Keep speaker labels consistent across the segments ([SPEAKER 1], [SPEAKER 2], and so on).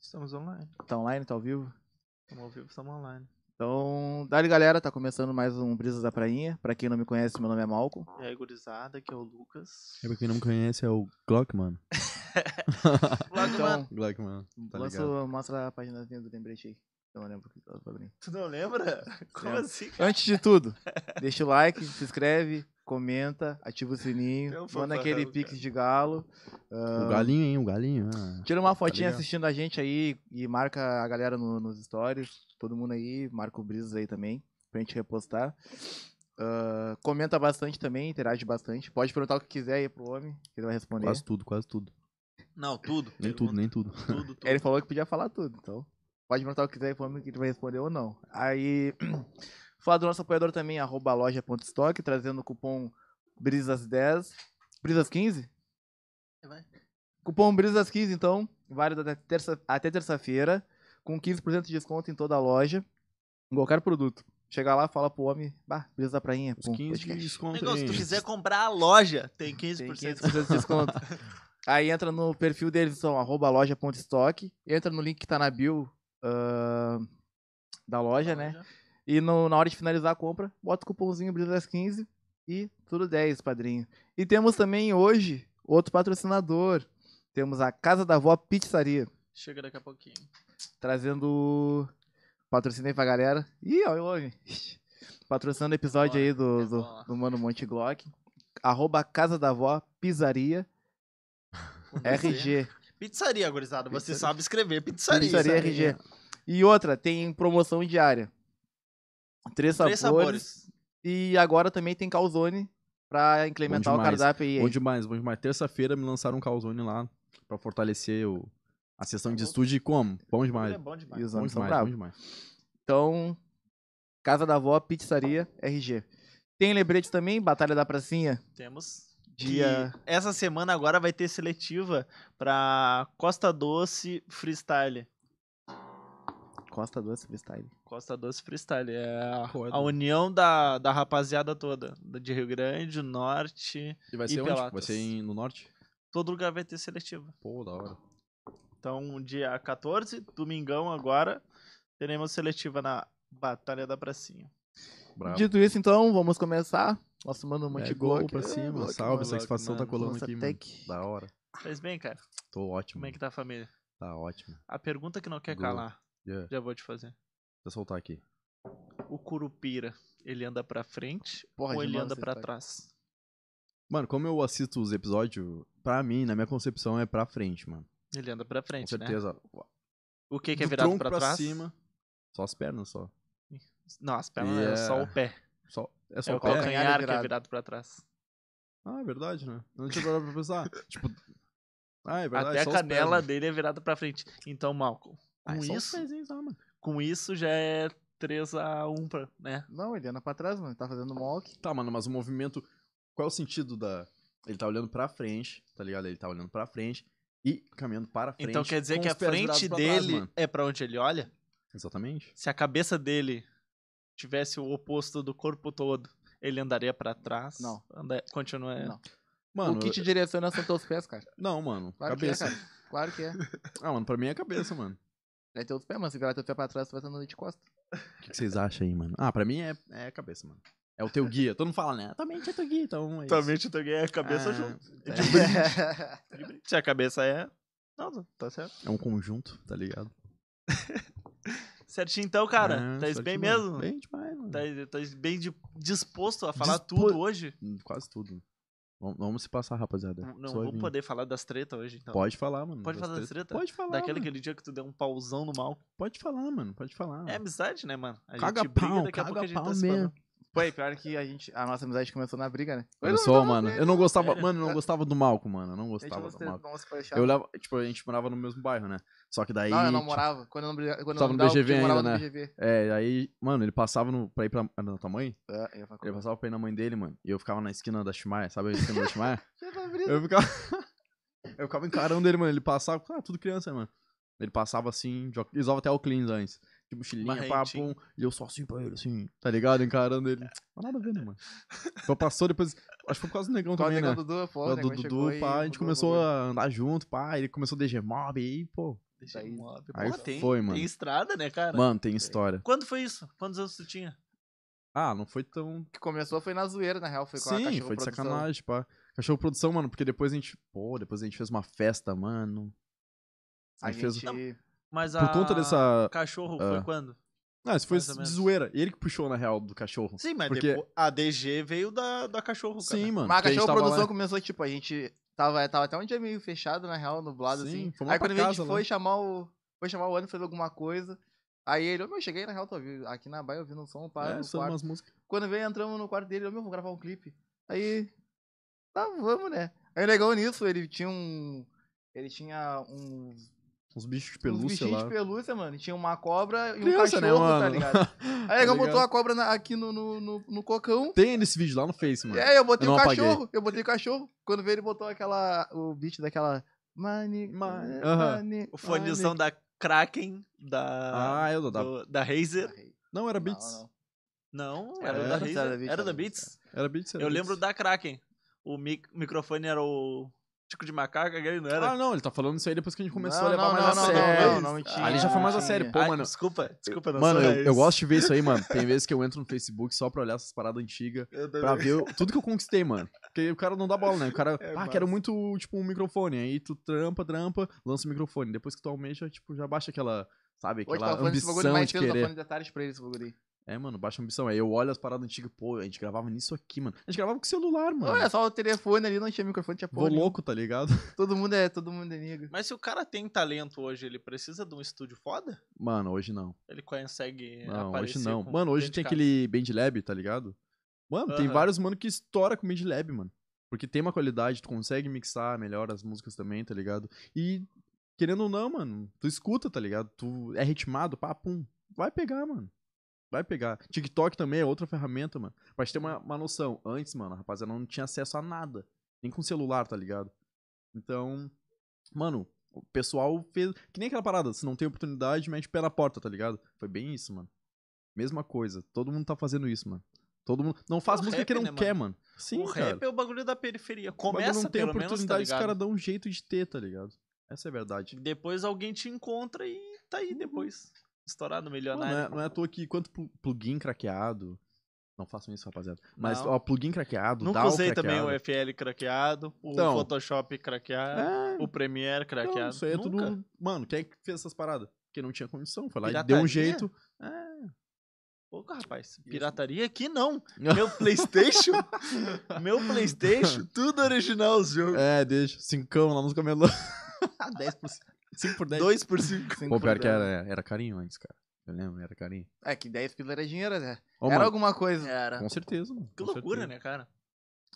[SPEAKER 1] Estamos online.
[SPEAKER 2] Tá online, tá ao vivo?
[SPEAKER 1] Estamos ao vivo, estamos online.
[SPEAKER 2] Então, dali galera, tá começando mais um Brisas da Prainha. Pra quem não me conhece, meu nome é Malco.
[SPEAKER 1] E aí, gurizada, que é o Lucas.
[SPEAKER 3] É pra quem não me conhece, é o Glockman.
[SPEAKER 1] Logo, mano.
[SPEAKER 2] Então,
[SPEAKER 3] Glockman, tá
[SPEAKER 2] lança-
[SPEAKER 3] ligado?
[SPEAKER 2] mostra a página do lembrete aí. Então, Eu não lembro o que eu tava abrindo.
[SPEAKER 1] Tu não lembra? Como
[SPEAKER 2] Lembro.
[SPEAKER 1] assim, cara?
[SPEAKER 2] Antes de tudo, deixa o like, se inscreve, comenta, ativa o sininho,
[SPEAKER 1] É um fanfarrão,
[SPEAKER 2] manda aquele
[SPEAKER 1] cara.
[SPEAKER 2] pix de galo. Ah.
[SPEAKER 3] O galinho, hein, o galinho. ah.
[SPEAKER 2] Tira uma fotinha
[SPEAKER 3] ligado?
[SPEAKER 2] assistindo a gente aí e marca a galera no- nos stories. Todo mundo aí, marca o Brisas aí também, pra gente repostar. Ah, comenta bastante também, interage bastante. Pode perguntar o que quiser aí pro homem, que ele vai responder.
[SPEAKER 3] Quase tudo, quase tudo.
[SPEAKER 1] Não, tudo.
[SPEAKER 3] Nem tudo, nem tudo.
[SPEAKER 1] Tudo, tudo.
[SPEAKER 2] Ele falou que podia falar tudo, então. Pode perguntar o que quiser pro homem que ele vai responder ou não. Aí, falar do nosso apoiador também, arroba loja.stock, trazendo o cupom Brisas10. Brisas15?
[SPEAKER 1] Vai.
[SPEAKER 2] Cupom Brisas15, então, válido até terça- até terça-feira, com 15% de desconto em toda a loja, em qualquer produto. Chegar lá, fala pro homem, bah, Brisas da Prainha,
[SPEAKER 3] Os
[SPEAKER 2] pum,
[SPEAKER 3] 15 de
[SPEAKER 2] podcast.
[SPEAKER 3] desconto,
[SPEAKER 1] Um Negócio, se tu
[SPEAKER 3] hein?
[SPEAKER 1] quiser comprar a loja, tem 15%.
[SPEAKER 2] Tem 15% de desconto. Aí entra no perfil deles, são arroba loja.stock. Entra no link que tá na bio ah, da loja, né? E no- na hora de finalizar a compra, bota o cupomzinho Brisas15 e tudo 10, padrinho. E temos também hoje outro patrocinador. Temos a Casa da Vó Pizzaria,
[SPEAKER 1] Chega daqui a pouquinho.
[SPEAKER 2] trazendo patrocínio aí pra galera. Ih, olha o homem. Ixi. Patrocinando o episódio
[SPEAKER 1] Bora,
[SPEAKER 2] aí do,
[SPEAKER 1] é
[SPEAKER 2] do,
[SPEAKER 1] bola.
[SPEAKER 2] do Mano Monte Glock. Arroba Casa da Vó Pizzaria
[SPEAKER 1] Com você.
[SPEAKER 2] RG.
[SPEAKER 1] Pizzaria, gurizada. Você
[SPEAKER 2] Pizzaria.
[SPEAKER 1] sabe escrever
[SPEAKER 2] Tá
[SPEAKER 1] pizzaria.
[SPEAKER 2] Pizzaria
[SPEAKER 3] Pizzaria.
[SPEAKER 2] RG. é. E outra, tem promoção diária. Três,
[SPEAKER 1] Três
[SPEAKER 2] sabores.
[SPEAKER 1] sabores.
[SPEAKER 2] E agora também tem calzone pra incrementar
[SPEAKER 3] Bom
[SPEAKER 2] o
[SPEAKER 3] demais.
[SPEAKER 2] cardápio aí.
[SPEAKER 3] Bom demais, bom demais. Terça-feira me lançaram um calzone lá pra fortalecer o... a sessão de estúdio e como? Bom demais.
[SPEAKER 1] É bom demais.
[SPEAKER 2] E os
[SPEAKER 3] Bom
[SPEAKER 2] homens são
[SPEAKER 3] demais, bom
[SPEAKER 2] bravos.
[SPEAKER 3] demais.
[SPEAKER 2] Então, Casa da Vó, Pizzaria, RG. Tem lembrete também, Batalha da Pracinha,
[SPEAKER 1] Temos. que
[SPEAKER 2] dia...
[SPEAKER 1] essa semana agora vai ter seletiva pra Costa Doce Freestyle.
[SPEAKER 2] Costa Doce Freestyle.
[SPEAKER 1] Costa Doce Freestyle. É a,
[SPEAKER 3] Foda.
[SPEAKER 1] a união da, da rapaziada toda. da- De Rio Grande, Norte.
[SPEAKER 3] E vai
[SPEAKER 1] E
[SPEAKER 3] ser onde? Vai
[SPEAKER 1] Pelotas.
[SPEAKER 3] ser em- no norte?
[SPEAKER 1] Todo lugar vai ter seletiva.
[SPEAKER 3] Pô, da hora.
[SPEAKER 1] Então, dia 14, domingão agora, teremos seletiva na Batalha da Pracinha.
[SPEAKER 3] Bravo.
[SPEAKER 2] Dito isso, então, vamos começar. Nosso mano
[SPEAKER 3] É,
[SPEAKER 2] Monte
[SPEAKER 3] gol
[SPEAKER 2] Glock.
[SPEAKER 3] pra
[SPEAKER 2] É,
[SPEAKER 3] cima.
[SPEAKER 2] Glock,
[SPEAKER 3] Salve,
[SPEAKER 2] mano.
[SPEAKER 3] satisfação
[SPEAKER 2] Glock,
[SPEAKER 3] tá colando
[SPEAKER 2] mano.
[SPEAKER 3] aqui, mano.
[SPEAKER 2] Tech.
[SPEAKER 3] Da hora.
[SPEAKER 1] Faz bem, cara.
[SPEAKER 3] Tô ótimo.
[SPEAKER 1] Como é que tá a família?
[SPEAKER 3] Tá ótimo.
[SPEAKER 1] A pergunta que não quer
[SPEAKER 3] Boa. É.
[SPEAKER 1] calar,
[SPEAKER 3] Yeah.
[SPEAKER 1] já vou te fazer.
[SPEAKER 3] Vou soltar aqui.
[SPEAKER 1] O Curupira, ele anda pra frente
[SPEAKER 2] Porra,
[SPEAKER 1] ou
[SPEAKER 2] de
[SPEAKER 1] ele
[SPEAKER 2] novo
[SPEAKER 1] anda
[SPEAKER 2] essa
[SPEAKER 1] pra
[SPEAKER 2] história.
[SPEAKER 1] trás?
[SPEAKER 3] Mano, como eu assisto os episódios, pra mim, na minha concepção, é pra frente, mano.
[SPEAKER 1] Ele anda pra
[SPEAKER 3] Com
[SPEAKER 1] frente, né?
[SPEAKER 3] certeza.
[SPEAKER 1] O que, que é
[SPEAKER 3] Do
[SPEAKER 1] virado
[SPEAKER 3] tronco
[SPEAKER 1] pra trás?
[SPEAKER 3] cima. Só as pernas, só.
[SPEAKER 1] Não, as pernas não, é
[SPEAKER 3] Yeah.
[SPEAKER 1] só o pé.
[SPEAKER 3] só é só
[SPEAKER 1] É
[SPEAKER 3] o
[SPEAKER 1] o
[SPEAKER 3] pé.
[SPEAKER 2] calcanhar.
[SPEAKER 1] calcanhar que é
[SPEAKER 2] virado.
[SPEAKER 1] virado pra trás.
[SPEAKER 3] Ah, é verdade, né? Eu não tinha parado pra pensar. tipo. Ah, é verdade.
[SPEAKER 1] Até
[SPEAKER 3] só
[SPEAKER 1] a
[SPEAKER 3] os
[SPEAKER 1] canela
[SPEAKER 3] pés, né?
[SPEAKER 1] dele é virada pra frente. Então, Malcolm,
[SPEAKER 3] Ah, é
[SPEAKER 1] com
[SPEAKER 3] só os
[SPEAKER 1] isso-
[SPEAKER 3] pezinhos lá, mano.
[SPEAKER 1] com isso já é 3x1, pra, né?
[SPEAKER 2] Não, ele anda pra trás, mano. Tá fazendo mock.
[SPEAKER 3] Tá, mano, mas o movimento. Qual é o sentido da. Ele tá olhando pra frente, tá ligado? Ele tá olhando pra frente e caminhando para frente.
[SPEAKER 1] Então quer dizer
[SPEAKER 3] com
[SPEAKER 1] que
[SPEAKER 3] os
[SPEAKER 1] a
[SPEAKER 3] pés virados
[SPEAKER 1] frente
[SPEAKER 3] pra trás,
[SPEAKER 1] dele
[SPEAKER 3] mano.
[SPEAKER 1] é pra onde ele olha?
[SPEAKER 3] Exatamente.
[SPEAKER 1] Se a cabeça dele tivesse o oposto do corpo todo, ele andaria pra trás?
[SPEAKER 2] Não.
[SPEAKER 1] Anda- continua.
[SPEAKER 2] Não.
[SPEAKER 3] Mano,
[SPEAKER 2] o que te direciona são teus pés, cara.
[SPEAKER 3] não, mano.
[SPEAKER 2] Claro
[SPEAKER 3] cabeça.
[SPEAKER 2] que é, cara. Claro que é.
[SPEAKER 3] Ah, mano, pra mim é cabeça, mano.
[SPEAKER 2] É teus pés, mano. Se virar teu pé pra trás, tu vai estar andando de costa.
[SPEAKER 3] O que, que vocês acham aí, mano? Ah, pra mim é, é cabeça, mano. É o teu guia. Todo mundo fala, né? Tua mente é teu guia, então. É isso.
[SPEAKER 1] tu ganha a
[SPEAKER 3] Ah,
[SPEAKER 2] É.
[SPEAKER 1] Se a cabeça é. Não, tá certo.
[SPEAKER 3] É um conjunto, tá ligado?
[SPEAKER 1] Certinho então, cara.
[SPEAKER 3] É,
[SPEAKER 1] tá
[SPEAKER 3] sorte,
[SPEAKER 1] bem
[SPEAKER 3] mano.
[SPEAKER 1] mesmo?
[SPEAKER 3] Bem demais, mano.
[SPEAKER 1] Tá, tá bem di- disposto a falar
[SPEAKER 3] Dispo-
[SPEAKER 1] tudo hoje?
[SPEAKER 3] Hum, Quase tudo. Vamos, vamos se passar, rapaziada.
[SPEAKER 1] Não,
[SPEAKER 3] Só
[SPEAKER 1] vamos
[SPEAKER 3] vinho.
[SPEAKER 1] poder falar das tretas hoje, então.
[SPEAKER 3] Pode falar, mano.
[SPEAKER 1] Pode falar das
[SPEAKER 3] tretas.
[SPEAKER 1] tretas?
[SPEAKER 3] Pode falar.
[SPEAKER 1] Daquele
[SPEAKER 3] mano.
[SPEAKER 1] aquele dia que tu deu um pauzão no mal.
[SPEAKER 3] Pode falar, mano. Pode falar.
[SPEAKER 1] É amizade, né, mano? A
[SPEAKER 3] Caga
[SPEAKER 1] gente briga,
[SPEAKER 3] pau,
[SPEAKER 1] daqui a pouco
[SPEAKER 3] caga
[SPEAKER 1] a gente tá
[SPEAKER 3] pau
[SPEAKER 1] se falando.
[SPEAKER 2] Pô, e pior que a gente. A nossa amizade começou na briga, né?
[SPEAKER 3] Olha só, mano. Eu não gostava,
[SPEAKER 1] Sério?
[SPEAKER 3] mano, eu não gostava do Malco, mano. Eu não
[SPEAKER 2] A gente não
[SPEAKER 3] gostava
[SPEAKER 2] se-
[SPEAKER 3] do Malco.
[SPEAKER 2] não se fechava.
[SPEAKER 3] Eu olhava, tipo, a gente morava no mesmo bairro, né? Só que daí.
[SPEAKER 2] Não, eu não
[SPEAKER 3] tipo,
[SPEAKER 2] morava. Quando eu não brigava, quando eu
[SPEAKER 3] tava
[SPEAKER 2] não
[SPEAKER 3] no
[SPEAKER 2] brigava,
[SPEAKER 3] BGV
[SPEAKER 2] eu morava
[SPEAKER 3] ainda,
[SPEAKER 2] no
[SPEAKER 3] né?
[SPEAKER 2] BGV.
[SPEAKER 3] É, aí, mano, ele passava no, pra ir pra, na tua mãe.
[SPEAKER 2] Ah, eu ia falar com
[SPEAKER 3] Ele
[SPEAKER 2] ele.
[SPEAKER 3] passava pra ir na mãe dele, mano. E eu ficava na esquina da Chimaia, sabe a esquina da Chimaia?
[SPEAKER 2] Você tá briga-
[SPEAKER 3] Eu ficava. eu ficava encarando ele, mano. Ele passava. Ah, tudo criança, né, mano. Ele passava assim, de óculos- ele usava até o Cleans antes. de mochilinha,
[SPEAKER 1] Marrentinho.
[SPEAKER 3] papum. E eu só assim pra ele, assim, tá ligado? Encarando ele. Mas nada a ver, né, mano? Só passou depois. Acho que foi por causa do negão
[SPEAKER 2] Qual o
[SPEAKER 3] também, né?
[SPEAKER 2] negão Dudu, pô,
[SPEAKER 3] Por causa
[SPEAKER 2] o
[SPEAKER 3] do
[SPEAKER 2] negão
[SPEAKER 3] Dudu,
[SPEAKER 2] chegou e
[SPEAKER 3] pá, a gente
[SPEAKER 2] mudou o
[SPEAKER 3] começou
[SPEAKER 2] bagulho.
[SPEAKER 3] a andar junto, pá. Ele começou DG Mob, e aí, pô.
[SPEAKER 1] Deixa
[SPEAKER 2] Daí-
[SPEAKER 1] eu mob.
[SPEAKER 3] aí
[SPEAKER 1] Pô, tem,
[SPEAKER 3] foi, mano.
[SPEAKER 1] Tem estrada, né, cara?
[SPEAKER 3] Mano,
[SPEAKER 2] é.
[SPEAKER 3] tem história.
[SPEAKER 1] Quando foi isso? Quantos anos tu tinha?
[SPEAKER 3] Ah, não foi tão
[SPEAKER 2] que começou foi na zoeira, na real, foi com a
[SPEAKER 3] Sim,
[SPEAKER 2] cachorro
[SPEAKER 3] foi de
[SPEAKER 2] produção.
[SPEAKER 3] sacanagem, pá. Cachorro produção, mano, porque depois a gente. Pô, depois a gente fez uma festa, mano.
[SPEAKER 2] A
[SPEAKER 3] fez-
[SPEAKER 2] gente
[SPEAKER 1] Mas a...
[SPEAKER 3] Por conta dessa.
[SPEAKER 1] Cachorro
[SPEAKER 3] Ah.
[SPEAKER 1] foi quando?
[SPEAKER 3] Não, isso foi
[SPEAKER 1] Mais ou
[SPEAKER 3] de
[SPEAKER 1] menos.
[SPEAKER 3] zoeira. Ele que puxou, na real, do cachorro.
[SPEAKER 1] Sim, mas
[SPEAKER 3] Porque-
[SPEAKER 1] depois, a DG veio da, da cachorro, cara.
[SPEAKER 3] Sim, mano.
[SPEAKER 2] Mas a
[SPEAKER 3] porque gente
[SPEAKER 2] cachorro
[SPEAKER 3] tava
[SPEAKER 2] produção
[SPEAKER 3] lá-
[SPEAKER 2] começou, tipo, a gente tava, tava até um dia meio fechado, na real, nublado,
[SPEAKER 3] Sim,
[SPEAKER 2] assim.
[SPEAKER 3] fomos lá
[SPEAKER 2] Aí
[SPEAKER 3] pra
[SPEAKER 2] quando a
[SPEAKER 3] casa
[SPEAKER 2] gente
[SPEAKER 3] lá.
[SPEAKER 2] foi chamar o. Foi chamar o ano, fez alguma coisa. Aí ele, ô meu, cheguei na real, tô ouvindo- aqui na baia ouvindo um som, pá,
[SPEAKER 3] É,
[SPEAKER 2] no
[SPEAKER 3] são
[SPEAKER 2] quarto.
[SPEAKER 3] umas músicas.
[SPEAKER 2] Quando veio, entramos no quarto dele, ô meu, vamos gravar um clipe. Aí. Tá, vamos, né? Aí o legal nisso, ele tinha um. Ele tinha um.
[SPEAKER 3] Uns bichos de
[SPEAKER 2] uns
[SPEAKER 3] pelúcia
[SPEAKER 2] bichinhos
[SPEAKER 3] lá.
[SPEAKER 2] de pelúcia, mano. e Tinha uma cobra e
[SPEAKER 3] Criança,
[SPEAKER 2] um
[SPEAKER 3] né,
[SPEAKER 2] cachorro, tá
[SPEAKER 3] mano?
[SPEAKER 2] ligado? Aí
[SPEAKER 3] Tá
[SPEAKER 2] eu botou
[SPEAKER 3] ligado?
[SPEAKER 2] a cobra na- aqui no, no, no, no cocão.
[SPEAKER 3] Tem esse vídeo lá no Face, mano.
[SPEAKER 2] É, eu botei
[SPEAKER 3] Eu
[SPEAKER 2] o
[SPEAKER 3] não apaguei.
[SPEAKER 2] cachorro. Eu botei o cachorro. Quando veio, ele botou aquela. O beat daquela. Mani.
[SPEAKER 3] Ma-
[SPEAKER 2] eh,
[SPEAKER 3] aham.
[SPEAKER 2] mani,
[SPEAKER 1] O fonezão da Kraken, da...
[SPEAKER 3] Ah, eu dou.
[SPEAKER 1] do- da Razer.
[SPEAKER 2] mani.
[SPEAKER 3] Não, era
[SPEAKER 2] Não,
[SPEAKER 3] Beats.
[SPEAKER 2] não.
[SPEAKER 1] Não, era
[SPEAKER 2] É, era
[SPEAKER 1] da
[SPEAKER 2] da
[SPEAKER 1] Razer.
[SPEAKER 2] Beats,
[SPEAKER 1] Era da
[SPEAKER 2] era da
[SPEAKER 1] Beats.
[SPEAKER 3] Era Beats. era
[SPEAKER 1] Eu lembro
[SPEAKER 3] Beats.
[SPEAKER 1] da Kraken. O mic- microfone era o Tico de Macaca, aquele não era?
[SPEAKER 3] Ah, não, ele tá falando isso aí depois que a gente começou
[SPEAKER 2] Não,
[SPEAKER 3] a levar
[SPEAKER 2] não,
[SPEAKER 3] mais
[SPEAKER 2] não,
[SPEAKER 3] a
[SPEAKER 2] não,
[SPEAKER 3] sério.
[SPEAKER 2] não, é não tinha,
[SPEAKER 3] Ali já foi
[SPEAKER 2] não
[SPEAKER 3] mais a
[SPEAKER 2] tinha.
[SPEAKER 3] sério. Pô,
[SPEAKER 1] Ah,
[SPEAKER 3] mano.
[SPEAKER 1] Desculpa, desculpa. Não
[SPEAKER 3] Mano,
[SPEAKER 1] sou
[SPEAKER 3] eu, eu
[SPEAKER 1] esse.
[SPEAKER 3] gosto de ver isso aí, mano. Tem vezes que eu entro no Facebook só pra olhar essas paradas antigas.
[SPEAKER 1] Eu
[SPEAKER 3] pra
[SPEAKER 1] também.
[SPEAKER 3] ver o- tudo que eu conquistei, mano. Porque o cara não dá bola, né? O cara,
[SPEAKER 1] É,
[SPEAKER 3] ah,
[SPEAKER 1] massa.
[SPEAKER 3] quero muito, tipo, um microfone. Aí tu trampa, trampa, lança o microfone. Depois que tu almeja, tipo, já baixa aquela, sabe,
[SPEAKER 2] Hoje
[SPEAKER 3] aquela
[SPEAKER 2] tava falando esse bagulho
[SPEAKER 3] ambição
[SPEAKER 2] mais
[SPEAKER 3] de
[SPEAKER 2] cedo, tava
[SPEAKER 3] querer.
[SPEAKER 2] falando de detalhes pra ele esse bagulho aí.
[SPEAKER 3] É, mano, baixa a ambição. Aí eu olho as paradas antigas, pô, a gente gravava nisso aqui, mano. A gente gravava com celular, mano.
[SPEAKER 2] Não, é só o telefone ali, não tinha microfone, tinha
[SPEAKER 3] Vou
[SPEAKER 2] porra. nenhuma.
[SPEAKER 3] louco, tá ligado?
[SPEAKER 2] Todo mundo é, todo mundo é negro.
[SPEAKER 1] Mas se o cara tem talento hoje, ele precisa de um estúdio foda?
[SPEAKER 3] Mano, hoje não.
[SPEAKER 1] Ele consegue
[SPEAKER 3] Não,
[SPEAKER 1] aparecer
[SPEAKER 3] hoje não.
[SPEAKER 1] com-
[SPEAKER 3] Mano, hoje
[SPEAKER 1] dentro
[SPEAKER 3] tem
[SPEAKER 1] de casa?
[SPEAKER 3] aquele BandLab, tá ligado? Mano, tem
[SPEAKER 1] Aham.
[SPEAKER 3] vários mano que estoura com BandLab, mano. Porque tem uma qualidade, tu consegue mixar melhor as músicas também, tá ligado? E, querendo ou não, mano, tu escuta, tá ligado? Tu é ritmado, pá, pum. Vai pegar, mano. Vai pegar. TikTok também é outra ferramenta, mano. Pra gente ter uma, uma noção. Antes, mano, a rapaziada não tinha acesso a nada. Nem com celular, tá ligado? Então, mano, o pessoal fez. Que nem aquela parada, se não tem oportunidade, mete o pé na porta, tá ligado? Foi bem isso, mano. Mesma coisa. Todo mundo tá fazendo isso, mano. Todo mundo. Não faz
[SPEAKER 1] o
[SPEAKER 3] música que
[SPEAKER 1] rap,
[SPEAKER 3] não
[SPEAKER 1] né,
[SPEAKER 3] quer, mano. Sim,
[SPEAKER 1] o
[SPEAKER 3] cara.
[SPEAKER 1] rap é o bagulho da periferia.
[SPEAKER 3] O bagulho
[SPEAKER 1] Começa
[SPEAKER 3] não tem
[SPEAKER 1] pelo menos, tá
[SPEAKER 3] oportunidade, os caras
[SPEAKER 1] ligado?
[SPEAKER 3] dão um jeito de ter, tá ligado? Essa é a verdade.
[SPEAKER 1] Depois alguém te encontra e tá aí depois. Estourado,
[SPEAKER 3] Mano, Uhum. não, é,
[SPEAKER 1] milionário.
[SPEAKER 3] não é à toa que quanto plu- plugin craqueado. Não façam isso, rapaziada. Mas,
[SPEAKER 1] Não.
[SPEAKER 3] ó, plugin craqueado,
[SPEAKER 1] Nunca
[SPEAKER 3] DAW
[SPEAKER 1] usei também
[SPEAKER 3] craqueado.
[SPEAKER 1] o FL craqueado, o
[SPEAKER 3] Então.
[SPEAKER 1] Photoshop craqueado,
[SPEAKER 3] É,
[SPEAKER 1] o Premiere craqueado.
[SPEAKER 3] Não, isso aí é
[SPEAKER 1] Nunca.
[SPEAKER 3] tudo. Mano, quem é que fez essas paradas? Porque não tinha condição. Foi lá e deu
[SPEAKER 1] Pirataria?
[SPEAKER 3] um jeito.
[SPEAKER 1] Pouco, rapaz. Pirataria aqui não. Meu Playstation, meu Playstation, tudo original os jogos.
[SPEAKER 3] É, deixa. Cincão lá nos camelô. 10%. 5 por 10.
[SPEAKER 1] 2 por 5.
[SPEAKER 3] Pô, pior que é. era, era carinho antes, cara. Eu lembro, era carinho.
[SPEAKER 2] É que 10 pila era dinheiro, né?
[SPEAKER 3] Ô,
[SPEAKER 2] era
[SPEAKER 3] mano,
[SPEAKER 2] alguma coisa.
[SPEAKER 1] Era.
[SPEAKER 3] Com certeza, mano.
[SPEAKER 1] Que
[SPEAKER 3] com
[SPEAKER 1] loucura,
[SPEAKER 3] certeza.
[SPEAKER 1] né, cara?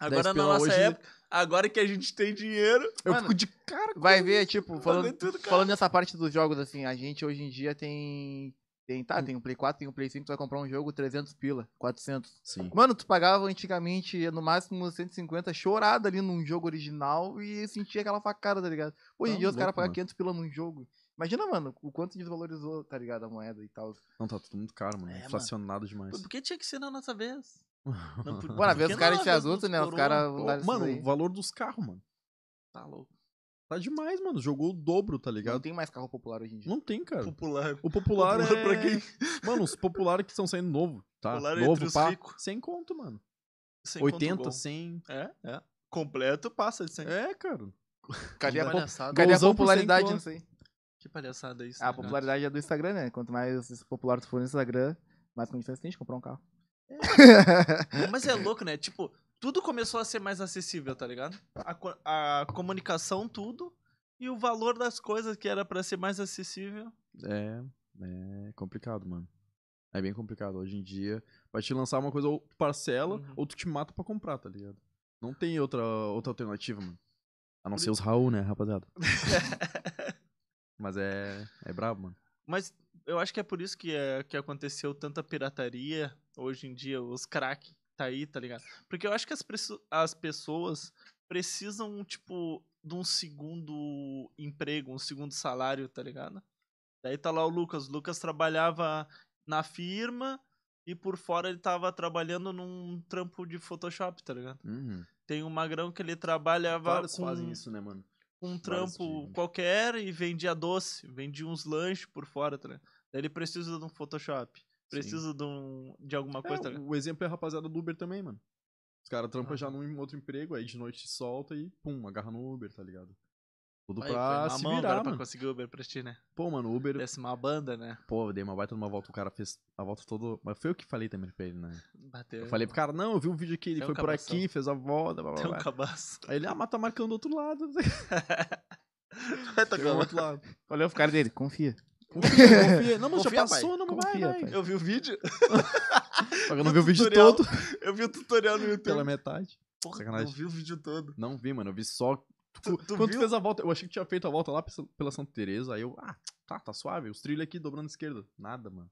[SPEAKER 3] 10
[SPEAKER 1] Agora na
[SPEAKER 3] pila
[SPEAKER 1] nossa
[SPEAKER 3] hoje-
[SPEAKER 1] época, agora que a gente tem dinheiro, tá
[SPEAKER 3] Eu
[SPEAKER 2] Mano,
[SPEAKER 3] fico de cara.
[SPEAKER 2] Vai ver, tipo, falando,
[SPEAKER 1] falando tudo, cara.
[SPEAKER 2] falando nessa parte dos jogos, assim, a gente hoje em dia tem. Tem,
[SPEAKER 3] Hum.
[SPEAKER 2] tá, tem o Play 4, tem o Play 5, tu vai comprar um jogo 300 pila, 400.
[SPEAKER 3] Sim.
[SPEAKER 2] Mano, tu pagava antigamente no máximo 150 chorada ali num jogo original e sentia aquela facada, tá ligado? Hoje em
[SPEAKER 3] Tá
[SPEAKER 2] dia os caras
[SPEAKER 3] louco,
[SPEAKER 2] pagam
[SPEAKER 3] mano.
[SPEAKER 2] 500 pila num jogo. Imagina, mano, o quanto desvalorizou, tá ligado, a moeda e tal.
[SPEAKER 3] Não, tá tudo muito caro, mano.
[SPEAKER 1] É, mano.
[SPEAKER 3] Inflacionado demais.
[SPEAKER 1] Por que tinha que ser na nossa vez? Não, por- por
[SPEAKER 2] Bora, às
[SPEAKER 1] que
[SPEAKER 2] vezes os caras
[SPEAKER 1] não?
[SPEAKER 2] se
[SPEAKER 1] Às vezes
[SPEAKER 2] adultos,
[SPEAKER 1] nos
[SPEAKER 2] né? Os
[SPEAKER 1] coroa-
[SPEAKER 2] caras
[SPEAKER 3] Pô,
[SPEAKER 2] valorizaram
[SPEAKER 3] mano,
[SPEAKER 2] isso
[SPEAKER 3] o
[SPEAKER 2] aí.
[SPEAKER 3] valor dos carros, mano.
[SPEAKER 1] Tá louco.
[SPEAKER 3] Tá demais, mano. Jogou o dobro, tá
[SPEAKER 2] Não
[SPEAKER 3] ligado?
[SPEAKER 2] tem mais carro popular hoje em dia.
[SPEAKER 3] Não tem, cara.
[SPEAKER 1] Popular.
[SPEAKER 3] O popular,
[SPEAKER 1] Popular
[SPEAKER 3] um é...
[SPEAKER 1] pra quem-
[SPEAKER 3] Mano, os populares que estão saindo novo, tá?
[SPEAKER 1] Popular entre
[SPEAKER 3] novo,
[SPEAKER 1] os
[SPEAKER 3] pá.
[SPEAKER 1] rico.
[SPEAKER 3] Sem conto, mano.
[SPEAKER 1] Sem
[SPEAKER 3] 80,
[SPEAKER 1] contra o
[SPEAKER 3] 100.
[SPEAKER 1] gol. É, é. Completo passa de 100.
[SPEAKER 3] É, cara.
[SPEAKER 2] Cadê a,
[SPEAKER 1] Que
[SPEAKER 2] po-
[SPEAKER 1] palhaçada.
[SPEAKER 2] cadê a
[SPEAKER 3] Golzão por
[SPEAKER 2] popularidade
[SPEAKER 3] cento,
[SPEAKER 2] nisso aí?
[SPEAKER 1] Que palhaçada
[SPEAKER 3] Ah,
[SPEAKER 1] isso.
[SPEAKER 2] A
[SPEAKER 1] né, cara?
[SPEAKER 2] popularidade é do Instagram, né? Quanto mais popular tu for no Instagram, mais condições tu tem de comprar um carro.
[SPEAKER 3] É,
[SPEAKER 1] Mas é louco, né? Tipo, tudo começou a ser mais acessível, tá ligado? A, co- a comunicação, tudo. E o valor das coisas que era pra ser mais acessível.
[SPEAKER 3] É, é complicado, mano. É bem complicado. Hoje em dia, pra te lançar uma coisa, ou tu parcela,
[SPEAKER 1] Uhum.
[SPEAKER 3] ou tu te mata pra comprar, tá ligado? Não tem outra, outra alternativa, mano. A não ser os Raul, né, rapaziada? Mas é, é brabo, mano.
[SPEAKER 1] Mas eu acho que é por isso que, é, que aconteceu tanta pirataria hoje em dia, os crack tá aí, tá ligado? Porque eu acho que as, presso- as pessoas precisam, tipo, de um segundo emprego, um segundo salário, tá ligado? Daí tá lá o Lucas. O Lucas trabalhava na firma e por fora ele tava trabalhando num trampo de Photoshop, tá ligado?
[SPEAKER 3] Uhum.
[SPEAKER 1] Tem um magrão que ele trabalhava
[SPEAKER 3] Vários
[SPEAKER 1] com
[SPEAKER 3] fazem isso, né, mano?
[SPEAKER 1] um
[SPEAKER 3] Vários
[SPEAKER 1] trampo
[SPEAKER 3] que-
[SPEAKER 1] qualquer e vendia doce, vendia uns lanches por fora, tá ligado? Daí ele precisa de um Photoshop, precisa de, um, de alguma coisa, tá
[SPEAKER 3] É,
[SPEAKER 1] ligado?
[SPEAKER 3] o exemplo é a rapaziada do Uber também, mano. Os caras trampam
[SPEAKER 1] Ah.
[SPEAKER 3] já num outro emprego, aí de noite solta e pum, agarra no Uber, tá ligado? Tudo
[SPEAKER 1] Vai,
[SPEAKER 3] pra
[SPEAKER 1] foi
[SPEAKER 3] se
[SPEAKER 1] mamão agora tá
[SPEAKER 3] virar,
[SPEAKER 1] pra
[SPEAKER 3] mano.
[SPEAKER 1] conseguir Uber pra ti, né?
[SPEAKER 3] Pô, mano, o Uber,
[SPEAKER 1] Décima banda, né?
[SPEAKER 3] pô, eu dei uma baita numa volta, o cara fez a volta toda. Mas foi eu que falei também pra ele, né?
[SPEAKER 1] Bateu.
[SPEAKER 3] Eu falei pro cara, não, eu vi um vídeo aqui, ele
[SPEAKER 1] Tem um
[SPEAKER 3] foi por
[SPEAKER 1] cabação.
[SPEAKER 3] aqui, fez a volta, blá blá
[SPEAKER 1] Tem um
[SPEAKER 3] blá.
[SPEAKER 1] cabaço.
[SPEAKER 3] Aí ele, ah, mas tá marcando do outro lado.
[SPEAKER 1] Vai
[SPEAKER 3] Tá
[SPEAKER 1] tocar.
[SPEAKER 3] outro lado.
[SPEAKER 2] Olha o cara dele, confia.
[SPEAKER 3] Confia, confia. Não, mas
[SPEAKER 1] Confia,
[SPEAKER 3] já passou, né? não mas
[SPEAKER 2] Confia,
[SPEAKER 3] vai, vai.
[SPEAKER 2] pai.
[SPEAKER 1] Eu vi o vídeo,
[SPEAKER 3] Só que eu não vi o vídeo
[SPEAKER 1] Tutorial.
[SPEAKER 3] todo.
[SPEAKER 1] eu vi o tutorial no YouTube.
[SPEAKER 3] Pela metade.
[SPEAKER 1] Porra,
[SPEAKER 3] sacanagem.
[SPEAKER 1] Eu vi o vídeo todo.
[SPEAKER 3] Não vi, mano, eu vi só.
[SPEAKER 1] Tu- tu
[SPEAKER 3] Quando tu
[SPEAKER 1] viu?
[SPEAKER 3] fez a volta, eu achei que tinha feito a volta lá pela- pela Santa Teresa, aí eu, ah, tá, tá suave, os trilhos aqui dobrando à esquerda. Nada, mano.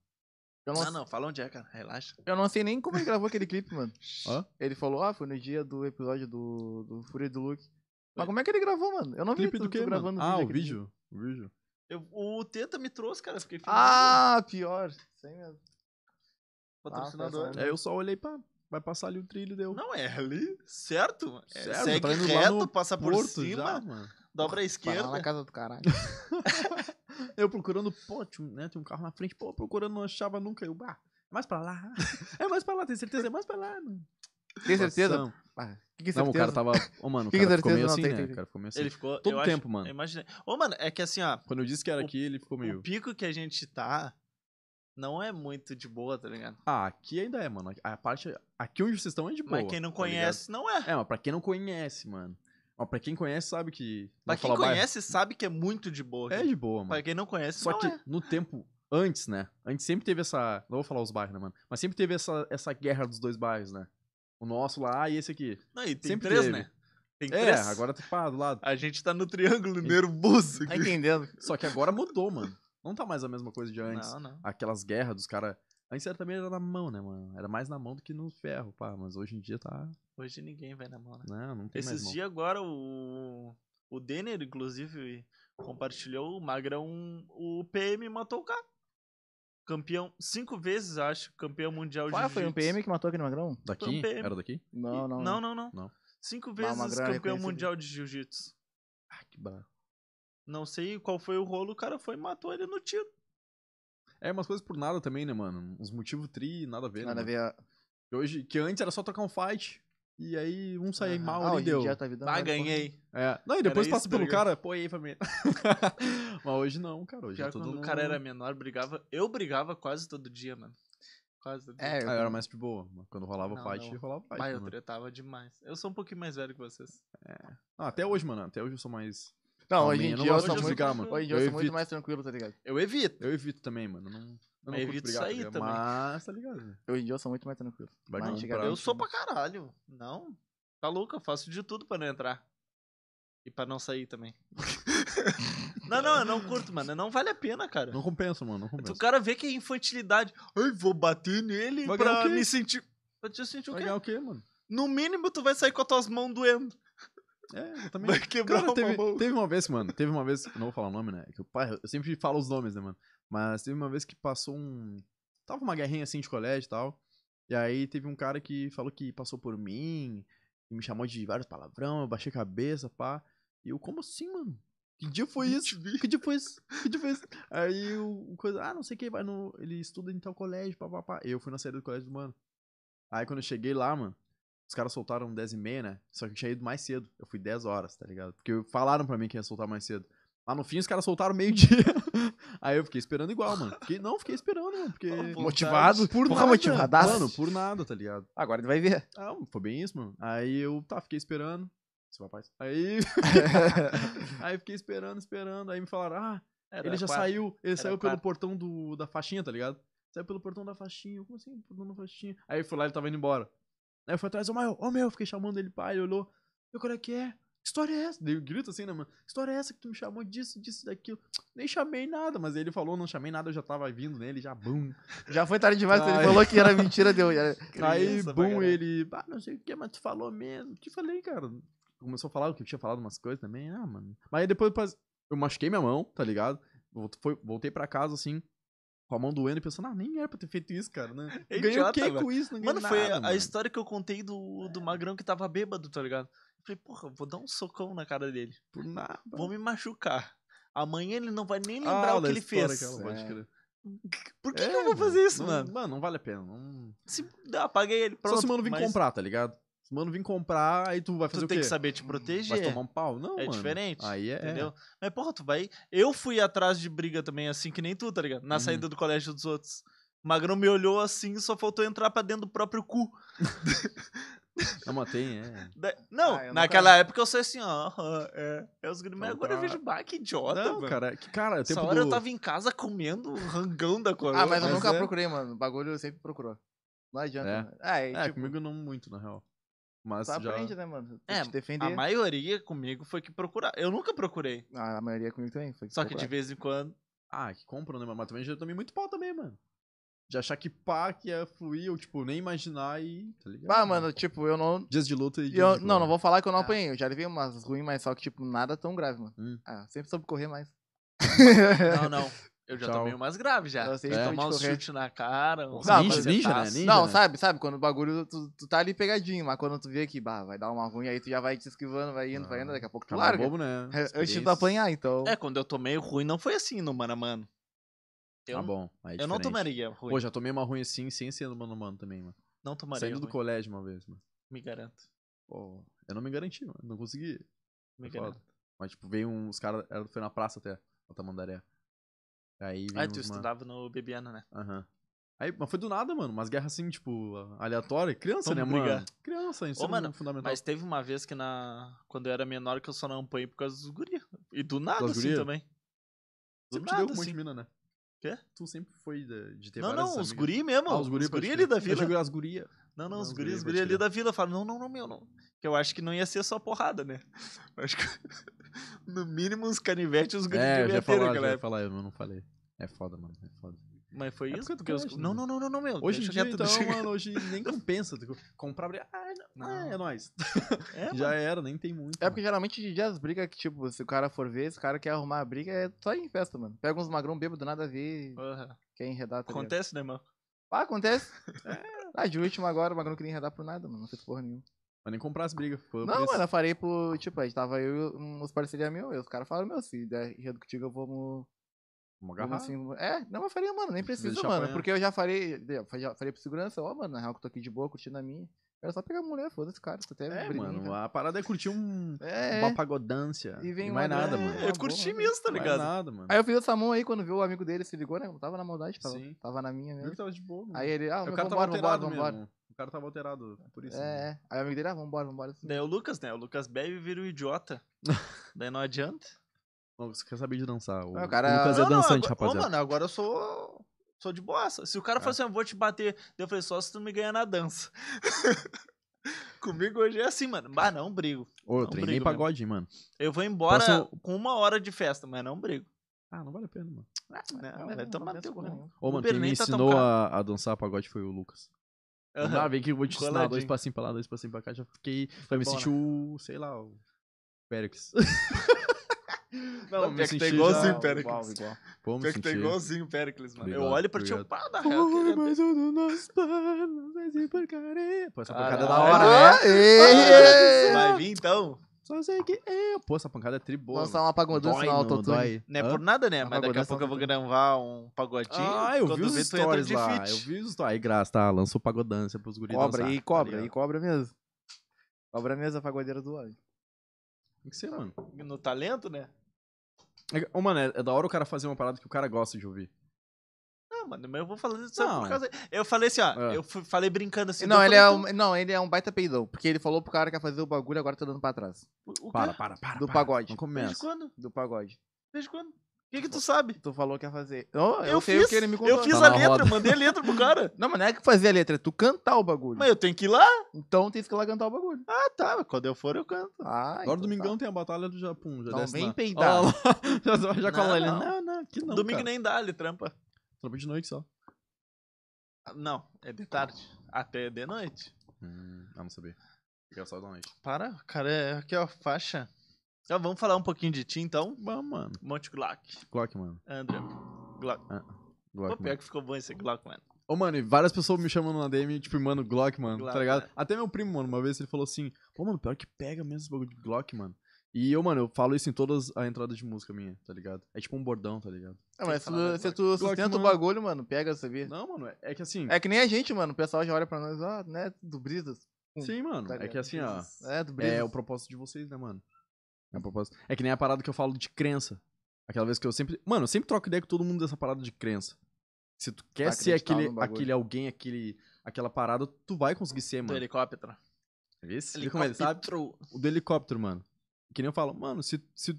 [SPEAKER 2] Eu não,
[SPEAKER 1] Ah, não, fala onde é, cara. Relaxa.
[SPEAKER 2] eu não sei nem como ele gravou aquele clipe, mano.
[SPEAKER 3] Hã?
[SPEAKER 2] Ele falou, ah, foi no dia do episódio do, do Fúria do Luke. Mas como é que ele gravou, mano? Eu não vi
[SPEAKER 3] Clipe
[SPEAKER 2] tu-
[SPEAKER 3] do
[SPEAKER 2] tu
[SPEAKER 3] quê, mano?
[SPEAKER 2] gravando
[SPEAKER 3] Ah, o
[SPEAKER 2] aquele dia.
[SPEAKER 3] vídeo. O vídeo.
[SPEAKER 1] Eu- o Teta me trouxe, cara. Fiquei feliz.
[SPEAKER 2] Ah, pior. Sem mesmo.
[SPEAKER 1] patrocinador.
[SPEAKER 2] Ah, tá,
[SPEAKER 3] Aí eu só olhei, pá, vai passar ali o trilho, deu.
[SPEAKER 1] não, é ali, certo? É,
[SPEAKER 3] tá. Certo,
[SPEAKER 1] segue
[SPEAKER 3] tá indo lá
[SPEAKER 1] reto,
[SPEAKER 3] no
[SPEAKER 1] passa por
[SPEAKER 3] Porto
[SPEAKER 1] cima,
[SPEAKER 3] já, mano.
[SPEAKER 1] dobra à
[SPEAKER 2] Parar
[SPEAKER 1] esquerda.
[SPEAKER 2] na casa do caralho.
[SPEAKER 3] Eu procurando, pô, tinha, um- né, tinha um carro na frente, pô, procurando, não achava nunca. Eu, bah, é mais pra lá. É mais pra lá, tem certeza, é mais pra lá, mano.
[SPEAKER 2] Tem certeza?
[SPEAKER 3] Não,
[SPEAKER 2] Ah, que, que certeza?
[SPEAKER 3] o cara tá tava. Ô, mano, o
[SPEAKER 2] Que que
[SPEAKER 3] cara ficou
[SPEAKER 2] certeza?
[SPEAKER 3] meio
[SPEAKER 2] Não,
[SPEAKER 3] assim,
[SPEAKER 2] tem,
[SPEAKER 3] né?
[SPEAKER 2] tem,
[SPEAKER 3] O
[SPEAKER 2] tem.
[SPEAKER 3] cara ficou meio assim.
[SPEAKER 1] Ele ficou.
[SPEAKER 3] Todo
[SPEAKER 1] eu
[SPEAKER 3] tempo,
[SPEAKER 1] acho,
[SPEAKER 3] mano.
[SPEAKER 1] Eu imaginei. Ô, mano, é que assim, ó,
[SPEAKER 3] Quando eu disse que era
[SPEAKER 1] O-
[SPEAKER 3] aqui, ele ficou meio.
[SPEAKER 1] o pico que a gente tá não é muito de boa, tá ligado?
[SPEAKER 3] Ah, aqui ainda é, mano. A parte. Aqui onde vocês estão é de boa.
[SPEAKER 1] Mas quem não
[SPEAKER 3] tá
[SPEAKER 1] conhece, não é.
[SPEAKER 3] ligado? é, mas pra quem não conhece, mano. Ó, pra quem conhece, sabe que. não
[SPEAKER 1] Pra
[SPEAKER 3] vou
[SPEAKER 1] quem
[SPEAKER 3] falar o bairro.
[SPEAKER 1] conhece, sabe que é muito de boa.
[SPEAKER 3] É
[SPEAKER 1] cara.
[SPEAKER 3] de boa, mano.
[SPEAKER 1] Pra quem não conhece,
[SPEAKER 3] Só
[SPEAKER 1] não
[SPEAKER 3] que
[SPEAKER 1] é.
[SPEAKER 3] no tempo antes, né? Antes sempre teve essa. Não vou falar os bairros, né, mano? Mas sempre teve essa, essa guerra dos dois bairros, né? O nosso lá e esse aqui.
[SPEAKER 1] Não, e tem
[SPEAKER 3] sempre
[SPEAKER 1] três,
[SPEAKER 3] teve.
[SPEAKER 1] né? Tem
[SPEAKER 3] é,
[SPEAKER 1] três.
[SPEAKER 3] agora tá pá, do lado.
[SPEAKER 1] A gente tá no triângulo nervoso.
[SPEAKER 2] Tá
[SPEAKER 1] aqui.
[SPEAKER 2] entendendo?
[SPEAKER 3] Só que agora mudou, mano. Não tá mais a mesma coisa de antes.
[SPEAKER 1] Não, não.
[SPEAKER 3] Aquelas guerras dos caras. Antes era também era na mão, né, mano? Era mais na mão do que no ferro, pá. Mas hoje em dia tá.
[SPEAKER 1] Hoje ninguém vai na mão, né?
[SPEAKER 3] Não, não tem mais
[SPEAKER 1] Esses
[SPEAKER 3] mão.
[SPEAKER 1] dias agora o. O Denner, inclusive, compartilhou o Magrão. O PM matou o cara. Campeão, cinco vezes, acho, campeão mundial
[SPEAKER 2] Ah,
[SPEAKER 1] de
[SPEAKER 2] foi um PM que matou aquele magrão?
[SPEAKER 3] Daqui?
[SPEAKER 1] Também.
[SPEAKER 3] Era daqui?
[SPEAKER 2] Não, não.
[SPEAKER 1] não, não, não.
[SPEAKER 3] Não.
[SPEAKER 1] Cinco
[SPEAKER 2] Mas o
[SPEAKER 1] vezes
[SPEAKER 2] Magrão é
[SPEAKER 1] campeão
[SPEAKER 2] conhecido.
[SPEAKER 1] mundial de jiu-jitsu.
[SPEAKER 3] Ah, que brabo.
[SPEAKER 1] Não sei qual foi o rolo, o cara foi e matou ele no tiro.
[SPEAKER 3] É umas coisas por nada também, né, mano? Uns motivos tri, nada a ver,
[SPEAKER 2] Nada a
[SPEAKER 3] né? mano?
[SPEAKER 2] ver. a-
[SPEAKER 3] Que hoje, que antes era só trocar um fight. E aí um saía
[SPEAKER 1] Aham.
[SPEAKER 3] mal
[SPEAKER 2] Ah,
[SPEAKER 3] e
[SPEAKER 2] hoje em
[SPEAKER 3] deu.
[SPEAKER 2] dia tá vida.
[SPEAKER 1] Ah, ganhei.
[SPEAKER 3] É. Não, e depois
[SPEAKER 1] Era
[SPEAKER 3] passa
[SPEAKER 1] isso, tá
[SPEAKER 3] pelo
[SPEAKER 1] ligado?
[SPEAKER 3] cara, pô, e aí, família. Mas hoje não, cara. Hoje é
[SPEAKER 1] Pior
[SPEAKER 3] tudo
[SPEAKER 1] quando o
[SPEAKER 3] no-
[SPEAKER 1] cara era menor, brigava. Eu brigava quase todo dia, mano. Quase todo dia.
[SPEAKER 2] É, eu
[SPEAKER 3] Ah, era mais de boa. mas Quando rolava
[SPEAKER 1] Não,
[SPEAKER 3] fight,
[SPEAKER 1] não.
[SPEAKER 3] rolava fight. né,
[SPEAKER 1] Mas eu
[SPEAKER 3] mano.
[SPEAKER 1] tretava demais. Eu sou um pouquinho mais velho que vocês.
[SPEAKER 3] Ah, até hoje, mano. Até hoje eu sou mais.
[SPEAKER 2] Não,
[SPEAKER 3] calminho.
[SPEAKER 2] hoje em
[SPEAKER 3] Eu não
[SPEAKER 2] dia eu
[SPEAKER 3] gosto
[SPEAKER 2] sou
[SPEAKER 3] de
[SPEAKER 2] muito.
[SPEAKER 3] brigar, mano.
[SPEAKER 2] Hoje em dia
[SPEAKER 3] Eu
[SPEAKER 2] eu sou muito
[SPEAKER 3] evito.
[SPEAKER 2] mais tranquilo, tá ligado?
[SPEAKER 1] Eu evito.
[SPEAKER 3] Eu evito também, mano. eu Não,
[SPEAKER 1] Mas
[SPEAKER 3] eu não curto
[SPEAKER 1] evito
[SPEAKER 3] brigar, tá
[SPEAKER 1] sair
[SPEAKER 3] ligado?
[SPEAKER 1] também.
[SPEAKER 3] Mas, tá ligado? né?
[SPEAKER 2] Hoje em dia eu sou muito mais tranquilo.
[SPEAKER 3] Vai
[SPEAKER 2] Mas
[SPEAKER 3] dar um
[SPEAKER 2] antigamente
[SPEAKER 3] prato,
[SPEAKER 1] Eu sou
[SPEAKER 3] né?
[SPEAKER 1] pra caralho. Não. Tá louco, eu faço de tudo pra não entrar. E pra não sair também. não, não, eu não curto, mano. Não vale a pena, cara.
[SPEAKER 3] Não compensa, mano. Não compensa.
[SPEAKER 1] o cara vê que é infantilidade. Ai, vou bater nele
[SPEAKER 3] Vai ganhar é o
[SPEAKER 1] pra
[SPEAKER 3] quê?
[SPEAKER 1] me sentir. Pra te sentir o
[SPEAKER 3] Vai
[SPEAKER 1] quê?
[SPEAKER 3] ganhar o quê, mano?
[SPEAKER 1] No mínimo, tu vai sair com as tuas mãos doendo.
[SPEAKER 3] É, eu também.
[SPEAKER 1] Vai quebrar
[SPEAKER 3] Cara,
[SPEAKER 1] uma
[SPEAKER 3] teve,
[SPEAKER 1] mão.
[SPEAKER 3] teve uma vez, mano, teve uma vez, não vou falar o nome, né? Que eu, pá, eu sempre falo os nomes, né, mano? Mas teve uma vez que passou um. Tava uma guerrinha assim de colégio e tal. E aí teve um cara que falou que passou por mim, e me chamou de vários palavrão, eu baixei a cabeça, pá. E eu, como assim, mano? Que dia foi isso? Que dia foi isso? Que dia foi Tipo isso? Aí o o coisa, ah, não sei o que, vai no. Ele estuda em tal colégio, pá, pá, pá. Eu fui na saída do colégio do mano. Aí quando eu cheguei lá, mano, os caras soltaram 10 e meia, né? Só que eu tinha ido mais cedo. Eu fui 10 horas, tá ligado? Porque falaram pra mim que ia soltar mais cedo. Lá no fim, os caras soltaram meio-dia. Aí eu fiquei esperando igual, mano. Fiquei- não, fiquei esperando, mano. Porque.
[SPEAKER 1] Pô,
[SPEAKER 2] Motivado?
[SPEAKER 3] Por
[SPEAKER 2] Porra,
[SPEAKER 3] nada.
[SPEAKER 2] motivadaço.
[SPEAKER 3] Mano, por nada, tá ligado?
[SPEAKER 2] Agora ele vai ver.
[SPEAKER 3] Ah, foi bem isso, mano. Aí eu, tá, fiquei esperando. Seu rapaz. Aí. aí fiquei esperando, esperando. Aí me falaram, ah, ele já saiu. Ele saiu pelo
[SPEAKER 1] quatro.
[SPEAKER 3] portão do, da faixinha, tá ligado? Saiu pelo portão da faixinha. Como assim, portão da faixinha? Aí eu fui lá, ele tava indo embora. Aí eu fui atrás, ô meu, ô meu, fiquei chamando ele, pai, ele olhou. Eu, qual é que é? Que história é essa? Dei um grito assim, né, mano? Que história é essa que tu me chamou disso, disso, daquilo? Nem chamei nada, mas ele falou, não chamei nada, eu já tava vindo nele, já bum.
[SPEAKER 2] Já foi tarde demais, ele
[SPEAKER 3] Ai.
[SPEAKER 2] falou que era mentira, deu. Era-
[SPEAKER 3] Aí,
[SPEAKER 1] Criança pra
[SPEAKER 3] bom,
[SPEAKER 1] caralho.
[SPEAKER 3] ele. Ah, não sei o que, mas tu falou mesmo. Te falei, cara. Começou a falar que eu tinha falado umas coisas também. Ah, mano. Mas aí depois pas- eu machuquei minha mão, tá ligado? Volt- foi- Voltei pra casa, assim, com a mão doendo e pensando, ah, nem era pra ter feito isso, cara, né?
[SPEAKER 1] É
[SPEAKER 3] Ganhei
[SPEAKER 1] idiota,
[SPEAKER 3] o quê
[SPEAKER 1] velho.
[SPEAKER 3] com isso? Não ganhei
[SPEAKER 1] Mano, foi
[SPEAKER 3] nada,
[SPEAKER 1] a- a
[SPEAKER 3] mano.
[SPEAKER 1] história que eu contei do, do magrão que tava bêbado, tá ligado? Eu falei, porra, vou dar um socão na cara dele.
[SPEAKER 3] Por nada.
[SPEAKER 1] Vou me machucar. Amanhã ele não vai nem
[SPEAKER 3] Ah,
[SPEAKER 1] lembrar o que
[SPEAKER 3] da
[SPEAKER 1] ele
[SPEAKER 3] história
[SPEAKER 1] fez.
[SPEAKER 3] aquela, pode
[SPEAKER 2] É.
[SPEAKER 3] crer.
[SPEAKER 1] Por que,
[SPEAKER 3] É,
[SPEAKER 1] que eu vou fazer isso,
[SPEAKER 3] não-
[SPEAKER 1] mano?
[SPEAKER 3] Mano, não vale a pena. não-
[SPEAKER 1] Se, dá, apaguei ele. Pronto,
[SPEAKER 3] Só se o mano vir
[SPEAKER 1] mas
[SPEAKER 3] comprar, tá ligado? Se o mano vir comprar, aí tu vai fazer
[SPEAKER 1] Tu
[SPEAKER 3] o quê?
[SPEAKER 1] tem que saber te proteger.
[SPEAKER 3] Vai tomar um pau? Não,
[SPEAKER 1] É
[SPEAKER 3] mano.
[SPEAKER 1] diferente,
[SPEAKER 3] Aí é.
[SPEAKER 1] Entendeu? Mas, porra, tu vai. Eu fui atrás de briga também, assim que nem tu, tá ligado? Na
[SPEAKER 3] Uhum.
[SPEAKER 1] saída do colégio dos outros. Magrão me olhou assim, só faltou entrar pra dentro do próprio cu.
[SPEAKER 3] Não, mas tem, é.
[SPEAKER 1] Da- Não,
[SPEAKER 2] Ah, eu
[SPEAKER 1] naquela época eu sei assim, ó. aham, é, é os gringos. Mas
[SPEAKER 3] Então
[SPEAKER 1] agora eu
[SPEAKER 3] tá.
[SPEAKER 1] vejo, bah, que idiota,
[SPEAKER 3] não,
[SPEAKER 1] mano.
[SPEAKER 3] cara. é Que, cara, o
[SPEAKER 1] Essa
[SPEAKER 3] tempo
[SPEAKER 1] hora
[SPEAKER 3] do...
[SPEAKER 1] eu tava em casa comendo rangão da coroa.
[SPEAKER 2] Ah, mas eu
[SPEAKER 3] Mas
[SPEAKER 2] nunca
[SPEAKER 3] é.
[SPEAKER 2] procurei, mano. O bagulho sempre procurou. Não adianta.
[SPEAKER 3] É.
[SPEAKER 2] né? Ah, é,
[SPEAKER 3] É,
[SPEAKER 2] tipo,
[SPEAKER 3] comigo não muito, na real. Mas
[SPEAKER 2] tu
[SPEAKER 3] já...
[SPEAKER 2] aprende, né, mano? Tem
[SPEAKER 1] É,
[SPEAKER 2] que te defender.
[SPEAKER 1] A maioria comigo foi que procurar. Eu nunca procurei.
[SPEAKER 2] Ah, a maioria comigo também. Foi
[SPEAKER 1] Só que de
[SPEAKER 2] procurar.
[SPEAKER 1] vez em quando.
[SPEAKER 3] Ah, que compram, né? mano? Mas também já tomei muito pau também, mano. De achar que pá, que ia fluir, ou tipo, nem imaginar e... Tá ligado?
[SPEAKER 2] Ah, mano, tipo, eu não.
[SPEAKER 3] Dias de luta e...
[SPEAKER 2] e
[SPEAKER 3] dias
[SPEAKER 2] eu-
[SPEAKER 3] de
[SPEAKER 2] não,
[SPEAKER 3] glória.
[SPEAKER 2] não vou falar que eu não
[SPEAKER 1] Ah.
[SPEAKER 2] apanhei. Eu já levei umas ruins, mas só que, tipo, nada tão grave, mano.
[SPEAKER 3] Hum.
[SPEAKER 2] Ah, sempre soube correr mais.
[SPEAKER 1] Não, não. Eu já
[SPEAKER 3] É. Tchau.
[SPEAKER 1] tomei umas graves já.
[SPEAKER 2] Eu sei
[SPEAKER 3] É.
[SPEAKER 2] de
[SPEAKER 1] Tomar uns
[SPEAKER 2] correr.
[SPEAKER 1] chutes na cara. um uns
[SPEAKER 2] Não, ah,
[SPEAKER 3] ninja, ninja, né?
[SPEAKER 1] cacetaços.
[SPEAKER 3] Ninja,
[SPEAKER 2] não,
[SPEAKER 3] né?
[SPEAKER 2] sabe, sabe? Quando o bagulho, tu, tu tá ali pegadinho, mas quando tu vê que, bah, vai dar uma ruim, aí tu já vai te esquivando, vai indo,
[SPEAKER 3] Ah,
[SPEAKER 2] vai indo, daqui a pouco tu
[SPEAKER 3] Cara,
[SPEAKER 2] larga.
[SPEAKER 3] bobo, né?
[SPEAKER 2] Antes de tu
[SPEAKER 3] Experiência.
[SPEAKER 2] apanhar, então.
[SPEAKER 1] É, quando eu tomei ruim, não foi assim no mano a mano. Eu,
[SPEAKER 3] Tá bom. Aí é
[SPEAKER 1] eu não
[SPEAKER 3] diferente.
[SPEAKER 1] tomaria ruim.
[SPEAKER 3] Pô, já tomei uma ruim assim, sem ser mano a mano também, mano.
[SPEAKER 1] Não tomaria
[SPEAKER 3] Saindo do
[SPEAKER 1] ruim.
[SPEAKER 3] colégio uma vez, mano.
[SPEAKER 1] Me garanto.
[SPEAKER 3] Pô, eu não me garanti, mano. Não consegui.
[SPEAKER 1] Me
[SPEAKER 3] Foi
[SPEAKER 1] garanto.
[SPEAKER 3] foda. Mas, tipo, veio uns caras. era- Foi na praça até, na Tamandaré. Aí veio.
[SPEAKER 1] Ah,
[SPEAKER 3] uns
[SPEAKER 1] tu
[SPEAKER 3] ma-
[SPEAKER 1] estudava no Bebiana, né?
[SPEAKER 3] Aham. Aí, mas foi do nada, mano. Umas guerras assim, tipo, aleatória. Criança,
[SPEAKER 1] Vamos
[SPEAKER 3] né,
[SPEAKER 1] brigar.
[SPEAKER 3] mano? Criança, isso
[SPEAKER 1] Ô,
[SPEAKER 3] é
[SPEAKER 1] mano,
[SPEAKER 3] fundamental.
[SPEAKER 1] Mas teve uma vez que na. Quando eu era menor que eu só não apanhei por causa dos guri. E do nada,
[SPEAKER 3] Das
[SPEAKER 1] assim,
[SPEAKER 3] guria?
[SPEAKER 1] também. Do
[SPEAKER 3] sempre te deu
[SPEAKER 1] nada,
[SPEAKER 3] com um monte de
[SPEAKER 1] assim.
[SPEAKER 3] mina, né?
[SPEAKER 1] Quê?
[SPEAKER 3] Tu sempre foi de, de ter
[SPEAKER 1] Não,
[SPEAKER 3] várias
[SPEAKER 1] não, os
[SPEAKER 3] amigas.
[SPEAKER 1] guri mesmo.
[SPEAKER 3] Ah,
[SPEAKER 1] os
[SPEAKER 3] guri,
[SPEAKER 1] guri,
[SPEAKER 3] pode
[SPEAKER 1] ali
[SPEAKER 3] crer.
[SPEAKER 1] da vila.
[SPEAKER 3] Eu digo as guria.
[SPEAKER 1] Não, não,
[SPEAKER 3] Não,
[SPEAKER 1] os
[SPEAKER 3] os
[SPEAKER 1] guris, os
[SPEAKER 3] guri, pode
[SPEAKER 1] guris ali
[SPEAKER 3] crer.
[SPEAKER 1] da vila falam, não, não, não, meu, não. Que eu acho que não ia ser só porrada, né? Eu acho que no mínimo uns canivetes os guris
[SPEAKER 3] É, eu já
[SPEAKER 1] deviam
[SPEAKER 3] ia
[SPEAKER 1] ter
[SPEAKER 3] falar,
[SPEAKER 1] naquela
[SPEAKER 3] já ia
[SPEAKER 1] época.
[SPEAKER 3] falar, eu não falei. É foda, mano, é foda.
[SPEAKER 1] Mas foi
[SPEAKER 3] É
[SPEAKER 1] isso?
[SPEAKER 3] porque tu
[SPEAKER 1] Porque os...
[SPEAKER 3] cresce, né?
[SPEAKER 1] Não, não, não, não, não, meu.
[SPEAKER 3] Hoje em
[SPEAKER 1] deixa
[SPEAKER 3] dia,
[SPEAKER 1] quieto,
[SPEAKER 3] então,
[SPEAKER 1] deixa quieto.
[SPEAKER 3] mano, hoje nem compensa. tu comprar, briga, ah, não,
[SPEAKER 1] Não.
[SPEAKER 3] é nóis.
[SPEAKER 1] É,
[SPEAKER 3] Já
[SPEAKER 1] mano.
[SPEAKER 3] era, nem tem muito.
[SPEAKER 2] É porque geralmente de dia as brigas que, tipo, se o cara for ver, se o cara quer arrumar a briga, é só ir em festa, mano. Pega uns magrão bêbado, nada a ver,
[SPEAKER 1] Porra.
[SPEAKER 2] quer enredar, tá ligado?
[SPEAKER 1] Acontece, né, mano?
[SPEAKER 2] Ah, acontece. Ah, de último agora, o magrão não queria enredar por nada, mano. Não fez porra nenhuma.
[SPEAKER 3] Mas nem comprar as brigas. assim, Foi
[SPEAKER 2] Não,
[SPEAKER 3] por
[SPEAKER 2] mano, eu farei pro. Tipo, a gente tava eu e uns parceria meus, e os caras falaram, meu, se der enredo contigo, eu vou. mo-
[SPEAKER 3] Uma
[SPEAKER 2] vamos
[SPEAKER 3] garrafa.
[SPEAKER 2] assim, é, não, eu faria, mano, nem precisa,
[SPEAKER 3] Deixa
[SPEAKER 2] mano.
[SPEAKER 3] apanhar.
[SPEAKER 2] Porque eu já farei, eu já farei pro segurança, ó, mano, na real que eu tô aqui de boa, curtindo a minha. Era só pegar a mulher, foda-se, cara. Tô até
[SPEAKER 3] É,
[SPEAKER 2] briguinha,
[SPEAKER 3] mano,
[SPEAKER 2] né, cara.
[SPEAKER 3] a parada é curtir um,
[SPEAKER 2] É,
[SPEAKER 3] uma
[SPEAKER 2] é.
[SPEAKER 3] pagodância.
[SPEAKER 2] E vem
[SPEAKER 3] não mais
[SPEAKER 2] uma
[SPEAKER 3] nada,
[SPEAKER 2] grana,
[SPEAKER 3] mano.
[SPEAKER 2] é,
[SPEAKER 1] eu curti
[SPEAKER 2] boa, né?
[SPEAKER 1] mesmo, um tá
[SPEAKER 3] mais
[SPEAKER 1] ligado?
[SPEAKER 3] nada, mano.
[SPEAKER 2] Aí eu fiz essa mão aí quando viu o amigo dele se ligou, né? Eu tava na maldade, tava,
[SPEAKER 3] Sim.
[SPEAKER 2] tava na
[SPEAKER 1] É.
[SPEAKER 2] minha
[SPEAKER 3] Viu
[SPEAKER 2] mesmo.
[SPEAKER 3] que tava de boa, mano.
[SPEAKER 2] Aí ele, ah,
[SPEAKER 3] É, o
[SPEAKER 2] meu,
[SPEAKER 3] cara tava
[SPEAKER 2] vambora, vambora,
[SPEAKER 3] alterado
[SPEAKER 2] vambora.
[SPEAKER 3] mesmo. O cara tava alterado, por isso.
[SPEAKER 2] É,
[SPEAKER 3] né?
[SPEAKER 2] é. Aí o amigo dele, ah, vambora, vambora. assim.
[SPEAKER 1] Daí o Lucas, né? O Lucas bebe e vira um idiota. Daí não adianta.
[SPEAKER 3] Não, você quer saber de dançar. O,
[SPEAKER 2] Ah, o cara-
[SPEAKER 3] o Lucas
[SPEAKER 1] não,
[SPEAKER 3] é
[SPEAKER 1] não, agora,
[SPEAKER 3] dançante,
[SPEAKER 1] Ô,
[SPEAKER 3] rapaziada. É.
[SPEAKER 1] mano, agora eu sou. Sou de boassa. Se o cara falar assim, eu vou te bater, daí eu falei, só se tu me ganhar na dança. Comigo hoje é assim, mano. Bah, não brigo.
[SPEAKER 3] Ô, eu
[SPEAKER 1] não tá
[SPEAKER 3] treinei
[SPEAKER 1] brigo
[SPEAKER 3] pagode, mano.
[SPEAKER 1] Eu vou embora
[SPEAKER 3] Posso-
[SPEAKER 1] com uma hora de festa, mas não brigo.
[SPEAKER 3] Ah, não vale a pena, mano.
[SPEAKER 1] Não,
[SPEAKER 2] Não,
[SPEAKER 1] vai tomar no
[SPEAKER 2] não acontece
[SPEAKER 1] teu cu.
[SPEAKER 2] porra nenhuma.
[SPEAKER 3] Ô,
[SPEAKER 1] O
[SPEAKER 3] mano,
[SPEAKER 1] Uber
[SPEAKER 3] quem me
[SPEAKER 1] nem tá tão
[SPEAKER 3] ensinou
[SPEAKER 1] caro.
[SPEAKER 3] a, a dançar pagode foi o Lucas. Não dá,
[SPEAKER 1] Aham.
[SPEAKER 3] vem que eu vou te ensinar dois
[SPEAKER 1] Coladinho.
[SPEAKER 3] passinhos pra lá, dois passinhos pra cá. Já fiquei. Vai me
[SPEAKER 1] bom,
[SPEAKER 3] sentir o. sei lá, o. Périx.
[SPEAKER 1] Não, pior que tá
[SPEAKER 3] senti
[SPEAKER 1] igualzinho
[SPEAKER 3] já-
[SPEAKER 1] o Péricles.
[SPEAKER 2] igual, assim, igual.
[SPEAKER 3] Pô, me
[SPEAKER 1] Pior que tá
[SPEAKER 3] senti-
[SPEAKER 1] igualzinho o Pericles, mano. Eu
[SPEAKER 3] Obrigado,
[SPEAKER 1] olho pra ti, eu
[SPEAKER 3] obrigado.
[SPEAKER 1] pá, da
[SPEAKER 2] Uhum.
[SPEAKER 3] Foi
[SPEAKER 1] real.
[SPEAKER 3] mais um dos nossos planos, mas e porcaria. Pô, essa pancada é da
[SPEAKER 1] Caralho.
[SPEAKER 3] hora,
[SPEAKER 2] Ah,
[SPEAKER 3] né?
[SPEAKER 2] ê, ê.
[SPEAKER 1] Vai vir então.
[SPEAKER 3] Só sei que é. Pô, essa pancada é triboa.
[SPEAKER 2] Lançar uma pagodância na autotune.
[SPEAKER 1] Não é por nada, né?
[SPEAKER 2] Ah,
[SPEAKER 1] Mas daqui a
[SPEAKER 2] pagodão,
[SPEAKER 1] pouco eu vou
[SPEAKER 2] pagodão.
[SPEAKER 1] gravar um pagodinho.
[SPEAKER 3] Ah, eu vi
[SPEAKER 1] quando
[SPEAKER 3] os
[SPEAKER 1] vê, tu entra
[SPEAKER 3] stories
[SPEAKER 1] de
[SPEAKER 3] lá.
[SPEAKER 1] feat.
[SPEAKER 3] Eu vi os stories. Aí, graça, tá? Lançou pagodância pros guris
[SPEAKER 2] Cobra,
[SPEAKER 3] dançar,
[SPEAKER 2] e
[SPEAKER 3] tá
[SPEAKER 2] cobra,
[SPEAKER 3] ligado?
[SPEAKER 2] e cobra mesmo. Cobra mesmo a pagodeira do homem.
[SPEAKER 3] Tem que ser, mano.
[SPEAKER 1] No talento, né?
[SPEAKER 3] É que- Ô, mano, é, é da hora o cara fazer uma parada que o cara gosta de ouvir.
[SPEAKER 1] Não, mano, mas eu vou falar isso só por
[SPEAKER 3] Não.
[SPEAKER 1] causa. Eu falei assim, ó.
[SPEAKER 3] Ah.
[SPEAKER 1] Eu fui- falei brincando assim.
[SPEAKER 2] Não,
[SPEAKER 1] eu
[SPEAKER 2] ele é,
[SPEAKER 1] falei,
[SPEAKER 2] um, não, ele é um baita peidão. Porque ele falou pro cara que ia fazer o bagulho, agora tá dando pra trás.
[SPEAKER 1] então, O quê?
[SPEAKER 3] um Para, para, para.
[SPEAKER 2] Do
[SPEAKER 3] para.
[SPEAKER 1] Desde
[SPEAKER 2] pagode.
[SPEAKER 3] Não começa.
[SPEAKER 1] quando?
[SPEAKER 2] Do pagode.
[SPEAKER 1] Desde quando? O que que tu sabe?
[SPEAKER 2] Tu falou que ia fazer. Não,
[SPEAKER 3] Ah,
[SPEAKER 2] eu,
[SPEAKER 1] Eu
[SPEAKER 2] sei
[SPEAKER 1] fiz,
[SPEAKER 2] o que ele me contou.
[SPEAKER 1] Eu fiz
[SPEAKER 3] Tá
[SPEAKER 1] a
[SPEAKER 3] na
[SPEAKER 1] letra,
[SPEAKER 3] roda.
[SPEAKER 1] eu mandei a letra pro cara.
[SPEAKER 2] Não, mas não é que fazer a letra, é tu cantar o bagulho.
[SPEAKER 1] Mas eu tenho que ir lá.
[SPEAKER 2] Então tem que ir lá cantar o bagulho.
[SPEAKER 1] Ah, tá. mas Quando eu for, eu canto.
[SPEAKER 2] Ah,
[SPEAKER 3] Agora
[SPEAKER 2] então
[SPEAKER 3] domingão
[SPEAKER 2] tá.
[SPEAKER 3] tem a batalha do Japão. Já
[SPEAKER 1] Então
[SPEAKER 2] Não
[SPEAKER 3] desce
[SPEAKER 2] vem
[SPEAKER 3] lá.
[SPEAKER 2] peidar.
[SPEAKER 3] Ó lá, já já cola né?
[SPEAKER 1] Não,
[SPEAKER 3] ele.
[SPEAKER 1] não.
[SPEAKER 3] Não, não, que não.
[SPEAKER 1] Domingo
[SPEAKER 3] cara.
[SPEAKER 1] nem dá, ele trampa.
[SPEAKER 3] Trampa de noite só.
[SPEAKER 1] Ah, Não, é de tarde. Até de noite.
[SPEAKER 3] Hum, ah, não sabia. Fica só da noite.
[SPEAKER 1] Para, o cara é aqui, ó, faixa. Então, vamos falar um pouquinho de ti, então.
[SPEAKER 3] Vamos, mano.
[SPEAKER 1] Monte Glock.
[SPEAKER 3] Glock, mano.
[SPEAKER 1] André. Glock.
[SPEAKER 3] Glock,
[SPEAKER 1] Pô,
[SPEAKER 3] mano.
[SPEAKER 1] pior que ficou bom esse Glock, mano.
[SPEAKER 3] Ô, mano, e várias pessoas me chamando na DM, tipo, mano, Glock, mano,
[SPEAKER 1] Glock,
[SPEAKER 3] tá ligado?
[SPEAKER 2] é.
[SPEAKER 1] né?
[SPEAKER 3] Até meu primo, mano, uma vez ele falou assim, pô, mano, pior que pega mesmo esse bagulho de Glock, mano. E eu, mano, eu falo isso em todas a entrada de música minha, tá ligado? É tipo um bordão, tá ligado?
[SPEAKER 2] É, mas
[SPEAKER 1] Tem que falar,
[SPEAKER 2] tu-
[SPEAKER 1] né,
[SPEAKER 2] se
[SPEAKER 1] Glock?
[SPEAKER 2] tu
[SPEAKER 3] Glock,
[SPEAKER 2] sustenta o
[SPEAKER 3] mano.
[SPEAKER 2] bagulho, mano, pega, sabia?
[SPEAKER 3] Não, mano, é- é que assim.
[SPEAKER 2] É que nem a gente, mano. O pessoal já olha pra nós, ó, né? Do Brisas.
[SPEAKER 3] Sim, mano.
[SPEAKER 2] tá
[SPEAKER 3] é
[SPEAKER 2] ligado?
[SPEAKER 3] que assim, ó.
[SPEAKER 2] É, do Brisas.
[SPEAKER 3] É o propósito de vocês, né, mano? É o propósito. É que nem a parada que eu falo de crença. Aquela vez que eu sempre. Mano, eu sempre troco ideia com todo mundo dessa parada de crença. Se tu quer
[SPEAKER 2] Pra
[SPEAKER 3] ser
[SPEAKER 2] acreditar
[SPEAKER 3] aquele,
[SPEAKER 2] no bagulho.
[SPEAKER 3] aquele alguém, aquele, aquela parada, tu vai conseguir ser,
[SPEAKER 1] Do
[SPEAKER 3] mano.
[SPEAKER 1] helicóptero.
[SPEAKER 3] Vê se- vê como é, sabe?
[SPEAKER 1] Helicóptero.
[SPEAKER 3] O do helicóptero, mano. Que nem eu falo, mano, se, se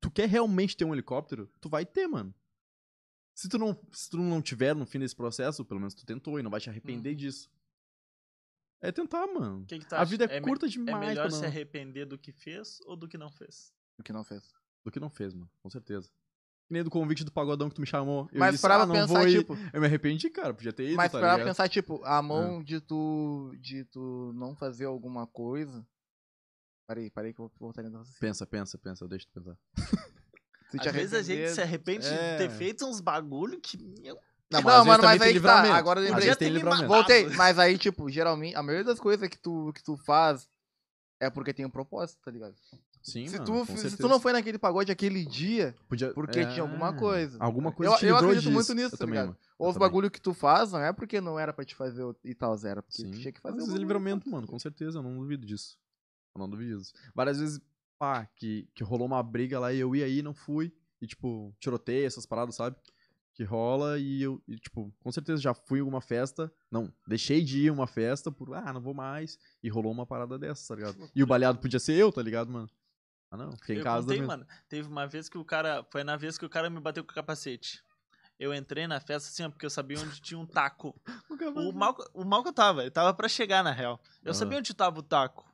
[SPEAKER 3] tu quer realmente ter um helicóptero, tu vai ter, mano. Se tu, não, se tu não tiver no fim desse processo, pelo menos tu tentou e não vai te arrepender
[SPEAKER 1] Uhum.
[SPEAKER 3] disso. É tentar, mano.
[SPEAKER 1] O que que tu
[SPEAKER 3] A
[SPEAKER 1] acha?
[SPEAKER 3] vida é,
[SPEAKER 1] é me-
[SPEAKER 3] curta
[SPEAKER 1] É
[SPEAKER 3] demais
[SPEAKER 1] melhor
[SPEAKER 3] pra
[SPEAKER 1] se
[SPEAKER 3] não-
[SPEAKER 1] arrepender do que fez ou do que não fez?
[SPEAKER 2] O que não fez.
[SPEAKER 3] do que não fez, mano. Com certeza. Que nem do convite do pagodão que tu me chamou. Eu
[SPEAKER 2] mas
[SPEAKER 3] disse,
[SPEAKER 2] parava
[SPEAKER 3] ah, não
[SPEAKER 2] pra pensar,
[SPEAKER 3] vou ir."
[SPEAKER 2] tipo.
[SPEAKER 3] Eu me arrependi, cara. Podia ter ido,
[SPEAKER 2] Mas
[SPEAKER 3] tá
[SPEAKER 2] pra
[SPEAKER 3] ligado? Hum.
[SPEAKER 2] pensar, tipo, a mão de tu. de tu não fazer alguma coisa. Peraí, peraí que eu vou voltar ainda. Se
[SPEAKER 3] Pensa, pensa, pensa. Deixa tu pensar.
[SPEAKER 2] tu te
[SPEAKER 1] Às vezes a gente
[SPEAKER 2] arrepender-
[SPEAKER 1] se arrepende
[SPEAKER 3] É.
[SPEAKER 1] de ter feito uns bagulho que. Meu...
[SPEAKER 2] Não,
[SPEAKER 3] mas às vezes
[SPEAKER 2] mano, mas
[SPEAKER 3] também tem
[SPEAKER 2] aí que tá,
[SPEAKER 3] livramento.
[SPEAKER 2] agora eu
[SPEAKER 3] Às
[SPEAKER 2] lembrei.
[SPEAKER 1] Podia
[SPEAKER 3] vezes tem
[SPEAKER 1] ter me
[SPEAKER 3] livramento.
[SPEAKER 1] matado.
[SPEAKER 2] Voltei, mas aí, tipo, geralmente, a maioria das coisas que tu, que tu faz é porque tem um propósito, tá ligado?
[SPEAKER 3] Sim,
[SPEAKER 2] se,
[SPEAKER 3] mano.
[SPEAKER 2] tu,
[SPEAKER 3] com
[SPEAKER 2] fi- se
[SPEAKER 3] certeza.
[SPEAKER 2] tu não foi naquele pagode aquele dia,
[SPEAKER 3] Podia... é.
[SPEAKER 2] porque tinha alguma coisa.
[SPEAKER 3] Alguma coisa
[SPEAKER 2] Eu-
[SPEAKER 3] te
[SPEAKER 2] eu
[SPEAKER 3] livrou
[SPEAKER 2] acredito
[SPEAKER 3] disso.
[SPEAKER 2] muito nisso,
[SPEAKER 3] Ah, eu
[SPEAKER 2] tá
[SPEAKER 3] também,
[SPEAKER 2] ligado?
[SPEAKER 3] mano.
[SPEAKER 2] ou os
[SPEAKER 3] também.
[SPEAKER 2] bagulho que tu faz, não é porque não era pra te fazer o- e tal, era porque
[SPEAKER 3] Sim.
[SPEAKER 2] tu tinha que
[SPEAKER 3] Às
[SPEAKER 2] fazer tá
[SPEAKER 3] vezes
[SPEAKER 2] o
[SPEAKER 3] é
[SPEAKER 2] bagulho.
[SPEAKER 3] livramento, mano. Com certeza. Eu não duvido disso. Eu não duvido disso. Várias vezes, pá, que, que rolou uma briga lá e eu ia aí e não fui. E, tipo, tiroteio, essas paradas, sabe? Que rola e eu, e, tipo, com certeza já fui em uma festa. Não, deixei de ir em uma festa por, ah, não vou mais. E rolou uma parada dessa, tá ligado? E o baleado podia ser eu, tá ligado, mano? Ah, não. Fiquei em
[SPEAKER 1] eu
[SPEAKER 3] casa
[SPEAKER 1] contei,
[SPEAKER 3] mesmo.
[SPEAKER 1] mano. Teve uma vez que o cara. Foi na vez que o cara me bateu com o capacete. Eu entrei na festa assim, ó, porque eu sabia onde tinha um taco.
[SPEAKER 3] Nunca mais
[SPEAKER 2] Uhum.
[SPEAKER 1] O
[SPEAKER 3] vi.
[SPEAKER 1] mal, o mal que eu tava, ele tava pra chegar, na real. Eu
[SPEAKER 3] Aham.
[SPEAKER 1] sabia onde tava o taco.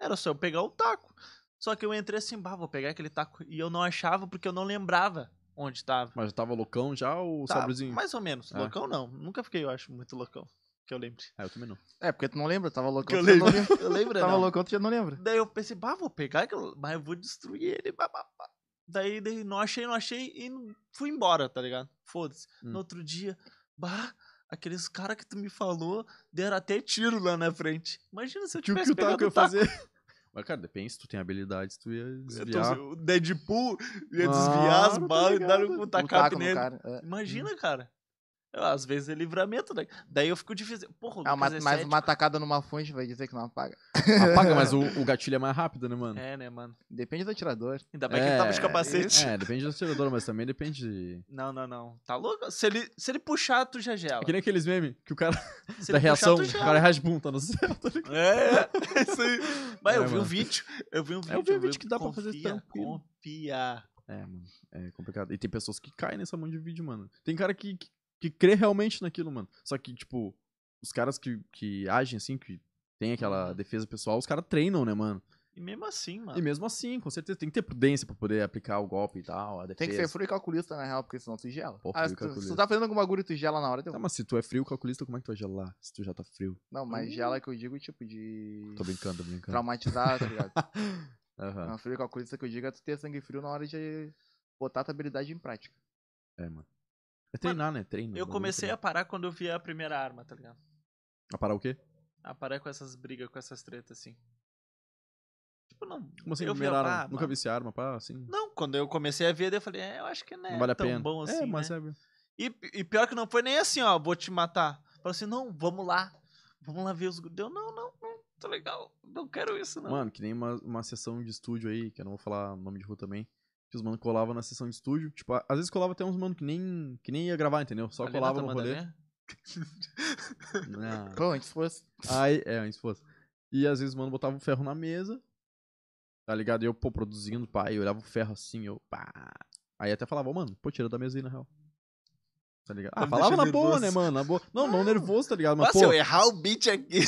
[SPEAKER 1] Era só eu pegar o taco. Só que eu entrei assim, bah, vou pegar aquele taco. E eu não achava porque eu não lembrava onde tava.
[SPEAKER 3] Mas já tava loucão já ou
[SPEAKER 1] Tava,
[SPEAKER 3] sobrezinho?
[SPEAKER 1] mais ou menos.
[SPEAKER 3] Ah.
[SPEAKER 1] Loucão não. Nunca fiquei, eu acho, muito loucão. Que eu lembre.
[SPEAKER 3] Ah, eu também não.
[SPEAKER 2] É, porque tu não lembra, tava
[SPEAKER 1] Que
[SPEAKER 2] loucão.
[SPEAKER 1] eu
[SPEAKER 2] tu já não
[SPEAKER 1] lembro.
[SPEAKER 2] lembra.
[SPEAKER 1] eu lembro,
[SPEAKER 2] Tava
[SPEAKER 1] não.
[SPEAKER 2] loucão, tu já não lembra.
[SPEAKER 1] Daí eu pensei, bah, vou pegar aquilo, mas eu vou destruir ele. Bah, bah, bah. Daí, daí não achei, não achei e não- fui embora, tá ligado? Foda-se.
[SPEAKER 3] Hum.
[SPEAKER 1] No outro dia, bah, aqueles caras que tu me falou deram até tiro lá na frente. Imagina se eu
[SPEAKER 3] Tipo,
[SPEAKER 1] tivesse
[SPEAKER 3] que o
[SPEAKER 1] pegado
[SPEAKER 3] taco ia
[SPEAKER 1] o taco.
[SPEAKER 3] fazer? Mas, cara, depende se tu tem habilidade, se tu ia
[SPEAKER 1] Eu tô-
[SPEAKER 3] desviar.
[SPEAKER 1] o Deadpool ia
[SPEAKER 3] Ah,
[SPEAKER 1] desviar as
[SPEAKER 3] tô
[SPEAKER 1] balas e dar
[SPEAKER 3] ligado.
[SPEAKER 1] um
[SPEAKER 2] O
[SPEAKER 1] tacape
[SPEAKER 2] no
[SPEAKER 1] nele.
[SPEAKER 2] cara. é.
[SPEAKER 3] Hum.
[SPEAKER 1] Imagina, cara. Eu, às vezes é livramento, né? Daí eu fico difícil. Porra, o
[SPEAKER 2] Ah,
[SPEAKER 1] Lucas
[SPEAKER 2] mas,
[SPEAKER 1] é
[SPEAKER 2] mas
[SPEAKER 1] cético.
[SPEAKER 2] uma tacada numa fonte vai dizer que não apaga.
[SPEAKER 3] Apaga, mas o, o gatilho é mais rápido, né, mano?
[SPEAKER 1] É, né, mano?
[SPEAKER 2] Depende do atirador.
[SPEAKER 1] Ainda bem que ele tava de
[SPEAKER 3] É,
[SPEAKER 1] capacete.
[SPEAKER 3] É, depende do acelerador, mas também depende de...
[SPEAKER 1] Não, não, não. Tá louco? Se ele, se ele puxar, tu já gela.
[SPEAKER 3] É que nem aqueles memes que o cara,
[SPEAKER 1] Se
[SPEAKER 3] da
[SPEAKER 1] ele
[SPEAKER 3] reação,
[SPEAKER 1] puxar,
[SPEAKER 3] o
[SPEAKER 1] tu
[SPEAKER 3] cara
[SPEAKER 1] gela.
[SPEAKER 3] reage, bum, tá no céu, tá ligado?
[SPEAKER 1] É, é isso aí. Mas
[SPEAKER 3] É,
[SPEAKER 1] eu vi um
[SPEAKER 3] mano.
[SPEAKER 1] vídeo. Eu vi um vídeo.
[SPEAKER 3] vi um vídeo que dá pra fazer
[SPEAKER 1] confia,
[SPEAKER 3] tranquilo.
[SPEAKER 1] Confia.
[SPEAKER 3] É, mano, é complicado. E tem pessoas que caem nessa mão de vídeo, mano. Tem cara que, que, que crê realmente naquilo, mano. Só que, tipo, os caras que, que agem assim, que tem
[SPEAKER 1] Uhum.
[SPEAKER 3] aquela defesa pessoal, os caras treinam, né, mano?
[SPEAKER 1] E mesmo assim, mano.
[SPEAKER 3] E mesmo assim, com certeza, tem que ter prudência pra poder aplicar o golpe e tal, a defesa.
[SPEAKER 2] Tem que ser frio e calculista, na real, porque senão tu gela.
[SPEAKER 3] Pô,
[SPEAKER 2] ah,
[SPEAKER 3] frio
[SPEAKER 2] se
[SPEAKER 3] e
[SPEAKER 2] tu, se
[SPEAKER 3] calculista.
[SPEAKER 2] tu tá fazendo algum bagulho e tu gela na
[SPEAKER 1] Então
[SPEAKER 2] hora, tem... um
[SPEAKER 3] Tá, mas se tu é frio, calculista, como é que tu vai gelar? Se tu já tá frio.
[SPEAKER 2] Não,
[SPEAKER 3] Hum.
[SPEAKER 2] mas gela que eu digo, tipo, de...
[SPEAKER 3] Tô brincando, tô brincando.
[SPEAKER 2] Traumatizar, tá ligado?
[SPEAKER 3] Aham.
[SPEAKER 2] Não, frio e calculista que eu digo é tu ter sangue frio na hora de botar a tua habilidade em prática.
[SPEAKER 3] É, mano. É treinar, né? Treino.
[SPEAKER 1] Eu comecei a parar quando eu vi a primeira arma, tá ligado?
[SPEAKER 3] A parar o quê?
[SPEAKER 1] A parar com essas brigas, com essas tretas, assim. Tipo, não.
[SPEAKER 3] Como assim,
[SPEAKER 1] eu vi,
[SPEAKER 3] primeira
[SPEAKER 1] ah,
[SPEAKER 3] arma? Nunca
[SPEAKER 1] mano.
[SPEAKER 3] vi essa arma, pá, assim.
[SPEAKER 1] Não, quando eu comecei a ver, daí eu falei, é, eu acho que não é
[SPEAKER 3] Não vale a
[SPEAKER 1] tão
[SPEAKER 3] pena.
[SPEAKER 1] bom assim.
[SPEAKER 3] é, mas
[SPEAKER 1] né?
[SPEAKER 3] é.
[SPEAKER 1] E, e pior que não foi nem assim, ó, vou te matar. Falei assim, não, vamos lá. Vamos lá ver os. Deu, não, não, não, tá legal. Não quero isso, não.
[SPEAKER 3] Mano, que nem uma, uma sessão de estúdio aí, que eu não vou falar o nome de rua também. Que os mano colavam na sessão de estúdio. Tipo, a- às vezes colava até uns mano que nem, que nem ia gravar, entendeu? Só
[SPEAKER 1] Ali na
[SPEAKER 3] colava no rolê.
[SPEAKER 1] Tamandaré?
[SPEAKER 3] Não.
[SPEAKER 2] Pô, antes fosse...
[SPEAKER 3] Aí, é, antes fosse. E às vezes, mano, botava o ferro na mesa. Tá ligado? E eu, pô, produzindo, pá, e eu olhava o ferro assim, eu, pá. Aí até falava, ô, mano, pô, tira da mesa aí, na real. Tá ligado?
[SPEAKER 1] Tá
[SPEAKER 3] Ah,
[SPEAKER 1] me
[SPEAKER 3] falava na
[SPEAKER 1] deixando
[SPEAKER 3] boa,
[SPEAKER 1] nervoso. é.
[SPEAKER 3] né, mano? Na boa. Não, não nervoso, tá ligado? Mas,
[SPEAKER 1] Nossa,
[SPEAKER 3] pô,
[SPEAKER 1] eu errar o beat aqui.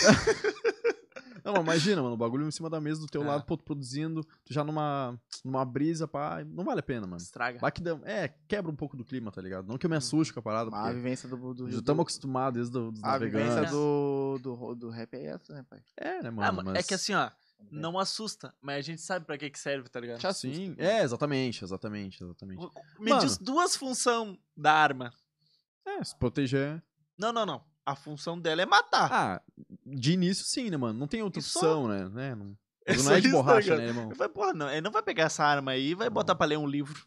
[SPEAKER 3] Não, mas imagina, mano, o bagulho em cima da mesa do teu
[SPEAKER 1] É.
[SPEAKER 3] lado, pô, tu produzindo, tu já numa, numa brisa, pá, não vale a pena, mano.
[SPEAKER 1] Estraga.
[SPEAKER 3] Vai que dá, é, quebra um pouco do clima, tá ligado? Não que eu
[SPEAKER 1] Uhum.
[SPEAKER 3] me assuste com a parada,
[SPEAKER 2] A
[SPEAKER 3] porque
[SPEAKER 2] vivência do... do,
[SPEAKER 3] já
[SPEAKER 2] do
[SPEAKER 3] estamos acostumados desde o- dos
[SPEAKER 2] a
[SPEAKER 3] navegantes.
[SPEAKER 2] vivência do, do, do rap é essa, né, pai?
[SPEAKER 3] É, né,
[SPEAKER 1] Ah,
[SPEAKER 3] mano,
[SPEAKER 1] mano,
[SPEAKER 3] mas...
[SPEAKER 1] É que assim, ó, Não assusta, mas a gente sabe pra que que serve, tá ligado?
[SPEAKER 2] Te assusta.
[SPEAKER 3] Sim, é, exatamente, exatamente, exatamente.
[SPEAKER 1] Me
[SPEAKER 3] Mano.
[SPEAKER 1] diz duas funções da arma.
[SPEAKER 3] É, se proteger.
[SPEAKER 1] Não, não, não. A função dela é matar.
[SPEAKER 3] Ah, de início sim, né, mano? Não tem outra
[SPEAKER 1] E só-
[SPEAKER 3] opção, né? né? Não,
[SPEAKER 1] É
[SPEAKER 3] não
[SPEAKER 1] só
[SPEAKER 3] é
[SPEAKER 1] é um
[SPEAKER 3] de
[SPEAKER 1] isso, tá
[SPEAKER 3] borracha,
[SPEAKER 1] ligado?
[SPEAKER 3] né, irmão?
[SPEAKER 1] Eu falei, porra, não, ele não vai pegar essa arma aí e vai botar pra ler um livro.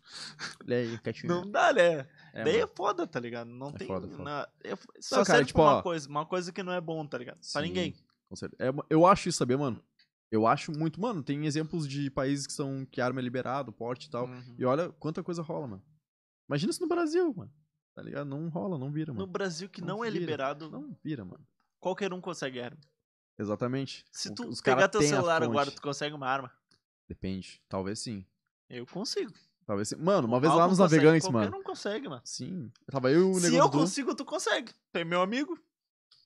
[SPEAKER 3] Olha aí, é quietinho.
[SPEAKER 1] Não dá, né?
[SPEAKER 3] É,
[SPEAKER 1] Daí é
[SPEAKER 3] mano.
[SPEAKER 1] foda, tá ligado? Não tem.
[SPEAKER 3] foda, foda.
[SPEAKER 1] na- é f- só
[SPEAKER 3] cara,
[SPEAKER 1] serve
[SPEAKER 3] tipo,
[SPEAKER 1] pra uma
[SPEAKER 3] ó.
[SPEAKER 1] coisa. Uma coisa que não é bom, tá ligado? Pra
[SPEAKER 3] Sim.
[SPEAKER 1] ninguém.
[SPEAKER 3] Com certeza. É uma- eu acho isso, sabia, mano? Eu acho muito. Mano, tem exemplos de países que são que arma é liberado, porte e tal.
[SPEAKER 1] Uhum.
[SPEAKER 3] E olha quanta coisa rola, mano. Imagina isso no Brasil, mano. Tá ligado? Não rola, não vira,
[SPEAKER 1] No
[SPEAKER 3] mano.
[SPEAKER 1] Brasil, que
[SPEAKER 3] Não
[SPEAKER 1] não, é
[SPEAKER 3] vira.
[SPEAKER 1] liberado,
[SPEAKER 3] Não vira, mano.
[SPEAKER 1] qualquer um consegue arma.
[SPEAKER 3] Exatamente.
[SPEAKER 1] Se
[SPEAKER 3] O-
[SPEAKER 1] tu
[SPEAKER 3] os cara
[SPEAKER 1] pegar teu
[SPEAKER 3] tem a
[SPEAKER 1] celular
[SPEAKER 3] fonte.
[SPEAKER 1] agora, tu consegue uma arma.
[SPEAKER 3] Depende. Talvez sim.
[SPEAKER 1] Eu consigo.
[SPEAKER 3] Talvez sim. Mano,
[SPEAKER 1] O
[SPEAKER 3] uma vez lá
[SPEAKER 1] Malcolm
[SPEAKER 3] nos
[SPEAKER 1] consegue,
[SPEAKER 3] navegantes,
[SPEAKER 1] qualquer
[SPEAKER 3] mano.
[SPEAKER 1] um consegue, mano.
[SPEAKER 3] Sim. Tava eu e o
[SPEAKER 1] Se eu
[SPEAKER 3] negócio do...
[SPEAKER 1] consigo, tu consegue. Tem meu amigo.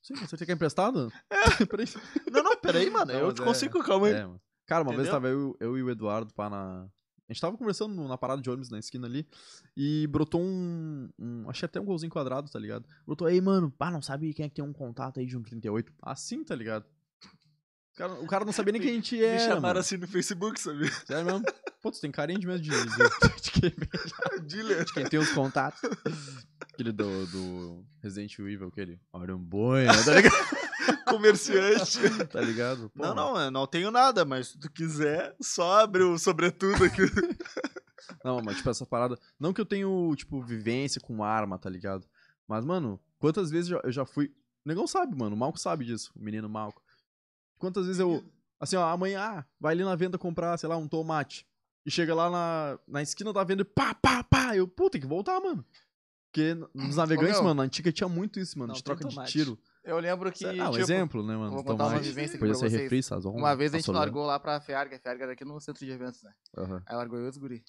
[SPEAKER 3] Sim, você tem que é emprestado? Peraí.
[SPEAKER 1] Não, não, peraí, mano.
[SPEAKER 3] Não,
[SPEAKER 1] eu
[SPEAKER 3] mas
[SPEAKER 1] te
[SPEAKER 3] é-
[SPEAKER 1] consigo, calma aí.
[SPEAKER 3] É, mano. Cara, uma vez
[SPEAKER 1] Entendeu?
[SPEAKER 3] tava eu, eu e o Eduardo pá, na. A gente tava conversando no- na parada de ônibus na esquina ali e brotou um, um- Achei até um golzinho quadrado, tá ligado? Brotou, ei, mano, pá, não sabe quem é que tem um contato aí de um 38? Assim, tá ligado? O cara, o cara não sabia nem quem a gente
[SPEAKER 1] Me
[SPEAKER 3] era.
[SPEAKER 1] chamaram
[SPEAKER 3] É, mano.
[SPEAKER 1] assim no Facebook, sabe?
[SPEAKER 3] Sério mesmo? Pô, tu tem carinha de mesmo de, de- de quem,
[SPEAKER 1] Dealer.
[SPEAKER 3] de quem tem os contatos. Aquele do, do Resident Evil, aquele. Arambonha, tá ligado?
[SPEAKER 1] Comerciante.
[SPEAKER 3] tá ligado? Pô,
[SPEAKER 1] Não, não, eu não tenho nada, mas se tu quiser, só abre o sobretudo aqui.
[SPEAKER 3] Não, mas, tipo, essa parada. Não que eu tenho, tipo, vivência com arma, tá ligado? Mas, mano, quantas vezes já- eu já fui. O negão sabe, mano. O Malco sabe disso. O menino Malco. Quantas vezes eu. Assim, ó, amanhã, ah, vai ali na venda comprar, sei lá, um tomate. E chega lá na, na esquina da venda e pá, pá, pá. Eu, pô, tem que voltar, mano. Porque nos navegantes,
[SPEAKER 2] é meu.
[SPEAKER 3] mano, na antiga tinha muito isso, mano,
[SPEAKER 1] Não,
[SPEAKER 3] de
[SPEAKER 1] tem
[SPEAKER 3] troca de
[SPEAKER 1] tomate.
[SPEAKER 3] tiro.
[SPEAKER 2] Eu lembro que.
[SPEAKER 3] ah, um
[SPEAKER 2] tipo,
[SPEAKER 3] exemplo, né, mano?
[SPEAKER 2] vou
[SPEAKER 3] de
[SPEAKER 2] contar uma
[SPEAKER 3] tomate.
[SPEAKER 2] vivência aqui
[SPEAKER 3] Podia
[SPEAKER 2] pra
[SPEAKER 3] ser
[SPEAKER 2] vocês.
[SPEAKER 3] refri, sazon,
[SPEAKER 2] Uma vez a gente
[SPEAKER 3] açolão.
[SPEAKER 2] largou lá pra FEARG, a FEARG era aqui no centro de eventos, né?
[SPEAKER 3] Aham.
[SPEAKER 2] Aí largou eu e os guri.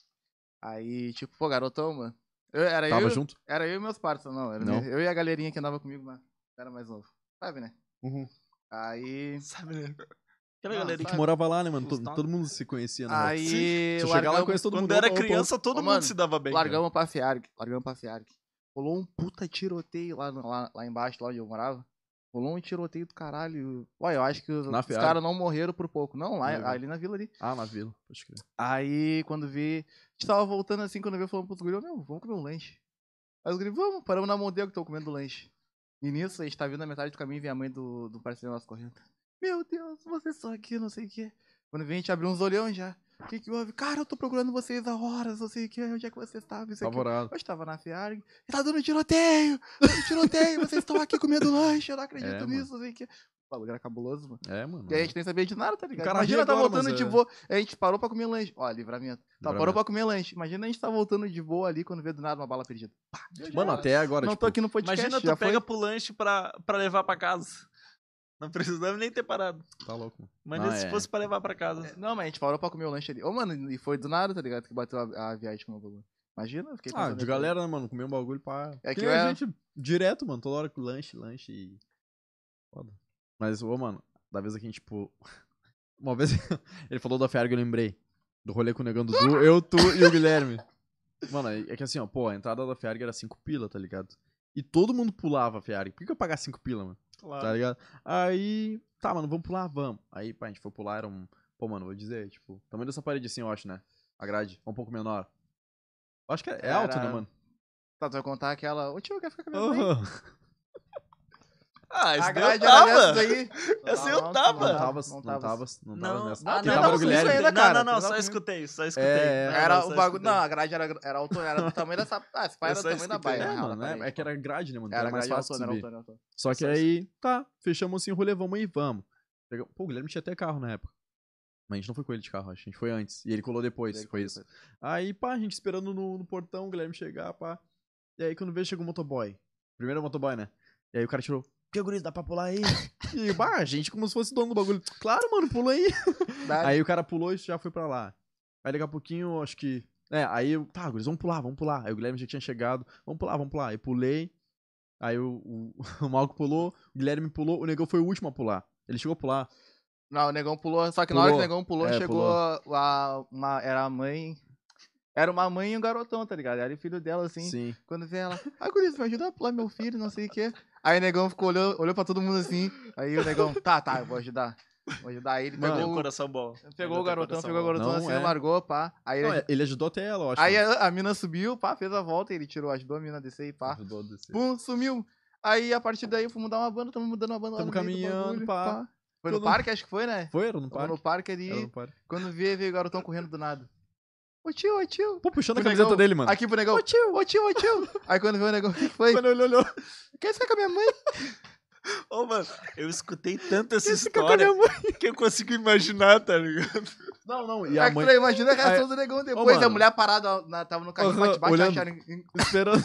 [SPEAKER 2] Aí, tipo, pô, garotão, mano. Eu- era,
[SPEAKER 3] Tava
[SPEAKER 2] eu,
[SPEAKER 3] junto?
[SPEAKER 2] era eu e meus parceiros, não. Era
[SPEAKER 3] Não?
[SPEAKER 2] Eu e a galerinha que andava comigo, mas era mais novo. Sabe, né?
[SPEAKER 3] Uhum.
[SPEAKER 2] Aí.
[SPEAKER 1] Sabe, né? Aquela
[SPEAKER 2] Não,
[SPEAKER 1] galera
[SPEAKER 3] Que
[SPEAKER 1] que
[SPEAKER 2] sabe.
[SPEAKER 3] morava lá, né, mano?
[SPEAKER 1] Os
[SPEAKER 3] Todo,
[SPEAKER 1] tal-
[SPEAKER 3] todo mundo se conhecia, né? mano?
[SPEAKER 2] Aí.
[SPEAKER 3] Se eu chegar lá, eu
[SPEAKER 2] largamos,
[SPEAKER 3] conheço todo
[SPEAKER 1] Quando
[SPEAKER 3] mundo.
[SPEAKER 1] era
[SPEAKER 3] Opa, opa,
[SPEAKER 1] criança, todo
[SPEAKER 2] Ô,
[SPEAKER 1] mundo
[SPEAKER 2] mano,
[SPEAKER 1] se dava bem. cara.
[SPEAKER 2] largamos pra FEARG. Largamos pra FEARG. Rolou um puta tiroteio lá, no- lá, lá embaixo, lá onde eu morava. Rolou um tiroteio do caralho. Ué, eu acho que os,
[SPEAKER 3] Na
[SPEAKER 2] os
[SPEAKER 3] Fiarg?
[SPEAKER 2] caras não morreram por pouco. Não, lá,
[SPEAKER 3] Legal.
[SPEAKER 2] ali na vila ali.
[SPEAKER 3] Ah, na vila, pode crer.
[SPEAKER 2] Aí, quando vi. A gente tava voltando assim, quando eu vi, falando pros guri, ô, meu, vamos comer um lanche. Aí os guri, vamos, paramos na Mondego, tô comendo lanche. E nisso, a gente tá vindo na metade do caminho e vem a mãe do, do parceiro nosso correndo. Meu Deus, vocês são aqui, não sei o quê. Quando vem, a gente abriu uns olhão já. O que que houve? Cara, eu tô procurando vocês há horas, não sei o quê, onde é que vocês estavam, isso aqui.
[SPEAKER 3] Apavorado.
[SPEAKER 2] Eu estava na Fiarg, e tá dando tiroteio, tá dando tiroteio, vocês estão aqui comendo lanche, eu não acredito
[SPEAKER 3] É, mano.
[SPEAKER 2] nisso, não sei o quê. O bagulho era cabuloso, mano.
[SPEAKER 3] É, mano.
[SPEAKER 2] E aí a gente nem sabia de nada, tá ligado?
[SPEAKER 3] cara
[SPEAKER 2] Imagina
[SPEAKER 3] ri
[SPEAKER 2] tá
[SPEAKER 3] agora,
[SPEAKER 2] voltando
[SPEAKER 3] mas
[SPEAKER 2] de
[SPEAKER 3] é.
[SPEAKER 2] boa. A gente parou pra comer lanche. Ó, livramento. Tá,
[SPEAKER 3] Livramento.
[SPEAKER 2] parou pra comer lanche. Imagina a gente tá voltando de boa ali quando vê do nada uma bala perdida. Pá, eu já-
[SPEAKER 3] Mano, até agora,
[SPEAKER 2] Não
[SPEAKER 3] tipo,
[SPEAKER 2] tô aqui no podcast.
[SPEAKER 1] Imagina tu
[SPEAKER 2] já foi.
[SPEAKER 1] pega pro lanche pra, pra levar pra casa. Não precisava nem ter parado.
[SPEAKER 3] tá louco. mano.
[SPEAKER 1] Imagina
[SPEAKER 3] Não,
[SPEAKER 1] se
[SPEAKER 3] é.
[SPEAKER 1] fosse pra levar pra casa.
[SPEAKER 2] É, Não, mas a gente parou pra comer o lanche ali. Ô, mano, e foi do nada, tá ligado? Que bateu a, a viagem com o bagulho. Imagina, eu fiquei
[SPEAKER 3] Ah,
[SPEAKER 2] pensando
[SPEAKER 3] de
[SPEAKER 2] aqui.
[SPEAKER 3] galera, né, mano? Comer um bagulho pra...
[SPEAKER 2] É
[SPEAKER 3] É
[SPEAKER 2] que
[SPEAKER 3] que
[SPEAKER 2] eu
[SPEAKER 3] a
[SPEAKER 2] era-
[SPEAKER 3] gente direto, mano. Toda hora com lanche, lanche e... Foda. Mas, ô, mano, da vez que a gente, tipo... Uma vez ele falou da Ferg, eu lembrei. Do rolê com o Negão Dudu, eu, tu e o Guilherme. Mano, é é que assim, ó, pô, a entrada da Ferg era 5 pila, tá ligado? E todo mundo pulava a Ferg. Por que que eu pagar 5 pila, mano? Tá
[SPEAKER 1] Claro.
[SPEAKER 3] ligado? Aí, tá, mano, vamos pular, vamos. Aí, pá, a gente foi pular, era um. Pô, mano, vou dizer, tipo, tamanho dessa parede assim, eu acho, né? A grade, um pouco menor. Eu acho que é, é alto, né,
[SPEAKER 2] Era-
[SPEAKER 3] mano?
[SPEAKER 2] Tá, tu vai contar aquela. Ô, tio, quer ficar com a minha mãe?
[SPEAKER 3] Aham.
[SPEAKER 1] Ah,
[SPEAKER 2] A
[SPEAKER 1] isso
[SPEAKER 3] Tá
[SPEAKER 2] grade
[SPEAKER 1] deu
[SPEAKER 2] era
[SPEAKER 1] tava.
[SPEAKER 2] nessa aí.
[SPEAKER 1] Essa eu
[SPEAKER 2] Não,
[SPEAKER 1] tava.
[SPEAKER 3] Não
[SPEAKER 1] Não,
[SPEAKER 3] tava, assim. não tava, não tava
[SPEAKER 1] Não,
[SPEAKER 3] nessa.
[SPEAKER 2] ah,
[SPEAKER 3] Quem
[SPEAKER 2] não,
[SPEAKER 3] tava era o
[SPEAKER 2] não, isso aí
[SPEAKER 3] Guilherme.
[SPEAKER 2] ainda, cara,
[SPEAKER 1] Não, não, não,
[SPEAKER 2] tava
[SPEAKER 1] só
[SPEAKER 2] comigo.
[SPEAKER 1] escutei, só escutei.
[SPEAKER 3] É, é.
[SPEAKER 1] Não, não,
[SPEAKER 2] Era
[SPEAKER 1] só
[SPEAKER 2] o bagulho.
[SPEAKER 1] escutei.
[SPEAKER 2] Não, a grade era, era, alto, era do tamanho dessa. Ah, esse pai era
[SPEAKER 1] Eu só
[SPEAKER 2] do tamanho da
[SPEAKER 1] escutei. Era
[SPEAKER 2] baia.
[SPEAKER 3] É,
[SPEAKER 2] na real,
[SPEAKER 3] mano,
[SPEAKER 2] na
[SPEAKER 3] é,
[SPEAKER 2] parede.
[SPEAKER 3] é que era grade, né, mano?
[SPEAKER 2] Era
[SPEAKER 3] Era
[SPEAKER 2] a
[SPEAKER 3] mais
[SPEAKER 2] grade
[SPEAKER 3] fácil de
[SPEAKER 2] altona, era
[SPEAKER 3] subir.
[SPEAKER 2] altona, era altona.
[SPEAKER 3] Só que
[SPEAKER 1] Só
[SPEAKER 3] aí, tá, fechamos assim o rolê, vamos aí, vamos. Pegamos- Pô, o Guilherme tinha até carro na época. Mas a gente não foi com ele de carro, acho. A gente foi antes. E ele colou depois,
[SPEAKER 2] Ele
[SPEAKER 3] foi
[SPEAKER 2] colou
[SPEAKER 3] isso. Aí, pá, a gente esperando no, no portão, o Guilherme chegar, pá. E aí, quando veio, chegou o motoboy. Primeiro motoboy, né? E aí o cara tirou, que guri, dá pra pular aí? e, bah, a gente como se fosse dono do bagulho. Claro, mano, pula aí.
[SPEAKER 2] Dá-
[SPEAKER 3] Aí o cara pulou e já foi pra lá. Aí daqui a pouquinho, acho que. É, aí eu. Tá, guris, vamos pular, vamos pular. Aí o Guilherme já tinha chegado. Vamos pular, vamos pular. Aí pulei. Aí o, o, o Malco pulou, o Guilherme pulou, o negão foi o último a pular. Ele chegou a pular.
[SPEAKER 2] Não, o negão pulou. Só que na hora que o
[SPEAKER 3] Pulou.
[SPEAKER 2] negão pulou,
[SPEAKER 3] É,
[SPEAKER 2] chegou A, uma. Era a mãe. Era uma mãe e um garotão, tá ligado? Era o filho dela, assim.
[SPEAKER 3] Sim.
[SPEAKER 2] Quando vê ela, ah, Guris, me ajuda a pular meu filho, não sei o quê. Aí o negão ficou, olhou, olhou pra todo mundo assim. Aí o negão, tá, tá, eu vou ajudar. Vou ajudar ele.
[SPEAKER 3] Mano,
[SPEAKER 1] Tem
[SPEAKER 2] Pegou,
[SPEAKER 1] um
[SPEAKER 2] o-
[SPEAKER 1] corção bom.
[SPEAKER 2] pegou o
[SPEAKER 1] Ele tem
[SPEAKER 2] garotão,
[SPEAKER 1] coração
[SPEAKER 2] pegou o
[SPEAKER 1] bom.
[SPEAKER 2] garotão
[SPEAKER 3] Não
[SPEAKER 2] assim,
[SPEAKER 3] é.
[SPEAKER 2] largou, pá. Aí,
[SPEAKER 3] Não,
[SPEAKER 2] ele-
[SPEAKER 3] é- ele ajudou até ela, eu acho.
[SPEAKER 2] aí a, a mina subiu, pá, fez a volta, ele tirou, ajudou a mina a descer e pá.
[SPEAKER 3] Ajudou a descer.
[SPEAKER 2] Pum, sumiu. Aí a partir daí fomos dar uma banda, tamo mudando uma banda lá
[SPEAKER 3] Tamo
[SPEAKER 2] no meio do
[SPEAKER 3] caminhando,
[SPEAKER 2] bagulho,
[SPEAKER 3] pá.
[SPEAKER 2] Foi no
[SPEAKER 3] Todo-
[SPEAKER 2] parque, acho que foi, né?
[SPEAKER 3] Foi? Era no
[SPEAKER 2] Tamo
[SPEAKER 3] parque?
[SPEAKER 2] no parque ali.
[SPEAKER 3] Era no parque.
[SPEAKER 2] Quando vê, veio o garotão correndo do nada. Ô tio, ô tio.
[SPEAKER 3] Pô, puxando a
[SPEAKER 2] Bonecão.
[SPEAKER 3] camiseta dele, mano.
[SPEAKER 2] Aqui pro negão. Ô tio, ô tio, ô tio. Aí quando vê o negão, o que que foi?
[SPEAKER 3] Quando ele olhou,
[SPEAKER 2] Quer ficar com a é minha mãe?
[SPEAKER 1] Ô, mano, eu escutei tanto essa
[SPEAKER 3] ele
[SPEAKER 2] é
[SPEAKER 3] ficou com a
[SPEAKER 1] história
[SPEAKER 3] minha mãe.
[SPEAKER 1] que eu consigo imaginar, tá ligado?
[SPEAKER 3] Não, não. E
[SPEAKER 2] Aí
[SPEAKER 3] a
[SPEAKER 2] tu
[SPEAKER 3] mãe
[SPEAKER 2] imagina a reação do negão depois.
[SPEAKER 3] mano.
[SPEAKER 2] a mulher parada, na- tava no carrinho
[SPEAKER 3] Aham,
[SPEAKER 2] pra debaixo,
[SPEAKER 3] olhando.
[SPEAKER 2] acharam, em-
[SPEAKER 3] esperando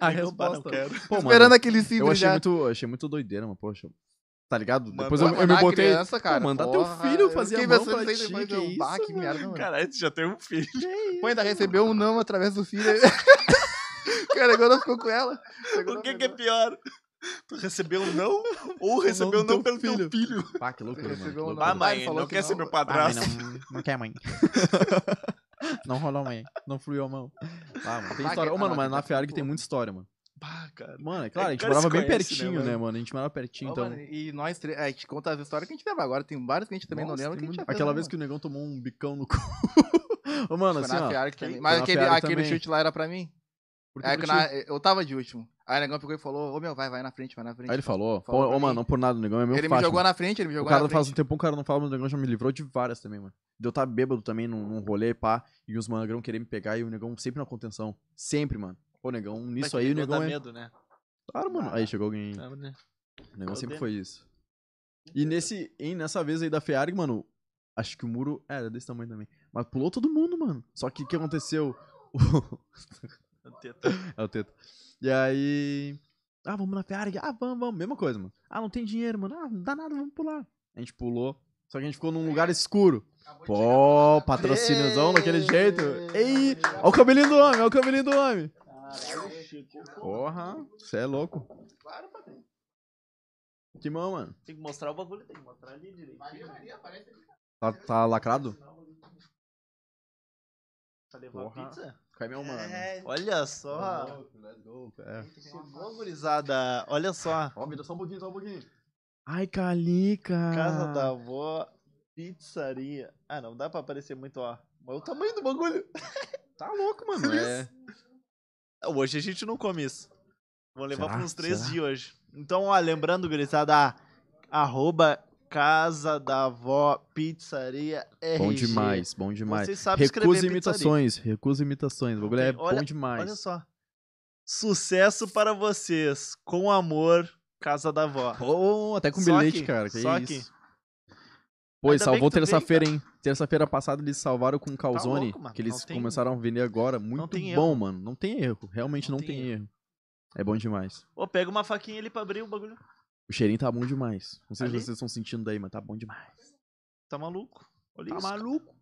[SPEAKER 3] a
[SPEAKER 1] Não, pá,
[SPEAKER 3] resposta.
[SPEAKER 1] não quero.
[SPEAKER 3] Pô, mano,
[SPEAKER 2] esperando aquele
[SPEAKER 3] eu
[SPEAKER 2] simples
[SPEAKER 3] achei
[SPEAKER 2] já.
[SPEAKER 3] muito, eu achei muito doideira, mano, poxa. Tá ligado?
[SPEAKER 1] Mano,
[SPEAKER 3] Depois eu,
[SPEAKER 1] vai
[SPEAKER 3] eu me
[SPEAKER 2] Mandar a
[SPEAKER 3] botei...
[SPEAKER 2] criança, cara,
[SPEAKER 3] mandar teu
[SPEAKER 2] porra,
[SPEAKER 3] filho fazer a
[SPEAKER 2] fiquei
[SPEAKER 3] mão
[SPEAKER 2] pensando
[SPEAKER 3] pra
[SPEAKER 2] nisso aí
[SPEAKER 3] ti,
[SPEAKER 2] depois,
[SPEAKER 3] que
[SPEAKER 2] eu, bah,
[SPEAKER 3] isso,
[SPEAKER 2] que
[SPEAKER 3] mano.
[SPEAKER 2] merda, mano.
[SPEAKER 1] Caralho, tu já tem um filho.
[SPEAKER 2] Pô, ainda recebeu um não através do filho. Cara, agora ficou com ela.
[SPEAKER 1] O que, que é pior? Tu recebeu um não ou
[SPEAKER 3] do
[SPEAKER 1] recebeu um não
[SPEAKER 3] teu
[SPEAKER 1] pelo teu filho?
[SPEAKER 3] Pá, que loucura, mano. que
[SPEAKER 2] Recebeu um
[SPEAKER 3] loucura.
[SPEAKER 1] Ah,
[SPEAKER 2] Vai,
[SPEAKER 1] mãe,
[SPEAKER 2] ele
[SPEAKER 1] ele
[SPEAKER 2] falou
[SPEAKER 1] não
[SPEAKER 2] que
[SPEAKER 1] quer
[SPEAKER 2] não,
[SPEAKER 1] ser meu
[SPEAKER 2] mãe.
[SPEAKER 1] padrasto.
[SPEAKER 3] Ah, não, não quer, mãe. não rolou, mãe. Não fluiu a mão. Ah, mano, tem
[SPEAKER 2] Ah,
[SPEAKER 3] história.
[SPEAKER 2] que-
[SPEAKER 3] Ô, mano,
[SPEAKER 2] ah,
[SPEAKER 3] mas
[SPEAKER 2] que-
[SPEAKER 3] na FEARG tem muita história, mano.
[SPEAKER 1] Bah, cara.
[SPEAKER 3] Mano, é claro, a
[SPEAKER 1] É,
[SPEAKER 3] gente
[SPEAKER 1] cara,
[SPEAKER 3] morava
[SPEAKER 1] se
[SPEAKER 3] bem
[SPEAKER 1] conhece, né,
[SPEAKER 3] pertinho,
[SPEAKER 1] mano?
[SPEAKER 3] né, mano? A gente morava pertinho,
[SPEAKER 2] Ô,
[SPEAKER 3] então...
[SPEAKER 2] mano, e nós três, a gente conta as histórias que a gente lembra agora. Tem várias que a gente também
[SPEAKER 3] Nossa,
[SPEAKER 2] não lembra.
[SPEAKER 3] tem
[SPEAKER 2] Que a gente
[SPEAKER 3] muito-
[SPEAKER 2] já fez,
[SPEAKER 3] Aquela
[SPEAKER 2] né,
[SPEAKER 3] vez
[SPEAKER 2] mano?
[SPEAKER 3] que o negão tomou um bicão no cu. Ô, mano,
[SPEAKER 2] Foi
[SPEAKER 3] assim,
[SPEAKER 2] na
[SPEAKER 3] ó.
[SPEAKER 2] Fiarc
[SPEAKER 3] foi
[SPEAKER 2] também. Mas
[SPEAKER 3] na
[SPEAKER 2] aquele,
[SPEAKER 3] Fiarc
[SPEAKER 2] aquele
[SPEAKER 3] também.
[SPEAKER 2] chute lá era pra mim.
[SPEAKER 3] Porque
[SPEAKER 2] É
[SPEAKER 3] eu
[SPEAKER 2] que
[SPEAKER 3] tinha-
[SPEAKER 2] na- eu tava de último. Aí o negão pegou e falou, ô meu, vai, vai na frente, vai na frente.
[SPEAKER 3] Aí ele falou, pô,
[SPEAKER 2] Falou pra
[SPEAKER 3] ô, mano,
[SPEAKER 2] mim.
[SPEAKER 3] não por nada, o negão é meu
[SPEAKER 2] Ele me
[SPEAKER 3] faixa,
[SPEAKER 2] jogou
[SPEAKER 3] mano.
[SPEAKER 2] na frente, ele me
[SPEAKER 3] O
[SPEAKER 2] jogou
[SPEAKER 3] cara
[SPEAKER 2] na
[SPEAKER 3] faz
[SPEAKER 2] frente.
[SPEAKER 3] um tempo, um cara não fala, mas o negão já me livrou de várias também, mano. De eu estar bêbado também num, num rolê, pá, e os magrão querer me pegar e o negão sempre na contenção. Sempre, mano. Ô,
[SPEAKER 2] Tá
[SPEAKER 3] negão, nisso aí
[SPEAKER 1] não
[SPEAKER 3] o
[SPEAKER 1] dá
[SPEAKER 3] negão é.
[SPEAKER 1] medo, né?
[SPEAKER 3] Claro,
[SPEAKER 2] Ah,
[SPEAKER 3] mano. Aí chegou
[SPEAKER 2] É.
[SPEAKER 3] alguém.
[SPEAKER 1] Tá, né?
[SPEAKER 3] O negão
[SPEAKER 1] Eu
[SPEAKER 3] sempre
[SPEAKER 1] tenho.
[SPEAKER 3] foi isso. E nesse, em, nessa vez aí da FEARG, mano, acho que o muro é, era desse tamanho também. Mas pulou todo mundo, mano. Só que o que aconteceu?
[SPEAKER 1] Teta.
[SPEAKER 3] É o teto. E aí. Ah, vamos na Ferrari. Ah, vamos, vamos. Mesma coisa, mano. Ah, não tem dinheiro, mano. Ah, não dá nada, vamos pular. A gente pulou. Só que a gente ficou num lugar escuro. Pô,
[SPEAKER 2] né?
[SPEAKER 3] patrocíniozão daquele jeito. Ei, olha o cabelinho do homem, olha o cabelinho do homem. Porra, você é louco.
[SPEAKER 2] Claro, padrinho.
[SPEAKER 3] Que mão, mano.
[SPEAKER 1] Tem que mostrar o bagulho, tem que mostrar ali direito.
[SPEAKER 3] Tá, tá lacrado?
[SPEAKER 1] Pra levar
[SPEAKER 3] Porra.
[SPEAKER 1] a pizza?
[SPEAKER 3] Cai meu, um mano.
[SPEAKER 2] É,
[SPEAKER 1] Olha só.
[SPEAKER 3] É.
[SPEAKER 1] Chegou, gurizada. Olha só.
[SPEAKER 3] Ó, me dá só um pouquinho, só um pouquinho. Ai, Calica.
[SPEAKER 1] Casa tá, da avó, pizzaria. Ah, não dá pra aparecer muito, ó. Mas o tamanho do bagulho.
[SPEAKER 3] Tá louco, mano. É.
[SPEAKER 1] Hoje a gente não come isso. Vou levar
[SPEAKER 3] Será?
[SPEAKER 1] por uns três
[SPEAKER 3] Será?
[SPEAKER 1] dias hoje. Então, ó, lembrando, gurizada, arroba Casa da Avó Pizzaria RG.
[SPEAKER 3] É Bom demais, bom demais.
[SPEAKER 1] Vocês sabem
[SPEAKER 3] Recusa
[SPEAKER 1] escrever pizzaria.
[SPEAKER 3] imitações, recusa imitações. O bagulho é
[SPEAKER 1] tem- olha-
[SPEAKER 3] bom demais.
[SPEAKER 1] Olha só. Sucesso para vocês. Com amor, Casa da Avó.
[SPEAKER 3] Pô, até com
[SPEAKER 1] Só
[SPEAKER 3] bilhete,
[SPEAKER 1] que-
[SPEAKER 3] cara. Que
[SPEAKER 1] só
[SPEAKER 3] isso.
[SPEAKER 1] que-
[SPEAKER 3] Pô, e
[SPEAKER 1] Ainda bem
[SPEAKER 3] salvou
[SPEAKER 1] que tu veio,
[SPEAKER 3] terça-feira, hein? Terça-feira passada eles salvaram com calzone,
[SPEAKER 1] louco, mano.
[SPEAKER 3] que eles
[SPEAKER 1] Não tem-
[SPEAKER 3] começaram a vender agora. Muito
[SPEAKER 1] tem
[SPEAKER 3] bom,
[SPEAKER 1] erro.
[SPEAKER 3] mano. Não tem erro. Realmente não, tem, erro. É bom demais.
[SPEAKER 1] Ô, pega uma faquinha ali pra abrir o bagulho.
[SPEAKER 3] O cheirinho tá bom demais. Não sei
[SPEAKER 1] Ali?
[SPEAKER 3] se vocês estão sentindo daí, mas tá bom demais.
[SPEAKER 1] Tá maluco? Olha isso.
[SPEAKER 3] maluco?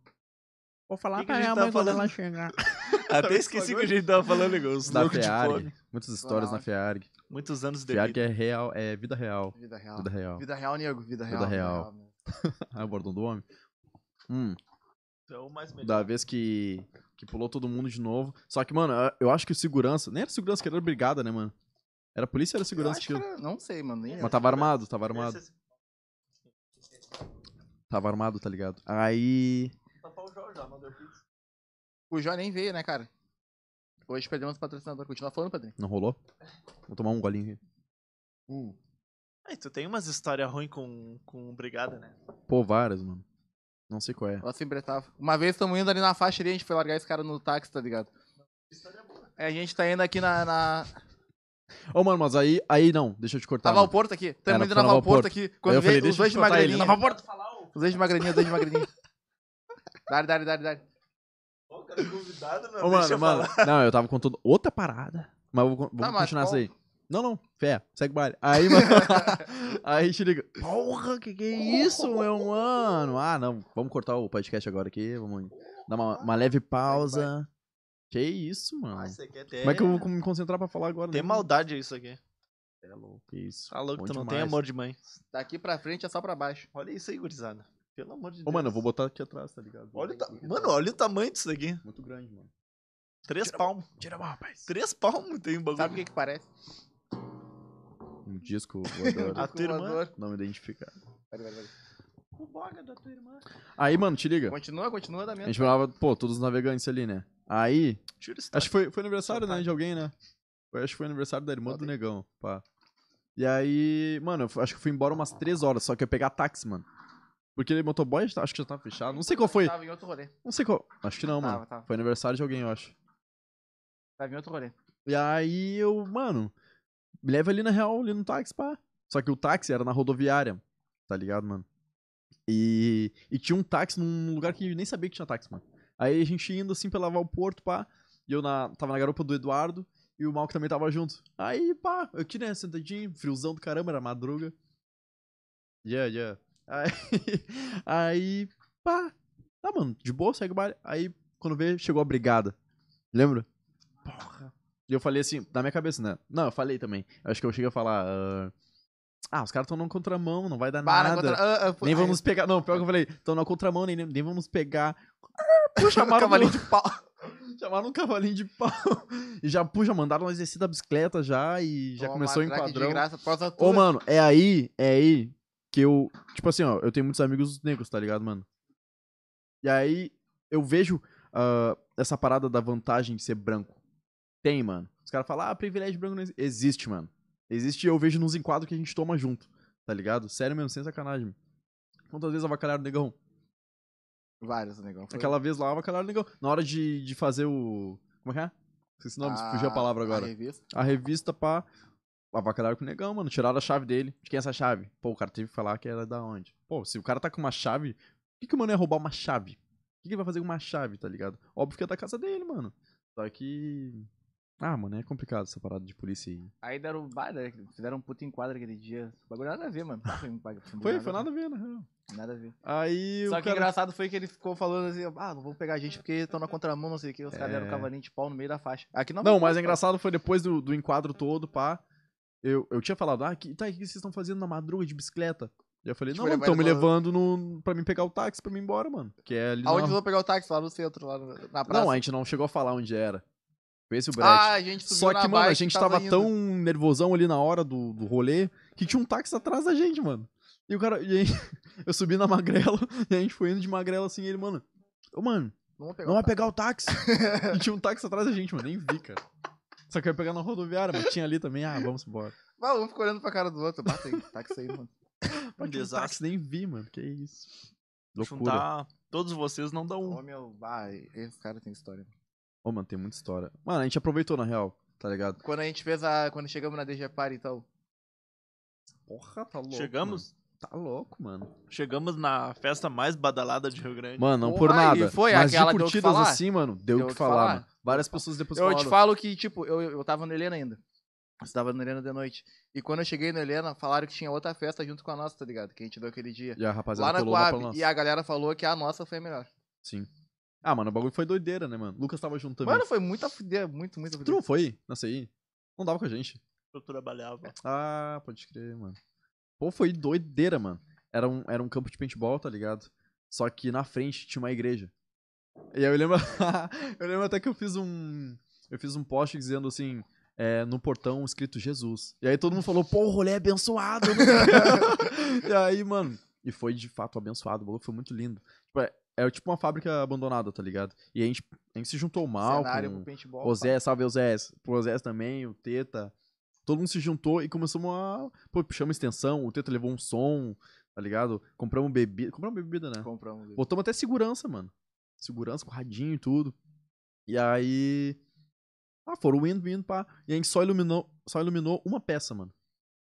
[SPEAKER 3] Vou falar
[SPEAKER 1] Que que pra a gente minha tá mãe quando falando? ela
[SPEAKER 3] chegar. Tá
[SPEAKER 1] Até esqueci que a gente tava falando, igual os
[SPEAKER 3] Da
[SPEAKER 1] loucos de
[SPEAKER 3] FEARG.
[SPEAKER 1] fome.
[SPEAKER 3] Muitas histórias na FEARG.
[SPEAKER 1] Muitos anos de
[SPEAKER 3] FEARG
[SPEAKER 1] vida.
[SPEAKER 3] é real, é vida real.
[SPEAKER 2] Vida real.
[SPEAKER 1] Ah,
[SPEAKER 3] Vida real.
[SPEAKER 2] Vida real, nego. Vida real.
[SPEAKER 3] real.
[SPEAKER 2] meu.
[SPEAKER 3] Ah, o bordão do homem. Hum.
[SPEAKER 1] É o mais melhor.
[SPEAKER 3] da vez que, que pulou todo mundo de novo. Só que, mano, eu- eu acho que o segurança. Nem era segurança que era brigada, né, mano? Era polícia ou era
[SPEAKER 2] Eu
[SPEAKER 3] segurança
[SPEAKER 2] acho que
[SPEAKER 3] que.
[SPEAKER 2] era- Não sei, mano. nem-
[SPEAKER 1] Mas
[SPEAKER 3] Mas tava armado, tava armado.
[SPEAKER 1] Esse-
[SPEAKER 3] Tava armado, tá ligado? Aí.
[SPEAKER 1] tapar o Jorge, ó, não deu pizza.
[SPEAKER 2] O Jó nem veio, né, cara? Hoje perdemos o patrocinador. Continua falando, padrinho.
[SPEAKER 3] Não rolou? Vou tomar um golinho aqui. Uh. Ah,
[SPEAKER 1] Ai, tu tem umas histórias ruins com,
[SPEAKER 3] um
[SPEAKER 1] com brigada, né?
[SPEAKER 3] Pô, várias, mano. Não sei qual é.
[SPEAKER 2] Ela sempre tava. Uma vez estamos indo ali na faixa ali, a gente foi largar esse cara no táxi, tá ligado? É, a gente tá indo aqui na. na...
[SPEAKER 3] Ô, mano, mas aí. Aí não, deixa eu te cortar.
[SPEAKER 2] na
[SPEAKER 3] mano.
[SPEAKER 2] Valporto aqui.
[SPEAKER 3] Era
[SPEAKER 2] Estamos indo na
[SPEAKER 3] pra Naval Porto.
[SPEAKER 2] Valporto aqui. Quando
[SPEAKER 3] eu
[SPEAKER 2] vê
[SPEAKER 3] falei,
[SPEAKER 2] os
[SPEAKER 3] deixa eu
[SPEAKER 2] dois de
[SPEAKER 3] te cortar ele.
[SPEAKER 2] magrelinha.
[SPEAKER 3] Na
[SPEAKER 1] Porto falar, ô.
[SPEAKER 2] Os dois de magrelinha, os dois de magrelinha. Dari, dari, dari, dari.
[SPEAKER 1] Ô, cara, convidado, não
[SPEAKER 3] Ô,
[SPEAKER 1] deixa eu
[SPEAKER 3] mano, mano.
[SPEAKER 1] falar. Ah,
[SPEAKER 3] Não, eu tava contando outra parada. Mas vou, vou
[SPEAKER 2] Tá, mas
[SPEAKER 3] continuar isso
[SPEAKER 2] qual-
[SPEAKER 3] aí. Não, não. Fé, segue o baile. Aí, mano. aí te liga. Porra, que que é isso, meu mano? Ah, não. Vamos cortar o podcast agora aqui. Vamos dar uma, uma leve pausa. Que isso, mano.
[SPEAKER 1] Ah, isso aqui é até...
[SPEAKER 3] Como é que eu vou me concentrar pra falar agora?
[SPEAKER 1] Tem
[SPEAKER 3] né?
[SPEAKER 1] maldade isso aqui.
[SPEAKER 3] É louco. Que isso.
[SPEAKER 1] Tá louco,
[SPEAKER 3] Bom
[SPEAKER 1] tu não tem
[SPEAKER 3] demais.
[SPEAKER 1] amor de mãe.
[SPEAKER 2] Daqui pra frente é só pra baixo.
[SPEAKER 1] Olha isso aí, gurizada. Pelo amor de Deus.
[SPEAKER 3] Ô, mano, eu vou botar aqui atrás, tá ligado?
[SPEAKER 1] Olha o ta-
[SPEAKER 3] Aqui
[SPEAKER 1] Mano,
[SPEAKER 3] atrás.
[SPEAKER 1] olha o tamanho disso aqui.
[SPEAKER 3] Muito grande, mano.
[SPEAKER 1] Três palmos.
[SPEAKER 3] Tira a mão, rapaz.
[SPEAKER 1] Três palmos tem um bagulho.
[SPEAKER 2] Sabe o que que parece?
[SPEAKER 3] Um disco voador.
[SPEAKER 1] tua irmã?
[SPEAKER 2] Voador.
[SPEAKER 3] não identificado.
[SPEAKER 2] Pera, pera, pera.
[SPEAKER 1] com o boga da tua irmã.
[SPEAKER 3] Aí, mano, te liga.
[SPEAKER 2] Continua, continua da
[SPEAKER 3] A
[SPEAKER 2] minha.
[SPEAKER 3] gente morava, pô, todos os navegantes ali, né? Aí,
[SPEAKER 1] É Tira isso.
[SPEAKER 3] Acho que foi, foi aniversário,
[SPEAKER 1] Só
[SPEAKER 3] né,
[SPEAKER 1] tá.
[SPEAKER 3] de alguém, né? Foi- acho que foi aniversário da irmã
[SPEAKER 2] Pode
[SPEAKER 3] do
[SPEAKER 2] ir.
[SPEAKER 3] negão, pá. E aí, mano, eu fu- acho que eu fui embora umas três horas, só que eu ia pegar táxi, mano. Porque ele motoboy, tá- acho que já tava fechado. Não sei qual foi.
[SPEAKER 2] Tava em outro rolê.
[SPEAKER 3] Não sei qual. Acho que não,
[SPEAKER 2] Tava,
[SPEAKER 3] mano.
[SPEAKER 2] tava.
[SPEAKER 3] Foi aniversário de alguém, eu acho.
[SPEAKER 2] Tava em outro rolê.
[SPEAKER 3] E aí eu, mano, me leva ali na real, ali no táxi, pá. Só que o táxi era na rodoviária, tá ligado, mano? E, e tinha um táxi num lugar que eu nem sabia que tinha táxi, mano. Aí a gente indo assim pela Valporto, pá. E eu na, tava na garupa do Eduardo e o Malco também tava junto. Aí, pá, eu aqui, né, sentadinho, friozão do caramba, era madruga. Yeah, yeah. Aí, aí, pá. Tá, mano, de boa, segue o baile. Aí, quando vê, chegou a brigada. Lembra? Porra. E eu falei assim, na minha cabeça, né? Não, eu falei também. Eu acho que eu cheguei a falar. ah, Ah, os caras estão na contramão, não vai dar
[SPEAKER 2] Para,
[SPEAKER 3] nada.
[SPEAKER 2] contra... ah, ah, foi-
[SPEAKER 3] Nem
[SPEAKER 2] ai,
[SPEAKER 3] vamos pegar. Não, pior que eu falei, estão na contramão, nem, nem vamos pegar. Chamaram
[SPEAKER 2] Ah, cavalinho
[SPEAKER 3] no-
[SPEAKER 2] de pau.
[SPEAKER 3] Chamaram um cavalinho de pau. E já, puxa, mandaram nós descer da bicicleta já e já
[SPEAKER 2] Toma,
[SPEAKER 3] começou em
[SPEAKER 2] traque de
[SPEAKER 3] quadrão.
[SPEAKER 2] graça, pausa
[SPEAKER 3] Ô,
[SPEAKER 2] tua.
[SPEAKER 3] mano, é aí, é aí que eu. Tipo assim, ó, eu tenho muitos amigos negros, tá ligado, mano? E aí eu vejo ah, essa parada da vantagem de ser branco. Tem, mano. Os caras falam, ah, privilégio branco não exi-". existe, mano. Existe e eu vejo nos enquadros que a gente toma junto, tá ligado? Sério mesmo, sem sacanagem. Quantas vezes avacalharam o negão?
[SPEAKER 2] Vários, negão. Foi-
[SPEAKER 3] Aquela vez lá, avacalharam o negão. Na hora de, de fazer o. Como é que é? Esqueci o nome,
[SPEAKER 2] Ah,
[SPEAKER 3] fugiu a palavra agora.
[SPEAKER 2] A revista.
[SPEAKER 3] A revista, pá. Avacalharam com o negão, mano. Tiraram a chave dele. De quem é essa chave? Pô, o cara teve que falar que era da onde. Pô, se o cara tá com uma chave, por que, que o mano ia roubar uma chave? O que, que ele vai fazer com uma chave, tá ligado? Óbvio que é da casa dele, mano. Só que. Ah, mano, é complicado essa parada de polícia aí.
[SPEAKER 2] Aí deram, bah, daí fizeram um puto enquadro aquele dia. O bagulho nada a ver, mano. Foi,
[SPEAKER 3] Foi, foi nada a ver, na real.
[SPEAKER 2] a ver. Nada a ver.
[SPEAKER 3] Aí
[SPEAKER 2] Só
[SPEAKER 3] o
[SPEAKER 2] que
[SPEAKER 3] cara.
[SPEAKER 2] engraçado foi que ele ficou falando assim, ah, não vamos pegar a gente porque estão na contramão, não sei o que. Os caras deram
[SPEAKER 3] É.
[SPEAKER 2] cavalinho de pau no meio da faixa. Aqui não.
[SPEAKER 3] Não, mas é engraçado foi depois do, do enquadro todo, pá. Eu, eu tinha falado, ah, que, tá, o que vocês estão fazendo na madruga de bicicleta? E eu falei,
[SPEAKER 2] Tipo,
[SPEAKER 3] não,
[SPEAKER 2] ele
[SPEAKER 3] mano,
[SPEAKER 2] vai
[SPEAKER 3] estão me
[SPEAKER 2] levar-
[SPEAKER 3] levando no, pra mim pegar o táxi pra mim ir embora, mano. Que é ali na
[SPEAKER 2] Aonde eu vou pegar o táxi? Lá no centro, lá no- na praça.
[SPEAKER 3] Não, a gente não chegou a falar onde era. Foi esse o brete.
[SPEAKER 2] Ah, a gente subiu
[SPEAKER 3] Só
[SPEAKER 2] na
[SPEAKER 3] que, mano,
[SPEAKER 2] bike
[SPEAKER 3] a
[SPEAKER 2] e
[SPEAKER 3] gente
[SPEAKER 2] tava
[SPEAKER 3] tava,
[SPEAKER 2] indo.
[SPEAKER 3] tão nervosão ali na hora do, do rolê que tinha um táxi atrás da gente, mano. E o cara. E aí, eu subi na magrela e a gente foi indo de magrela assim, e ele, mano. Ô, mano,
[SPEAKER 2] Não vou pegar
[SPEAKER 3] não é
[SPEAKER 2] o
[SPEAKER 3] vai
[SPEAKER 2] táxi.
[SPEAKER 3] pegar o táxi. e tinha um táxi atrás da gente, mano. Nem vi, cara. Só que eu ia pegar na rodoviária, mas tinha ali também. Ah, vamos embora.
[SPEAKER 2] Vai, um fica olhando pra cara do outro. Bata aí, táxi aí, mano.
[SPEAKER 1] Um
[SPEAKER 3] Mas tinha
[SPEAKER 1] desastre.
[SPEAKER 3] táxi, nem vi, mano. Que isso. Loucura.
[SPEAKER 1] Juntar todos vocês não dá um.
[SPEAKER 2] Homem, eu... ah, esse cara tem história.
[SPEAKER 3] Ô, mano, tem muita história. Mano, a gente aproveitou na real, tá ligado?
[SPEAKER 2] Quando a gente fez a. Quando chegamos na DG Party então, e tal.
[SPEAKER 3] Porra, tá louco.
[SPEAKER 1] Chegamos?
[SPEAKER 3] Tá louco, mano.
[SPEAKER 1] Chegamos na festa mais badalada de Rio Grande.
[SPEAKER 3] Mano, não
[SPEAKER 2] Porra,
[SPEAKER 3] por nada.
[SPEAKER 2] e foi
[SPEAKER 3] mas
[SPEAKER 2] aquela
[SPEAKER 3] de
[SPEAKER 2] deu o que
[SPEAKER 3] curtidas
[SPEAKER 2] falar?
[SPEAKER 3] assim, mano, deu o que falar, mano. Várias pessoas depois
[SPEAKER 2] Eu te
[SPEAKER 3] falaram,
[SPEAKER 2] falo que, tipo, eu, eu tava no Helena ainda. Eu estava no Helena de noite. E quando eu cheguei no Helena, falaram que tinha outra festa junto com a nossa, tá ligado? Que a gente deu aquele dia.
[SPEAKER 3] E a
[SPEAKER 2] lá
[SPEAKER 3] rapaziada
[SPEAKER 2] na
[SPEAKER 3] colou lá pra
[SPEAKER 2] Coab.
[SPEAKER 3] nós.
[SPEAKER 2] E a galera falou que a nossa foi a melhor.
[SPEAKER 3] Sim. Ah, mano, o bagulho foi doideira, né, mano? Lucas tava junto também.
[SPEAKER 2] Mano, foi muita fuder, muito, muito
[SPEAKER 3] tu
[SPEAKER 2] fuder.
[SPEAKER 3] não foi na CI? Não dava com a gente.
[SPEAKER 1] Eu trabalhava.
[SPEAKER 3] Ah, pode crer, mano. Pô, foi doideira, mano. Era um, era um campo de paintball, tá ligado? Só que na frente tinha uma igreja. E aí eu lembro. eu lembro até que eu fiz um. Eu fiz um post dizendo assim. é, no portão escrito Jesus. E aí todo mundo falou, pô, o rolê é abençoado. não sei o quê. e aí, mano. E foi de fato abençoado. O bagulho foi muito lindo. Tipo, é, é tipo uma fábrica abandonada, tá ligado? E a gente, a gente se juntou mal.
[SPEAKER 2] Cenário
[SPEAKER 3] com-
[SPEAKER 2] pro paintball.
[SPEAKER 3] o Zé, salve o Zé. Pro Zé também, o Teta. Todo mundo se juntou e começamos a. Pô, puxamos extensão, o Teta levou um som, tá ligado? Compramos bebida. Compramos bebida, né?
[SPEAKER 2] pá. Compramos. dele.
[SPEAKER 3] Botamos até segurança, mano. Segurança com radinho e tudo. E aí. Ah, foram indo, indo, pá. E a gente só iluminou, só iluminou uma peça, mano.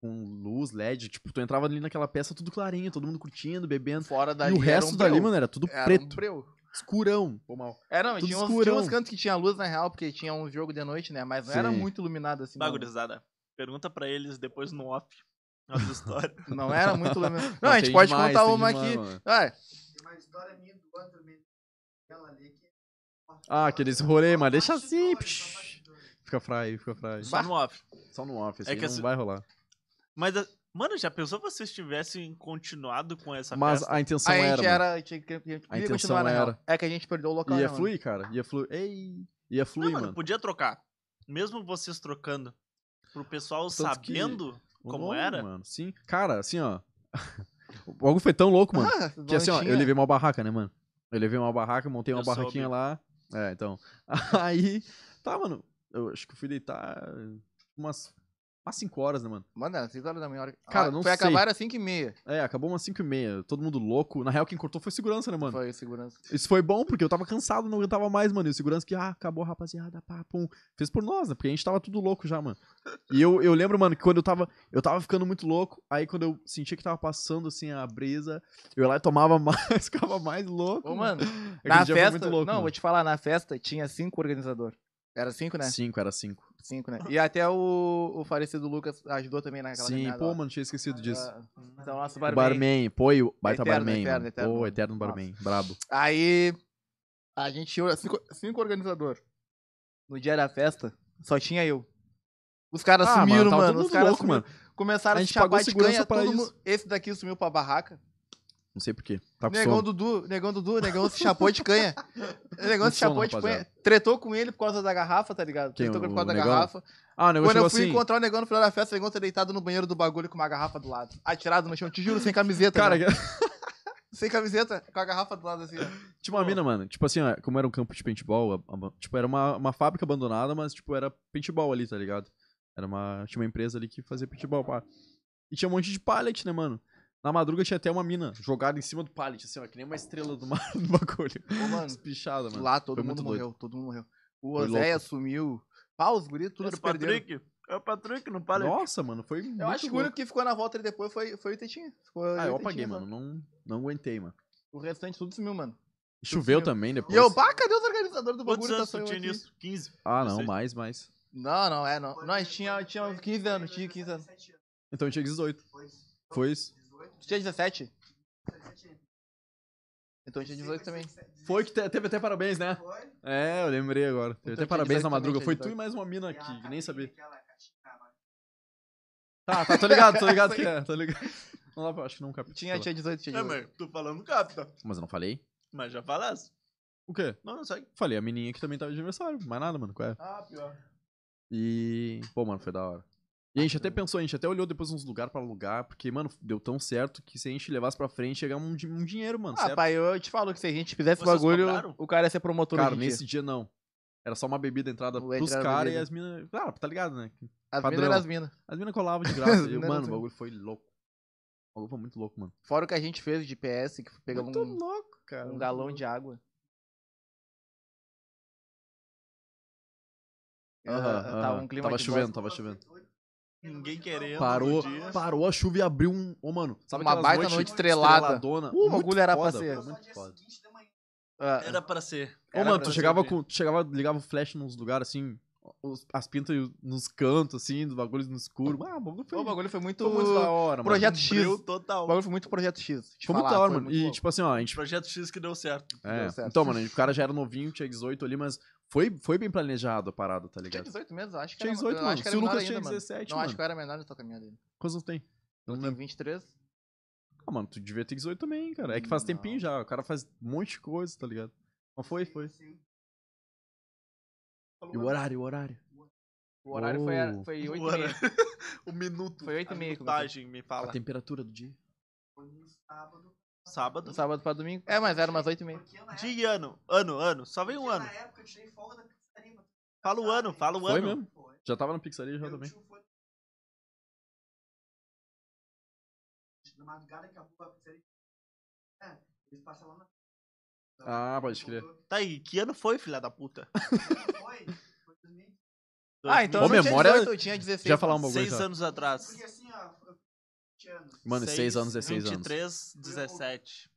[SPEAKER 3] Com luz, LED. Tipo, tu entrava ali naquela peça tudo clarinho, todo mundo curtindo, bebendo.
[SPEAKER 2] Fora dali.
[SPEAKER 3] e o resto
[SPEAKER 2] era um
[SPEAKER 3] dali,
[SPEAKER 2] breu.
[SPEAKER 3] mano, era tudo
[SPEAKER 2] Era um
[SPEAKER 3] preto.
[SPEAKER 2] breu.
[SPEAKER 3] Escurão. Pô, mal.
[SPEAKER 2] É, não,
[SPEAKER 3] Tudo
[SPEAKER 2] tinha uns, tinha
[SPEAKER 3] escurão.
[SPEAKER 2] uns cantos que tinha luz, na real, porque tinha um jogo de noite, né? Mas não era
[SPEAKER 3] Sim.
[SPEAKER 2] muito iluminado assim. não.
[SPEAKER 1] Bagurizada. Pergunta pra eles depois no off. As histórias.
[SPEAKER 2] Não, era muito iluminado. Não, a gente pode contar uma aqui. Ah,
[SPEAKER 4] Tem uma história minha do Bantamento dela ali que.
[SPEAKER 3] Ah, aqueles rolê, mas deixa assim.
[SPEAKER 4] Bastidores,
[SPEAKER 3] psh.
[SPEAKER 4] bastidores.
[SPEAKER 3] Fica fry, fica fry.
[SPEAKER 1] Só no off.
[SPEAKER 3] Só no off,
[SPEAKER 1] É
[SPEAKER 3] é
[SPEAKER 1] que
[SPEAKER 3] que não
[SPEAKER 1] assim-
[SPEAKER 3] vai rolar.
[SPEAKER 1] Mas, a- mano, já pensou vocês tivessem continuado com essa
[SPEAKER 3] Mas
[SPEAKER 1] festa?
[SPEAKER 3] a intenção
[SPEAKER 2] a
[SPEAKER 3] era.
[SPEAKER 2] gente
[SPEAKER 3] mano.
[SPEAKER 2] era. A gente, queria- queria
[SPEAKER 3] intenção
[SPEAKER 2] continuar, na real.
[SPEAKER 3] era.
[SPEAKER 2] É que a gente perdeu o local.
[SPEAKER 3] Ia
[SPEAKER 2] né,
[SPEAKER 3] fluir, cara. Ia fluir. Ei! Ia
[SPEAKER 1] Não,
[SPEAKER 3] fluir,
[SPEAKER 1] mano,
[SPEAKER 3] mano.
[SPEAKER 1] podia trocar. Mesmo vocês trocando. Pro pessoal
[SPEAKER 3] Tanto que-
[SPEAKER 1] sabendo.
[SPEAKER 3] O
[SPEAKER 1] como
[SPEAKER 3] nome,
[SPEAKER 1] era?
[SPEAKER 3] Mano. Sim. Cara, assim, ó. O bagulho foi tão louco, mano.
[SPEAKER 2] Ah,
[SPEAKER 3] que assim, ó, eu
[SPEAKER 2] lanchinha.
[SPEAKER 3] levei uma barraca, né, mano? Eu levei uma barraca, montei uma
[SPEAKER 1] Eu
[SPEAKER 3] barraquinha
[SPEAKER 1] soube.
[SPEAKER 3] lá. É, então. Aí. Tá, mano. Eu acho que eu fui deitar umas. Umas 5 horas, né, mano?
[SPEAKER 2] Mano, era 6 horas da manhã. hora-
[SPEAKER 3] Cara,
[SPEAKER 2] Ah,
[SPEAKER 3] não
[SPEAKER 2] Foi
[SPEAKER 3] sei.
[SPEAKER 2] acabar às 5 e meia.
[SPEAKER 3] É, acabou umas 5 e meia. Todo mundo louco. Na real, quem cortou foi segurança, né, mano?
[SPEAKER 2] Foi segurança.
[SPEAKER 3] Isso foi bom, porque eu tava cansado, não aguentava mais, mano. E o segurança que, ah, acabou, rapaziada, pá, pum. Fez por nós, né? Porque a gente tava tudo louco já, mano. E eu, eu lembro, mano, que quando eu tava. Eu tava ficando muito louco. Aí quando eu sentia que tava passando, assim, a brisa, eu ia lá e tomava mais, ficava mais louco.
[SPEAKER 2] Ô, mano,
[SPEAKER 3] Aquele
[SPEAKER 2] na
[SPEAKER 3] dia foi
[SPEAKER 2] festa.
[SPEAKER 3] muito louco,
[SPEAKER 2] não,
[SPEAKER 3] mano.
[SPEAKER 2] vou te falar, na festa tinha 5 organizadores. Era 5, né?
[SPEAKER 3] Cinco, era cinco.
[SPEAKER 2] 5, né? E até o, o falecido Lucas ajudou também naquela
[SPEAKER 3] Sim,
[SPEAKER 2] caminhada
[SPEAKER 3] pô,
[SPEAKER 2] É, lá.
[SPEAKER 3] mano, tinha esquecido disso.
[SPEAKER 2] Ah, Então, nosso
[SPEAKER 3] O
[SPEAKER 2] barman.
[SPEAKER 3] barman, pô, e o baita
[SPEAKER 2] Eterno,
[SPEAKER 3] barman.
[SPEAKER 2] eterno,
[SPEAKER 3] mano.
[SPEAKER 2] eterno.
[SPEAKER 3] Pô, eterno barman, brabo.
[SPEAKER 2] Aí a gente olha, cinco, cinco organizadores. No dia da festa, só tinha eu. Os caras Tá sumiram,
[SPEAKER 3] Ah, tava
[SPEAKER 2] mano.
[SPEAKER 3] todo
[SPEAKER 2] Os
[SPEAKER 3] mundo
[SPEAKER 2] caras
[SPEAKER 3] louco,
[SPEAKER 2] sumiram.
[SPEAKER 3] mano.
[SPEAKER 2] começaram
[SPEAKER 3] A
[SPEAKER 2] a
[SPEAKER 3] gente
[SPEAKER 2] se
[SPEAKER 3] pagou
[SPEAKER 2] chapar de
[SPEAKER 3] segurança
[SPEAKER 2] canha,
[SPEAKER 3] pra
[SPEAKER 2] todo
[SPEAKER 3] isso.
[SPEAKER 2] mundo- Esse daqui sumiu pra barraca.
[SPEAKER 3] Não sei porquê. Tá com
[SPEAKER 2] Negão
[SPEAKER 3] sono.
[SPEAKER 2] Dudu, negão Dudu, negão se chapou de canha. Negão
[SPEAKER 3] Não
[SPEAKER 2] se
[SPEAKER 3] sono,
[SPEAKER 2] chapou de canha.
[SPEAKER 3] rapaziada.
[SPEAKER 2] Tretou com ele por causa da garrafa, tá ligado?
[SPEAKER 3] Quem,
[SPEAKER 2] Tretou com ele
[SPEAKER 3] o
[SPEAKER 2] por causa da
[SPEAKER 3] Negão?
[SPEAKER 2] garrafa.
[SPEAKER 3] Ah, o negócio
[SPEAKER 2] Quando
[SPEAKER 3] chegou
[SPEAKER 2] eu fui
[SPEAKER 3] assim.
[SPEAKER 2] encontrar o negão no final da festa, o negão tá deitado no banheiro do bagulho com uma garrafa do lado. Atirado no chão, te juro, sem camiseta.
[SPEAKER 3] Cara,
[SPEAKER 2] né? Sem camiseta, com a garrafa do lado assim. ó.
[SPEAKER 3] Tinha uma
[SPEAKER 2] Pô.
[SPEAKER 3] mina, mano, tipo assim, ó, como era um campo de paintball, a- a- tipo, era uma, uma fábrica abandonada, mas, tipo, era paintball ali, tá ligado? Era uma, tinha uma empresa ali que fazia paintball, pá. E tinha um monte de pallet, né, mano? Na madruga tinha até uma mina jogada em cima do pallet, assim, ó, que nem uma estrela do mar do bagulho.
[SPEAKER 2] Ô, mano,
[SPEAKER 3] Espichada, mano.
[SPEAKER 2] lá todo
[SPEAKER 3] Foi
[SPEAKER 2] mundo
[SPEAKER 3] muito doido.
[SPEAKER 2] morreu, todo mundo morreu. O
[SPEAKER 3] Foi
[SPEAKER 2] Oséia sumiu. Pau, os guris, tudo
[SPEAKER 1] Tudo
[SPEAKER 2] se
[SPEAKER 1] o
[SPEAKER 2] perderam.
[SPEAKER 1] Patrick. É o Patrick, não para.
[SPEAKER 3] Nossa, mano, foi muito
[SPEAKER 2] Eu acho que o
[SPEAKER 3] louco.
[SPEAKER 2] único que ficou na volta ali depois foi, foi o Tetinha. Ficou
[SPEAKER 3] Ah,
[SPEAKER 2] e
[SPEAKER 3] eu
[SPEAKER 2] o
[SPEAKER 3] apaguei,
[SPEAKER 2] Tetinha só.
[SPEAKER 3] mano, não, não aguentei, mano.
[SPEAKER 2] O restante tudo sumiu, mano.
[SPEAKER 3] E Choveu
[SPEAKER 2] tinha-
[SPEAKER 3] também depois.
[SPEAKER 2] E eu, bah, cadê os organizadores do
[SPEAKER 1] Quantos
[SPEAKER 2] bagulho?
[SPEAKER 3] tá
[SPEAKER 1] anos
[SPEAKER 2] Só
[SPEAKER 1] tu
[SPEAKER 2] eu
[SPEAKER 1] tinha
[SPEAKER 2] aqui.
[SPEAKER 1] nisso? 15.
[SPEAKER 3] Ah, não,
[SPEAKER 1] Vocês-
[SPEAKER 3] mais, mais.
[SPEAKER 2] Não, não, é, não. Nós tinha, tinha uns 15 anos, tinha 15 anos.
[SPEAKER 3] Então eu tinha 18. Foi isso.
[SPEAKER 2] Tu tinha 17? Então eu tinha 18 também.
[SPEAKER 3] Foi que te- teve até parabéns, né? É, eu lembrei agora.
[SPEAKER 2] Então
[SPEAKER 3] Teve até
[SPEAKER 2] tinha
[SPEAKER 3] parabéns
[SPEAKER 2] 18
[SPEAKER 3] na
[SPEAKER 2] também,
[SPEAKER 3] madruga.
[SPEAKER 2] tinha
[SPEAKER 3] Foi tu e
[SPEAKER 2] 18.
[SPEAKER 3] mais uma mina aqui, que nem sabia. Tá, tá, tô ligado, tô ligado que é, tô ligado. Não dá pra, acho que não capitão.
[SPEAKER 2] Tinha, tinha 18, tinha
[SPEAKER 1] É,
[SPEAKER 2] 18.
[SPEAKER 1] mas tu falando capta.
[SPEAKER 3] Mas eu não falei?
[SPEAKER 1] Mas já falasse.
[SPEAKER 3] O quê?
[SPEAKER 1] Não, não sei.
[SPEAKER 3] Falei, a menininha que também tava de aniversário, mais nada, mano, qual é?
[SPEAKER 2] Ah, pior.
[SPEAKER 3] E. Pô, mano, foi da hora. E a gente até pensou, a gente até olhou depois uns lugar pra alugar, porque, mano, deu tão certo que se a gente levasse pra frente, ia ganhar um, di- um dinheiro, mano,
[SPEAKER 2] Ah,
[SPEAKER 3] certo?
[SPEAKER 2] pai, eu te falo que se a gente fizesse
[SPEAKER 1] Vocês
[SPEAKER 2] bagulho,
[SPEAKER 1] cobraram?
[SPEAKER 2] o cara ia ser promotor
[SPEAKER 3] Cara,
[SPEAKER 2] hoje em dia.
[SPEAKER 3] nesse dia não. Era só uma bebida entrada
[SPEAKER 2] Uma
[SPEAKER 3] pros
[SPEAKER 2] entrada,
[SPEAKER 3] caras e
[SPEAKER 2] bebida.
[SPEAKER 3] as minas. Claro, tá ligado, né?
[SPEAKER 2] As
[SPEAKER 3] padrão.
[SPEAKER 2] minas eram as minas.
[SPEAKER 3] As minas colavam de graça.
[SPEAKER 2] As
[SPEAKER 3] e, eu-
[SPEAKER 2] mina
[SPEAKER 3] mano, o
[SPEAKER 2] não-
[SPEAKER 3] bagulho foi louco. O bagulho foi muito louco, mano.
[SPEAKER 2] Fora o que a gente fez de PS, que pegamos
[SPEAKER 3] muito
[SPEAKER 2] um,
[SPEAKER 3] louco, cara.
[SPEAKER 2] um galão de água.
[SPEAKER 3] Aham,
[SPEAKER 2] Era-
[SPEAKER 3] aham.
[SPEAKER 2] Tava um clima
[SPEAKER 3] Tava
[SPEAKER 2] de
[SPEAKER 3] chovendo,
[SPEAKER 2] bosta.
[SPEAKER 3] tava chovendo.
[SPEAKER 1] Ninguém querendo.
[SPEAKER 3] Parou,
[SPEAKER 1] no dia.
[SPEAKER 3] parou a chuva e abriu um. Ô, mano, sabe
[SPEAKER 2] Uma
[SPEAKER 3] aquelas
[SPEAKER 2] baita
[SPEAKER 3] noites
[SPEAKER 2] noite estrelada.
[SPEAKER 3] estreladona?
[SPEAKER 2] Uh, o
[SPEAKER 3] Muito
[SPEAKER 2] bagulho era
[SPEAKER 3] foda,
[SPEAKER 2] pra ser.
[SPEAKER 3] pô, Muito foda.
[SPEAKER 2] Ah,
[SPEAKER 1] Era pra ser.
[SPEAKER 3] Ô,
[SPEAKER 1] Era
[SPEAKER 3] mano,
[SPEAKER 1] pra
[SPEAKER 3] tu
[SPEAKER 1] ser
[SPEAKER 3] chegava,
[SPEAKER 1] o dia.
[SPEAKER 3] com, tu chegava, ligava o flash nos lugares assim, os- as pintas e os- nos cantos, assim, dos bagulhos no escuro. Ah, o bagulho foi,
[SPEAKER 2] o bagulho foi muito.
[SPEAKER 3] foi muito da hora, mano.
[SPEAKER 2] Projeto X.
[SPEAKER 1] Breu
[SPEAKER 3] um
[SPEAKER 2] O
[SPEAKER 1] total.
[SPEAKER 2] bagulho foi muito projeto X. te
[SPEAKER 3] Foi muito
[SPEAKER 2] falar,
[SPEAKER 3] da hora,
[SPEAKER 2] foi
[SPEAKER 3] mano.
[SPEAKER 2] muito
[SPEAKER 3] E,
[SPEAKER 2] bom.
[SPEAKER 3] tipo assim, ó, a gente.
[SPEAKER 1] Projeto X que deu certo.
[SPEAKER 3] É.
[SPEAKER 2] Deu certo.
[SPEAKER 3] Então, mano, o cara já era novinho, tinha 18 ali, mas foi, foi bem planejado a parada, tá
[SPEAKER 2] Tinha
[SPEAKER 3] ligado?
[SPEAKER 2] 18 mesmo? Acho que
[SPEAKER 3] Tinha
[SPEAKER 2] era-
[SPEAKER 3] 18,
[SPEAKER 2] eu
[SPEAKER 3] mano.
[SPEAKER 2] Acho que
[SPEAKER 3] Se
[SPEAKER 2] era
[SPEAKER 3] o
[SPEAKER 2] menor
[SPEAKER 3] Lucas
[SPEAKER 2] ainda,
[SPEAKER 3] tinha
[SPEAKER 2] mano.
[SPEAKER 3] 17,
[SPEAKER 2] Não,
[SPEAKER 3] mano.
[SPEAKER 2] acho que eu era menor na tua caminhada ainda.
[SPEAKER 3] Quantos anos tem?
[SPEAKER 2] Eu
[SPEAKER 3] Não
[SPEAKER 2] tenho
[SPEAKER 3] lembro.
[SPEAKER 2] 23.
[SPEAKER 3] Ah, mano, tu devia ter 18 também, cara. É que faz
[SPEAKER 2] Não.
[SPEAKER 3] tempinho já. O cara faz um monte de coisa, tá ligado? Mas foi, foi. E o horário, o horário.
[SPEAKER 2] O horário foi,
[SPEAKER 3] Oh.
[SPEAKER 2] foi 8
[SPEAKER 1] O
[SPEAKER 2] h
[SPEAKER 1] horário. O Um minuto.
[SPEAKER 2] Foi oito e
[SPEAKER 1] a
[SPEAKER 2] meia que
[SPEAKER 1] minutagem, me
[SPEAKER 3] A
[SPEAKER 1] fala.
[SPEAKER 3] temperatura do dia.
[SPEAKER 1] Sábado.
[SPEAKER 2] Sábado pra domingo. É, mas era umas 8 e meia.
[SPEAKER 1] Dia e ano. Ano, ano. Só vem um ano. Fala o ano, fala o
[SPEAKER 3] Foi
[SPEAKER 1] ano.
[SPEAKER 3] mesmo? Já tava na pizzaria já também.
[SPEAKER 4] Na madrugada que acabou a pizzaria. É, eles passam lá na.
[SPEAKER 3] Ah, pode crer.
[SPEAKER 1] Tá aí, que ano foi, filha da puta?
[SPEAKER 3] Ah,
[SPEAKER 4] Foi, foi 2000.
[SPEAKER 2] Ah, então
[SPEAKER 3] Ô,
[SPEAKER 2] eu não
[SPEAKER 3] memória-
[SPEAKER 2] tinha 18, eu tinha 16.
[SPEAKER 3] Já falar um
[SPEAKER 2] mano.
[SPEAKER 3] bagulho
[SPEAKER 1] Seis
[SPEAKER 3] já.
[SPEAKER 1] anos atrás.
[SPEAKER 4] Porque assim, ó, eu- 20 anos.
[SPEAKER 3] Mano, 6 anos, 16 anos.
[SPEAKER 1] 23, 17.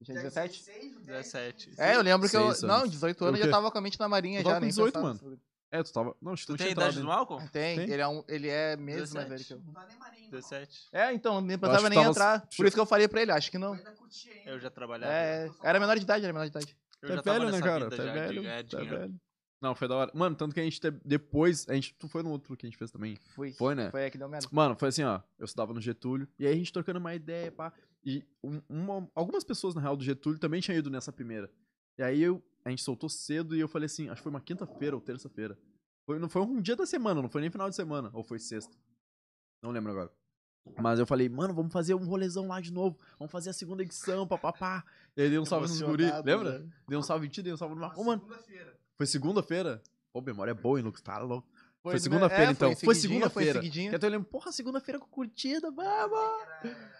[SPEAKER 2] Eu Tinha 17?
[SPEAKER 4] 16, 10,
[SPEAKER 1] 17.
[SPEAKER 4] 15.
[SPEAKER 2] É, eu lembro que eu.
[SPEAKER 3] Seis anos.
[SPEAKER 2] Não, 18
[SPEAKER 3] O
[SPEAKER 2] anos eu
[SPEAKER 3] quê?
[SPEAKER 2] já tava com a mente na marinha
[SPEAKER 3] Tu
[SPEAKER 2] já,
[SPEAKER 3] tava com
[SPEAKER 2] nem
[SPEAKER 3] 18,
[SPEAKER 2] pensava
[SPEAKER 3] mano.
[SPEAKER 2] nesse bagulho.
[SPEAKER 3] É, tu tava. Não, acho que tu
[SPEAKER 1] Tu
[SPEAKER 3] não
[SPEAKER 1] tem
[SPEAKER 3] tinha
[SPEAKER 1] a idade
[SPEAKER 3] entrado.
[SPEAKER 1] do
[SPEAKER 3] ainda.
[SPEAKER 1] Malcolm?
[SPEAKER 2] Tem,
[SPEAKER 3] Tem?
[SPEAKER 2] ele é, um, ele é meses mais velho que
[SPEAKER 1] 17.
[SPEAKER 2] eu.
[SPEAKER 4] Não tá nem marinho, não.
[SPEAKER 1] 17.
[SPEAKER 2] É, então, nem
[SPEAKER 3] acho
[SPEAKER 2] pensava
[SPEAKER 3] que
[SPEAKER 2] nem
[SPEAKER 3] tava-
[SPEAKER 2] entrar. Por isso que eu falei pra ele, acho que
[SPEAKER 4] Eu
[SPEAKER 2] não.
[SPEAKER 4] ainda curti ainda.
[SPEAKER 1] Eu já trabalhava.
[SPEAKER 2] É, era menor de idade, era menor de idade.
[SPEAKER 1] Eu já
[SPEAKER 3] Tu é
[SPEAKER 1] tava
[SPEAKER 3] velho, né,
[SPEAKER 1] nessa
[SPEAKER 3] cara?
[SPEAKER 1] vida
[SPEAKER 3] Tu é
[SPEAKER 1] já de
[SPEAKER 3] velho.
[SPEAKER 1] ganhar
[SPEAKER 3] Tu é
[SPEAKER 1] dinheiro.
[SPEAKER 3] velho. Não, foi da hora. Mano, tanto que a gente teve- depois. A gente, tu foi no outro que a gente fez também.
[SPEAKER 2] Fui.
[SPEAKER 3] Foi, né?
[SPEAKER 2] Foi aí que deu merda.
[SPEAKER 3] Mano, foi assim, ó. Eu estudava no Getúlio. E aí a gente trocando uma ideia, pá. E um- uma- algumas pessoas, na real, do Getúlio também tinham ido nessa primeira. E aí eu, a gente soltou cedo e eu falei assim, acho que foi uma quinta-feira ou terça-feira. Foi, não foi um dia da semana, não foi nem final de semana. Ou foi sexta. Não lembro agora. Mas eu falei, mano, vamos fazer um rolezão lá de novo. Vamos fazer a segunda edição, papapá. E aí dei um salve nos guri,
[SPEAKER 1] Emocionado,
[SPEAKER 3] lembra?
[SPEAKER 1] né?
[SPEAKER 3] Dei um salve em ti, dei um salve no
[SPEAKER 4] Na
[SPEAKER 3] Marcão, mano.
[SPEAKER 4] Segunda-feira.
[SPEAKER 3] Foi segunda-feira? Pô, memória é boa, hein, Lucas? Tá louco. Foi
[SPEAKER 2] né?
[SPEAKER 3] segunda-feira,
[SPEAKER 2] É,
[SPEAKER 3] então.
[SPEAKER 2] em
[SPEAKER 3] Foi
[SPEAKER 2] seguidinha, foi em
[SPEAKER 3] segunda-feira.
[SPEAKER 2] seguidinha.
[SPEAKER 3] Que até eu lembro, porra, segunda-feira com curtida, baba.
[SPEAKER 4] Era-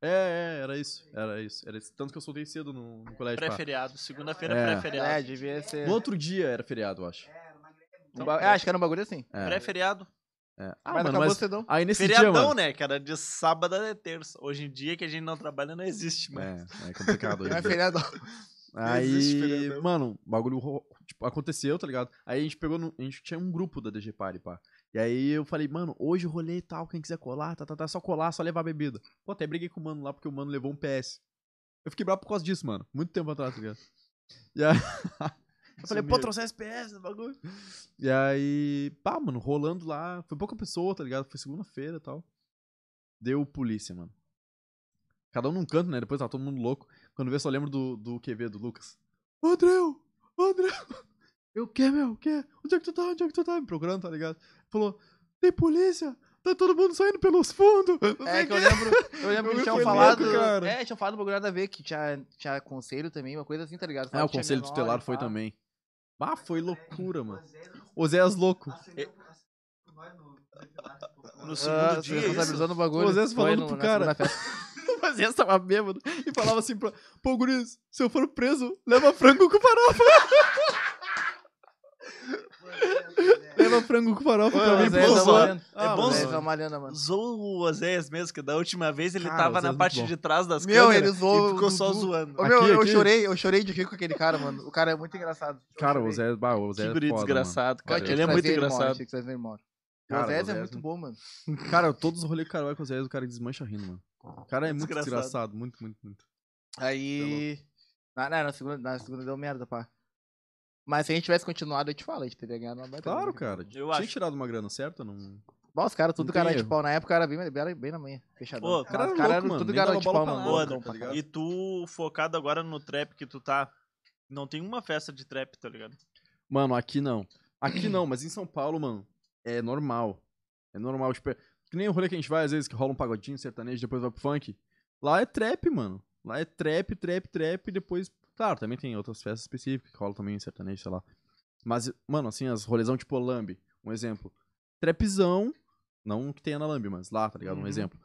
[SPEAKER 3] É, é, era isso. Era isso. Era isso. Tanto que eu soltei cedo no, no colégio. pá.
[SPEAKER 1] Pré-feriado. Segunda-feira
[SPEAKER 3] É.
[SPEAKER 1] é
[SPEAKER 2] É,
[SPEAKER 1] pré-feriado.
[SPEAKER 2] devia ser.
[SPEAKER 3] No outro dia era feriado, eu acho.
[SPEAKER 4] Era uma greve.
[SPEAKER 2] Um ba- é, acho que era um bagulho assim.
[SPEAKER 3] É,
[SPEAKER 1] Pré-feriado.
[SPEAKER 3] é. Ah,
[SPEAKER 2] mas
[SPEAKER 3] mano,
[SPEAKER 2] acabou
[SPEAKER 3] mas
[SPEAKER 2] cedão.
[SPEAKER 3] aí nesse dia, mano.
[SPEAKER 1] Feriadão, né? Que era de sábado até terça. Hoje em dia que a gente não trabalha, não existe mais.
[SPEAKER 3] É, é complicado. hoje em
[SPEAKER 2] Não é
[SPEAKER 3] dia.
[SPEAKER 2] feriado.
[SPEAKER 1] Existe
[SPEAKER 3] Aí,
[SPEAKER 1] feriadão.
[SPEAKER 3] mano, o bagulho ro- tipo, aconteceu, tá ligado? Aí a gente pegou, no- a gente tinha um grupo da DG Party, pá. E aí eu falei, mano, hoje o rolê e tal, quem quiser colar, tá, tá, tá, só colar, só levar bebida. Pô, até briguei com o mano lá porque o mano levou um PS. Eu fiquei bravo por causa disso, mano. Muito tempo atrás, tá ligado? E aí, eu falei, pô, tá
[SPEAKER 1] mesmo.
[SPEAKER 3] trouxe um SPS no bagulho. E aí, pá, mano, rolando lá. Foi pouca pessoa, tá ligado? Foi segunda-feira e tal. Deu polícia, mano. Cada um num canto, né? Depois tá todo mundo louco. Quando vê, só lembro do, do QV do Lucas. Ô, Andreu! Ô, Andreu! Eu, o quê, meu? O quê? Onde é que tu tá? Onde é que tu tá? Me procurando, tá ligado? Falou, tem polícia! Tá todo mundo saindo pelos fundos! Não sei
[SPEAKER 2] É
[SPEAKER 3] o
[SPEAKER 2] que eu
[SPEAKER 3] quê."
[SPEAKER 2] lembro, eu lembro que
[SPEAKER 3] Eu
[SPEAKER 2] tinham
[SPEAKER 3] fui
[SPEAKER 2] falado.
[SPEAKER 3] louco, cara.
[SPEAKER 2] É, tinham falado um bagulho nada a ver, que tinha, tinha conselho também, uma coisa assim, tá ligado?
[SPEAKER 3] É,
[SPEAKER 2] Falaram
[SPEAKER 3] o
[SPEAKER 2] que tinha
[SPEAKER 3] conselho
[SPEAKER 2] menor
[SPEAKER 3] tutelar
[SPEAKER 2] e
[SPEAKER 3] foi
[SPEAKER 2] pá.
[SPEAKER 3] também. Ah, foi loucura, mano.
[SPEAKER 4] Oséias
[SPEAKER 3] Oséias louco.
[SPEAKER 4] acendeu- acendeu nós no- no-
[SPEAKER 1] No
[SPEAKER 4] no-
[SPEAKER 1] segundo
[SPEAKER 2] Ah,
[SPEAKER 3] é
[SPEAKER 1] dia,
[SPEAKER 2] se responsabilizando o bagulho.
[SPEAKER 3] Pô, às vezes
[SPEAKER 2] Foi
[SPEAKER 3] falando pro
[SPEAKER 2] na
[SPEAKER 3] cara.
[SPEAKER 2] segunda festa.
[SPEAKER 3] Mas essa tava bêbado e falava assim pra. Pô, Guris, se eu for preso, leva frango com farofa. Leva frango com farofa
[SPEAKER 1] Ô,
[SPEAKER 3] pra mim,
[SPEAKER 2] Mas é,
[SPEAKER 1] pô,
[SPEAKER 2] tá
[SPEAKER 1] só-
[SPEAKER 3] por
[SPEAKER 2] malhando.
[SPEAKER 3] Ah,
[SPEAKER 2] É
[SPEAKER 1] mano.
[SPEAKER 2] bom, Zé, tá malhando, mano.
[SPEAKER 1] Zoou o Oséias mesmo, que da última vez ele
[SPEAKER 3] Cara,
[SPEAKER 1] tava
[SPEAKER 3] Oséias é
[SPEAKER 1] na
[SPEAKER 3] muito
[SPEAKER 1] parte
[SPEAKER 3] bom.
[SPEAKER 1] de trás das
[SPEAKER 2] Meu,
[SPEAKER 1] câmeras
[SPEAKER 2] ele zoou
[SPEAKER 1] e ficou
[SPEAKER 2] o
[SPEAKER 1] só
[SPEAKER 2] Dudu.
[SPEAKER 1] zoando.
[SPEAKER 2] Ô, meu,
[SPEAKER 3] Aqui,
[SPEAKER 2] eu
[SPEAKER 3] aqui.
[SPEAKER 2] chorei, eu chorei de rir com aquele cara, mano. O cara é muito engraçado. Eu
[SPEAKER 3] Cara, o
[SPEAKER 2] chorei.
[SPEAKER 3] Zé. Bah, o Zé
[SPEAKER 1] Que
[SPEAKER 3] é
[SPEAKER 1] guri
[SPEAKER 3] foda,
[SPEAKER 1] desgraçado,
[SPEAKER 3] mano.
[SPEAKER 1] cara.
[SPEAKER 3] Cara,
[SPEAKER 1] Ele é
[SPEAKER 2] Tinha que
[SPEAKER 1] muito
[SPEAKER 2] trazer mano,
[SPEAKER 1] engraçado.
[SPEAKER 2] Tinha que trazer ele, mano.
[SPEAKER 3] Cara,
[SPEAKER 2] O Zé
[SPEAKER 3] o
[SPEAKER 2] é
[SPEAKER 3] Zé-
[SPEAKER 2] muito bom, mano.
[SPEAKER 3] mano. Cara, todos os rolês que o cara vai com o Zé, o cara desmancha rindo, mano. O cara é muito
[SPEAKER 1] Desgraçado.
[SPEAKER 3] desgraçado, muito, muito, muito.
[SPEAKER 2] Aí. é Na, na, na segunda, na segunda deu merda, pá. Mas se a gente tivesse continuado, eu te falo, a gente teria ganhado uma batalha.
[SPEAKER 3] Claro, cara. Tinha
[SPEAKER 1] É acho.
[SPEAKER 3] tirado uma grana, certo? Não...
[SPEAKER 2] Bom, os caras, tudo
[SPEAKER 3] Não tem
[SPEAKER 2] cara de
[SPEAKER 3] erro.
[SPEAKER 2] pau. Na época era bem, bem, bem na manhã. Fechadão.
[SPEAKER 1] Pô,
[SPEAKER 2] Mas
[SPEAKER 3] cara
[SPEAKER 2] os
[SPEAKER 3] era
[SPEAKER 2] caras
[SPEAKER 3] louco, mano,
[SPEAKER 2] Tudo
[SPEAKER 3] nem
[SPEAKER 2] cara
[SPEAKER 3] dava
[SPEAKER 2] de
[SPEAKER 3] bola
[SPEAKER 2] pau,
[SPEAKER 3] pra
[SPEAKER 2] mano.
[SPEAKER 1] nada,
[SPEAKER 2] loucão,
[SPEAKER 3] tá
[SPEAKER 2] pra
[SPEAKER 3] ligado?
[SPEAKER 2] caralho.
[SPEAKER 1] E tu focado agora no trap que tu tá. Não tem uma festa de trap, tá ligado?
[SPEAKER 3] Mano, aqui não. Aqui não, mas em São Paulo, mano, é normal. É normal. Tipo, é- que nem o rolê que a gente vai, às vezes, que rola um pagodinho sertanejo, depois vai pro funk. Lá é trap, mano. Lá é trap, trap, trap, e depois. Claro, também tem outras festas específicas que rola também em sertanejo, sei lá. Mas, mano, assim, as rolezão tipo Lambi, um exemplo. Trapzão, não que tenha na Lambi, mas lá, tá ligado? Um
[SPEAKER 1] Uhum.
[SPEAKER 3] exemplo.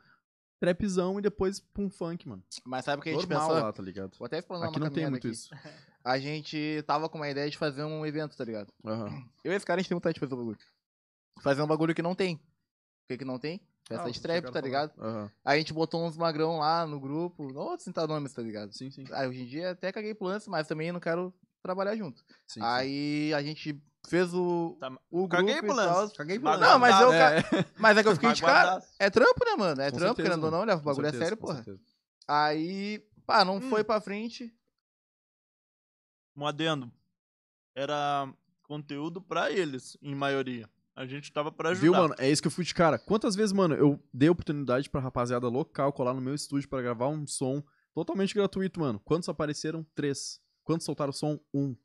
[SPEAKER 3] Trapzão e depois pra um funk, mano.
[SPEAKER 2] Mas sabe o que a gente
[SPEAKER 3] Normal
[SPEAKER 2] pensou?
[SPEAKER 3] lá, tá ligado?
[SPEAKER 2] Vou até explanar
[SPEAKER 3] Aqui
[SPEAKER 2] uma
[SPEAKER 3] não tem
[SPEAKER 2] caminhada
[SPEAKER 3] muito
[SPEAKER 2] aqui.
[SPEAKER 3] isso.
[SPEAKER 2] A gente tava com uma ideia de fazer um evento, tá ligado?
[SPEAKER 3] Aham.
[SPEAKER 2] Eu e esse cara, a gente tem vontade de fazer um bagulho. Fazer um bagulho que não tem. O que que não tem? Festa
[SPEAKER 3] Ah,
[SPEAKER 2] de
[SPEAKER 3] vocês
[SPEAKER 2] trap,
[SPEAKER 3] chegaram
[SPEAKER 2] tá
[SPEAKER 3] a falar.
[SPEAKER 2] ligado?
[SPEAKER 3] Aham.
[SPEAKER 2] Aí a gente botou uns magrão lá no grupo. Não vou citar nomes, tá ligado?
[SPEAKER 3] Sim, sim. sim,
[SPEAKER 2] Aí hoje em dia até caguei pro lance, mas também não quero trabalhar junto.
[SPEAKER 3] sim.
[SPEAKER 2] Aí a gente fez o,
[SPEAKER 1] Tá,
[SPEAKER 2] o
[SPEAKER 1] caguei
[SPEAKER 2] grupo
[SPEAKER 1] pro
[SPEAKER 2] e
[SPEAKER 1] lance.
[SPEAKER 2] tal.
[SPEAKER 3] Caguei
[SPEAKER 1] pro lance.
[SPEAKER 2] Não, mas eu,
[SPEAKER 3] É.
[SPEAKER 2] mas é que eu fiquei de cara.
[SPEAKER 1] Aguardar.
[SPEAKER 2] É trampo, né, mano? É
[SPEAKER 3] Com
[SPEAKER 2] trampo,
[SPEAKER 3] certeza,
[SPEAKER 2] querendo ou não,
[SPEAKER 3] mano.
[SPEAKER 2] né? O
[SPEAKER 3] Com
[SPEAKER 2] bagulho
[SPEAKER 3] certeza,
[SPEAKER 2] é sério,
[SPEAKER 3] com
[SPEAKER 2] porra.
[SPEAKER 3] certeza.
[SPEAKER 2] Aí, pá, não
[SPEAKER 1] Hum.
[SPEAKER 2] foi pra frente.
[SPEAKER 1] Um adendo. Era conteúdo pra eles, em maioria. A gente tava pra ajudar.
[SPEAKER 3] Viu, mano? É isso que eu fui de cara. Quantas vezes, mano, eu dei oportunidade pra rapaziada local colar no meu estúdio pra gravar um som totalmente gratuito, mano. Quantos apareceram? Três. Quantos soltaram som? Um.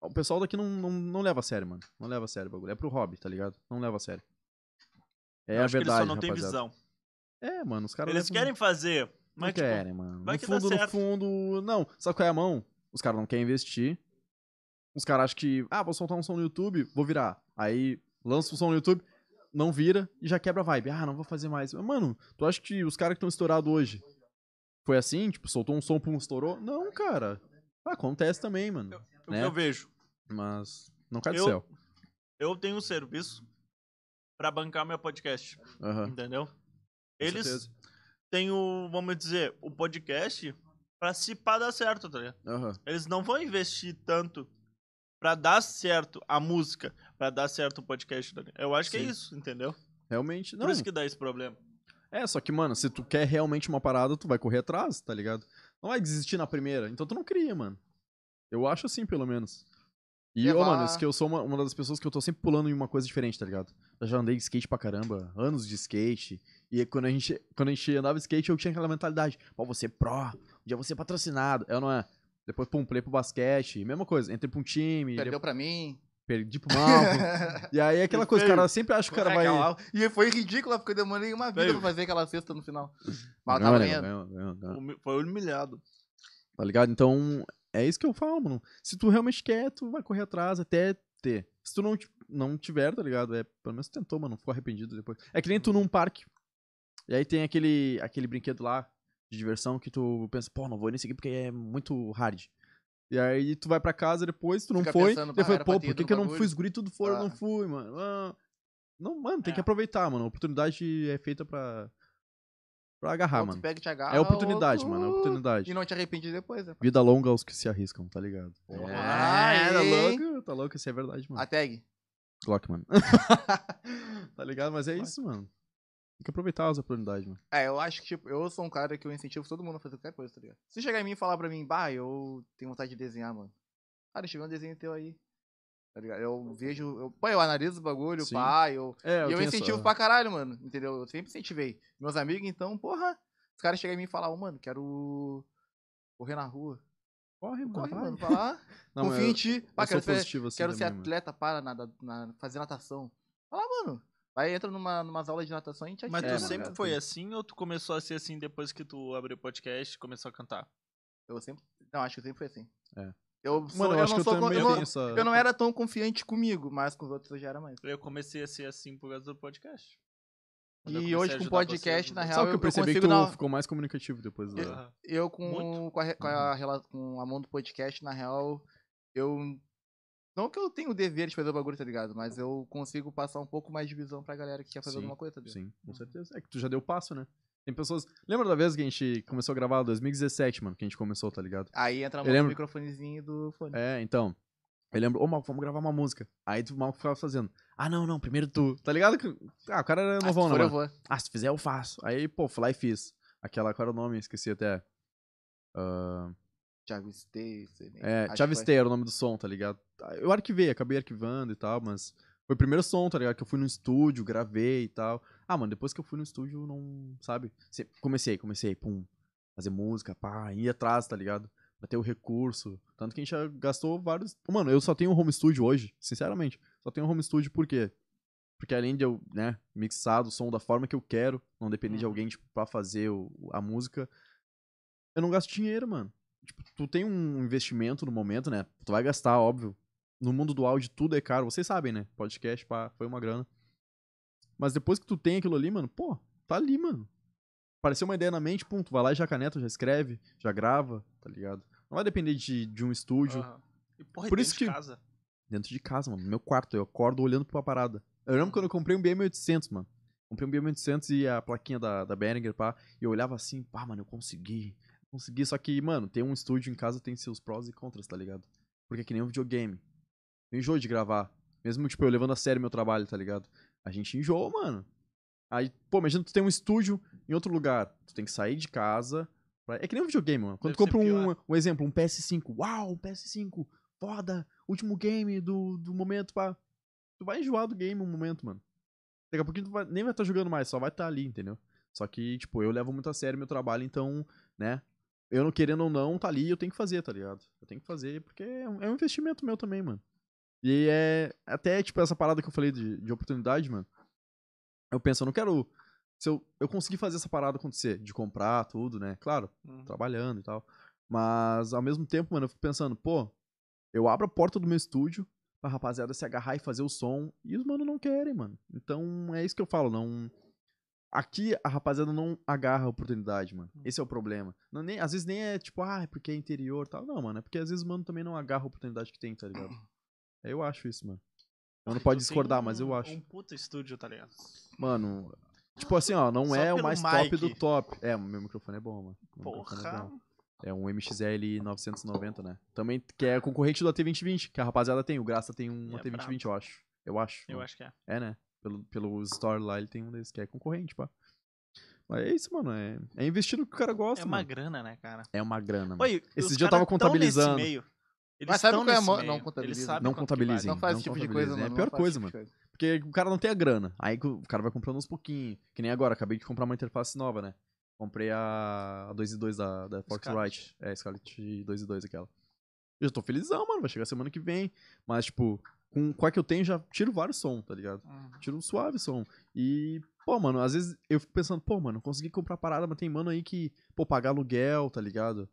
[SPEAKER 3] O pessoal daqui não, não, não leva a sério, mano. Não leva a sério o bagulho. É pro hobby, tá ligado? Não leva a sério. É
[SPEAKER 1] Eu
[SPEAKER 3] a
[SPEAKER 1] acho que
[SPEAKER 3] verdade,
[SPEAKER 1] eles só não têm
[SPEAKER 3] rapaziada.
[SPEAKER 1] visão.
[SPEAKER 3] É, mano, os caras
[SPEAKER 1] Eles
[SPEAKER 3] levam-
[SPEAKER 1] querem fazer,
[SPEAKER 3] Não
[SPEAKER 1] mas tipo,
[SPEAKER 3] querem, mano.
[SPEAKER 1] vai
[SPEAKER 3] no
[SPEAKER 1] que dá
[SPEAKER 3] fundo, no
[SPEAKER 1] certo.
[SPEAKER 3] fundo, não. Sabe qual é a mão? Os caras não querem investir. Os caras acham que, ah, vou soltar um som no YouTube, vou virar. Aí lança o som no YouTube, não vira e já quebra a vibe. Ah, não vou fazer mais. Mas, Mano, tu acha que os caras que estão estourados hoje foi assim? Tipo, soltou um som, pum, estourou? Não, cara. Ah, Acontece também, mano.
[SPEAKER 1] o
[SPEAKER 3] né?
[SPEAKER 1] que eu vejo.
[SPEAKER 3] Mas não cai do
[SPEAKER 1] Eu-
[SPEAKER 3] céu.
[SPEAKER 1] Eu tenho um serviço pra bancar meu podcast,
[SPEAKER 3] Aham.
[SPEAKER 1] entendeu? Eles
[SPEAKER 3] Ah. certeza.
[SPEAKER 1] têm o, vamos dizer, o podcast pra se pá dar certo, tá ligado?
[SPEAKER 3] Aham.
[SPEAKER 1] Eles não vão investir tanto pra dar certo a música, pra dar certo o podcast. tá ligado? Eu acho que é
[SPEAKER 3] Sim.
[SPEAKER 1] isso, entendeu?
[SPEAKER 3] Realmente, não.
[SPEAKER 1] Por isso que dá esse problema.
[SPEAKER 3] É, só que, mano, se tu quer realmente uma parada, tu vai correr atrás, tá ligado? Não vai desistir na primeira. Então tu não cria, mano. Eu acho assim, pelo menos. E, ô,
[SPEAKER 2] Levar-
[SPEAKER 3] mano, isso que eu sou uma, uma das pessoas que eu tô sempre pulando em uma coisa diferente, tá ligado? Eu já andei de skate pra caramba, anos de skate. E quando a gente, quando a gente andava de skate, eu tinha aquela mentalidade. Pô, você pró, um dia você É patrocinado. Eu não é. Depois, pum, pulei pro basquete, mesma coisa. Entrei pra um time,
[SPEAKER 2] Perdeu pra mim.
[SPEAKER 3] depois perdi pro mal. e aí é aquela coisa, o cara sempre acha que o cara vai.
[SPEAKER 2] Aquela- E foi ridícula, porque eu demorei uma vida
[SPEAKER 1] Veio.
[SPEAKER 2] pra fazer aquela cesta no final. Mas
[SPEAKER 3] Não,
[SPEAKER 2] tava
[SPEAKER 3] né,
[SPEAKER 2] ganhando.
[SPEAKER 3] não, não, não.
[SPEAKER 1] Humi- Foi humilhado.
[SPEAKER 3] Tá ligado? Então, é isso que eu falo, mano. Se tu realmente quer, tu vai correr atrás até ter. Se tu não, ti- não tiver, tá ligado? É, pelo menos tentou, mano. Ficou arrependido depois. É que nem tu num parque. E aí tem aquele, aquele brinquedo lá de diversão que tu pensa, pô, não vou nesse aqui porque é muito hard. E aí tu vai pra casa depois, tu não
[SPEAKER 2] Fica
[SPEAKER 3] foi.
[SPEAKER 2] pensando,
[SPEAKER 3] depois,
[SPEAKER 2] "Bah, era pra
[SPEAKER 3] pô,
[SPEAKER 2] ter
[SPEAKER 3] por
[SPEAKER 2] ido
[SPEAKER 3] que,
[SPEAKER 2] no
[SPEAKER 3] que eu não
[SPEAKER 2] bagulho?"
[SPEAKER 3] fui? Os guri tudo foram, eu não
[SPEAKER 2] Ah.
[SPEAKER 3] fui, mano. Ah, Não, mano, tem que
[SPEAKER 1] É.
[SPEAKER 3] aproveitar, mano. A oportunidade é feita pra, pra agarrar,
[SPEAKER 2] Ou tu Ah,
[SPEAKER 3] mano.
[SPEAKER 2] pega e te agarra,
[SPEAKER 3] É oportunidade,
[SPEAKER 2] ou tu-
[SPEAKER 3] mano. É oportunidade.
[SPEAKER 2] E não te arrepende depois, né?
[SPEAKER 3] Vida longa aos que se arriscam, tá ligado?
[SPEAKER 2] Ah,
[SPEAKER 3] tá
[SPEAKER 2] hein?
[SPEAKER 3] louco, tá louco, isso é verdade, mano.
[SPEAKER 2] A tag.
[SPEAKER 3] Glock, mano. tá ligado? Mas é isso, mano. Tem que aproveitar as oportunidades, mano.
[SPEAKER 2] É, eu acho que, tipo, eu sou um cara que eu incentivo todo mundo a fazer qualquer coisa, tá ligado? Se chegar em mim e falar pra mim, bah, eu tenho vontade de desenhar, mano. Cara, deixa eu ver um desenho teu aí. Tá ligado? Eu vejo, eu, pô, eu analiso o bagulho,
[SPEAKER 3] Sim.
[SPEAKER 2] pá, eu,
[SPEAKER 3] É,
[SPEAKER 2] e eu
[SPEAKER 3] tenho
[SPEAKER 2] incentivo
[SPEAKER 3] essa-
[SPEAKER 2] pra caralho, mano, entendeu? Eu sempre incentivei. Meus amigos, então, porra, os caras chegam em mim e falam, ô, mano, quero correr na rua.
[SPEAKER 3] Corre, mano.
[SPEAKER 2] Corre,
[SPEAKER 3] vai.
[SPEAKER 2] mano, vai lá,
[SPEAKER 3] Não, mas
[SPEAKER 2] confia em ti. Pá,
[SPEAKER 3] eu, eu
[SPEAKER 2] quero
[SPEAKER 3] sou
[SPEAKER 2] ser,
[SPEAKER 3] positivo assim
[SPEAKER 2] quero ser
[SPEAKER 3] também, mano.
[SPEAKER 2] atleta para nada, na, fazer natação. Fala, mano. Aí entra numa, numas aulas de natação e te
[SPEAKER 1] Mas
[SPEAKER 3] É,
[SPEAKER 1] tu
[SPEAKER 3] mano,
[SPEAKER 1] sempre
[SPEAKER 3] cara,
[SPEAKER 1] foi
[SPEAKER 3] tem-
[SPEAKER 1] assim ou tu começou a ser assim depois que tu abriu o podcast e começou a cantar?
[SPEAKER 2] Eu sempre. Não, acho que eu sempre fui assim.
[SPEAKER 3] É.
[SPEAKER 2] Eu, sou,
[SPEAKER 3] Mano, eu,
[SPEAKER 2] eu
[SPEAKER 3] acho
[SPEAKER 2] não
[SPEAKER 3] que
[SPEAKER 2] sou
[SPEAKER 3] eu
[SPEAKER 2] con-
[SPEAKER 3] também
[SPEAKER 2] eu não-
[SPEAKER 3] tenho essa...
[SPEAKER 2] eu não era tão confiante comigo, mas com os outros eu já era mais.
[SPEAKER 1] Eu comecei a ser assim por causa do podcast. Quando eu
[SPEAKER 2] E
[SPEAKER 1] comecei a
[SPEAKER 2] hoje com o
[SPEAKER 1] ajudar vocês
[SPEAKER 2] podcast,
[SPEAKER 1] no-
[SPEAKER 2] na real,
[SPEAKER 3] Sabe o que eu percebi? que tu
[SPEAKER 2] consigo dar- É.
[SPEAKER 3] ficou mais comunicativo depois da...
[SPEAKER 1] Aham.
[SPEAKER 2] Eu com,
[SPEAKER 1] Muito?
[SPEAKER 2] com, a, com,
[SPEAKER 3] Uhum.
[SPEAKER 2] a, rela- com a mão do podcast, na real, eu. Não que eu tenho o dever de fazer o bagulho, tá ligado? Mas eu consigo passar um pouco mais de visão pra galera que quer fazer
[SPEAKER 3] Sim,
[SPEAKER 2] alguma coisa, tá ligado?
[SPEAKER 3] Sim, com certeza. É que tu já deu o passo, né? Tem pessoas... Lembra da vez que a gente começou a gravar? 2017, mano, que a gente começou, tá ligado?
[SPEAKER 2] Aí entra
[SPEAKER 3] Eu
[SPEAKER 2] o
[SPEAKER 3] lembro-
[SPEAKER 2] microfonezinho do fone.
[SPEAKER 3] É, então. Eu lembro, ô Malco, vamos gravar uma música. Aí tu, o Malco ficava fazendo. Ah, não, não, primeiro tu. Tá ligado? que- Ah, o cara era
[SPEAKER 2] Ah, se
[SPEAKER 3] novão,
[SPEAKER 2] for,
[SPEAKER 3] né?
[SPEAKER 2] eu
[SPEAKER 3] mano?
[SPEAKER 2] vou.
[SPEAKER 3] Ah, se fizer, eu faço. Aí, pô, fui lá e fiz. Aquela, qual era o nome? Esqueci até. Ah,
[SPEAKER 2] Chavistei, sei nem. né? acho
[SPEAKER 3] é,
[SPEAKER 2] que
[SPEAKER 3] Chavistei era o nome do som, tá ligado? Ah, Eu arquivei, acabei arquivando e tal, mas. Foi o primeiro som, tá ligado? Que eu fui no estúdio, gravei e tal. Ah, mano, depois que eu fui no estúdio, não. Sabe? Se- Comecei, comecei, pum. Fazer música, pá, ir atrás, tá ligado? Pra ter o recurso. Tanto que a gente já gastou vários. Mano, eu só tenho um home studio hoje, sinceramente. Só tenho um home studio por quê? Porque além de eu, né, mixar o som da forma que eu quero, não depender de
[SPEAKER 1] Uhum.
[SPEAKER 3] alguém, tipo, pra fazer o- a música, eu não gasto dinheiro, mano. Tipo, tu tem um investimento no momento, né? Tu vai gastar, óbvio. No mundo do áudio tudo é caro, vocês sabem, né? Podcast, pá, foi uma grana. Mas depois que tu tem aquilo ali, mano, pô, tá ali, mano. Apareceu uma ideia na mente, pum, tu vai lá e já caneta, já escreve, já grava, tá ligado? Não vai depender de, de um estúdio
[SPEAKER 1] Aham. E porra,
[SPEAKER 3] Por
[SPEAKER 1] por
[SPEAKER 3] isso
[SPEAKER 1] isso de
[SPEAKER 3] que-
[SPEAKER 1] casa.
[SPEAKER 3] dentro de casa, mano. No meu quarto, eu acordo olhando pra parada. Eu lembro quando eu comprei um BM800, mano. Comprei um BM800 e a plaquinha da, da Behringer, pá. E eu olhava assim, pá, mano, eu consegui. Consegui, só que, mano, ter um estúdio em casa tem seus prós e contras, tá ligado? Porque é que nem um videogame. Eu enjoo de gravar. Mesmo, tipo, eu levando a sério meu trabalho, tá ligado? A gente enjoa, mano. Aí, pô, imagina tu tem um estúdio em outro lugar. Tu tem que sair de casa. pra- É que nem um videogame, mano. Quando
[SPEAKER 1] Deve
[SPEAKER 3] tu compra
[SPEAKER 1] ser
[SPEAKER 3] um, um exemplo, um PS5. Uau, um PS5. Foda. Último game do, do momento, pá. Tu vai enjoar do game um momento, mano. Daqui a pouquinho tu vai- nem vai estar jogando mais, só vai estar ali, entendeu? Só que, tipo, eu levo muito a sério meu trabalho, então, né? Eu não querendo ou não, tá ali, eu tenho que fazer, tá ligado? Eu tenho que fazer, porque é um é um investimento meu também, mano. E é. Até, tipo, essa parada que eu falei de, de oportunidade, mano. Eu penso, eu não quero. Se eu, eu conseguir fazer essa parada acontecer, de comprar tudo, né? Claro,
[SPEAKER 1] Uhum.
[SPEAKER 3] trabalhando e tal. Mas, ao mesmo tempo, mano, eu fico pensando, pô, eu abro a porta do meu estúdio pra rapaziada se agarrar e fazer o som. E os mano não querem, mano. Então, é isso que eu falo, não. Aqui a rapaziada não agarra a oportunidade, mano.
[SPEAKER 1] Uhum.
[SPEAKER 3] Esse é o problema. Não, nem, às vezes nem é tipo, ah, é porque é interior e tal. Não, mano, é porque às vezes o mano também não agarra a oportunidade que tem, tá ligado?
[SPEAKER 1] Uhum.
[SPEAKER 3] Eu acho isso, mano. Eu não
[SPEAKER 1] Tu
[SPEAKER 3] pode
[SPEAKER 1] tem
[SPEAKER 3] discordar,
[SPEAKER 1] um-
[SPEAKER 3] mas eu acho.
[SPEAKER 1] Um puta estúdio, tá ligado?
[SPEAKER 3] Mano, tipo assim, ó, não
[SPEAKER 1] Ah, Só
[SPEAKER 3] é o
[SPEAKER 1] pelo
[SPEAKER 3] mais top
[SPEAKER 1] mic.
[SPEAKER 3] do top. É, meu microfone é bom, mano. Meu microfone É,
[SPEAKER 1] Porra.
[SPEAKER 3] bom. É um MXL 990, né? Também que é concorrente do AT2020, que a rapaziada tem. O Graça tem um
[SPEAKER 1] É
[SPEAKER 3] AT2020, eu acho. Eu acho.
[SPEAKER 1] Eu
[SPEAKER 3] mano.
[SPEAKER 1] acho que é.
[SPEAKER 3] É, né? Pelo, pelo store lá, ele tem um desses que é concorrente, pá. Mas é isso, mano. É, é investir no que o cara
[SPEAKER 1] é
[SPEAKER 3] gosta,
[SPEAKER 1] uma
[SPEAKER 3] mano.
[SPEAKER 1] grana, né, cara?
[SPEAKER 3] É uma grana, mano.
[SPEAKER 1] Oi,
[SPEAKER 3] Esse
[SPEAKER 1] os
[SPEAKER 3] dia eu tava
[SPEAKER 1] caras tão nesse
[SPEAKER 3] contabilizando.
[SPEAKER 1] meio. Eles
[SPEAKER 2] Mas sabe
[SPEAKER 1] tão
[SPEAKER 2] qual é a
[SPEAKER 1] nesse
[SPEAKER 2] mo-
[SPEAKER 1] meio.
[SPEAKER 2] não
[SPEAKER 1] Eles
[SPEAKER 2] contabilizem.
[SPEAKER 1] sabem
[SPEAKER 3] Não
[SPEAKER 1] quanto que
[SPEAKER 3] contabilizem.
[SPEAKER 1] vale.
[SPEAKER 2] Não faz
[SPEAKER 3] não
[SPEAKER 2] esse tipo de
[SPEAKER 3] contabiliza,
[SPEAKER 2] coisa,
[SPEAKER 3] né?
[SPEAKER 2] mano.
[SPEAKER 3] É a
[SPEAKER 2] não
[SPEAKER 3] pior
[SPEAKER 2] faz esse
[SPEAKER 3] coisa,
[SPEAKER 2] tipo de
[SPEAKER 3] Porque o cara não tem a grana. Aí que o cara vai comprando uns pouquinho. Que nem agora, acabei de comprar uma interface nova, né? Comprei a, a 2 e 2 da, da Foxrite. É, Scarlett 2 e 2 aquela. Eu já tô felizão, mano. Vai chegar semana que vem. Mas, tipo, com, com a que eu tenho, já tiro vários sons, tá ligado? Tiro um suave som. E, pô, mano, às vezes eu fico pensando, pô, mano, consegui comprar parada, mas tem mano aí que, pô, pagar aluguel, tá ligado?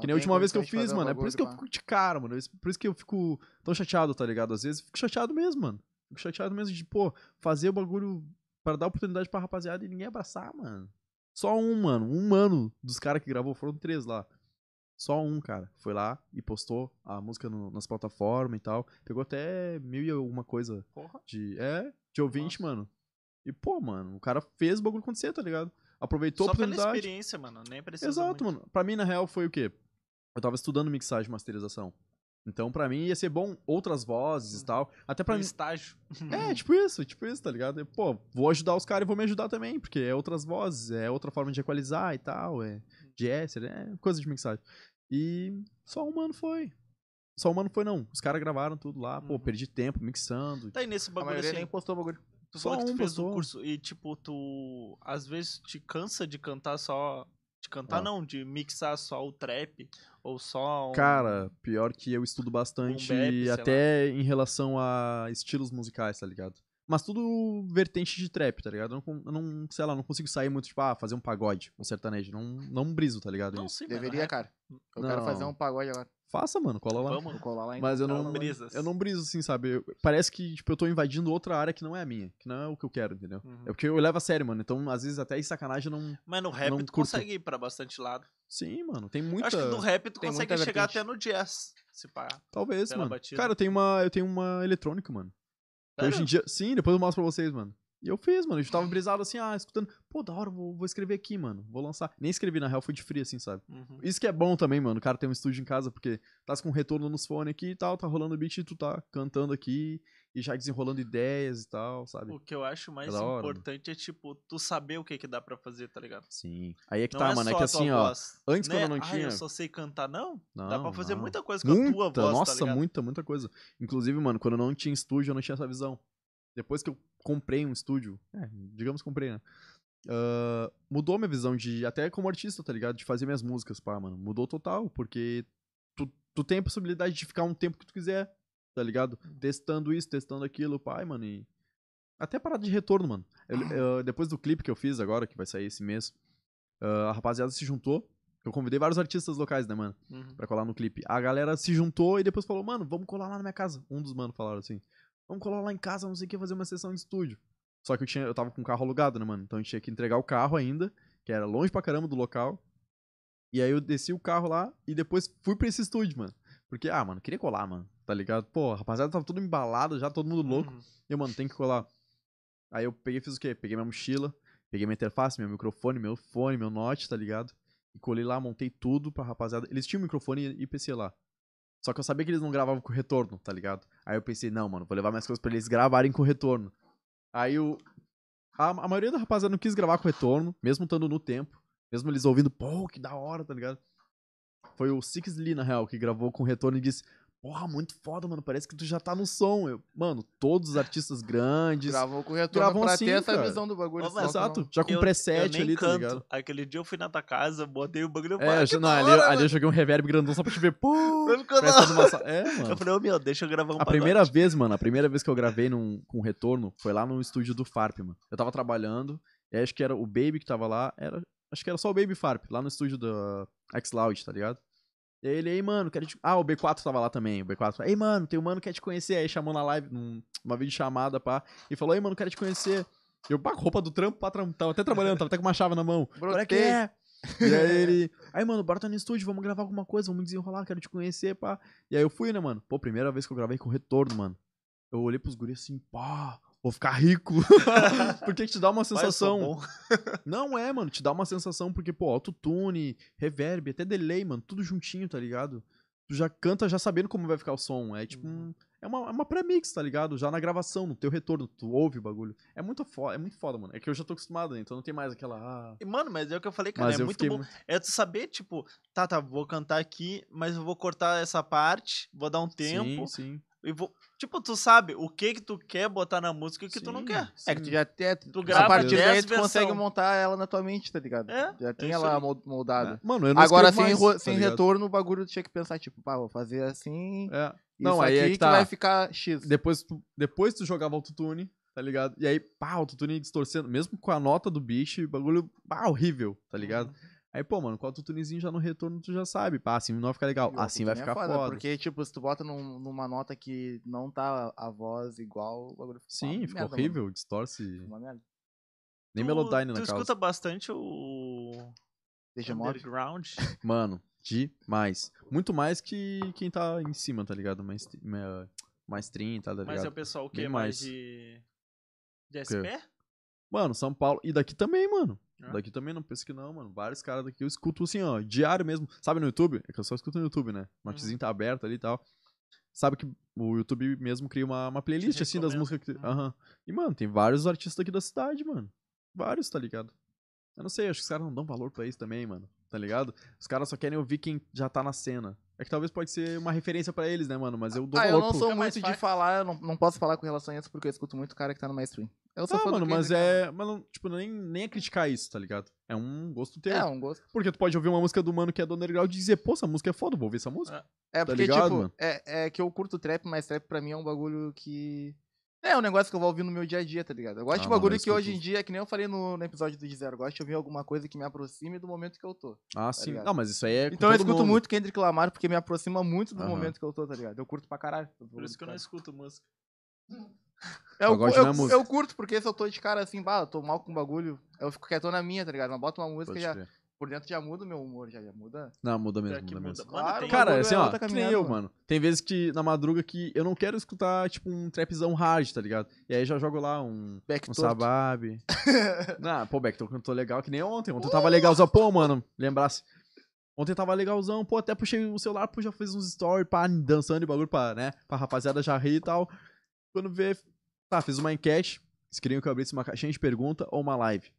[SPEAKER 3] que nem a última vez que eu fiz,
[SPEAKER 2] um
[SPEAKER 3] mano. É por isso que eu fico de cara, mano. é Por isso que eu fico tão chateado, tá ligado? Às vezes eu fico chateado mesmo, mano. Fico chateado mesmo de, pô, fazer o bagulho pra dar oportunidade pra rapaziada e ninguém abraçar, mano. Só um, mano. Um mano dos caras que gravou, foram três lá. Só um, cara. Foi lá e postou a música no- nas plataformas e tal. Pegou até mil e alguma coisa
[SPEAKER 1] Porra.
[SPEAKER 3] de. É, de ouvinte, mano. E, pô, mano, o cara fez o bagulho acontecer, tá ligado? Aproveitou a
[SPEAKER 1] Só pela
[SPEAKER 3] oportunidade.
[SPEAKER 1] experiência, mano. Nem é precisa.
[SPEAKER 3] Exato,
[SPEAKER 1] muito.
[SPEAKER 2] É
[SPEAKER 3] mano. Pra mim, na real, foi o quê? Eu tava estudando mixagem e masterização. Então, pra mim, ia ser bom outras vozes e tal. Até pra
[SPEAKER 1] Um
[SPEAKER 3] mim.
[SPEAKER 1] estágio.
[SPEAKER 3] É, tipo isso, tipo isso, tá ligado? E, pô, vou ajudar os caras e vou me ajudar também, porque é outras vozes, é outra forma de equalizar e tal, é jazz, é coisa de mixagem. E só um mano foi. Só um mano foi, não. Os caras gravaram tudo lá, pô,
[SPEAKER 1] Uhum.
[SPEAKER 3] perdi tempo mixando.
[SPEAKER 1] Tá aí nesse
[SPEAKER 2] A
[SPEAKER 1] bagulho
[SPEAKER 2] maioria
[SPEAKER 1] assim.
[SPEAKER 2] nem postou o bagulho.
[SPEAKER 1] Tu
[SPEAKER 3] Só
[SPEAKER 1] falou que tu
[SPEAKER 3] um
[SPEAKER 1] fez
[SPEAKER 3] postou.
[SPEAKER 1] um curso e, tipo, tu às vezes te cansa de cantar só. De cantar,
[SPEAKER 3] Ah.
[SPEAKER 1] não, de mixar só o trap ou só. Um...
[SPEAKER 3] Cara, pior que eu estudo bastante
[SPEAKER 1] bap, sei lá.
[SPEAKER 3] até em relação a estilos musicais, tá ligado? Mas tudo vertente de trap, tá ligado? Eu não, con- eu não sei lá, não consigo sair muito, tipo, ah, fazer um pagode, um sertanejo. Não, não briso, tá ligado?
[SPEAKER 1] não
[SPEAKER 3] Isso.
[SPEAKER 1] sei,
[SPEAKER 2] Deveria, cara. Eu quero
[SPEAKER 3] Não.
[SPEAKER 2] fazer um pagode agora.
[SPEAKER 3] Faça, mano, cola lá.
[SPEAKER 1] Vamos. então,
[SPEAKER 2] Vou colar lá em
[SPEAKER 3] Mas eu
[SPEAKER 1] Não
[SPEAKER 3] não,
[SPEAKER 1] brisas.
[SPEAKER 3] eu não briso, assim, sabe? Eu- parece que, tipo, eu tô invadindo outra área que não é a minha, que não é o que eu quero, entendeu?
[SPEAKER 1] Uhum.
[SPEAKER 3] É porque eu levo a sério, mano. Então, às vezes, até em sacanagem eu não.
[SPEAKER 1] Mas no rap
[SPEAKER 3] não
[SPEAKER 1] tu
[SPEAKER 3] curto.
[SPEAKER 1] consegue ir pra bastante lado.
[SPEAKER 3] Sim, mano, tem
[SPEAKER 1] Eu
[SPEAKER 3] muita.
[SPEAKER 1] Acho que no rap tu
[SPEAKER 2] Tem
[SPEAKER 1] consegue
[SPEAKER 2] muita
[SPEAKER 1] chegar
[SPEAKER 2] vertente.
[SPEAKER 1] até no jazz. Se pá.
[SPEAKER 3] Talvez,
[SPEAKER 1] Bela
[SPEAKER 3] mano.
[SPEAKER 1] batida.
[SPEAKER 3] Cara, eu tenho uma, eu tenho uma eletrônica, mano. Que hoje em dia. Sim, depois eu mostro pra vocês, mano. E eu fiz, mano. Eu tava brisado assim, ah, escutando. Pô, da hora, vou, vou escrever aqui, mano. Vou lançar. Nem escrevi, na real, fui de frio, assim, sabe?
[SPEAKER 1] Uhum.
[SPEAKER 3] Isso que é bom também, mano. O cara tem um estúdio em casa, porque tá com retorno nos fones aqui e tal, tá rolando o beat e tu tá cantando aqui e já desenrolando ideias e tal, sabe?
[SPEAKER 1] O que eu acho mais
[SPEAKER 3] É da hora, mano.
[SPEAKER 1] importante é, tipo, tu saber o que que dá pra fazer, tá ligado?
[SPEAKER 3] Sim. Aí é que
[SPEAKER 1] Não
[SPEAKER 3] tá,
[SPEAKER 1] é
[SPEAKER 3] mano.
[SPEAKER 1] só
[SPEAKER 3] É que
[SPEAKER 1] a tua
[SPEAKER 3] assim, ó.
[SPEAKER 1] voz,
[SPEAKER 3] antes
[SPEAKER 1] né?
[SPEAKER 3] quando eu não
[SPEAKER 1] Ah, eu
[SPEAKER 3] tinha-
[SPEAKER 1] só sei cantar, não.
[SPEAKER 3] Não,
[SPEAKER 1] dá pra fazer
[SPEAKER 3] não.
[SPEAKER 1] muita coisa com a
[SPEAKER 3] Muita,
[SPEAKER 1] tua voz, tá
[SPEAKER 3] nossa,
[SPEAKER 1] ligado?
[SPEAKER 3] muita, muita coisa. Inclusive, mano, quando eu não tinha estúdio, eu não tinha essa visão. Depois que eu comprei um estúdio, é, digamos que comprei, né? Ah, mudou minha visão de, até como artista, tá ligado? De fazer minhas músicas, pá, mano. Mudou total, porque tu, tu tem a possibilidade de ficar um tempo que tu quiser, tá ligado?
[SPEAKER 1] Hum.
[SPEAKER 3] Testando isso, testando aquilo, pai, mano, e... Até parada de retorno, mano. Eu- eu- depois do clipe que eu fiz agora, que vai sair esse mês, ah, a rapaziada se juntou. Eu convidei vários artistas locais, né, mano?
[SPEAKER 1] Uhum.
[SPEAKER 3] Pra colar no clipe. A galera se juntou e depois falou, mano, vamos colar lá na minha casa. Um dos manos falaram assim, vamos colar lá em casa, não sei o que, fazer uma sessão de estúdio. Só que eu, tinha, eu tava com o carro alugado, né, mano? Então eu tinha que entregar o carro ainda, que era longe pra caramba do local. E aí eu desci o carro lá e depois fui pra esse estúdio, mano. Porque, ah, mano, queria colar, mano. Tá ligado? Pô, a rapaziada tava tudo embalado já, todo mundo louco.
[SPEAKER 1] Uhum.
[SPEAKER 3] E eu, mano, tem que colar. Aí eu peguei, fiz o quê? Peguei minha mochila, peguei minha interface, meu microfone, meu fone, meu note, tá ligado? E colei lá, montei tudo pra rapaziada. Eles tinham um microfone e PC lá. Só que eu sabia que eles não gravavam com retorno, tá ligado? Aí eu pensei, não, mano, vou levar minhas coisas pra eles gravarem com retorno. Aí o. A, a maioria da rapaziada não quis gravar com retorno, mesmo estando no tempo. Mesmo eles ouvindo, pô, que da hora, tá ligado? Foi o Six Lee, na real, que gravou com retorno e disse: Porra, muito foda, mano. Parece que tu já tá no som. Eu, mano, todos os artistas grandes.
[SPEAKER 2] Gravou com o retorno
[SPEAKER 3] Gravam
[SPEAKER 2] pra
[SPEAKER 3] sim,
[SPEAKER 2] ter essa
[SPEAKER 3] cara.
[SPEAKER 2] visão do bagulho.
[SPEAKER 1] Ó,
[SPEAKER 2] só
[SPEAKER 1] mas
[SPEAKER 2] que não-
[SPEAKER 3] Exato. Já com
[SPEAKER 1] Eu-
[SPEAKER 3] preset
[SPEAKER 1] eu nem
[SPEAKER 3] ali, tá
[SPEAKER 1] canto.
[SPEAKER 3] ligado?
[SPEAKER 1] Aquele dia eu fui na tua casa, botei o bagulho
[SPEAKER 3] É, eu
[SPEAKER 1] e
[SPEAKER 3] já- não,
[SPEAKER 1] falei, "Ah,
[SPEAKER 3] ali, eu- ali eu joguei um reverb grandão só pra te ver. Pô!
[SPEAKER 1] eu,
[SPEAKER 3] parece que tá numa sa- É, mano.
[SPEAKER 1] eu falei, ô meu, deixa eu gravar um
[SPEAKER 3] A primeira vez, mano, a primeira vez que eu gravei num, com retorno foi lá no estúdio do Farp, mano. Eu tava trabalhando, e acho que era o Baby que tava lá, era, acho que era só o Baby Farp, lá no estúdio da Xloud, tá ligado? E aí ele, ei, mano, quero te... Ah, o B4 tava lá também, o B4. Ei, mano, tem um mano que quer te conhecer. Aí chamou na live, num, uma videochamada, pá, e falou, ei, mano, quero te conhecer. Eu, pá, com roupa do trampo, pá, tram- tava até trabalhando, tava até com uma chave na mão. Qual é que
[SPEAKER 2] Brotei.
[SPEAKER 3] é? E aí ele, aí, mano, bora tá no estúdio, vamos gravar alguma coisa, vamos desenrolar, quero te conhecer, pá. E aí eu fui, né, mano? Pô, primeira vez que eu gravei com retorno, mano. Eu olhei pros guris assim, pá, vou ficar rico. porque te dá uma sensação. Não é, mano, te dá uma sensação porque, pô, autotune, reverb, até delay, mano, tudo juntinho, tá ligado? Tu já canta já sabendo como vai ficar o som. É tipo um. É uma, é uma pré-mix, tá ligado? Já na gravação, no teu retorno, tu ouve o bagulho. É muito foda, é muito foda, mano. É que eu já tô acostumado, né? Então não tem mais aquela. Ah,
[SPEAKER 1] E, Mano, mas é o que eu falei, cara,
[SPEAKER 3] mas
[SPEAKER 1] é
[SPEAKER 3] eu
[SPEAKER 1] muito
[SPEAKER 3] fiquei
[SPEAKER 1] bom.
[SPEAKER 3] muito-
[SPEAKER 1] É tu saber, tipo, tá, tá, vou cantar aqui, mas eu vou cortar essa parte, vou dar um tempo.
[SPEAKER 3] Sim, sim.
[SPEAKER 1] E vou... Tipo, tu sabe o que que tu quer botar na música e o que tu não
[SPEAKER 3] Sim,
[SPEAKER 1] quer.
[SPEAKER 2] É que tu já até. Tu
[SPEAKER 1] grava
[SPEAKER 2] a partir daí
[SPEAKER 1] 10
[SPEAKER 2] tu consegue
[SPEAKER 1] versão.
[SPEAKER 2] montar ela na tua mente, tá ligado?
[SPEAKER 1] É,
[SPEAKER 2] já tem
[SPEAKER 1] é isso
[SPEAKER 2] ela
[SPEAKER 1] aí.
[SPEAKER 2] mol- moldada.
[SPEAKER 3] Mano, É. eu não
[SPEAKER 2] Agora,
[SPEAKER 3] escrevo
[SPEAKER 2] sem,
[SPEAKER 3] mais,
[SPEAKER 2] ro-
[SPEAKER 3] tá
[SPEAKER 2] sem
[SPEAKER 3] ligado?
[SPEAKER 2] retorno, o bagulho tu tinha que pensar, tipo, pá, vou fazer assim
[SPEAKER 3] É, Não,
[SPEAKER 2] Isso
[SPEAKER 3] aí é
[SPEAKER 2] aqui
[SPEAKER 3] que tá.
[SPEAKER 2] vai ficar X.
[SPEAKER 3] Depois tu, depois tu jogava autotune, tá ligado? E aí, pá, autotune distorcendo. Mesmo com a nota do bicho, bagulho, pá, horrível, tá ligado? Aí, pô, mano, com o autotunezinho já no retorno tu já sabe. Pá, assim não vai ficar legal.
[SPEAKER 2] E o
[SPEAKER 3] Assim vai
[SPEAKER 2] autotune é
[SPEAKER 3] ficar foda.
[SPEAKER 2] Porque, tipo, se tu bota num- numa nota que não tá a voz igual, o bagulho fica uma
[SPEAKER 3] Sim, fica
[SPEAKER 2] merda, mano.
[SPEAKER 3] horrível, distorce.
[SPEAKER 2] Uma merda.
[SPEAKER 3] Nem
[SPEAKER 1] Tu-
[SPEAKER 3] Melodyne
[SPEAKER 1] Tu
[SPEAKER 3] na causa.
[SPEAKER 1] escuta bastante o.
[SPEAKER 2] Deixa mob.
[SPEAKER 1] Underground.
[SPEAKER 3] Tá Mano, demais. Muito mais que quem tá em cima, tá ligado? Mais, mais, mais stream, tá ligado?
[SPEAKER 1] Mas é o pessoal que
[SPEAKER 3] Bem
[SPEAKER 1] é mais
[SPEAKER 3] mais.
[SPEAKER 1] de. De SP?
[SPEAKER 3] Mano, São Paulo. E daqui também, mano.
[SPEAKER 1] É?
[SPEAKER 3] Daqui também, não pensa que não, mano. Vários caras daqui eu escuto assim, ó, diário mesmo. Sabe no YouTube? É que eu só escuto no YouTube, né?
[SPEAKER 2] Uhum.
[SPEAKER 3] O Notzinho tá aberto ali e tal. Sabe que o YouTube mesmo cria uma, uma playlist, assim, das
[SPEAKER 1] recomenda.
[SPEAKER 3] músicas que.
[SPEAKER 1] Uhum.
[SPEAKER 3] Aham. E, mano, tem vários artistas aqui da cidade, mano. Vários, tá ligado? Eu não sei, acho que os caras não dão valor pra isso também, mano. Tá ligado? Os caras só querem ouvir quem já tá na cena. É que talvez pode ser uma referência pra eles, né, mano? Mas eu dou
[SPEAKER 2] Ah, eu
[SPEAKER 3] valor
[SPEAKER 2] não
[SPEAKER 3] pro-
[SPEAKER 2] sou
[SPEAKER 1] É mais
[SPEAKER 2] muito de
[SPEAKER 1] fácil.
[SPEAKER 2] falar, eu não, não posso falar com relação a isso porque eu escuto muito cara que tá no mainstream. Eu sou
[SPEAKER 3] Ah,
[SPEAKER 2] fã do
[SPEAKER 3] mano, mas
[SPEAKER 2] Kendrick,
[SPEAKER 3] é. Mas não, tipo, nem, nem é criticar isso, tá ligado? É um gosto teu.
[SPEAKER 2] né? É, um gosto.
[SPEAKER 3] Porque tu pode ouvir uma música do mano que é do underground e dizer, pô, essa música é foda, vou ouvir essa música.
[SPEAKER 2] É, porque,
[SPEAKER 3] tá ligado,
[SPEAKER 2] tipo,
[SPEAKER 3] mano?
[SPEAKER 2] é, é que eu curto trap, mas trap pra mim é um bagulho que. É um negócio que eu vou ouvir no meu dia a dia, tá ligado? Eu gosto
[SPEAKER 3] Ah,
[SPEAKER 2] de
[SPEAKER 3] mano,
[SPEAKER 2] bagulho
[SPEAKER 3] eu
[SPEAKER 2] que hoje
[SPEAKER 3] escuto-
[SPEAKER 2] em dia, que nem eu falei no, no episódio do Gisero, eu gosto de ouvir alguma coisa que me aproxime do momento que eu tô.
[SPEAKER 3] Ah, sim.
[SPEAKER 2] tá ligado?
[SPEAKER 3] não, mas isso aí é. com
[SPEAKER 2] Então eu
[SPEAKER 3] todo
[SPEAKER 2] escuto
[SPEAKER 3] mundo.
[SPEAKER 2] muito Kendrick Lamar porque me aproxima muito do
[SPEAKER 3] Aham.
[SPEAKER 2] momento que eu tô, tá ligado? Eu curto pra caralho.
[SPEAKER 1] Por isso que eu não escuto música.
[SPEAKER 2] Eu,
[SPEAKER 3] Pagode
[SPEAKER 2] eu,
[SPEAKER 3] não é música.
[SPEAKER 2] eu curto, porque se eu tô de cara assim, bah, eu tô mal com o bagulho, eu fico quietão na minha, tá ligado? Mas bota uma música
[SPEAKER 3] Pode
[SPEAKER 2] e já.
[SPEAKER 3] crer.
[SPEAKER 2] Por dentro já muda o meu humor, já, já muda.
[SPEAKER 3] Não, muda mesmo,
[SPEAKER 1] Pior que
[SPEAKER 3] muda
[SPEAKER 1] muda.
[SPEAKER 3] mesmo.
[SPEAKER 1] Mano, tem-
[SPEAKER 2] Claro, mano.
[SPEAKER 3] Cara,
[SPEAKER 2] bagulho
[SPEAKER 3] assim,
[SPEAKER 2] é
[SPEAKER 3] ó,
[SPEAKER 2] outra
[SPEAKER 3] que nem
[SPEAKER 2] caminhada,
[SPEAKER 3] eu,
[SPEAKER 2] mano.
[SPEAKER 3] mano. Tem vezes que na madruga que eu não quero escutar, tipo, um trapzão hard, tá ligado? E aí já jogo lá um.
[SPEAKER 2] Back
[SPEAKER 3] Um
[SPEAKER 2] torto.
[SPEAKER 3] sabab. não, pô, Beck, tu cantou legal que nem ontem. Ontem eu tava legalzão. Pô, mano, lembrasse. Ontem eu tava legalzão, pô, até puxei o celular, pô, já fiz uns stories, pá, dançando e bagulho, pra, né? Pra rapaziada já rir e tal. Quando vê, tá, fiz uma enquete. Eles queriam que eu abrisse uma caixinha de pergunta ou uma live.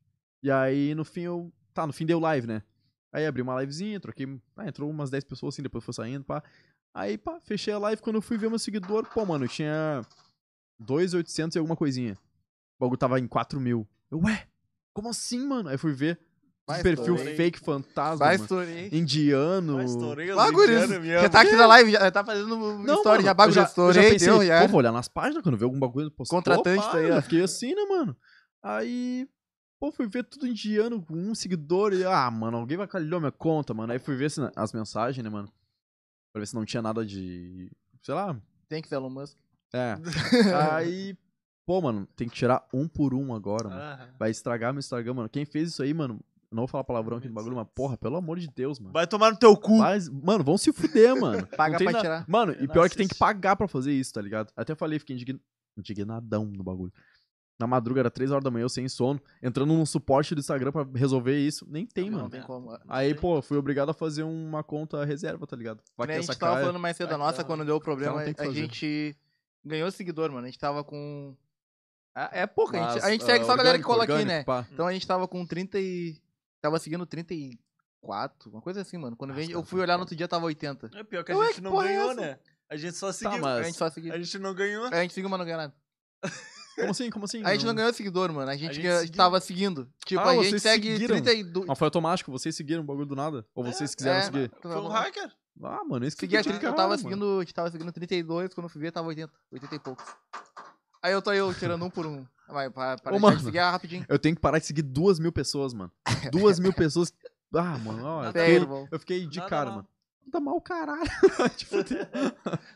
[SPEAKER 3] E aí, no fim, eu. Tá, no fim deu live, né? Aí abri uma livezinha, troquei. Ah, entrou umas 10 pessoas assim, depois foi saindo, pá. Aí, pá, fechei a live. Quando eu fui ver meu seguidor, pô, mano, eu tinha 2,800 e alguma coisinha. O bagulho tava em 4 mil. Eu, ué, como assim, mano? Aí fui ver.
[SPEAKER 2] Vai,
[SPEAKER 3] perfil
[SPEAKER 1] estourei.
[SPEAKER 3] fake fantasma.
[SPEAKER 2] Vai,
[SPEAKER 3] mano.
[SPEAKER 2] estourei.
[SPEAKER 3] indiano.
[SPEAKER 1] Mas estourei os
[SPEAKER 2] Ah, guris,
[SPEAKER 1] indianos, me
[SPEAKER 2] já
[SPEAKER 1] ama.
[SPEAKER 2] tá aqui na live, já tá fazendo
[SPEAKER 3] Não,
[SPEAKER 2] story,
[SPEAKER 3] mano,
[SPEAKER 2] já bagulho,
[SPEAKER 3] eu
[SPEAKER 2] já
[SPEAKER 3] eu
[SPEAKER 2] estourei,
[SPEAKER 3] pensei, assim,
[SPEAKER 2] deu, já
[SPEAKER 3] Pô,
[SPEAKER 2] era.
[SPEAKER 3] vou olhar nas páginas quando eu ver algum bagulho postou.
[SPEAKER 2] Contratante tá aí, ó.
[SPEAKER 3] Eu fiquei assim, né, mano? Aí, pô, fui ver tudo indiano com um seguidor e, ah, mano, alguém vai calhar minha conta, mano. Aí fui ver se na- as mensagens, né, mano? Pra ver se não tinha nada de, sei lá.
[SPEAKER 2] Tem que ser Elon Musk.
[SPEAKER 3] É. Aí, pô, mano, tem que tirar um por um agora, mano.
[SPEAKER 1] Aham.
[SPEAKER 3] Vai estragar meu Instagram, mano. Quem fez isso aí, mano, não vou falar palavrão aqui no
[SPEAKER 1] Meu
[SPEAKER 3] bagulho, mas porra, pelo amor de Deus, mano.
[SPEAKER 1] Vai tomar no teu cu.
[SPEAKER 3] Mas, mano, vão se fuder, mano.
[SPEAKER 2] Paga
[SPEAKER 3] Não tem
[SPEAKER 2] pra
[SPEAKER 3] na-
[SPEAKER 2] tirar.
[SPEAKER 3] Mano,
[SPEAKER 1] Eu
[SPEAKER 3] e
[SPEAKER 1] não
[SPEAKER 3] pior é que tem que
[SPEAKER 1] assisto.
[SPEAKER 3] pagar pra fazer isso, tá ligado? Até falei, fiquei indign- indignadão no bagulho. Na madruga era 3 horas da manhã, eu sem sono, entrando num suporte do Instagram pra resolver isso. Nem tem,
[SPEAKER 2] Não
[SPEAKER 3] mano.
[SPEAKER 2] tem como. Que
[SPEAKER 3] Aí, pô, fui obrigado a fazer uma conta reserva, tá ligado? Vai
[SPEAKER 2] nem a
[SPEAKER 3] que essa
[SPEAKER 2] gente tava
[SPEAKER 3] cara.
[SPEAKER 2] falando mais cedo, a
[SPEAKER 1] Vai que
[SPEAKER 2] nossa,
[SPEAKER 1] dá,
[SPEAKER 2] quando deu o problema,
[SPEAKER 3] Não tem o que
[SPEAKER 2] a
[SPEAKER 3] fazer.
[SPEAKER 2] gente ganhou seguidor, mano. A gente tava com... Ah, É pouco, a gente,
[SPEAKER 3] Mas,
[SPEAKER 2] a gente
[SPEAKER 3] ah,
[SPEAKER 2] segue só a galera que
[SPEAKER 3] orgânico,
[SPEAKER 2] cola aqui,
[SPEAKER 3] orgânico,
[SPEAKER 2] né?
[SPEAKER 3] pá.
[SPEAKER 2] Então a gente tava com 30 e... Tava seguindo 34, uma coisa assim, mano. Quando
[SPEAKER 3] Nossa, tá
[SPEAKER 2] vem, eu
[SPEAKER 3] cara,
[SPEAKER 2] fui olhar no outro dia, tava 80.
[SPEAKER 1] É pior que a
[SPEAKER 2] Ué,
[SPEAKER 1] gente
[SPEAKER 2] que
[SPEAKER 1] não
[SPEAKER 2] porra é
[SPEAKER 1] ganhou,
[SPEAKER 2] essa?
[SPEAKER 1] né? A gente só
[SPEAKER 3] Tá,
[SPEAKER 1] seguiu.
[SPEAKER 2] A
[SPEAKER 3] mas
[SPEAKER 2] gente só É, seguiu.
[SPEAKER 1] A gente não ganhou. né?
[SPEAKER 2] A gente seguiu, mas não ganhou nada.
[SPEAKER 3] como assim, como assim?
[SPEAKER 2] A gente não ganhou seguidor, mano. A gente,
[SPEAKER 1] gente
[SPEAKER 2] que-
[SPEAKER 1] seguiu.
[SPEAKER 2] tava seguindo. Tipo,
[SPEAKER 3] Ah,
[SPEAKER 2] a gente
[SPEAKER 3] vocês
[SPEAKER 2] segue
[SPEAKER 3] seguiram.
[SPEAKER 2] 32.
[SPEAKER 3] Mas foi automático, vocês seguiram o bagulho do nada? Ou vocês quiseram
[SPEAKER 2] é,
[SPEAKER 3] seguir?
[SPEAKER 1] Foi um hacker.
[SPEAKER 3] Ah, mano, isso que
[SPEAKER 2] Segui a
[SPEAKER 3] tem que
[SPEAKER 2] trinta- eu
[SPEAKER 3] tirar,
[SPEAKER 2] tava
[SPEAKER 3] mano.
[SPEAKER 2] seguindo, a gente tava seguindo 32, quando eu fui ver tava 80, 80 e poucos. Aí eu tô eu tirando um por um. Vai, para, para
[SPEAKER 3] Ô,
[SPEAKER 2] deixar de
[SPEAKER 3] mano.
[SPEAKER 2] seguir ah, rapidinho.
[SPEAKER 3] Eu tenho que parar de seguir duas mil pessoas, mano. Duas mil pessoas. Ah, mano, ó, eu
[SPEAKER 1] Nada
[SPEAKER 3] fiquei-
[SPEAKER 2] Sério, irmão.
[SPEAKER 3] eu fiquei de
[SPEAKER 1] Nada
[SPEAKER 3] cara,
[SPEAKER 1] mal.
[SPEAKER 3] mano. Tá mal, caralho. tipo,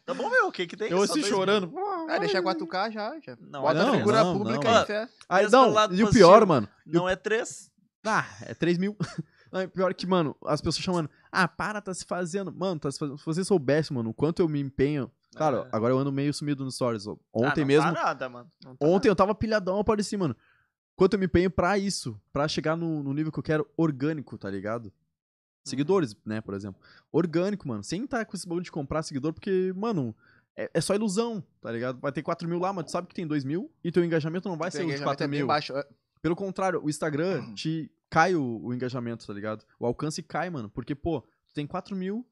[SPEAKER 1] Tá bom, meu, o que que tem?
[SPEAKER 3] eu
[SPEAKER 1] Só
[SPEAKER 3] assim
[SPEAKER 1] dois
[SPEAKER 3] chorando.
[SPEAKER 2] Vai deixar 4K já, já.
[SPEAKER 1] Não,
[SPEAKER 2] Bota
[SPEAKER 3] não,
[SPEAKER 2] a figura
[SPEAKER 3] não,
[SPEAKER 2] pública
[SPEAKER 1] não.
[SPEAKER 2] aí, fé.
[SPEAKER 3] Aí,
[SPEAKER 1] Pensa
[SPEAKER 3] não,
[SPEAKER 1] pelo lado
[SPEAKER 3] e o
[SPEAKER 1] positivo.
[SPEAKER 3] pior, mano.
[SPEAKER 1] mil. Não é três?
[SPEAKER 3] Ah, é 3 mil. Não, e pior é que, mano, as pessoas chamando. Ah, para, tá se fazendo. Mano, tá se fazendo. Se você soubesse, mano, o quanto eu me empenho. Claro,
[SPEAKER 1] É.
[SPEAKER 3] agora eu ando meio sumido nos stories. ó.
[SPEAKER 1] Ah,
[SPEAKER 3] Ontem
[SPEAKER 1] não
[SPEAKER 3] mesmo.
[SPEAKER 1] Tá nada, mano. Não tá
[SPEAKER 3] Ontem eu tava pilhadão, eu apareci, mano. Quanto eu me empenho pra isso, pra chegar no, no nível que eu quero orgânico, tá ligado? Seguidores, né, por exemplo. Orgânico, mano. Sem tá com esse bagulho de comprar seguidor, porque, mano, é, é só ilusão, tá ligado? Vai ter 4 mil lá, mas tu sabe que tem 2 mil e teu engajamento não vai ser
[SPEAKER 2] Peguei,
[SPEAKER 3] o
[SPEAKER 2] já
[SPEAKER 3] de
[SPEAKER 2] vai
[SPEAKER 3] 4
[SPEAKER 2] até bem
[SPEAKER 3] mil.
[SPEAKER 2] baixo. É,
[SPEAKER 3] Pelo contrário, o
[SPEAKER 2] Uhum.
[SPEAKER 3] Instagram te cai o, o engajamento, tá ligado? O alcance cai, mano. Porque, pô, tu tem 4 mil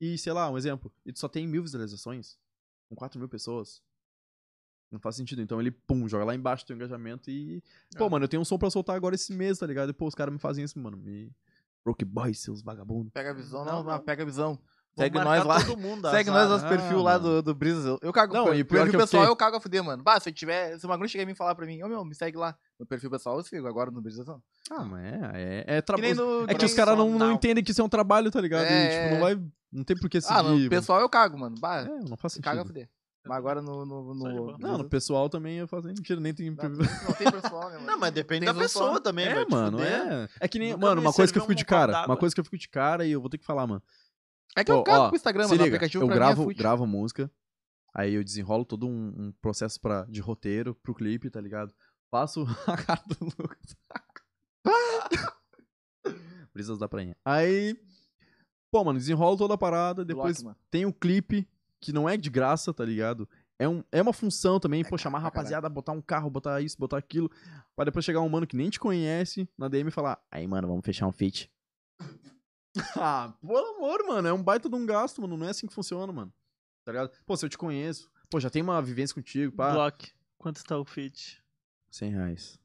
[SPEAKER 3] e, sei lá, um exemplo, e tu só tem mil visualizações com 4 mil pessoas. Não faz sentido. Então ele, pum, joga lá embaixo o teu engajamento e. Pô,
[SPEAKER 1] É.
[SPEAKER 3] mano, eu tenho um som pra soltar agora esse mês, tá ligado? E, pô, os caras me fazem isso, mano. Me. Rock boy, seus vagabundos.
[SPEAKER 2] Pega a visão,
[SPEAKER 1] Não,
[SPEAKER 2] não, não,
[SPEAKER 1] não.
[SPEAKER 2] pega a visão.
[SPEAKER 1] Vou
[SPEAKER 2] Segue
[SPEAKER 1] marcar
[SPEAKER 2] nós lá.
[SPEAKER 1] todo mundo,
[SPEAKER 2] Segue
[SPEAKER 1] azar.
[SPEAKER 2] nós nos
[SPEAKER 3] Ah,
[SPEAKER 2] perfil lá
[SPEAKER 3] mano.
[SPEAKER 2] do, do Brisa. Eu- Eu cago
[SPEAKER 3] Não,
[SPEAKER 2] pro
[SPEAKER 3] e
[SPEAKER 2] perfil
[SPEAKER 3] pior que eu assim.
[SPEAKER 2] pessoal,
[SPEAKER 3] fiquei-
[SPEAKER 2] eu cago a fuder, mano. Bah, se eu tiver. Se o Magrinho chegar em mim e falar pra mim, ô meu, me segue lá. No perfil pessoal, eu sigo. Agora no Brisa não.
[SPEAKER 3] Ah, mas é, é, é
[SPEAKER 2] Que nem
[SPEAKER 3] trabalho.
[SPEAKER 2] no-
[SPEAKER 3] É que
[SPEAKER 2] nem-
[SPEAKER 3] os caras não, não
[SPEAKER 1] Profissional.
[SPEAKER 3] entendem que isso é um trabalho, tá ligado?
[SPEAKER 2] É,
[SPEAKER 3] e, tipo, não
[SPEAKER 2] é.
[SPEAKER 3] vai. Não tem por que seguir.
[SPEAKER 2] Ah, no
[SPEAKER 3] mano.
[SPEAKER 2] pessoal eu cago, mano. Bah,
[SPEAKER 3] É, não faz
[SPEAKER 2] se
[SPEAKER 3] sentido.
[SPEAKER 2] caga a fuder.
[SPEAKER 1] É
[SPEAKER 2] Mas agora no. no,
[SPEAKER 1] Só de
[SPEAKER 2] no
[SPEAKER 1] boa.
[SPEAKER 2] Brisa-
[SPEAKER 3] Não, no pessoal também eu faço mentira, nem tem.
[SPEAKER 2] Não, não tem pessoal, né, mano?
[SPEAKER 1] Não, mas depende
[SPEAKER 2] Tem
[SPEAKER 1] da
[SPEAKER 2] um só.
[SPEAKER 1] pessoa também,
[SPEAKER 3] É,
[SPEAKER 1] vai te
[SPEAKER 3] mano,
[SPEAKER 1] fuder.
[SPEAKER 3] é. É que nem.
[SPEAKER 1] Nunca
[SPEAKER 3] mano,
[SPEAKER 1] me
[SPEAKER 3] uma coisa que
[SPEAKER 1] serviu
[SPEAKER 3] eu fico de
[SPEAKER 1] um copo
[SPEAKER 3] cara. Uma
[SPEAKER 1] d'água.
[SPEAKER 3] coisa que eu fico de cara e eu vou ter que falar, mano.
[SPEAKER 2] É que
[SPEAKER 3] Pô,
[SPEAKER 2] eu
[SPEAKER 3] ó,
[SPEAKER 2] cago com o Instagram,
[SPEAKER 3] Se
[SPEAKER 2] mano. O
[SPEAKER 3] liga,
[SPEAKER 2] aplicativo
[SPEAKER 3] eu
[SPEAKER 2] pra
[SPEAKER 3] gravo,
[SPEAKER 2] mim é fútil.
[SPEAKER 3] gravo música, aí eu desenrolo todo um, um processo pra, de roteiro pro clipe, tá ligado? Faço a cara do Lucas. Brisas da prainha. Aí. Pô, mano, desenrolo toda a parada, depois
[SPEAKER 2] Lock, mano.
[SPEAKER 3] tem o clipe, que não é de graça, tá ligado? É, um, é uma função também, pô, chamar a
[SPEAKER 2] pra
[SPEAKER 3] rapaziada, botar um carro, botar isso, botar aquilo. Pra depois chegar um mano que nem te conhece na DM e falar, aí, mano, vamos fechar um feat. ah, pelo amor, mano, é um baita de um gasto, mano. Não é assim que funciona, mano. Tá ligado? Pô, se eu te conheço, pô, já tem uma vivência contigo, pá.
[SPEAKER 1] Block. Quanto tá o fit?
[SPEAKER 3] 100 reais.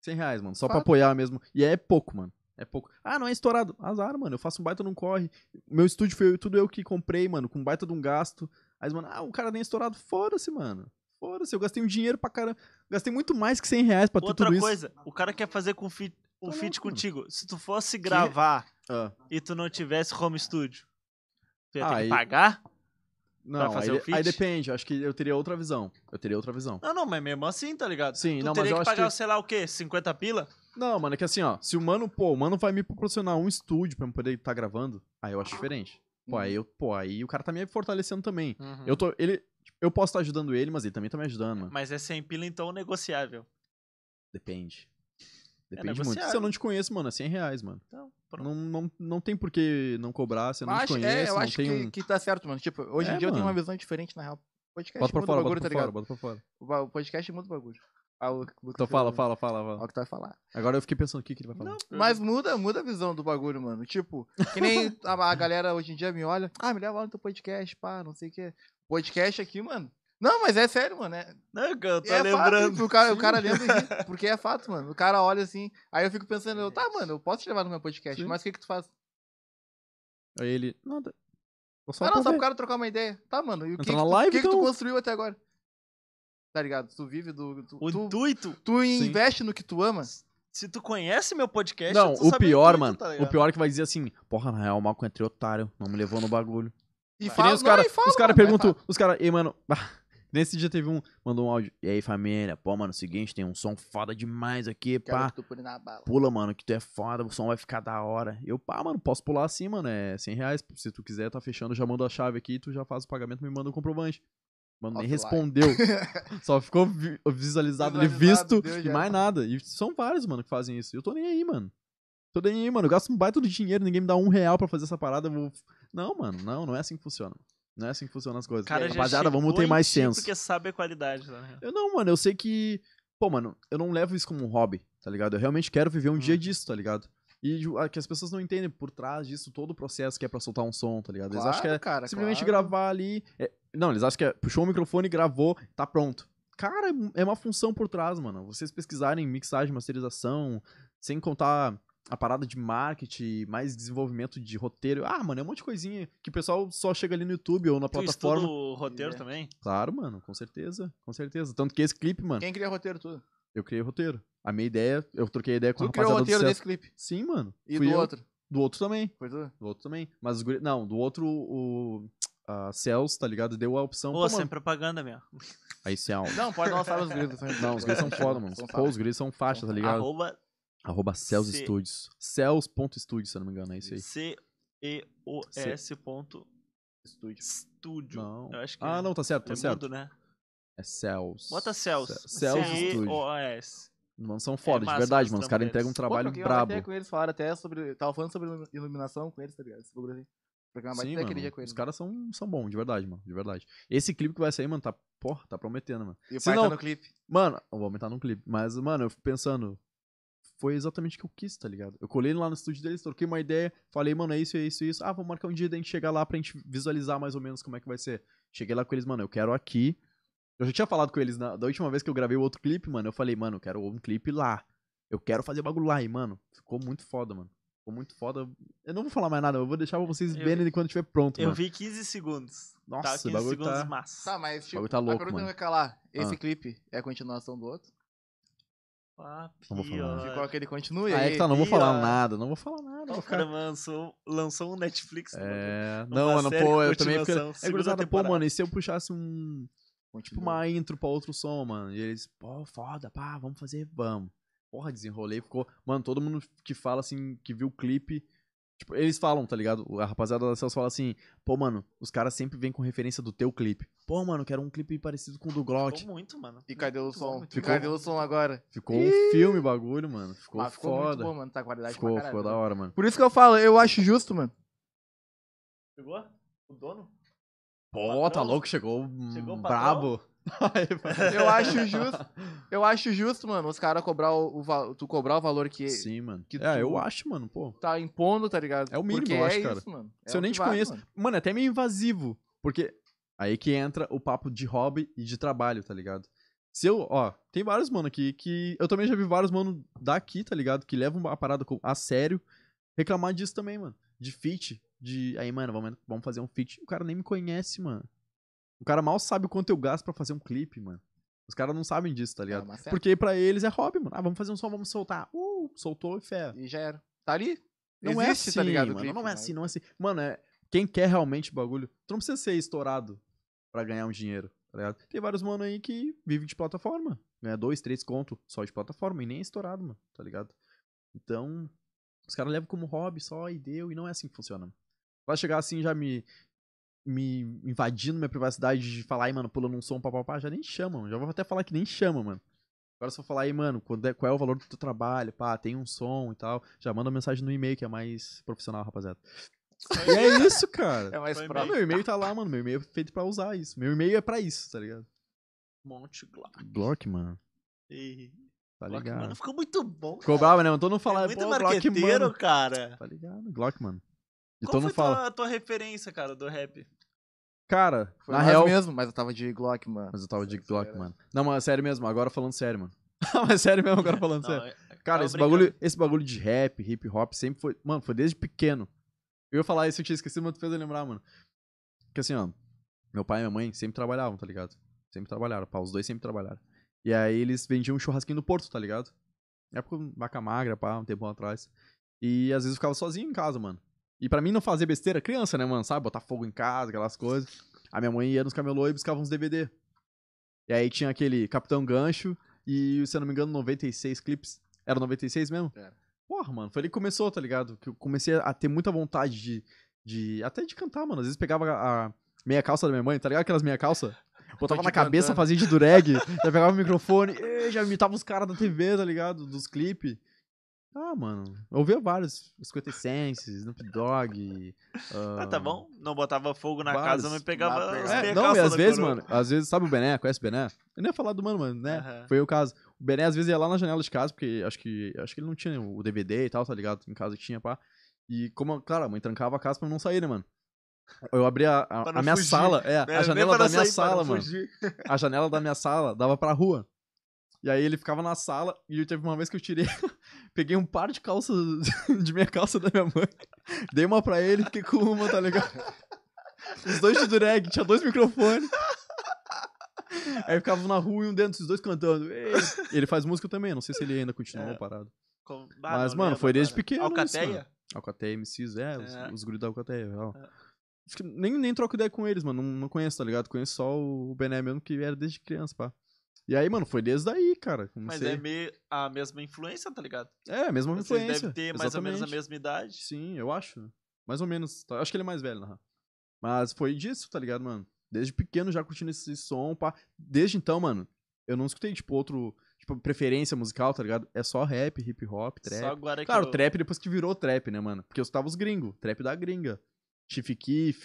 [SPEAKER 3] 100 reais, mano. Só pra
[SPEAKER 2] Fato.
[SPEAKER 3] apoiar mesmo. E é pouco, mano. É pouco. Ah, não é estourado. Azar, mano. Eu faço um baita num corre. Meu estúdio foi eu- tudo eu que comprei, mano. Com um baita de um gasto. Aí, mano, ah, o cara nem é estourado. Fora-se, mano. Fora-se. Eu gastei um dinheiro pra caramba. Gastei muito mais que 100 reais pra ter
[SPEAKER 1] Outra
[SPEAKER 3] tudo
[SPEAKER 1] coisa, o cara quer fazer com fit, um
[SPEAKER 3] Tá
[SPEAKER 1] fit
[SPEAKER 3] louco, mano.
[SPEAKER 1] contigo. Se tu fosse gravar
[SPEAKER 3] isso. Ah,
[SPEAKER 1] e tu não tivesse home studio, tu ia ter
[SPEAKER 3] Aí-
[SPEAKER 1] que pagar?
[SPEAKER 3] não,
[SPEAKER 1] fazer
[SPEAKER 3] aí,
[SPEAKER 1] o feat?
[SPEAKER 3] aí depende. Acho que eu teria outra visão. Eu teria outra visão.
[SPEAKER 1] Não, não, mas mesmo assim, tá ligado?
[SPEAKER 3] Sim,
[SPEAKER 1] tu
[SPEAKER 3] não, mas
[SPEAKER 1] teria
[SPEAKER 3] eu
[SPEAKER 1] que
[SPEAKER 3] acho
[SPEAKER 1] pagar,
[SPEAKER 3] que-
[SPEAKER 1] sei lá o quê? 50 pila?
[SPEAKER 3] Não, mano, é que assim, ó. Se o mano, pô, o mano vai me proporcionar um estúdio pra eu poder estar gravando, aí eu acho diferente. Pô,
[SPEAKER 2] Uhum.
[SPEAKER 3] aí eu, pô, aí o cara tá me fortalecendo também. Eu tô. Ele. tipo, Eu posso estar ajudando ele, mas ele também tá me ajudando, mano.
[SPEAKER 1] Mas é 100 pila, então negociável.
[SPEAKER 3] Depende.
[SPEAKER 2] É, né,
[SPEAKER 3] Depende muito.
[SPEAKER 1] negociável.
[SPEAKER 3] Se eu não te conheço, mano, é 100 reais, mano.
[SPEAKER 1] Então, pronto.
[SPEAKER 3] Não, não, não tem por que não cobrar, se eu não
[SPEAKER 2] Mas
[SPEAKER 3] te
[SPEAKER 2] acho- é,
[SPEAKER 3] conheço,
[SPEAKER 2] eu
[SPEAKER 3] não
[SPEAKER 2] acho
[SPEAKER 3] tem
[SPEAKER 2] que,
[SPEAKER 3] um.
[SPEAKER 2] que tá certo, mano. Tipo, hoje
[SPEAKER 3] É,
[SPEAKER 2] em dia eu tenho
[SPEAKER 3] mano.
[SPEAKER 2] uma visão diferente, na real. O podcast
[SPEAKER 3] Bota pra
[SPEAKER 2] muda
[SPEAKER 3] fora,
[SPEAKER 2] o bagulho,
[SPEAKER 3] bota pra
[SPEAKER 2] tá
[SPEAKER 3] fora,
[SPEAKER 2] ligado?
[SPEAKER 3] bota pra fora.
[SPEAKER 2] O ba- O podcast muda o bagulho. Ah, o Lucas
[SPEAKER 3] Então
[SPEAKER 2] fez
[SPEAKER 3] fala,
[SPEAKER 2] um-
[SPEAKER 3] fala, fala,
[SPEAKER 2] Olha
[SPEAKER 3] fala.
[SPEAKER 2] o que tu vai falar.
[SPEAKER 3] Agora eu fiquei pensando o que, que ele vai falar.
[SPEAKER 1] Não,
[SPEAKER 2] Mas muda, muda a visão do bagulho, mano. Tipo, que nem a, a galera hoje em dia me olha, ah, me leva lá no teu podcast, pá, não sei o quê. Podcast aqui, mano. Não, mas é sério, mano. É,
[SPEAKER 1] não, que Né, eu tô
[SPEAKER 2] é
[SPEAKER 1] lembrando.
[SPEAKER 2] fato, o cara, o cara lembra e ri, porque é fato, mano. O cara olha assim, aí eu fico pensando, eu, tá, mano, eu posso te levar no meu podcast,
[SPEAKER 3] Sim.
[SPEAKER 2] mas o que que tu faz?
[SPEAKER 3] Aí ele. Nada. Tô só
[SPEAKER 2] ah,
[SPEAKER 3] pra
[SPEAKER 2] não, só
[SPEAKER 3] ver.
[SPEAKER 2] pro cara trocar uma ideia. Tá, mano, e o que,
[SPEAKER 3] Entra
[SPEAKER 2] que
[SPEAKER 3] na
[SPEAKER 2] tu,
[SPEAKER 3] live,
[SPEAKER 2] que que tu
[SPEAKER 3] tá então.
[SPEAKER 2] construiu até agora? Tá ligado? Tu vive do... Tu,
[SPEAKER 1] O
[SPEAKER 2] tu,
[SPEAKER 1] intuito,
[SPEAKER 2] tu investe no que tu ama.
[SPEAKER 1] se tu conhece meu
[SPEAKER 2] É
[SPEAKER 1] podcast,
[SPEAKER 3] Não,
[SPEAKER 1] tu
[SPEAKER 3] o
[SPEAKER 1] sabe
[SPEAKER 3] pior,
[SPEAKER 1] intuito,
[SPEAKER 3] mano.
[SPEAKER 1] tá
[SPEAKER 3] o
[SPEAKER 1] ligado?
[SPEAKER 3] pior é que vai dizer assim, porra, na real, o Malcolm é tri otário, não me levou no bagulho.
[SPEAKER 2] E
[SPEAKER 3] Que nem
[SPEAKER 2] fala,
[SPEAKER 3] os caras
[SPEAKER 2] não, e fala,
[SPEAKER 3] os cara
[SPEAKER 2] mano, vai
[SPEAKER 3] perguntam, os caras, ei, mano, bah, nesse dia teve um, mandou um áudio, e aí família, pô, mano, seguinte, tem um som foda demais aqui,
[SPEAKER 2] falar. Quero
[SPEAKER 3] pá,
[SPEAKER 2] que tu pule na bala.
[SPEAKER 3] pula, mano, que tu é foda, o som vai ficar da hora. Eu, pá, mano, posso pular assim, mano, é 100 reais, se tu quiser, tá fechando, já manda a chave aqui, tu já faz o pagamento, me manda o comprovante. Mano, nem
[SPEAKER 2] Offline.
[SPEAKER 3] respondeu, só ficou vi- visualizado, ali,
[SPEAKER 2] Visualizado,
[SPEAKER 3] visto,
[SPEAKER 2] deu
[SPEAKER 3] e
[SPEAKER 2] já. tá.
[SPEAKER 3] mais nada. E são vários, mano, que fazem isso, eu tô nem aí, mano. Tô nem aí, mano, eu gasto um baita de dinheiro, ninguém me dá um real pra fazer essa parada, eu vou... Não, mano, não, não é assim que funciona. Não é assim que funcionam as coisas.
[SPEAKER 1] O cara já
[SPEAKER 3] Rapaziada, vamos
[SPEAKER 1] chegou
[SPEAKER 3] ter
[SPEAKER 1] em tipo
[SPEAKER 3] mais
[SPEAKER 1] ti
[SPEAKER 3] senso.
[SPEAKER 1] Porque sabe a qualidade, tá ligado?
[SPEAKER 3] Eu não, mano, eu sei que. Pô, mano, eu não levo isso como um hobby, tá ligado? Eu realmente quero viver um
[SPEAKER 2] Uhum.
[SPEAKER 3] dia disso, tá ligado? E ju- ah, que as pessoas não entendem por trás disso todo o processo que é pra soltar um som, tá ligado? eles acham que é
[SPEAKER 2] Claro, cara,
[SPEAKER 3] simplesmente
[SPEAKER 2] claro.
[SPEAKER 3] gravar ali. é- não, eles acham que é puxou o microfone, gravou, tá pronto. Cara, é uma função por trás, mano. Vocês pesquisarem mixagem, masterização, sem contar a parada de marketing, mais desenvolvimento de roteiro. Ah, mano, é um monte de coisinha que o pessoal só chega ali no YouTube ou na
[SPEAKER 2] um
[SPEAKER 1] Tu
[SPEAKER 3] plataforma. Então,
[SPEAKER 1] estuda o roteiro
[SPEAKER 2] É.
[SPEAKER 1] também?
[SPEAKER 3] Claro, mano, com certeza, com certeza. Tanto que esse clipe, mano,
[SPEAKER 2] Quem cria roteiro tudo?
[SPEAKER 3] eu criei o roteiro. A minha ideia, eu troquei a ideia com a
[SPEAKER 2] Tu criou o roteiro
[SPEAKER 3] rapaziada do Cel-
[SPEAKER 2] desse clipe.
[SPEAKER 3] Sim, mano.
[SPEAKER 2] E
[SPEAKER 3] Fui
[SPEAKER 2] do
[SPEAKER 3] eu.
[SPEAKER 2] outro.
[SPEAKER 3] Do outro também,
[SPEAKER 2] Foi tu?
[SPEAKER 3] do outro também. Mas, os guri- não, do outro, o a Cells, tá ligado? Deu a opção.
[SPEAKER 1] Ô,
[SPEAKER 3] pô,
[SPEAKER 1] sem
[SPEAKER 3] mano,
[SPEAKER 1] propaganda, meu.
[SPEAKER 3] Aí, Cells.
[SPEAKER 2] Não, pode lançar né? os gritos.
[SPEAKER 3] Não, os guris são foda, mano. Pô, os guris são faixa, tá ligado?
[SPEAKER 1] Arroba
[SPEAKER 3] Arroba Cells
[SPEAKER 1] C.
[SPEAKER 3] Studios. Cells.studios, se eu não me engano, é isso aí.
[SPEAKER 1] C-E-O-S ponto
[SPEAKER 2] Estúdio.
[SPEAKER 1] estúdio.
[SPEAKER 3] Não.
[SPEAKER 1] Eu acho que
[SPEAKER 3] Ah, não, tá certo,
[SPEAKER 1] é
[SPEAKER 3] tá certo.
[SPEAKER 1] mudo, né?
[SPEAKER 3] É Cells.
[SPEAKER 1] Bota Cells.
[SPEAKER 3] Cells Studios.
[SPEAKER 1] C-E-O-S.
[SPEAKER 3] Mano, são foda, de
[SPEAKER 1] é massa
[SPEAKER 3] verdade,
[SPEAKER 1] os
[SPEAKER 3] mano.
[SPEAKER 1] trampos
[SPEAKER 3] Os caras entregam um
[SPEAKER 1] deles.
[SPEAKER 3] trabalho
[SPEAKER 2] Até
[SPEAKER 3] brabo.
[SPEAKER 2] com eles falaram até sobre. Tava falando sobre ilu- iluminação com eles, tá ligado? Esse bagulho assim. Programa
[SPEAKER 3] Sim,
[SPEAKER 2] bastante
[SPEAKER 3] mano,
[SPEAKER 2] aquele dia com né? eles.
[SPEAKER 3] Os caras são, são bons, de verdade, mano. De verdade. Esse clipe que vai sair, mano, tá. Porra, tá prometendo, mano.
[SPEAKER 2] E o
[SPEAKER 3] Se
[SPEAKER 2] pai
[SPEAKER 3] não-
[SPEAKER 2] tá no clipe.
[SPEAKER 3] Mano, eu vou aumentar num clipe. Mas, mano, eu fico pensando. Foi exatamente o que eu quis, tá ligado? Eu colei lá no estúdio deles, troquei uma ideia, falei, mano, é isso, é isso, é isso. Ah, vou marcar um dia da gente chegar lá pra gente visualizar mais ou menos como é que vai ser. Cheguei lá com eles, mano, eu quero aqui. Eu já tinha falado com eles na, da última vez que eu gravei o outro clipe, mano. Eu falei, mano, eu quero um clipe lá. Eu quero fazer bagulho lá. E, mano, ficou muito foda, mano. Ficou muito foda. Eu não vou falar mais nada, eu vou deixar pra vocês
[SPEAKER 1] Eu-
[SPEAKER 3] verem quando tiver pronto,
[SPEAKER 1] Eu
[SPEAKER 3] mano.
[SPEAKER 1] vi 15 segundos.
[SPEAKER 3] Nossa,
[SPEAKER 1] tá,
[SPEAKER 3] o
[SPEAKER 1] 15
[SPEAKER 3] bagulho
[SPEAKER 1] segundos
[SPEAKER 3] tá...
[SPEAKER 1] massa.
[SPEAKER 2] Tá, mas tipo,
[SPEAKER 3] bagulho tá louco,
[SPEAKER 2] a pergunta
[SPEAKER 3] mano.
[SPEAKER 2] vai calar. Esse
[SPEAKER 3] Ah.
[SPEAKER 2] clipe é a continuação do outro?
[SPEAKER 1] Papi,
[SPEAKER 3] Não vou falar nada.
[SPEAKER 2] Ficou
[SPEAKER 1] ó.
[SPEAKER 2] aquele continue
[SPEAKER 3] Ah,
[SPEAKER 2] aí.
[SPEAKER 3] é que tá, não vou falar
[SPEAKER 1] Ih, ó.
[SPEAKER 3] nada, não vou falar nada.
[SPEAKER 1] O
[SPEAKER 3] vou
[SPEAKER 1] cara
[SPEAKER 3] ficar-
[SPEAKER 1] lançou, lançou um Netflix. mano.
[SPEAKER 3] É,
[SPEAKER 1] Uma
[SPEAKER 3] não, mano,
[SPEAKER 1] série
[SPEAKER 3] pô,
[SPEAKER 1] com
[SPEAKER 3] eu também fiquei...
[SPEAKER 1] continuação,
[SPEAKER 3] É
[SPEAKER 1] segunda
[SPEAKER 3] gurizada, pô,
[SPEAKER 1] temporada.
[SPEAKER 3] mano, e se eu puxasse um... tipo
[SPEAKER 2] Continua.
[SPEAKER 3] uma intro pra outro som, mano. E eles, pô, foda, pá, vamos fazer, vamos. Porra, desenrolei, ficou. Mano, todo mundo que fala assim, que viu o clipe. Tipo, eles falam, tá ligado? A rapaziada da Celso fala assim, pô, mano, os caras sempre vêm com referência do teu clipe. Pô, mano, quero um clipe parecido com o do Glock.
[SPEAKER 1] Ficou muito, mano.
[SPEAKER 2] E cadê o
[SPEAKER 1] Muito bom,
[SPEAKER 2] som?
[SPEAKER 1] muito
[SPEAKER 2] E
[SPEAKER 1] bom.
[SPEAKER 2] cadê o som agora?
[SPEAKER 3] Ficou um filme o bagulho, mano. Ficou
[SPEAKER 2] Mas ficou muito
[SPEAKER 3] foda.
[SPEAKER 2] bom, mano. Tá a qualidade pra
[SPEAKER 3] ficou,
[SPEAKER 2] caralho,
[SPEAKER 3] ficou da
[SPEAKER 2] né?
[SPEAKER 3] hora, mano.
[SPEAKER 2] Por isso que eu falo, eu acho justo, mano.
[SPEAKER 1] Pegou? O dono?
[SPEAKER 3] Pô, tá
[SPEAKER 1] Patrão?
[SPEAKER 3] louco, chegou, hum,
[SPEAKER 1] Chegou o patrão?
[SPEAKER 3] brabo. Aí, mano.
[SPEAKER 1] É,
[SPEAKER 2] Eu acho justo. Eu acho justo, mano, os caras cobrar o, o va- tu cobrar o valor que
[SPEAKER 3] Sim, mano.
[SPEAKER 2] que
[SPEAKER 3] é,
[SPEAKER 2] tu-
[SPEAKER 3] eu acho, mano, pô.
[SPEAKER 2] tá impondo, tá ligado?
[SPEAKER 3] É o mínimo,
[SPEAKER 2] Porque
[SPEAKER 3] eu acho,
[SPEAKER 2] é
[SPEAKER 3] cara.
[SPEAKER 2] Isso, mano. É
[SPEAKER 3] Se eu
[SPEAKER 2] o
[SPEAKER 3] nem
[SPEAKER 2] que
[SPEAKER 3] te
[SPEAKER 2] vale,
[SPEAKER 3] conheço-
[SPEAKER 2] mano.
[SPEAKER 3] Mano, é até meio invasivo. Porque aí que entra o papo de hobby e de trabalho, tá ligado? Se eu, ó, tem vários, mano, que, que. Eu também já vi vários, mano, daqui, tá ligado? Que levam a parada com- a sério. Reclamar disso também, mano. De fit. De. Aí, mano, vamos, vamos fazer um fit. O cara nem me conhece, mano. O cara mal sabe o quanto eu gasto pra fazer um clipe, mano. Os caras não sabem disso, tá
[SPEAKER 2] É,
[SPEAKER 3] ligado?
[SPEAKER 2] mas certo.
[SPEAKER 3] Porque pra eles é hobby, mano. Ah, vamos fazer um som, vamos soltar. Uh, soltou e fé.
[SPEAKER 2] E já era. Tá ali.
[SPEAKER 3] Não
[SPEAKER 2] Existe,
[SPEAKER 3] é assim,
[SPEAKER 2] tá ligado? o
[SPEAKER 3] mano.
[SPEAKER 2] clipe,
[SPEAKER 3] não é
[SPEAKER 2] mas-
[SPEAKER 3] assim, não é assim. Mano, é, quem quer realmente o bagulho, tu não precisa ser estourado pra ganhar um dinheiro, tá ligado? Tem vários mano aí que vivem de plataforma. Ganha dois, três conto só de plataforma e nem é estourado, mano, tá ligado? Então, os caras levam como hobby só e deu, e não é assim que funciona. Vai chegar assim já me me invadindo minha privacidade de falar, aí, mano, pulando um som, papapá, já nem chama, mano. Já vou até falar que nem chama, mano. Agora só falar aí, mano, quando é- qual é o valor do teu trabalho, pá, tem um som e tal. Já manda mensagem no e-mail que é mais profissional, rapaziada. E é isso, cara.
[SPEAKER 2] É mais
[SPEAKER 1] Foi
[SPEAKER 2] pra...
[SPEAKER 1] meio-
[SPEAKER 3] meu e-mail tá lá, mano. Meu e-mail é feito pra usar isso. Meu e-mail é pra isso, tá ligado?
[SPEAKER 1] Monte Glock.
[SPEAKER 3] Glock, mano.
[SPEAKER 1] E...
[SPEAKER 3] Tá
[SPEAKER 1] Glock,
[SPEAKER 3] ligado?
[SPEAKER 1] mano, ficou muito bom.
[SPEAKER 3] Ficou bravo, né, mano? Todo mundo
[SPEAKER 1] cara.
[SPEAKER 3] fala,
[SPEAKER 1] É
[SPEAKER 3] é
[SPEAKER 1] muito
[SPEAKER 3] pô, Glock,
[SPEAKER 1] marqueteiro,
[SPEAKER 3] mano.
[SPEAKER 1] cara.
[SPEAKER 3] Tá ligado? Glock, mano. E
[SPEAKER 1] Qual
[SPEAKER 3] todo
[SPEAKER 1] foi
[SPEAKER 3] mundo fala,
[SPEAKER 1] tua, tua referência, cara, do rap?
[SPEAKER 3] cara,
[SPEAKER 2] Foi
[SPEAKER 3] na
[SPEAKER 2] mais
[SPEAKER 3] real,
[SPEAKER 2] mesmo, mas eu tava de Glock, mano.
[SPEAKER 3] Mas eu tava de
[SPEAKER 2] Sério,
[SPEAKER 3] Glock,
[SPEAKER 2] sério.
[SPEAKER 3] mano. Não, mas é sério mesmo, agora falando sério, mano. mas é sério mesmo, agora falando sério.
[SPEAKER 1] é-
[SPEAKER 3] Cara,
[SPEAKER 1] tava
[SPEAKER 3] esse
[SPEAKER 1] brincando.
[SPEAKER 3] bagulho, esse bagulho de rap, hip hop, sempre foi. Mano, foi desde pequeno. Eu ia falar isso, eu tinha esquecido, mas tu fez eu lembrar, mano. Que assim, ó. Meu pai e minha mãe sempre trabalhavam, tá ligado? Sempre trabalharam, pá. Os dois sempre trabalharam. E aí eles vendiam um churrasquinho no Porto, tá ligado? Na época, vaca magra, pá, um tempão atrás. E às vezes eu ficava sozinho em casa, mano. E pra mim não fazer besteira, criança, né, mano? Sabe? Botar fogo em casa, aquelas coisas. A minha mãe ia nos camelô e buscava uns DVD. E aí tinha aquele Capitão Gancho e, se eu não me engano, 96 clipes. Era 96 mesmo?
[SPEAKER 1] É.
[SPEAKER 2] Era.
[SPEAKER 3] Porra, mano, foi ali que começou, tá ligado? Que eu comecei a ter muita vontade de. de até de cantar, mano. Às vezes pegava a a meia calça da minha mãe, tá ligado? Aquelas meia calça. Botava
[SPEAKER 2] te
[SPEAKER 3] na cabeça,
[SPEAKER 2] cantando.
[SPEAKER 3] fazia de dureg, já pegava o microfone, e já imitava os caras da TV, tá ligado? Dos clipes. Ah, mano, eu ouvia vários. 50 Cents, Snoop Dogg.
[SPEAKER 1] Ah, tá bom. Não botava fogo na
[SPEAKER 3] vários.
[SPEAKER 1] casa, mas pegava
[SPEAKER 2] Mas
[SPEAKER 1] as
[SPEAKER 2] pega-
[SPEAKER 3] É,
[SPEAKER 1] meia
[SPEAKER 3] não, e
[SPEAKER 1] calça
[SPEAKER 3] às
[SPEAKER 1] da
[SPEAKER 3] vezes,
[SPEAKER 1] coroa.
[SPEAKER 3] mano, às vezes, sabe o Bené? Conhece o Bené? Eu nem ia falar do mano, mano, né?
[SPEAKER 1] Aham.
[SPEAKER 3] Foi o caso. O Bené, às vezes, ia lá na janela de casa, porque acho que, acho que ele não tinha o DVD e tal, tá ligado? Em casa tinha, pá. E como, claro, a mãe trancava a casa pra eu não sair, né, mano? Eu abria a,
[SPEAKER 1] Pra
[SPEAKER 3] a
[SPEAKER 1] não
[SPEAKER 3] minha
[SPEAKER 1] fugir.
[SPEAKER 3] sala, é,
[SPEAKER 1] Era
[SPEAKER 3] a
[SPEAKER 1] nem
[SPEAKER 3] janela
[SPEAKER 1] pra
[SPEAKER 3] da minha
[SPEAKER 1] sair, pra
[SPEAKER 3] sala,
[SPEAKER 1] não
[SPEAKER 3] mano.
[SPEAKER 1] fugir.
[SPEAKER 3] A janela da minha sala dava pra rua. E aí ele ficava na sala e teve uma vez que eu tirei, peguei um par de calça de minha calça da minha mãe, dei uma pra ele, fiquei com uma, tá ligado? Os dois de dureg, tinha dois microfones. Aí ficava na rua e um dentro, os dois cantando. Ei. E ele faz música também, não sei se ele ainda continuou
[SPEAKER 1] É.
[SPEAKER 3] parado.
[SPEAKER 1] Com- Ah,
[SPEAKER 3] Mas,
[SPEAKER 1] não
[SPEAKER 3] mano,
[SPEAKER 1] lembro,
[SPEAKER 3] foi desde
[SPEAKER 1] cara.
[SPEAKER 3] pequeno isso,
[SPEAKER 1] Alcateia?
[SPEAKER 3] mano. Alcateia MCs, é, os,
[SPEAKER 1] É.
[SPEAKER 3] os guris da Alcateia. ó.
[SPEAKER 1] É.
[SPEAKER 3] Acho que nem, nem troco ideia com eles, mano. Não, não conheço, tá ligado? Conheço só o Bené mesmo, que era desde criança, pá. E aí, mano, foi desde aí, cara.
[SPEAKER 1] Mas
[SPEAKER 3] comecei-
[SPEAKER 1] é meio a mesma influência, tá ligado?
[SPEAKER 3] é, a mesma
[SPEAKER 1] Vocês
[SPEAKER 3] influência.
[SPEAKER 1] devem ter mais ou menos a
[SPEAKER 3] exatamente.
[SPEAKER 1] mesma idade.
[SPEAKER 3] Sim, eu acho. né? Mais ou menos. tá? Acho que ele é mais velho, na real. Mas foi disso, tá ligado, mano? Desde pequeno já curtindo esse som, pá. Desde então, mano, eu não escutei, tipo, outro. Tipo, preferência musical, tá ligado? É só rap, hip hop, trap.
[SPEAKER 1] Só agora é que
[SPEAKER 3] Claro,
[SPEAKER 1] eu...
[SPEAKER 3] trap depois que virou trap, né, mano? Porque eu escutava os gringos, trap da gringa. Chief Keef,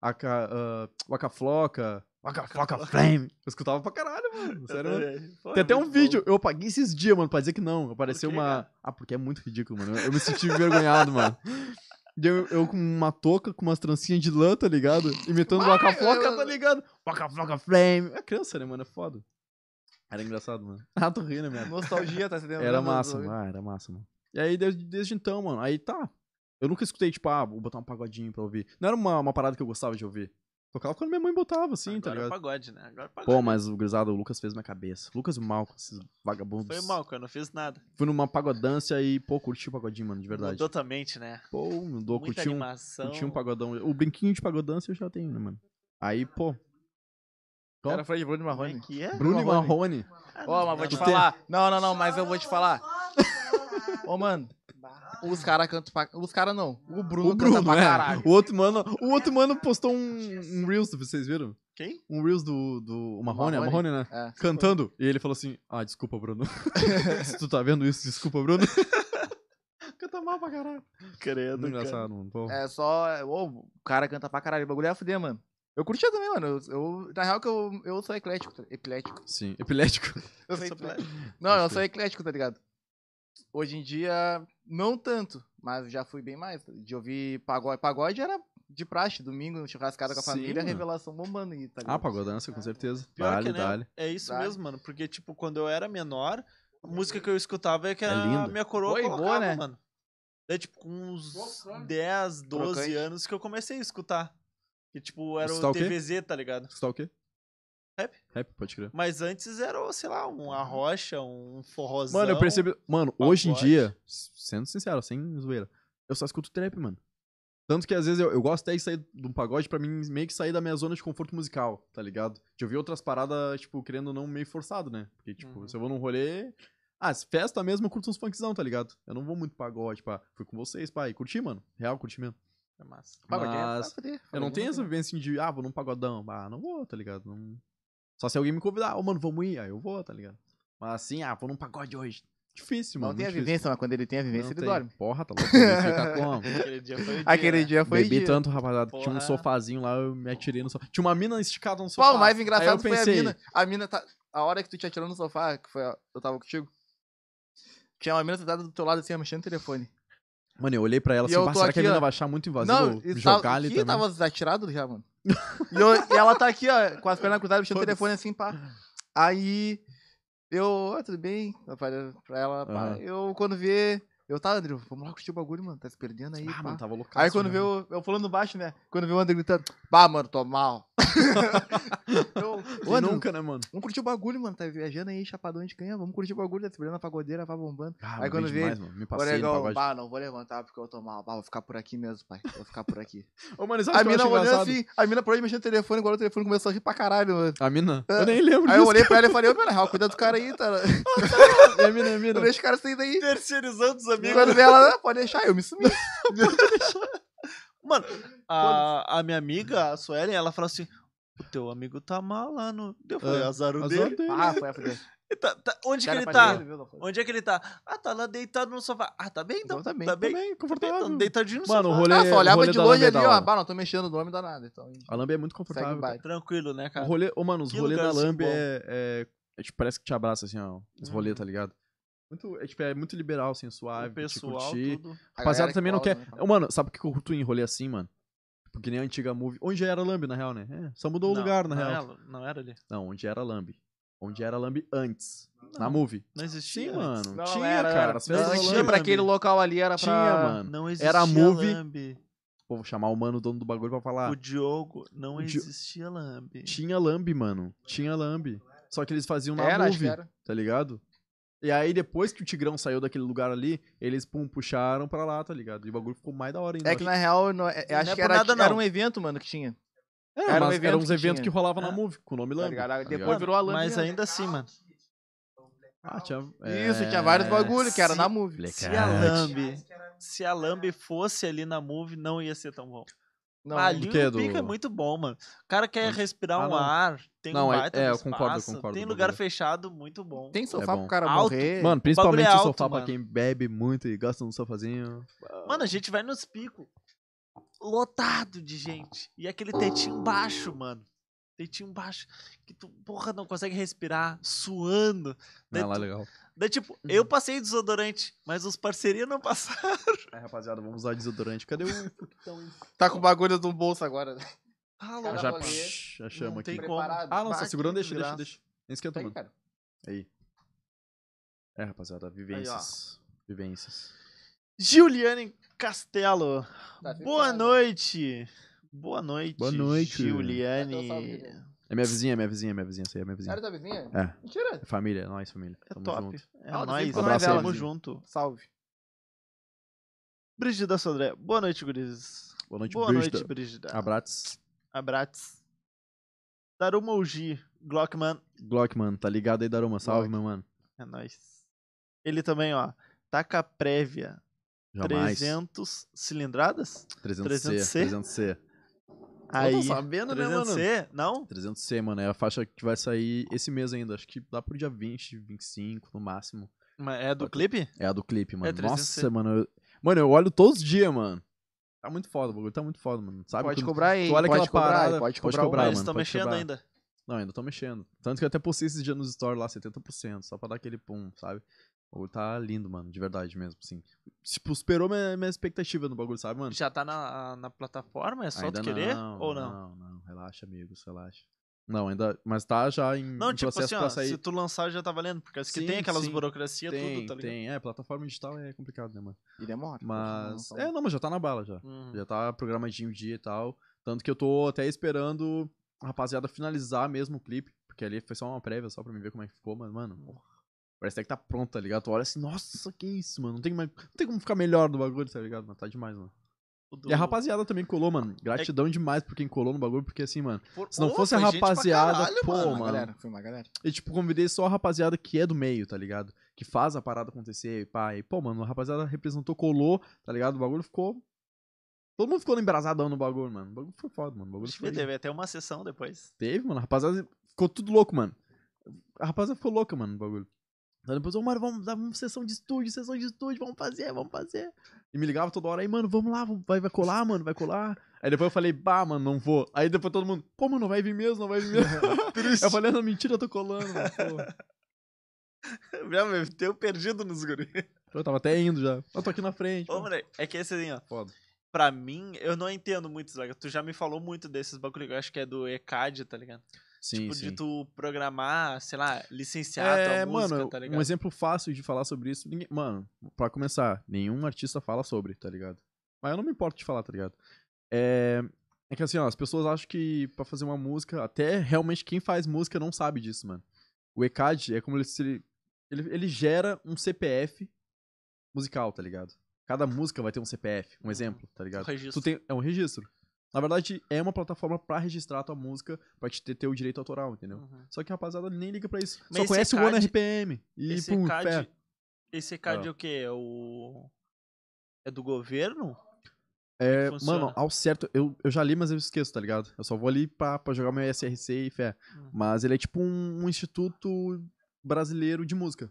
[SPEAKER 3] Aka, ah, Waka Floca, Waka Floca Flame. Eu escutava pra caralho, mano. Sério, mano.
[SPEAKER 1] Pô,
[SPEAKER 3] Tem
[SPEAKER 1] é
[SPEAKER 3] até um
[SPEAKER 1] muito
[SPEAKER 3] vídeo, eu apaguei esses dias, mano, pra dizer que não. Apareceu
[SPEAKER 1] quê,
[SPEAKER 3] uma.
[SPEAKER 1] cara?
[SPEAKER 3] Ah, porque é muito ridículo, mano. Eu, eu me senti envergonhado, mano. E Eu, eu com uma touca, com umas trancinhas de lã, tá ligado? Imitando o Waka Floca,
[SPEAKER 2] eu-
[SPEAKER 3] tá ligado? Waka Floca Flame. É criança, né, mano? É foda. Era engraçado, mano. Ah, tô rindo, minha
[SPEAKER 2] Nostalgia tá se lembrando
[SPEAKER 3] era
[SPEAKER 2] do-
[SPEAKER 3] massa,
[SPEAKER 2] do-
[SPEAKER 3] mano. Ah, era massa, mano. E aí, desde, desde então, mano, aí tá. Eu nunca escutei, tipo, ah, vou botar um pagodinho pra ouvir. Não era uma, uma parada que eu gostava de ouvir. Tocava quando minha mãe botava, assim,
[SPEAKER 1] Agora
[SPEAKER 3] tá
[SPEAKER 1] é
[SPEAKER 3] ligado?
[SPEAKER 1] pagode, né? Agora é pagode.
[SPEAKER 3] Pô, mas o grisado, o Lucas fez minha cabeça. Lucas e o Malco, esses vagabundos.
[SPEAKER 1] Foi mal, cara, eu não fiz nada.
[SPEAKER 3] Fui numa pagodância e, pô, curti o pagodinho, mano, de verdade.
[SPEAKER 1] Mudou tua mente, né?
[SPEAKER 3] Pô, mudou,
[SPEAKER 1] Muita
[SPEAKER 3] curti um,
[SPEAKER 1] animação.
[SPEAKER 3] curti um pagodão. O brinquinho de pagodância eu já tenho, né, mano? Aí, pô, Qual?
[SPEAKER 2] Era Fred Bruno
[SPEAKER 1] Como é
[SPEAKER 2] Marrone.
[SPEAKER 1] que é?
[SPEAKER 3] Bruno e Marrone.
[SPEAKER 1] Ah,
[SPEAKER 2] Ó,
[SPEAKER 1] não,
[SPEAKER 2] mas vou
[SPEAKER 1] não,
[SPEAKER 2] te
[SPEAKER 1] não.
[SPEAKER 2] falar. Não, não, não, mas eu vou te falar. Ô, mano, os caras cantam pra. Os caras não. O Bruno,
[SPEAKER 3] O Bruno,
[SPEAKER 2] canta pra
[SPEAKER 3] é.
[SPEAKER 2] caralho.
[SPEAKER 3] O outro mano, o outro mano postou um, um Reels, vocês viram?
[SPEAKER 1] Quem?
[SPEAKER 3] Um Reels do, do o Marrone, é
[SPEAKER 2] Marrone?
[SPEAKER 3] Marrone, né?
[SPEAKER 2] É.
[SPEAKER 3] Cantando. E ele falou assim, ah, desculpa, Bruno. Se tu tá vendo isso, desculpa, Bruno. Canta mal pra caralho.
[SPEAKER 1] Credo,
[SPEAKER 3] Muito
[SPEAKER 1] cara.
[SPEAKER 3] engraçado, mano. Pô.
[SPEAKER 2] É só. ô, o cara canta pra caralho. O bagulho é a fuder, mano. Eu curtia também, mano. Eu, eu- na real que eu, eu sou eclético. tá- Eclético.
[SPEAKER 3] Sim, epilético.
[SPEAKER 2] Eu sou
[SPEAKER 1] Só pra-
[SPEAKER 2] eclético. Não, eu
[SPEAKER 3] Pode
[SPEAKER 2] sou eclético, tá ligado? Hoje em dia, não tanto, mas já fui bem mais. tá, De ouvir pagode. Pagode era de praxe, domingo, churrascada com a
[SPEAKER 3] Sim,
[SPEAKER 2] família,
[SPEAKER 3] mano.
[SPEAKER 2] revelação bombando aí, tá
[SPEAKER 3] Ah,
[SPEAKER 2] ligado?
[SPEAKER 3] pagodância, com certeza.
[SPEAKER 1] Pior
[SPEAKER 3] Dale,
[SPEAKER 1] que, né,
[SPEAKER 3] dale.
[SPEAKER 1] É isso
[SPEAKER 2] Dale.
[SPEAKER 1] mesmo, mano. Porque, tipo, quando eu era menor, a música que eu escutava é que
[SPEAKER 3] É
[SPEAKER 1] a
[SPEAKER 3] lindo.
[SPEAKER 1] minha coroa
[SPEAKER 2] Boa e boa,
[SPEAKER 1] colocava,
[SPEAKER 2] né?
[SPEAKER 1] mano. Daí, tipo, com uns
[SPEAKER 4] Crocante.
[SPEAKER 1] 10, 12
[SPEAKER 2] Crocante.
[SPEAKER 1] anos que eu comecei a escutar. E, tipo, era
[SPEAKER 3] Escutar
[SPEAKER 1] o
[SPEAKER 3] o quê?
[SPEAKER 1] TVZ, tá ligado?
[SPEAKER 3] Você tá o quê?
[SPEAKER 1] Rap.
[SPEAKER 3] Rap, pode crer.
[SPEAKER 1] Mas antes era, o, sei lá, um arrocha, um forrozão.
[SPEAKER 3] Mano, eu percebi. Mano, hoje em
[SPEAKER 1] pagode.
[SPEAKER 3] dia, s- sendo sincero, sem zoeira, eu só escuto trap, mano. Tanto que às vezes eu, eu gosto até de sair de um pagode pra mim meio que sair da minha zona de conforto musical, tá ligado? De ouvir outras paradas, tipo, querendo ou não, meio forçado, né? Porque, tipo,
[SPEAKER 1] Uhum.
[SPEAKER 3] se eu vou num rolê. Ah, se festa mesmo, eu curto uns funkzão, tá ligado? Eu não vou muito pagode, pá. Fui com vocês, pá. E curti, mano. Real, curti mesmo.
[SPEAKER 1] É massa.
[SPEAKER 2] Pagodinho é pra
[SPEAKER 3] Mas
[SPEAKER 2] fuder,
[SPEAKER 3] eu não
[SPEAKER 2] pagodinho
[SPEAKER 3] tenho essa
[SPEAKER 2] tem.
[SPEAKER 3] vivência assim de, ah, vou num pagodão. Ah, não vou, tá ligado? Não- Só se alguém me convidar, ô, mano, vamos ir. Aí eu vou, tá ligado? Mas assim, ah, vou num pagode hoje. Difícil, mano.
[SPEAKER 2] Não tem a
[SPEAKER 3] muito difícil.
[SPEAKER 2] vivência, mas quando ele tem a vivência,
[SPEAKER 3] Não
[SPEAKER 2] ele
[SPEAKER 3] tem.
[SPEAKER 2] dorme.
[SPEAKER 3] Porra, tá louco. ele Fica como?
[SPEAKER 1] Aquele dia foi o dia,
[SPEAKER 2] Aquele
[SPEAKER 1] né?
[SPEAKER 2] dia foi
[SPEAKER 3] Bebi
[SPEAKER 2] dia.
[SPEAKER 3] um tanto, rapaziada, que tinha um
[SPEAKER 1] Porra.
[SPEAKER 3] sofazinho lá, eu me atirei no sofá. Tinha uma mina esticada no
[SPEAKER 2] Pô,
[SPEAKER 3] sofá.
[SPEAKER 2] o mais
[SPEAKER 3] Aí eu
[SPEAKER 2] engraçado foi
[SPEAKER 3] pensei,
[SPEAKER 2] a mina. A mina tá. A hora que tu te atirou no sofá, que foi a- eu tava contigo. Tinha uma mina sentada do teu lado assim, ó, mexendo o telefone.
[SPEAKER 3] Mano, eu olhei pra ela
[SPEAKER 2] E
[SPEAKER 3] assim,
[SPEAKER 2] eu
[SPEAKER 3] "Bah,
[SPEAKER 2] tô
[SPEAKER 3] será que a
[SPEAKER 2] aqui,
[SPEAKER 3] mina
[SPEAKER 2] ó.
[SPEAKER 3] vai achar muito invasivo
[SPEAKER 2] Não,
[SPEAKER 3] eu
[SPEAKER 2] e
[SPEAKER 3] jogar
[SPEAKER 2] tava,
[SPEAKER 3] ali
[SPEAKER 2] e
[SPEAKER 3] também?
[SPEAKER 2] tava desatirado já, mano. E, eu- e ela tá aqui, ó, com as pernas cruzadas, mexendo o
[SPEAKER 3] Foda-se.
[SPEAKER 2] telefone assim, pá. Aí eu, ah, tudo bem? Eu falei pra ela, pá.
[SPEAKER 3] Aham.
[SPEAKER 2] Eu, quando vê, eu tá, André, vamos lá curtir o bagulho, mano, tá se perdendo aí,
[SPEAKER 3] Ah,
[SPEAKER 2] pá.
[SPEAKER 3] mano, tava loucaço.
[SPEAKER 2] Aí quando
[SPEAKER 3] né?
[SPEAKER 2] vê o. Eu falando baixo, né? Quando vê o André gritando, pá, mano, tô mal. eu,
[SPEAKER 3] Quem
[SPEAKER 2] ô, André,
[SPEAKER 3] nunca, né, mano?
[SPEAKER 2] vamos curtir o bagulho, mano. Tá viajando aí, chapadão de canha, vamos curtir o bagulho, tá se perdendo a pagodeira, vai bombando.
[SPEAKER 3] Ah,
[SPEAKER 2] Aí
[SPEAKER 3] bem
[SPEAKER 2] quando vê,
[SPEAKER 3] demais, mano. Me
[SPEAKER 2] Ô,
[SPEAKER 3] passei no
[SPEAKER 2] negão,
[SPEAKER 3] pagode.
[SPEAKER 2] bah, não vou levantar porque eu tô mal. Bah, vou ficar por aqui mesmo, pai. Vou ficar por aqui.
[SPEAKER 3] Ô, mano, sabe o
[SPEAKER 2] A
[SPEAKER 3] que eu
[SPEAKER 2] mina
[SPEAKER 3] acho
[SPEAKER 2] olhando
[SPEAKER 3] engraçado?
[SPEAKER 2] assim, a mina por aí mexendo no telefone, agora o telefone começou a rir pra caralho, mano.
[SPEAKER 3] A mina?
[SPEAKER 2] É.
[SPEAKER 3] Eu nem lembro
[SPEAKER 2] Aí eu
[SPEAKER 3] disso.
[SPEAKER 2] olhei pra ela e falei, ô, meu, na real, cuida do cara aí, tá?
[SPEAKER 3] E a mina, é a mina.
[SPEAKER 2] Não deixa o cara sair daí.
[SPEAKER 1] Terceirizando os amigos.
[SPEAKER 2] Quando vê ela, "Ah, pode deixar, eu me sumi.
[SPEAKER 1] Mano, a, a minha amiga, a Suelen, ela fala assim: o teu amigo tá mal lá no. Eu falei,
[SPEAKER 3] Ah,
[SPEAKER 1] azar o
[SPEAKER 3] Azar
[SPEAKER 1] dele.
[SPEAKER 3] dele.
[SPEAKER 2] Ah, foi a fuder.
[SPEAKER 1] E tá- tá- onde que
[SPEAKER 2] Cara,
[SPEAKER 1] ele
[SPEAKER 2] pra
[SPEAKER 1] tá?
[SPEAKER 2] dele, viu, não foi?
[SPEAKER 1] Onde é que ele tá? Ah, tá lá deitado no sofá. Ah, tá bem então.
[SPEAKER 2] Então tá bem,
[SPEAKER 1] Tá bem,
[SPEAKER 3] Também,
[SPEAKER 1] tá bem,
[SPEAKER 3] confortável.
[SPEAKER 1] então, deitadinho no
[SPEAKER 3] Mano, o
[SPEAKER 1] sofá.
[SPEAKER 3] rolê,
[SPEAKER 2] Ah, só olhava
[SPEAKER 3] rolê
[SPEAKER 2] de
[SPEAKER 3] da
[SPEAKER 2] longe
[SPEAKER 3] Lambda é
[SPEAKER 2] ali,
[SPEAKER 3] da
[SPEAKER 2] ó.
[SPEAKER 3] hora.
[SPEAKER 2] Bah, não tô mexendo, não me dá nada. Então,
[SPEAKER 3] A Lambe é muito
[SPEAKER 2] segue
[SPEAKER 3] confortável.
[SPEAKER 2] o baile.
[SPEAKER 1] Tranquilo, né,
[SPEAKER 3] O
[SPEAKER 1] cara?
[SPEAKER 3] rolê, ô, mano, os
[SPEAKER 1] Que
[SPEAKER 3] rolês da
[SPEAKER 1] lugarzinho
[SPEAKER 3] Lambe
[SPEAKER 1] bom.
[SPEAKER 3] é, é- é, tipo, parece que te abraça, assim, ó. Os
[SPEAKER 1] Uhum.
[SPEAKER 3] rolês, tá ligado? Muito, é, tipo, é muito liberal, assim, suave.
[SPEAKER 1] O
[SPEAKER 3] pra te
[SPEAKER 1] pessoal,
[SPEAKER 3] curtir.
[SPEAKER 1] tudo.
[SPEAKER 2] A
[SPEAKER 3] Rapaziada
[SPEAKER 2] galera
[SPEAKER 3] também não
[SPEAKER 2] cola,
[SPEAKER 3] quer.
[SPEAKER 2] né,
[SPEAKER 3] Ô, Mano, sabe o que eu curto em rolê assim, mano? Porque nem a antiga movie. Onde era Lambe, na real, né? É, só mudou o
[SPEAKER 1] Não,
[SPEAKER 3] lugar, na
[SPEAKER 1] não
[SPEAKER 3] real.
[SPEAKER 1] Era, não era ali.
[SPEAKER 3] Não, onde era Lambe. Onde era Lambe antes. Na movie.
[SPEAKER 1] Não existia.
[SPEAKER 3] Sim, mano.
[SPEAKER 2] Não,
[SPEAKER 3] tinha,
[SPEAKER 2] era,
[SPEAKER 3] cara.
[SPEAKER 2] era.
[SPEAKER 3] As
[SPEAKER 2] Não
[SPEAKER 3] festas da
[SPEAKER 2] existia
[SPEAKER 3] Lambe.
[SPEAKER 2] pra aquele local ali, era pra...
[SPEAKER 3] Tinha, mano.
[SPEAKER 1] Não existia.
[SPEAKER 3] Era a movie.
[SPEAKER 1] Lambe.
[SPEAKER 3] Pô, vou chamar o mano, o dono do bagulho, pra falar.
[SPEAKER 1] O Diogo não
[SPEAKER 3] O Di-
[SPEAKER 1] existia Lambe.
[SPEAKER 3] Tinha Lambe, mano. Tinha Lambe. Só que eles faziam na
[SPEAKER 2] Era, acho que
[SPEAKER 3] movie,
[SPEAKER 2] era.
[SPEAKER 3] tá ligado? E aí, depois que o Tigrão saiu daquele lugar ali, eles, pum, puxaram pra lá, tá ligado? E o bagulho ficou mais da hora ainda.
[SPEAKER 2] É que,
[SPEAKER 3] eu
[SPEAKER 2] na real, não- é-
[SPEAKER 1] Não é
[SPEAKER 2] acho
[SPEAKER 1] por
[SPEAKER 2] que era,
[SPEAKER 1] nada,
[SPEAKER 2] era
[SPEAKER 1] não.
[SPEAKER 2] um evento, mano, que tinha.
[SPEAKER 3] acho.
[SPEAKER 2] era um
[SPEAKER 3] mas
[SPEAKER 2] evento
[SPEAKER 3] eram uns
[SPEAKER 2] que
[SPEAKER 3] eventos que
[SPEAKER 2] tinha.
[SPEAKER 3] rolavam
[SPEAKER 1] Ah.
[SPEAKER 3] na movie, com o nome
[SPEAKER 2] Tá
[SPEAKER 3] Lambe.
[SPEAKER 2] ligado? Depois
[SPEAKER 3] ligado?
[SPEAKER 2] virou a Lambe.
[SPEAKER 1] Mas
[SPEAKER 2] mesmo.
[SPEAKER 1] ainda assim, mano. um
[SPEAKER 3] Ah, tinha...
[SPEAKER 2] Isso, tinha vários
[SPEAKER 3] É,
[SPEAKER 2] bagulho que era
[SPEAKER 1] se-
[SPEAKER 2] na movie.
[SPEAKER 3] moleque.
[SPEAKER 1] Se a
[SPEAKER 3] Cara,
[SPEAKER 1] Lambe. Se a Lambe fosse ali na movie, não ia ser tão bom.
[SPEAKER 2] Não,
[SPEAKER 1] Ah, ali
[SPEAKER 3] do que
[SPEAKER 1] o
[SPEAKER 3] do-
[SPEAKER 1] pico é muito bom, mano. O cara quer
[SPEAKER 3] Onde?
[SPEAKER 1] respirar
[SPEAKER 3] Ah,
[SPEAKER 1] um
[SPEAKER 3] não.
[SPEAKER 1] ar, tem um
[SPEAKER 3] Não, é-
[SPEAKER 1] baita
[SPEAKER 3] é,
[SPEAKER 1] do
[SPEAKER 3] eu concordo, eu
[SPEAKER 1] espaço,
[SPEAKER 3] concordo
[SPEAKER 1] Tem
[SPEAKER 3] com
[SPEAKER 1] lugar
[SPEAKER 3] você.
[SPEAKER 1] fechado muito bom.
[SPEAKER 2] Tem sofá
[SPEAKER 3] bom.
[SPEAKER 2] pro cara
[SPEAKER 1] Alto.
[SPEAKER 2] morrer.
[SPEAKER 3] Mano, principalmente
[SPEAKER 1] bagulho é
[SPEAKER 3] o
[SPEAKER 1] alto,
[SPEAKER 3] sofá
[SPEAKER 1] mano.
[SPEAKER 3] pra quem bebe muito e gasta no sofazinho.
[SPEAKER 1] Mano, a gente vai nos picos lotado de gente. E aquele tetinho baixo, mano. Tetinho baixo. Que tu, porra, não consegue respirar, suando. Daí,
[SPEAKER 3] Ah, lá,
[SPEAKER 1] tu-
[SPEAKER 3] legal.
[SPEAKER 1] daí, tipo, eu passei desodorante, mas os parceiros não passaram.
[SPEAKER 3] Aí, É, rapaziada, vamos usar desodorante. Cadê o...
[SPEAKER 2] Tá com o bagulho do bolso agora.
[SPEAKER 1] Tá
[SPEAKER 2] Cara,
[SPEAKER 1] louco.
[SPEAKER 3] Já,
[SPEAKER 2] rolê.
[SPEAKER 3] psh, a chama
[SPEAKER 1] Não
[SPEAKER 3] aqui.
[SPEAKER 1] tem como.
[SPEAKER 2] Preparado.
[SPEAKER 3] Ah, nossa,
[SPEAKER 2] Bah,
[SPEAKER 3] segurando,
[SPEAKER 2] que
[SPEAKER 3] deixa,
[SPEAKER 2] desgraça.
[SPEAKER 3] deixa, deixa. Nem esquenta,
[SPEAKER 2] Tem,
[SPEAKER 3] mano.
[SPEAKER 2] cara.
[SPEAKER 3] É, rapaziada, vivências. vivências.
[SPEAKER 1] Giuliane Castelo.
[SPEAKER 2] Tá
[SPEAKER 1] Boa
[SPEAKER 2] ficando.
[SPEAKER 1] noite. Boa noite.
[SPEAKER 3] Boa noite.
[SPEAKER 2] Dá teu salve,
[SPEAKER 1] Giuliane.
[SPEAKER 2] Giuliane.
[SPEAKER 3] É minha vizinha, é minha vizinha, é minha vizinha. Essa aí é minha vizinha.
[SPEAKER 2] Era tua vizinha?
[SPEAKER 3] É.
[SPEAKER 2] Mentira.
[SPEAKER 3] Família, é nóis, família.
[SPEAKER 1] É
[SPEAKER 3] Tamo
[SPEAKER 1] top.
[SPEAKER 3] junto.
[SPEAKER 1] É
[SPEAKER 2] Ah, eu
[SPEAKER 1] nóis.
[SPEAKER 2] sempre
[SPEAKER 3] falei dela.
[SPEAKER 1] Tamo junto.
[SPEAKER 2] Salve.
[SPEAKER 1] Brígida Sodré. Boa noite, gurizes.
[SPEAKER 3] Boa noite,
[SPEAKER 1] Boa
[SPEAKER 3] Birsta.
[SPEAKER 1] noite, Brígida.
[SPEAKER 3] Abraços.
[SPEAKER 1] Abraço. Daruma Uji, Glockman.
[SPEAKER 3] Glockman, tá ligado aí, Daruma? Salve,
[SPEAKER 2] Glock.
[SPEAKER 3] meu mano.
[SPEAKER 1] É nóis. Ele também, ó. Taca prévia.
[SPEAKER 3] Jamais.
[SPEAKER 1] 300 cilindradas?
[SPEAKER 3] 300C. 300C.
[SPEAKER 1] Aí.
[SPEAKER 3] Não tô sabendo, né, mano?
[SPEAKER 1] 300C? Não?
[SPEAKER 3] 300C, mano. É a faixa que vai sair esse mês ainda. Acho que dá pro dia 20, 25 no máximo.
[SPEAKER 1] Mas é do clipe?
[SPEAKER 3] É a do clipe, mano.
[SPEAKER 1] 300C.
[SPEAKER 3] Nossa, mano. eu- Mano, eu olho todos os dias, mano. Tá muito foda, o bagulho tá muito foda, mano. Sabe?
[SPEAKER 2] Pode
[SPEAKER 3] quando-
[SPEAKER 2] cobrar aí.
[SPEAKER 3] Tu olha
[SPEAKER 2] pode
[SPEAKER 3] aquela
[SPEAKER 2] cobrar,
[SPEAKER 3] parada,
[SPEAKER 2] Pode
[SPEAKER 3] pode
[SPEAKER 2] cobrar,
[SPEAKER 3] cobrar,
[SPEAKER 2] uma.
[SPEAKER 1] Eles
[SPEAKER 3] mano,
[SPEAKER 1] estão
[SPEAKER 3] pode
[SPEAKER 1] mexendo
[SPEAKER 3] cobrar.
[SPEAKER 1] ainda.
[SPEAKER 3] Não, ainda tô mexendo. Tanto que eu até postei esses dias nos stories lá, 70%, só pra dar aquele pum, sabe? O bagulho tá lindo, mano, de verdade mesmo, assim. Tipo, superou minha, minha expectativa no bagulho, sabe, mano?
[SPEAKER 1] Já tá na, na plataforma? É só
[SPEAKER 3] Ainda
[SPEAKER 1] tu querer?
[SPEAKER 3] não,
[SPEAKER 1] ou não?
[SPEAKER 3] Não, não, relaxa, amigos, relaxa. Não, ainda. Mas tá já em,
[SPEAKER 1] Não,
[SPEAKER 3] em
[SPEAKER 1] tipo
[SPEAKER 3] processo
[SPEAKER 1] assim, ó,
[SPEAKER 3] pra sair.
[SPEAKER 1] se tu lançar já tá valendo, porque acho que
[SPEAKER 3] Sim,
[SPEAKER 1] tem aquelas
[SPEAKER 3] sim.
[SPEAKER 1] burocracias,
[SPEAKER 3] tem,
[SPEAKER 1] tudo, tá ligado?
[SPEAKER 3] tem. É, plataforma digital é complicado, né, mano?
[SPEAKER 2] E demora.
[SPEAKER 3] Mas.
[SPEAKER 2] Não, não,
[SPEAKER 3] É,
[SPEAKER 2] não.
[SPEAKER 3] não, mas já tá na bala já.
[SPEAKER 1] Uhum.
[SPEAKER 3] Já tá programadinho o dia e tal. Tanto que eu tô até esperando a rapaziada finalizar mesmo o clipe. Porque ali foi só uma prévia, só pra me ver como é que ficou, mas, mano. Parece até que tá pronto, tá ligado? Tu olha assim, nossa, que isso, mano. Não tem, mais, não tem como ficar melhor do bagulho, tá ligado? Mas tá demais, mano.
[SPEAKER 1] Tudo-
[SPEAKER 3] E a rapaziada também colou, mano.
[SPEAKER 1] É
[SPEAKER 3] Gratidão demais por quem colou no bagulho, porque assim, mano.
[SPEAKER 1] Por-
[SPEAKER 3] Se não
[SPEAKER 1] Ô,
[SPEAKER 3] fosse a
[SPEAKER 1] foi gente pra
[SPEAKER 3] rapaziada,
[SPEAKER 1] caralho,
[SPEAKER 3] pô,
[SPEAKER 1] mano.
[SPEAKER 2] Foi uma
[SPEAKER 3] mano.
[SPEAKER 2] galera. Foi uma galera.
[SPEAKER 3] E, tipo, convidei só a rapaziada que é do meio, tá ligado? Que faz a parada acontecer, e pá. E, pô, mano, a rapaziada representou, colou, tá ligado? O bagulho ficou. Todo mundo ficou embrasadão no bagulho, mano. O bagulho foi foda, mano. O bagulho
[SPEAKER 1] Acho que
[SPEAKER 3] foi...
[SPEAKER 1] teve até uma sessão depois.
[SPEAKER 3] Teve, mano. A rapaziada ficou tudo louco, mano. A rapaziada ficou louca, mano, no bagulho. Aí depois, ô, mano, vamos dar uma sessão de estúdio, sessão de estúdio, vamos fazer, vamos fazer. E me ligava toda hora, aí, mano, vamos lá, vamos- vai, vai colar, mano, vai colar. Aí depois eu falei, bah, mano, não vou. Aí depois todo mundo, pô, mano, não vai vir mesmo, não vai vir mesmo. eu falei, não, mentira, eu tô colando, mano, pô.
[SPEAKER 1] Meu, meu, tenho perdido nos guri.
[SPEAKER 3] Eu tava até indo já. Eu tô aqui na frente.
[SPEAKER 1] Ô,
[SPEAKER 3] pô.
[SPEAKER 1] moleque, é que esse assim, ó.
[SPEAKER 3] Foda.
[SPEAKER 1] Pra mim, eu não entendo muito, Zaga. Tu já me falou muito desses bagulho. Eu acho que é do ECAD, tá ligado?
[SPEAKER 3] Sim,
[SPEAKER 1] tipo,
[SPEAKER 3] sim.
[SPEAKER 1] de tu programar, sei lá, licenciar
[SPEAKER 3] É,
[SPEAKER 1] tua música,
[SPEAKER 3] mano,
[SPEAKER 1] tá ligado?
[SPEAKER 3] um exemplo fácil de falar sobre isso. ninguém- mano, pra começar, nenhum artista fala sobre, tá ligado? Mas eu não me importo de falar, tá ligado? É, é que assim, ó, as pessoas acham que pra fazer uma música, até realmente quem faz música não sabe disso, mano. O ECAD é como ele se. Ele, ele gera um CPF musical, tá ligado? Cada música vai ter um CPF, um
[SPEAKER 1] Uhum.
[SPEAKER 3] exemplo, tá ligado?
[SPEAKER 1] registro.
[SPEAKER 3] Tu tem, é um registro. Na verdade, é uma plataforma pra registrar a tua música, pra te ter teu direito autoral, entendeu?
[SPEAKER 1] Uhum.
[SPEAKER 3] Só que a rapaziada nem liga pra isso.
[SPEAKER 1] Mas
[SPEAKER 3] Só
[SPEAKER 1] esse
[SPEAKER 3] conhece o
[SPEAKER 1] ECAD
[SPEAKER 3] One RPM. E
[SPEAKER 1] esse
[SPEAKER 3] pum,
[SPEAKER 1] ECAD,
[SPEAKER 3] pé.
[SPEAKER 1] esse ECAD
[SPEAKER 3] Ah.
[SPEAKER 1] é o quê? É o... É do governo?
[SPEAKER 3] É,
[SPEAKER 1] funciona?
[SPEAKER 3] mano, ao certo, eu, eu já li, mas eu esqueço, tá ligado? Eu só vou ali pra, pra jogar meu SRC e fé.
[SPEAKER 1] Hum.
[SPEAKER 3] Mas ele é tipo um, um instituto brasileiro de música.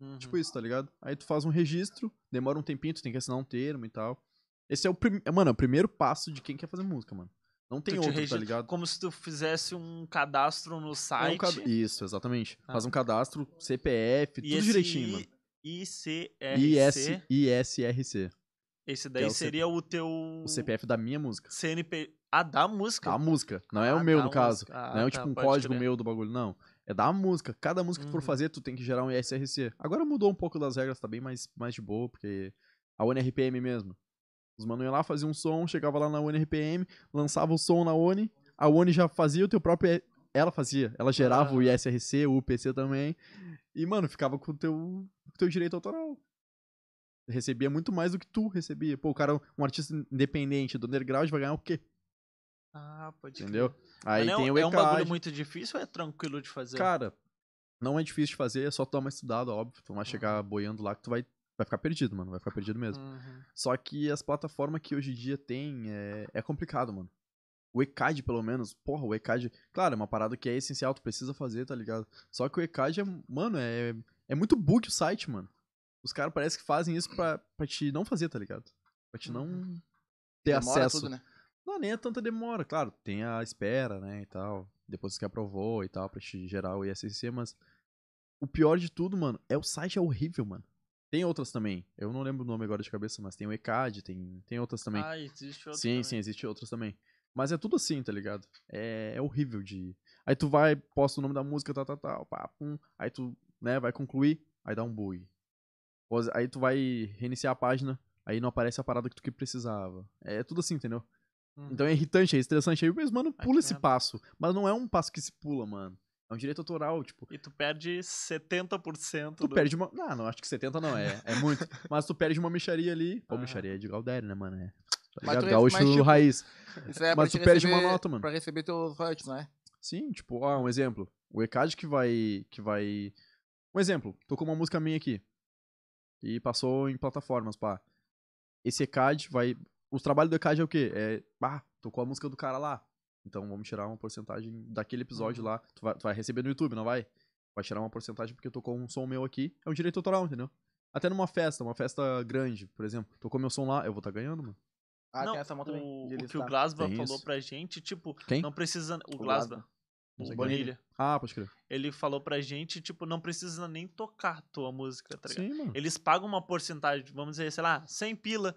[SPEAKER 1] Uhum.
[SPEAKER 3] Tipo isso, tá ligado? Aí tu faz um registro, demora um tempinho, tu tem que assinar um termo e tal. Esse é o primeiro. Mano, é o primeiro passo de quem quer fazer música, mano. Não tem
[SPEAKER 1] Tu te
[SPEAKER 3] outro,
[SPEAKER 1] registra-
[SPEAKER 3] tá ligado?
[SPEAKER 1] Como se tu fizesse um cadastro no
[SPEAKER 3] É
[SPEAKER 1] site.
[SPEAKER 3] um cad- Isso, exatamente.
[SPEAKER 1] Ah.
[SPEAKER 3] Faz um cadastro, CPF,
[SPEAKER 1] e
[SPEAKER 3] tudo
[SPEAKER 1] esse
[SPEAKER 3] direitinho, mano. IS,
[SPEAKER 1] ICRC,
[SPEAKER 3] ISRC.
[SPEAKER 1] esse
[SPEAKER 3] que
[SPEAKER 1] daí
[SPEAKER 3] é o C-
[SPEAKER 1] seria o teu
[SPEAKER 3] O CPF da minha música.
[SPEAKER 1] CNP, ah, da música.
[SPEAKER 3] Da música. Não é
[SPEAKER 1] Ah,
[SPEAKER 3] o meu,
[SPEAKER 1] da
[SPEAKER 3] no caso.
[SPEAKER 1] música. Ah,
[SPEAKER 3] não
[SPEAKER 1] tá,
[SPEAKER 3] é tipo um
[SPEAKER 1] pode
[SPEAKER 3] código
[SPEAKER 1] crer.
[SPEAKER 3] meu do bagulho, não. É da música. Cada música que tu
[SPEAKER 1] Uhum.
[SPEAKER 3] for fazer, tu tem que gerar um ISRC. Agora mudou um pouco das regras, tá bem mais, mais de boa, porque a UNRPM mesmo. Os mano iam lá, faziam um som, chegava lá na UNRPM, lançava o som na ONI, a ONI já fazia o teu próprio. I- Ela fazia, ela gerava o ISRC, o UPC também. E, mano, ficava com o teu, com o teu direito autoral. Recebia muito mais do que tu recebia. Pô, o cara, um artista independente do underground vai ganhar o quê?
[SPEAKER 1] Ah, pode crer.
[SPEAKER 3] Entendeu?
[SPEAKER 1] Mas
[SPEAKER 3] Aí
[SPEAKER 1] não é
[SPEAKER 3] tem
[SPEAKER 1] um-
[SPEAKER 3] o
[SPEAKER 1] É um bagulho
[SPEAKER 3] ECAD.
[SPEAKER 1] muito difícil ou é tranquilo de fazer?
[SPEAKER 3] Cara, não é difícil de fazer, é só tu dar uma estudada, óbvio. Tu não vai
[SPEAKER 1] Uhum.
[SPEAKER 3] chegar boiando lá que tu vai, vai ficar perdido, mano. Vai ficar perdido mesmo.
[SPEAKER 1] Uhum.
[SPEAKER 3] Só que as plataformas que hoje em dia tem é, é complicado, mano. O ECAD, pelo menos, porra, o ECAD, claro, é uma parada que é essencial, tu precisa fazer, tá ligado? Só que o ECAD é, mano, é, é muito bug o site, mano. Os caras parece que fazem isso pra, pra te não fazer, tá ligado? Pra te
[SPEAKER 1] Uhum.
[SPEAKER 3] não ter
[SPEAKER 2] Demora
[SPEAKER 3] acesso.
[SPEAKER 2] tudo, né?
[SPEAKER 3] Não, nem é tanta demora, claro, tem a espera, né, e tal, depois que aprovou e tal, pra te gerar o ISSC, mas o pior de tudo, mano, é o site é horrível, mano. Tem outras também, eu não lembro o nome agora de cabeça, mas tem o ECAD, tem, tem outras também.
[SPEAKER 1] Ah, existe outro
[SPEAKER 3] sim,
[SPEAKER 1] também.
[SPEAKER 3] sim, existe outras também. Mas é tudo assim, tá ligado? É, é horrível de... Aí tu vai, posta o nome da música, tal, tal, tal, pá, pum, aí tu, né, vai concluir, aí dá um bug. Pô, Aí tu vai reiniciar a página, Aí não aparece a parada que tu que precisava. É tudo assim, entendeu?
[SPEAKER 1] Uhum.
[SPEAKER 3] Então é irritante, é estressante. Aí o mesmo mano pula
[SPEAKER 1] que
[SPEAKER 3] esse
[SPEAKER 1] merda.
[SPEAKER 3] passo. Mas não é um passo que se pula, mano. É um direito autoral, tipo.
[SPEAKER 1] E tu perde 70%
[SPEAKER 3] Tu
[SPEAKER 1] do...
[SPEAKER 3] perde uma. Ah, Não, não, acho que 70 não, é, é muito. Mas tu perde uma mixaria ali. Pô,
[SPEAKER 1] Ah.
[SPEAKER 3] mixaria é de Galdério, né, mano? É. Tá
[SPEAKER 2] Mas
[SPEAKER 3] ligado?
[SPEAKER 2] tu-
[SPEAKER 3] Gaúcho
[SPEAKER 2] mas, tipo,
[SPEAKER 3] raiz.
[SPEAKER 2] Isso é
[SPEAKER 3] Mas
[SPEAKER 2] pra
[SPEAKER 3] tu
[SPEAKER 2] te
[SPEAKER 3] perde uma
[SPEAKER 2] receber-
[SPEAKER 3] nota, mano.
[SPEAKER 2] Pra receber teus royalties, né?
[SPEAKER 3] Sim, tipo, ó, um exemplo. O ECAD que vai. que vai. Um exemplo, tocou uma música minha aqui. E passou em plataformas, pá. Esse ECAD vai. O trabalho do ECAD é o quê? É. Ah, tocou a música do cara lá. Então vamos tirar uma porcentagem daquele episódio
[SPEAKER 1] Uhum.
[SPEAKER 3] lá. Tu vai, tu vai receber no YouTube, não vai? Vai tirar uma porcentagem porque tocou um som meu aqui. É um direito autoral, entendeu? Até numa festa, uma festa grande, por exemplo. Tocou meu som lá, eu vou estar ganhando, mano.
[SPEAKER 2] Ah,
[SPEAKER 1] não,
[SPEAKER 2] tem essa mão também.
[SPEAKER 1] o,
[SPEAKER 2] de
[SPEAKER 1] o que o
[SPEAKER 2] listar.
[SPEAKER 1] Glasba
[SPEAKER 3] Tem
[SPEAKER 1] falou
[SPEAKER 3] isso.
[SPEAKER 1] pra gente, tipo,
[SPEAKER 3] Quem?
[SPEAKER 1] não precisa... O,
[SPEAKER 2] O
[SPEAKER 1] Glasba,
[SPEAKER 2] Glasba.
[SPEAKER 3] Não sei
[SPEAKER 1] o
[SPEAKER 3] quem.
[SPEAKER 1] Bonilha.
[SPEAKER 3] Ah, pode crer.
[SPEAKER 1] Ele falou pra gente, tipo, não precisa nem tocar tua música, tá ligado?
[SPEAKER 3] Sim, mano.
[SPEAKER 1] Eles pagam uma porcentagem, vamos dizer, sei lá, 100 pila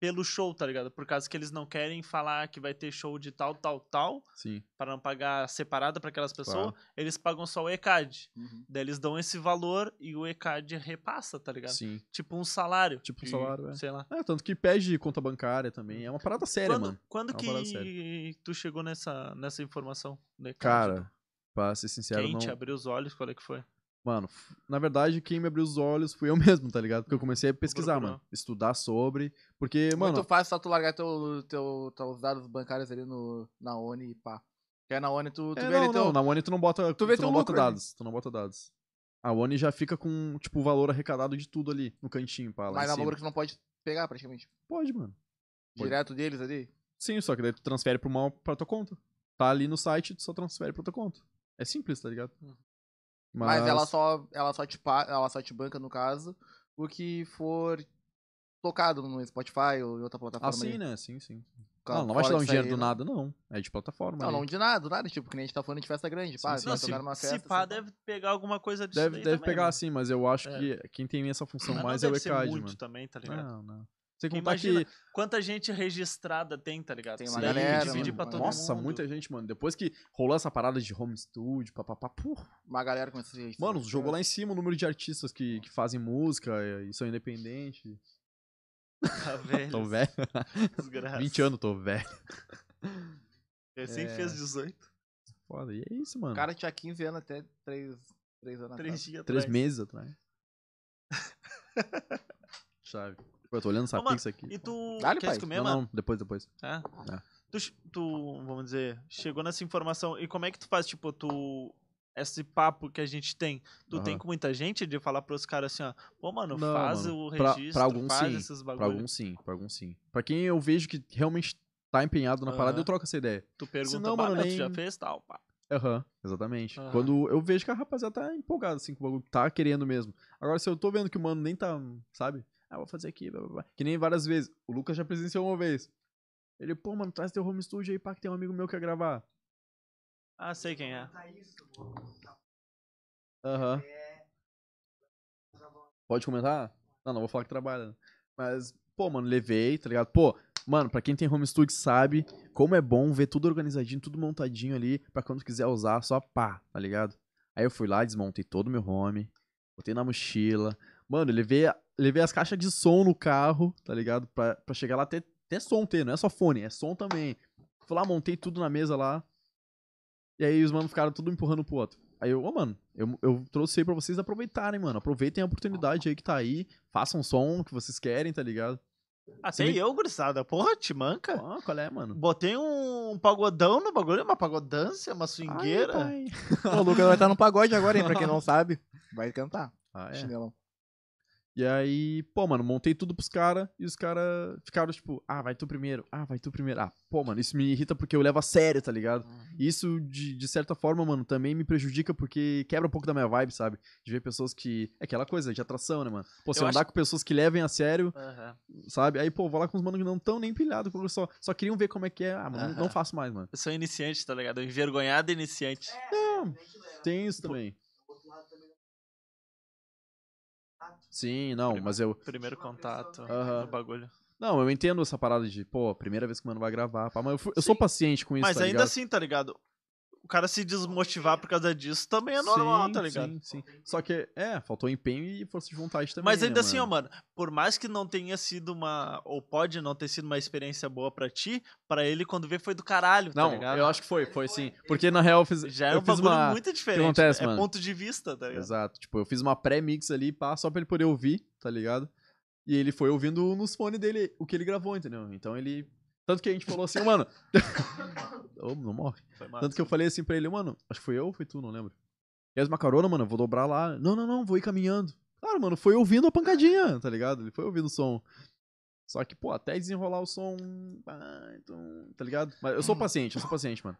[SPEAKER 1] pelo show, tá ligado? Por causa que eles não querem falar que vai ter show de tal, tal, tal,
[SPEAKER 3] Sim.
[SPEAKER 1] para não pagar separado pra aquelas pessoas,
[SPEAKER 3] Claro.
[SPEAKER 1] eles pagam só o ECAD.
[SPEAKER 2] Uhum.
[SPEAKER 1] Daí eles dão esse valor e o ECAD repassa, tá ligado?
[SPEAKER 3] Sim.
[SPEAKER 1] Tipo um salário.
[SPEAKER 3] Tipo um
[SPEAKER 1] que-
[SPEAKER 3] salário, é.
[SPEAKER 1] Sei lá.
[SPEAKER 3] É, tanto que pede conta bancária também. É uma parada séria,
[SPEAKER 1] quando
[SPEAKER 3] mano.
[SPEAKER 1] quando
[SPEAKER 3] É uma parada
[SPEAKER 1] que tu chegou nessa, nessa informação do ECAD?
[SPEAKER 3] Cara, pra ser sincero,
[SPEAKER 1] Quem te
[SPEAKER 3] não.
[SPEAKER 1] abriu os olhos, qual é que foi?
[SPEAKER 3] Mano, f- na verdade, quem me abriu os olhos fui eu mesmo, tá ligado? Porque eu comecei a pesquisar,
[SPEAKER 1] procurar.
[SPEAKER 3] mano. Estudar sobre. Porque, mano.
[SPEAKER 2] Muito fácil só tu largar teu, teu, teus dados bancários ali no, na ONI e pá. Porque aí na ONI tu, tu
[SPEAKER 3] é,
[SPEAKER 2] vê
[SPEAKER 3] não,
[SPEAKER 2] ali teu...
[SPEAKER 3] não, na One tu não bota.
[SPEAKER 2] então. tu vê teu
[SPEAKER 3] não bota
[SPEAKER 2] lucro ali.
[SPEAKER 3] dados. Tu não bota dados. A One já fica com, tipo, o valor arrecadado de tudo ali, no cantinho, pá. Lá
[SPEAKER 2] mas
[SPEAKER 3] em
[SPEAKER 2] na
[SPEAKER 3] cima.
[SPEAKER 2] valor que tu não pode pegar praticamente.
[SPEAKER 3] Pode, mano. Pode.
[SPEAKER 2] Direto deles ali.
[SPEAKER 3] Sim, só que daí tu transfere pro mal pra tua conta. Tá ali no site, tu só transfere pra tua conta. É simples, tá ligado?
[SPEAKER 1] Uhum.
[SPEAKER 2] Mas, ela, só, ela, só te, pa- ela só te banca, no caso, o que for tocado no Spotify ou em outra plataforma.
[SPEAKER 3] Ah, sim,
[SPEAKER 2] ali.
[SPEAKER 3] né? Sim, sim.
[SPEAKER 2] Fica
[SPEAKER 3] não, não vai te
[SPEAKER 2] fora
[SPEAKER 3] dar um
[SPEAKER 2] disso
[SPEAKER 3] dinheiro
[SPEAKER 2] aí,
[SPEAKER 3] do
[SPEAKER 2] né?
[SPEAKER 3] nada, não. É de plataforma.
[SPEAKER 2] Não,
[SPEAKER 3] ali.
[SPEAKER 2] não de nada, do nada. Tipo, que nem a gente tá falando de festa grande. Pá,
[SPEAKER 3] sim,
[SPEAKER 2] vai
[SPEAKER 1] não,
[SPEAKER 3] sim.
[SPEAKER 1] se,
[SPEAKER 2] tocar numa
[SPEAKER 1] se
[SPEAKER 2] festa.
[SPEAKER 1] pá,
[SPEAKER 2] assim,
[SPEAKER 1] deve pegar alguma coisa disso
[SPEAKER 3] Deve,
[SPEAKER 1] daí
[SPEAKER 3] deve
[SPEAKER 1] também,
[SPEAKER 3] pegar
[SPEAKER 1] mano.
[SPEAKER 3] sim, mas eu acho
[SPEAKER 1] É.
[SPEAKER 3] que quem tem essa função
[SPEAKER 1] Mas não
[SPEAKER 3] mais é o
[SPEAKER 1] deve ser
[SPEAKER 3] ECAD,
[SPEAKER 1] muito
[SPEAKER 3] mano. É.
[SPEAKER 1] também, tá ligado?
[SPEAKER 3] Não, não. Sem
[SPEAKER 1] Porque
[SPEAKER 3] contar
[SPEAKER 1] imagina,
[SPEAKER 3] que.
[SPEAKER 1] Quanta gente registrada tem, tá ligado?
[SPEAKER 2] Tem
[SPEAKER 1] Isso
[SPEAKER 2] uma
[SPEAKER 1] daí
[SPEAKER 2] galera,
[SPEAKER 1] divide
[SPEAKER 2] mano.
[SPEAKER 1] pra todo
[SPEAKER 3] Nossa,
[SPEAKER 1] mundo.
[SPEAKER 3] muita gente, mano. Depois que rolou essa parada de home studio, papapá, porra.
[SPEAKER 2] Uma galera com esses... tá
[SPEAKER 3] Mano, jogou lá é em cima o número de artistas que, que fazem música é, e são independentes.
[SPEAKER 1] Tá velho,
[SPEAKER 3] Tô velho.
[SPEAKER 1] desgraça.
[SPEAKER 3] 20 anos, tô velho.
[SPEAKER 1] Recém
[SPEAKER 3] É.
[SPEAKER 1] fez 18,
[SPEAKER 3] Foda. E é isso, mano.
[SPEAKER 2] O cara tinha 15 anos até 3, 3 anos atrás.
[SPEAKER 1] três dias
[SPEAKER 3] Três
[SPEAKER 1] atrás.
[SPEAKER 3] meses atrás. Chave. Pô, eu tô olhando essa
[SPEAKER 1] Ô, mano,
[SPEAKER 3] pizza aqui.
[SPEAKER 1] E tu
[SPEAKER 2] Dá-lhe,
[SPEAKER 1] queres
[SPEAKER 2] pai.
[SPEAKER 1] comer,
[SPEAKER 3] Não,
[SPEAKER 1] mano?
[SPEAKER 3] não, depois, depois.
[SPEAKER 1] Ah.
[SPEAKER 3] Dá.
[SPEAKER 1] Tu, ch- tu, vamos dizer, chegou nessa informação. E como é que tu faz, tipo, tu... Esse papo que a gente tem, tu
[SPEAKER 3] Aham.
[SPEAKER 1] tem com muita gente de falar pros caras assim, ó, pô, mano,
[SPEAKER 3] Não,
[SPEAKER 1] faz
[SPEAKER 3] mano.
[SPEAKER 1] o
[SPEAKER 3] Pra- pra
[SPEAKER 1] registro,
[SPEAKER 3] alguns
[SPEAKER 1] faz
[SPEAKER 3] sim,
[SPEAKER 1] esses
[SPEAKER 3] Pra
[SPEAKER 1] bagulho.
[SPEAKER 3] alguns sim, pra alguns sim. Pra quem eu vejo que realmente tá empenhado na parada,
[SPEAKER 1] Aham.
[SPEAKER 3] eu troco essa ideia.
[SPEAKER 1] Tu pergunta,
[SPEAKER 3] não,
[SPEAKER 1] "Bah,
[SPEAKER 3] mano,
[SPEAKER 1] meu, tu
[SPEAKER 3] nem-
[SPEAKER 1] já fez tal, pá.
[SPEAKER 3] Aham, exatamente.
[SPEAKER 1] Aham.
[SPEAKER 3] Quando eu vejo que a rapaziada tá empolgada, assim, com o bagulho, tá querendo mesmo. Agora, se eu tô vendo que o mano nem tá, sabe? Ah, vou fazer aqui, blá, blá, blá. Que nem várias vezes. O Lucas já presenciou uma vez. Ele, pô, mano, traz teu home studio aí, pá, que tem um amigo meu que quer gravar.
[SPEAKER 1] Ah, sei quem é.
[SPEAKER 4] Tá isso, vou botar
[SPEAKER 3] Aham.
[SPEAKER 4] pé. Já vou-
[SPEAKER 3] Pode comentar? Não, não vou falar que trabalha. né? Mas, pô, mano, levei, tá ligado? Pô, mano, pra quem tem home studio sabe como é bom ver tudo organizadinho, tudo montadinho ali, pra quando quiser usar, só pá, tá ligado? Aí eu fui lá, desmontei todo o meu home, botei na mochila. Mano, eu levei, a- levei as caixas de som no carro, tá ligado? Pra, pra chegar lá até, até som ter, não é só fone, é som também. Fui lá, montei tudo na mesa lá. E aí os manos ficaram tudo empurrando pro outro. Aí eu, ô, mano, eu, eu trouxe aí pra vocês aproveitarem, mano. Aproveitem a oportunidade aí que tá aí. Façam som que vocês querem, tá ligado?
[SPEAKER 1] Até
[SPEAKER 3] me-
[SPEAKER 1] Ah, eu, gurizada. Porra, te manca?
[SPEAKER 3] Ah, qual é, mano?
[SPEAKER 1] Botei um pagodão no bagulho, uma pagodância, uma swingueira.
[SPEAKER 3] Ai, pai.
[SPEAKER 2] Pô, o Lucas vai estar no pagode agora, hein? Pra quem não sabe, vai cantar.
[SPEAKER 3] Ah, é.
[SPEAKER 2] Chinelão.
[SPEAKER 3] E aí, pô, mano, montei tudo pros caras e os caras ficaram tipo, ah, vai tu primeiro, ah, vai tu primeiro. Ah, pô, mano, isso me irrita porque eu levo a sério, tá ligado? E Isso, de, de certa forma, mano, também me prejudica porque quebra um pouco da minha vibe, sabe? De ver pessoas que. É aquela coisa de atração, né, mano? Pô, se
[SPEAKER 1] Eu
[SPEAKER 3] eu andar com pessoas que levem a sério,
[SPEAKER 1] Aham.
[SPEAKER 3] sabe? Aí, pô, vou lá com uns manos que não tão nem pilhados, só, só queriam ver como é que é. Ah, mano, não
[SPEAKER 1] Aham.
[SPEAKER 3] faço mais, mano.
[SPEAKER 1] Eu sou iniciante, tá ligado? Envergonhado iniciante.
[SPEAKER 4] É,
[SPEAKER 3] Não,
[SPEAKER 4] a gente leva.
[SPEAKER 3] tem isso também.
[SPEAKER 4] O outro lado também.
[SPEAKER 3] Sim, não,
[SPEAKER 1] Prima-
[SPEAKER 3] mas eu.
[SPEAKER 1] Primeiro contato
[SPEAKER 3] Aham.
[SPEAKER 1] no bagulho.
[SPEAKER 3] Não, eu entendo essa parada de, pô, primeira vez que o mano vai gravar, pá, mas eu, fui- eu sou
[SPEAKER 1] Sim.
[SPEAKER 3] paciente com isso,
[SPEAKER 1] Mas
[SPEAKER 3] tá
[SPEAKER 1] ainda
[SPEAKER 3] ligado?
[SPEAKER 1] assim, tá ligado? o cara se desmotivar por causa disso também é normal,
[SPEAKER 3] Sim,
[SPEAKER 1] tá ligado?
[SPEAKER 3] Sim, sim. Só que, é, faltou empenho e força de vontade também.
[SPEAKER 1] Mas
[SPEAKER 3] né,
[SPEAKER 1] ainda assim, ó,
[SPEAKER 3] mano?
[SPEAKER 1] mano, por mais que não tenha sido uma. Ou pode não ter sido uma experiência boa pra ti, pra ele quando vê foi do caralho, tá
[SPEAKER 3] Não,
[SPEAKER 1] ligado?
[SPEAKER 3] eu acho que foi, foi sim. Porque na real eu fiz,
[SPEAKER 1] Já é
[SPEAKER 3] eu
[SPEAKER 1] um
[SPEAKER 3] fiz
[SPEAKER 1] bagulho
[SPEAKER 3] uma.
[SPEAKER 1] muito diferente.
[SPEAKER 3] acontece,
[SPEAKER 1] é
[SPEAKER 3] mano?
[SPEAKER 1] ponto de vista, tá ligado?
[SPEAKER 3] Exato. Tipo, eu fiz uma pré-mix ali, pá, só pra ele poder ouvir, tá ligado? E ele foi ouvindo nos fones dele o que ele gravou, entendeu? Então ele. Tanto que a gente falou assim, mano. Ô, não morre.
[SPEAKER 1] Foi massa.
[SPEAKER 3] Tanto que eu falei assim pra ele, mano, acho que foi eu ou foi tu, não lembro. Queres uma carona, mano? Eu vou dobrar lá. Não, não, não, vou ir caminhando. Claro, mano, foi ouvindo a pancadinha, tá ligado? Ele foi ouvindo o som. Só que, pô, até desenrolar o som. pá, então, Tá ligado? Mas eu sou paciente, eu sou paciente, mano.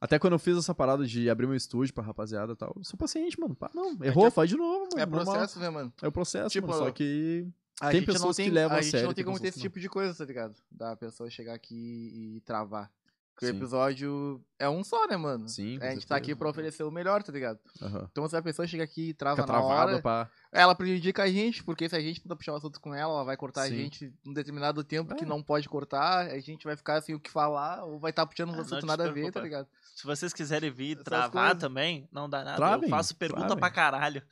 [SPEAKER 3] Até quando eu fiz essa parada de abrir meu estúdio pra rapaziada e tal, eu sou paciente, mano. Pá, não, errou, faz de novo, mano.
[SPEAKER 2] É
[SPEAKER 3] normal.
[SPEAKER 2] processo, né, mano?
[SPEAKER 3] É o processo,
[SPEAKER 2] Tipo,
[SPEAKER 3] mano. Só que.
[SPEAKER 2] A
[SPEAKER 3] Tem
[SPEAKER 2] gente não
[SPEAKER 3] pessoas que
[SPEAKER 2] tem-
[SPEAKER 3] levam a
[SPEAKER 2] gente
[SPEAKER 3] sério,
[SPEAKER 2] não tem
[SPEAKER 3] tem
[SPEAKER 2] como ter
[SPEAKER 3] pessoas
[SPEAKER 2] esse
[SPEAKER 3] que não.
[SPEAKER 2] tipo de coisa, tá ligado? Da pessoa chegar aqui e travar. Porque
[SPEAKER 3] Sim.
[SPEAKER 2] o episódio é um só, né, mano?
[SPEAKER 3] Sim, com
[SPEAKER 2] a gente tá
[SPEAKER 3] certeza.
[SPEAKER 2] aqui pra oferecer o melhor, tá ligado?
[SPEAKER 3] Aham.
[SPEAKER 2] Então se a pessoa chega aqui e trava
[SPEAKER 3] Fica
[SPEAKER 2] na hora,
[SPEAKER 3] travada, pá.
[SPEAKER 2] ela prejudica a gente, porque se a gente tentar puxar o assunto com ela, ela vai cortar
[SPEAKER 3] Sim.
[SPEAKER 2] a gente num determinado tempo que
[SPEAKER 3] É.
[SPEAKER 2] não pode cortar, a gente vai ficar sem o que falar, ou vai estar puxando um
[SPEAKER 1] Ah, não
[SPEAKER 2] assunto
[SPEAKER 1] te
[SPEAKER 2] nada a ver,
[SPEAKER 1] preocupa.
[SPEAKER 2] tá ligado?
[SPEAKER 1] Se vocês quiserem vir
[SPEAKER 2] Essas
[SPEAKER 1] travar
[SPEAKER 2] coisas.
[SPEAKER 1] também, não dá nada.
[SPEAKER 3] Travem,
[SPEAKER 1] eu faço pergunta
[SPEAKER 3] travem.
[SPEAKER 1] pra caralho.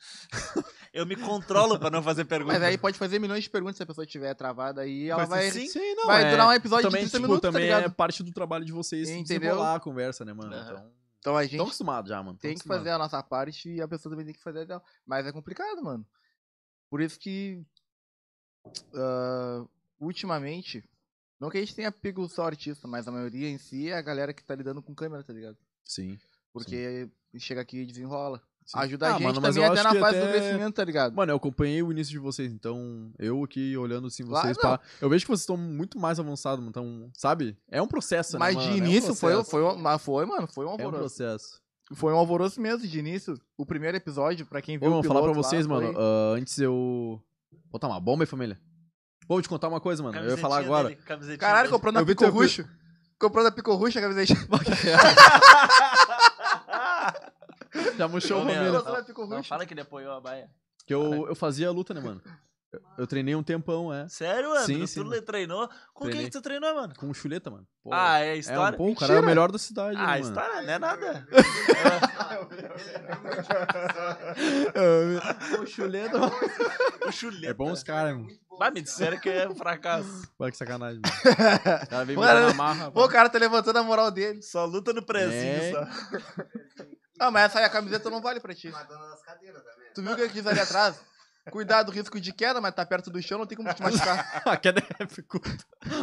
[SPEAKER 1] eu me controlo pra não fazer pergunta.
[SPEAKER 2] Mas aí pode fazer milhões de perguntas se a pessoa estiver travada aí, ela
[SPEAKER 1] Vai
[SPEAKER 2] vai,
[SPEAKER 1] ser sim?
[SPEAKER 3] Sim, não,
[SPEAKER 2] vai
[SPEAKER 3] é-
[SPEAKER 2] durar um episódio
[SPEAKER 3] também,
[SPEAKER 2] de 30
[SPEAKER 3] tipo,
[SPEAKER 2] minutos,
[SPEAKER 3] também
[SPEAKER 2] tá
[SPEAKER 3] é
[SPEAKER 2] ligado?
[SPEAKER 3] parte do trabalho de vocês
[SPEAKER 2] Entendeu?
[SPEAKER 3] desenrolar a conversa, né, mano?
[SPEAKER 1] Aham.
[SPEAKER 3] Então,
[SPEAKER 2] Então a gente
[SPEAKER 3] tão acostumado já, mano. tão
[SPEAKER 2] tem que
[SPEAKER 3] acostumado.
[SPEAKER 2] fazer a nossa parte e a pessoa também tem que fazer a dela. Mas é complicado, mano. Por isso que ah, ultimamente, não que a gente tenha pego só artista, mas a maioria em si é a galera que tá lidando com câmera, tá ligado?
[SPEAKER 3] Sim.
[SPEAKER 2] Porque chega aqui e desenrola.
[SPEAKER 3] Sim.
[SPEAKER 2] Ajuda
[SPEAKER 3] Ah,
[SPEAKER 2] a gente
[SPEAKER 3] mano, mas
[SPEAKER 2] também
[SPEAKER 3] eu
[SPEAKER 2] até
[SPEAKER 3] acho
[SPEAKER 2] na
[SPEAKER 3] que
[SPEAKER 2] fase do
[SPEAKER 3] até-
[SPEAKER 2] crescimento, tá ligado?
[SPEAKER 3] Mano, eu acompanhei o início de vocês, então eu aqui olhando assim
[SPEAKER 2] Claro,
[SPEAKER 3] vocês, pá, eu vejo que vocês estão muito mais avançados, mano, então, sabe? É um processo,
[SPEAKER 2] mas
[SPEAKER 3] né,
[SPEAKER 2] de
[SPEAKER 3] mano?
[SPEAKER 2] início
[SPEAKER 3] é um
[SPEAKER 2] foi,
[SPEAKER 3] processo.
[SPEAKER 2] foi, mas foi, mano, foi um
[SPEAKER 3] É um
[SPEAKER 2] alvoroço.
[SPEAKER 3] processo.
[SPEAKER 2] Foi um alvoroço mesmo de início. O primeiro episódio, pra quem viu
[SPEAKER 3] Eu vou
[SPEAKER 2] o
[SPEAKER 3] falar pra
[SPEAKER 2] piloto lá,
[SPEAKER 3] vocês, mano,
[SPEAKER 2] foi-
[SPEAKER 3] ah, antes eu... Vou botar uma bomba aí, família. Vou te contar uma coisa, mano, eu ia falar
[SPEAKER 1] Camisetinha
[SPEAKER 3] agora.
[SPEAKER 1] dele, camisetinha
[SPEAKER 2] Caralho,
[SPEAKER 1] dele.
[SPEAKER 2] comprou na
[SPEAKER 3] Eu vi teu
[SPEAKER 2] Pico Ruxo. Comprou na Pico Ruxo a camiseta.
[SPEAKER 3] Já murchou
[SPEAKER 1] Ô,
[SPEAKER 3] o
[SPEAKER 1] meu,
[SPEAKER 3] família.
[SPEAKER 2] Comprou na Pico
[SPEAKER 1] Não,
[SPEAKER 2] Ruxo.
[SPEAKER 1] fala que ele apoiou a baia.
[SPEAKER 3] Que eu, eu fazia a luta, né, mano? Eu, eu treinei um tempão, é,
[SPEAKER 1] Sério, André?
[SPEAKER 3] Sim,
[SPEAKER 1] tu
[SPEAKER 3] sim,
[SPEAKER 1] le- treinou? Com quem
[SPEAKER 3] Treinei.
[SPEAKER 1] que tu treinou, mano?
[SPEAKER 3] com chuleta, mano. Pô,
[SPEAKER 1] ah, é
[SPEAKER 3] é um
[SPEAKER 1] história?
[SPEAKER 3] pô, o cara é o
[SPEAKER 2] Mentira.
[SPEAKER 3] melhor da cidade, né,
[SPEAKER 1] ah,
[SPEAKER 3] mano?
[SPEAKER 1] história, não é nada.
[SPEAKER 3] Com chuleta, mano.
[SPEAKER 1] O chuleta.
[SPEAKER 3] É bom os caras, mano.
[SPEAKER 1] Vai, me disseram que é um fracasso.
[SPEAKER 3] Olha que sacanagem, mano. O cara veio me
[SPEAKER 2] Mano,
[SPEAKER 3] dar na marra,
[SPEAKER 2] Pô, o
[SPEAKER 3] mano.
[SPEAKER 2] cara tá levantando a moral dele.
[SPEAKER 1] Só luta no prezinho,
[SPEAKER 3] É.
[SPEAKER 1] só.
[SPEAKER 2] Ah, mas essa aí a camiseta não vale pra ti.
[SPEAKER 4] Matando nas cadeiras também.
[SPEAKER 2] Tu viu o que eu quis ali atrás? Cuidado, risco de queda, mas tá perto do chão, não tem como te machucar.
[SPEAKER 3] A queda é ficou.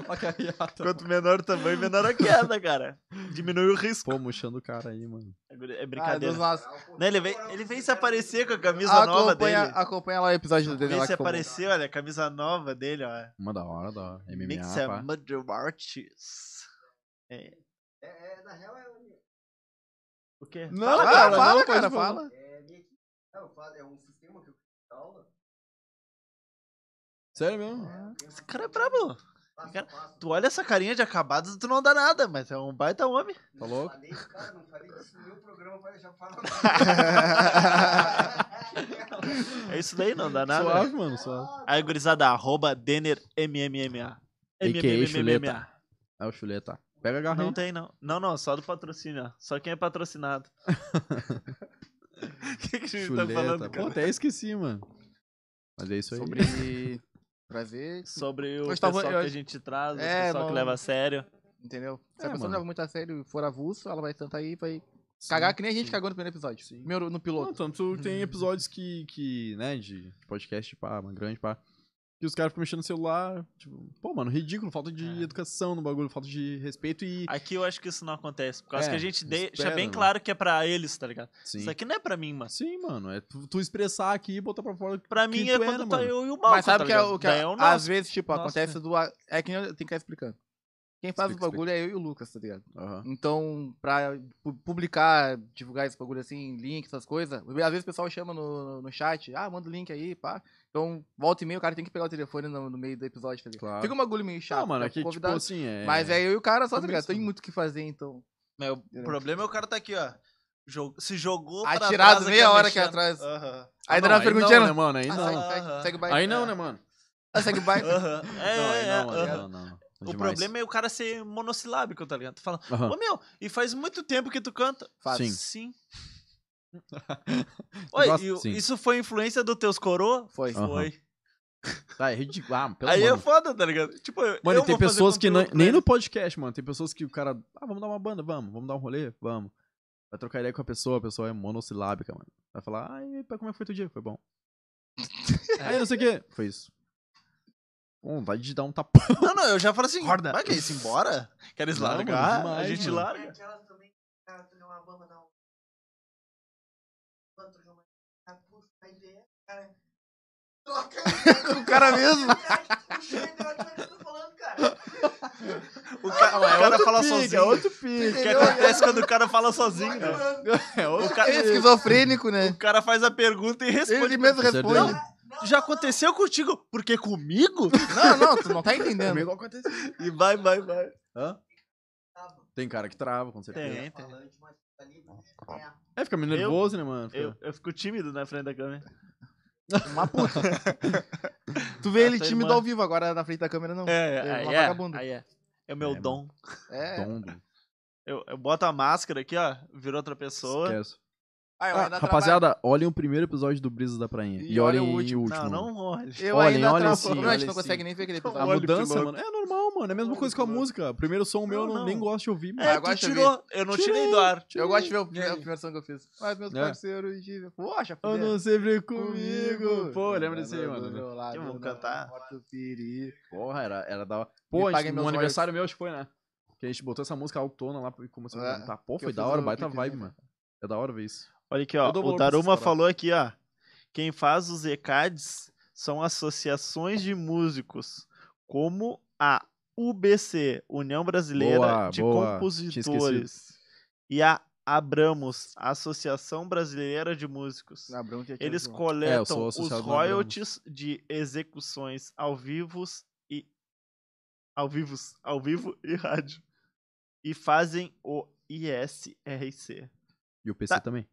[SPEAKER 3] Olha que arriata.
[SPEAKER 1] Quanto menor o tamanho, menor a queda, cara. Diminui o risco.
[SPEAKER 3] Pô, murchando o cara aí, mano.
[SPEAKER 1] É
[SPEAKER 2] Ah, Deus
[SPEAKER 1] brincadeira.
[SPEAKER 2] nossa.
[SPEAKER 1] Né, ele, vem, ele vem se aparecer com a camisa nova
[SPEAKER 2] Acompanha,
[SPEAKER 1] dele.
[SPEAKER 2] acompanha lá o episódio dele
[SPEAKER 1] Vem
[SPEAKER 2] lá.
[SPEAKER 1] se
[SPEAKER 2] que eu-
[SPEAKER 1] aparecer, olha, a camisa nova dele, ó.
[SPEAKER 3] Uma da hora, da hora. MMA,
[SPEAKER 1] Mix é
[SPEAKER 3] pá.
[SPEAKER 1] and Murder Artists.
[SPEAKER 4] É, é, na real é um-
[SPEAKER 1] O quê?
[SPEAKER 3] Não,
[SPEAKER 2] Fala,
[SPEAKER 3] cara,
[SPEAKER 2] cara, fala,
[SPEAKER 3] não, pode
[SPEAKER 2] cara,
[SPEAKER 3] falar.
[SPEAKER 2] fala.
[SPEAKER 4] é, minha equipe. Não, eu falo- é um sistema que eu fiz aula.
[SPEAKER 3] Sério mesmo?
[SPEAKER 1] Esse cara é brabo.
[SPEAKER 4] Passo a
[SPEAKER 1] Cara,
[SPEAKER 4] passo.
[SPEAKER 1] Tu olha essa carinha de acabado, tu não dá nada, mas é um baita homem.
[SPEAKER 3] Tá louco?
[SPEAKER 4] Falei, cara, não falei disso no meu programa pra deixar falar.
[SPEAKER 1] É isso daí, não dá nada.
[SPEAKER 3] Suave, mano, suave.
[SPEAKER 1] Aí, gurizada, arroba Denner MMMA.
[SPEAKER 3] AKA chuleta. É o chuleta. Pega a garra
[SPEAKER 1] Não
[SPEAKER 3] aí.
[SPEAKER 1] tem, não. Não, não, só do patrocínio, ó. Só quem é patrocinado. O que, que a gente tá falando,
[SPEAKER 3] Chuleta. Pô,
[SPEAKER 1] cara?
[SPEAKER 3] até esqueci, mano. Mas é isso aí.
[SPEAKER 2] Sobre. Prazer,
[SPEAKER 1] Sobre o
[SPEAKER 2] Mas
[SPEAKER 1] pessoal
[SPEAKER 2] tava- eu
[SPEAKER 1] que a
[SPEAKER 2] acho-
[SPEAKER 1] gente traz, o
[SPEAKER 2] É,
[SPEAKER 1] pessoal que
[SPEAKER 2] não-
[SPEAKER 1] leva a sério.
[SPEAKER 2] entendeu? Se
[SPEAKER 3] É,
[SPEAKER 2] a pessoa
[SPEAKER 3] mano.
[SPEAKER 2] não leva muito a sério e for avulso, ela vai tentar aí e vai
[SPEAKER 3] Sim,
[SPEAKER 2] cagar que nem a gente
[SPEAKER 3] sim.
[SPEAKER 2] cagou no primeiro episódio.
[SPEAKER 3] Sim.
[SPEAKER 2] Primeiro no
[SPEAKER 3] Não,
[SPEAKER 2] piloto.
[SPEAKER 3] tanto
[SPEAKER 1] uhum.
[SPEAKER 3] tem episódios que, que né, de, de podcast, pá, uma grande, pá, que os caras ficam mexendo no celular, tipo, pô, mano, ridículo, falta de
[SPEAKER 1] É. Ah,
[SPEAKER 3] educação no bagulho, falta de respeito e...
[SPEAKER 1] Aqui eu acho que isso não acontece. Por causa
[SPEAKER 3] É,
[SPEAKER 1] que a gente deixa
[SPEAKER 3] espera,
[SPEAKER 1] bem
[SPEAKER 3] né?
[SPEAKER 1] claro que é pra eles, tá ligado?
[SPEAKER 3] Sim,
[SPEAKER 1] Isso aqui não é pra mim, mano.
[SPEAKER 3] sim mano, é tu, tu expressar aqui e botar pra fora...
[SPEAKER 1] Pra
[SPEAKER 3] Quem
[SPEAKER 1] mim é
[SPEAKER 3] tu
[SPEAKER 1] quando
[SPEAKER 3] era,
[SPEAKER 1] tá
[SPEAKER 3] mano?
[SPEAKER 1] eu e o Malcolm,
[SPEAKER 2] Mas sabe
[SPEAKER 1] tá
[SPEAKER 2] o que é
[SPEAKER 1] ligado?
[SPEAKER 2] o que
[SPEAKER 1] Daí
[SPEAKER 2] é,
[SPEAKER 1] é o
[SPEAKER 2] às
[SPEAKER 1] nosso.
[SPEAKER 2] vezes, tipo,
[SPEAKER 1] Nossa,
[SPEAKER 2] acontece
[SPEAKER 1] né?
[SPEAKER 2] do. a- É que nem eu- tem que ficar explicando. Quem faz
[SPEAKER 3] Explica,
[SPEAKER 2] o bagulho é eu e o Lucas, tá ligado?
[SPEAKER 3] Aham.
[SPEAKER 2] Então, pra pu- publicar, divulgar esse bagulho assim, link, essas coisas, às vezes o pessoal chama no, no chat, ah, manda o link aí, pá. Então, volta e meia, o cara tem que pegar o telefone no, no meio do episódio, tá ligado?
[SPEAKER 3] Claro.
[SPEAKER 2] Fica um bagulho meio chato.
[SPEAKER 3] Não, mano,
[SPEAKER 2] pra
[SPEAKER 3] aqui, tipo,
[SPEAKER 2] convidar,
[SPEAKER 3] assim, é...
[SPEAKER 2] Mas é eu e o cara só, tá
[SPEAKER 3] Também
[SPEAKER 2] ligado? Tem
[SPEAKER 3] sim.
[SPEAKER 2] muito o que fazer, então.
[SPEAKER 1] Mas o problema é o cara tá aqui, ó. Jo- Se jogou pra
[SPEAKER 2] Atirado
[SPEAKER 1] trás,
[SPEAKER 3] é
[SPEAKER 2] meia hora aqui
[SPEAKER 1] mexendo.
[SPEAKER 2] atrás.
[SPEAKER 1] Aham.
[SPEAKER 2] Aí dá
[SPEAKER 3] Ah, não,
[SPEAKER 2] uma perguntinha,
[SPEAKER 3] não,
[SPEAKER 2] né?
[SPEAKER 3] né, mano, aí
[SPEAKER 2] Ah,
[SPEAKER 3] não.
[SPEAKER 2] segue- segue-
[SPEAKER 1] Aham.
[SPEAKER 2] Segue o baile.
[SPEAKER 3] Aí não, né, mano?
[SPEAKER 2] Ah, segue o baile.
[SPEAKER 1] Aham. É,
[SPEAKER 3] Não, aí
[SPEAKER 1] é,
[SPEAKER 3] não,
[SPEAKER 1] é,
[SPEAKER 3] mano,
[SPEAKER 1] aham.
[SPEAKER 3] não, não.
[SPEAKER 1] O problema é o cara ser monossilábico, tá ligado? Tu fala, ô meu, e faz muito tempo que tu canta.
[SPEAKER 3] Ah. Faz. Sim.
[SPEAKER 1] Sim. Oi,
[SPEAKER 3] gosto-
[SPEAKER 1] e o-
[SPEAKER 3] sim.
[SPEAKER 1] isso foi influência do teus coroa?
[SPEAKER 2] Foi.
[SPEAKER 3] Aham.
[SPEAKER 1] Foi.
[SPEAKER 3] Tá, é ridículo. Ah, pelo
[SPEAKER 1] Aí
[SPEAKER 3] amor.
[SPEAKER 1] é foda, tá ligado? Tipo, eu-
[SPEAKER 3] Mano,
[SPEAKER 1] eu
[SPEAKER 3] e tem
[SPEAKER 1] vou fazer
[SPEAKER 3] pessoas que não-
[SPEAKER 1] conteúdo pra
[SPEAKER 3] nem
[SPEAKER 1] ele.
[SPEAKER 3] no podcast, mano. Tem pessoas que o cara. Ah, vamos dar uma banda, vamos. Vamos dar um rolê, vamos. Vai trocar ideia com a pessoa, a pessoa é monossilábica, mano. Vai falar, ai, pá, como é que foi teu dia? Foi bom. Aí não sei o quê. Foi isso. Bom, vai de dar um tapão.
[SPEAKER 1] Não, não, eu já falo assim,
[SPEAKER 3] Acorda.
[SPEAKER 1] vai que isso, embora? Queres
[SPEAKER 3] Não,
[SPEAKER 1] largar?
[SPEAKER 3] mano,
[SPEAKER 1] a
[SPEAKER 3] demais,
[SPEAKER 1] gente
[SPEAKER 3] mano.
[SPEAKER 1] larga.
[SPEAKER 4] Aquelas É também, cara, tu deu uma um bamba na outra. Quanto que uma- Ah, puxa, a ideia, cara. Troca!
[SPEAKER 2] O cara
[SPEAKER 3] É
[SPEAKER 2] mesmo.
[SPEAKER 4] Puxa, a ideia, olha o que eu tô falando, cara.
[SPEAKER 1] O, ca- o cara fala sozinho.
[SPEAKER 3] é outro pique.
[SPEAKER 1] O que acontece quando o cara fala sozinho, né?
[SPEAKER 3] É outro
[SPEAKER 1] O cara,
[SPEAKER 2] Ele é esquizofrênico,
[SPEAKER 1] o
[SPEAKER 2] né?
[SPEAKER 1] cara faz a pergunta e responde.
[SPEAKER 2] Ele mesmo
[SPEAKER 3] Certo.
[SPEAKER 2] responde.
[SPEAKER 1] Já
[SPEAKER 4] Não, não, não.
[SPEAKER 1] aconteceu contigo? Porque comigo?
[SPEAKER 2] Não, não, tu não tá
[SPEAKER 1] É.
[SPEAKER 2] entendendo.
[SPEAKER 3] Comigo acontece.
[SPEAKER 1] E vai, vai, vai.
[SPEAKER 3] Hã?
[SPEAKER 4] Tá bom.
[SPEAKER 3] Tem cara que trava, com certeza.
[SPEAKER 1] Tem.
[SPEAKER 4] Falante, mas tá ali, né?
[SPEAKER 3] É, fica meio nervoso, né, mano? Fica-
[SPEAKER 1] Eu, eu fico tímido na frente da câmera.
[SPEAKER 2] Uma puta. tu vê
[SPEAKER 3] é
[SPEAKER 2] ele
[SPEAKER 1] Essa
[SPEAKER 2] tímido
[SPEAKER 1] irmã.
[SPEAKER 2] ao vivo agora na frente da câmera, não.
[SPEAKER 1] É,
[SPEAKER 2] É,
[SPEAKER 1] aí
[SPEAKER 2] uma
[SPEAKER 1] é,
[SPEAKER 2] vagabunda.
[SPEAKER 1] aí é. É o meu
[SPEAKER 3] É,
[SPEAKER 1] dom.
[SPEAKER 2] É.
[SPEAKER 3] Tondo.
[SPEAKER 1] Eu, eu boto a máscara aqui, ó, virou outra pessoa.
[SPEAKER 3] Esquece.
[SPEAKER 2] Ah, eu
[SPEAKER 3] Ah,
[SPEAKER 2] ainda
[SPEAKER 3] rapaziada, olhem o primeiro episódio do Brisas da Prainha.
[SPEAKER 2] E
[SPEAKER 3] E,
[SPEAKER 2] olhem
[SPEAKER 3] olhem
[SPEAKER 2] o
[SPEAKER 3] o
[SPEAKER 2] último.
[SPEAKER 3] último.
[SPEAKER 1] Não, não É, olha.
[SPEAKER 2] Eu
[SPEAKER 3] Olhem,
[SPEAKER 2] ainda
[SPEAKER 3] olhem
[SPEAKER 2] trabalho.
[SPEAKER 3] sim,
[SPEAKER 2] Não, a gente
[SPEAKER 3] olhem
[SPEAKER 2] não consegue
[SPEAKER 3] sim.
[SPEAKER 2] nem ver aquele
[SPEAKER 1] Então,
[SPEAKER 2] episódio.
[SPEAKER 3] A
[SPEAKER 1] Olha o
[SPEAKER 3] mudança,
[SPEAKER 1] piloto.
[SPEAKER 3] mano. É normal, mano. É a mesma coisa com a música. Primeiro som meu, eu
[SPEAKER 1] Não,
[SPEAKER 3] não, nem
[SPEAKER 1] não.
[SPEAKER 3] gosto de ouvir, mano.
[SPEAKER 1] É,
[SPEAKER 2] eu
[SPEAKER 1] tu
[SPEAKER 2] gosto de
[SPEAKER 1] tirou. Eu não tirei do ar.
[SPEAKER 2] Eu gosto de ver o
[SPEAKER 1] E aí?
[SPEAKER 2] primeiro primeira som que eu fiz. Mas meus
[SPEAKER 3] É.
[SPEAKER 2] parceiros de. Poxa,
[SPEAKER 3] Eu
[SPEAKER 2] fuder.
[SPEAKER 3] não sei ver comigo. Pô, lembra desse aí,
[SPEAKER 2] Do
[SPEAKER 3] mano.
[SPEAKER 2] meu lado, né?
[SPEAKER 1] Eu vou
[SPEAKER 2] não
[SPEAKER 1] cantar.
[SPEAKER 2] importa o piri.
[SPEAKER 3] Porra, era, era da hora.
[SPEAKER 2] Me
[SPEAKER 3] Pô, a gente-
[SPEAKER 2] paguem
[SPEAKER 3] no
[SPEAKER 2] meus
[SPEAKER 3] aniversário meu, acho que foi, né? Que a gente botou essa música autona lá e começou
[SPEAKER 2] É,
[SPEAKER 3] a cantar. Pô,
[SPEAKER 2] que
[SPEAKER 3] foi
[SPEAKER 2] eu
[SPEAKER 3] da
[SPEAKER 2] fiz
[SPEAKER 3] hora,
[SPEAKER 2] o
[SPEAKER 3] baita
[SPEAKER 2] clipezinho,
[SPEAKER 3] vibe,
[SPEAKER 2] né?
[SPEAKER 3] mano. É da hora ver isso.
[SPEAKER 1] Olha aqui, ó.
[SPEAKER 3] Eu dou
[SPEAKER 1] O
[SPEAKER 3] valor pra essas
[SPEAKER 1] Daruma
[SPEAKER 3] paradas.
[SPEAKER 1] falou aqui, ó. Quem faz os ECADs são associações de músicos, como a UBC, União Brasileira
[SPEAKER 3] Boa,
[SPEAKER 1] de
[SPEAKER 3] boa. Tinha
[SPEAKER 1] Compositores, e a Abramos, Associação Brasileira de Músicos.
[SPEAKER 2] Na bronca aqui,
[SPEAKER 1] Eles
[SPEAKER 2] ó.
[SPEAKER 3] É, eu
[SPEAKER 1] coletam
[SPEAKER 3] sou
[SPEAKER 1] os
[SPEAKER 3] associado na
[SPEAKER 1] royalties de execuções ao vivo e ao vivo, ao vivo e rádio e fazem o ISRC.
[SPEAKER 3] E o PC
[SPEAKER 1] Tá.
[SPEAKER 3] também.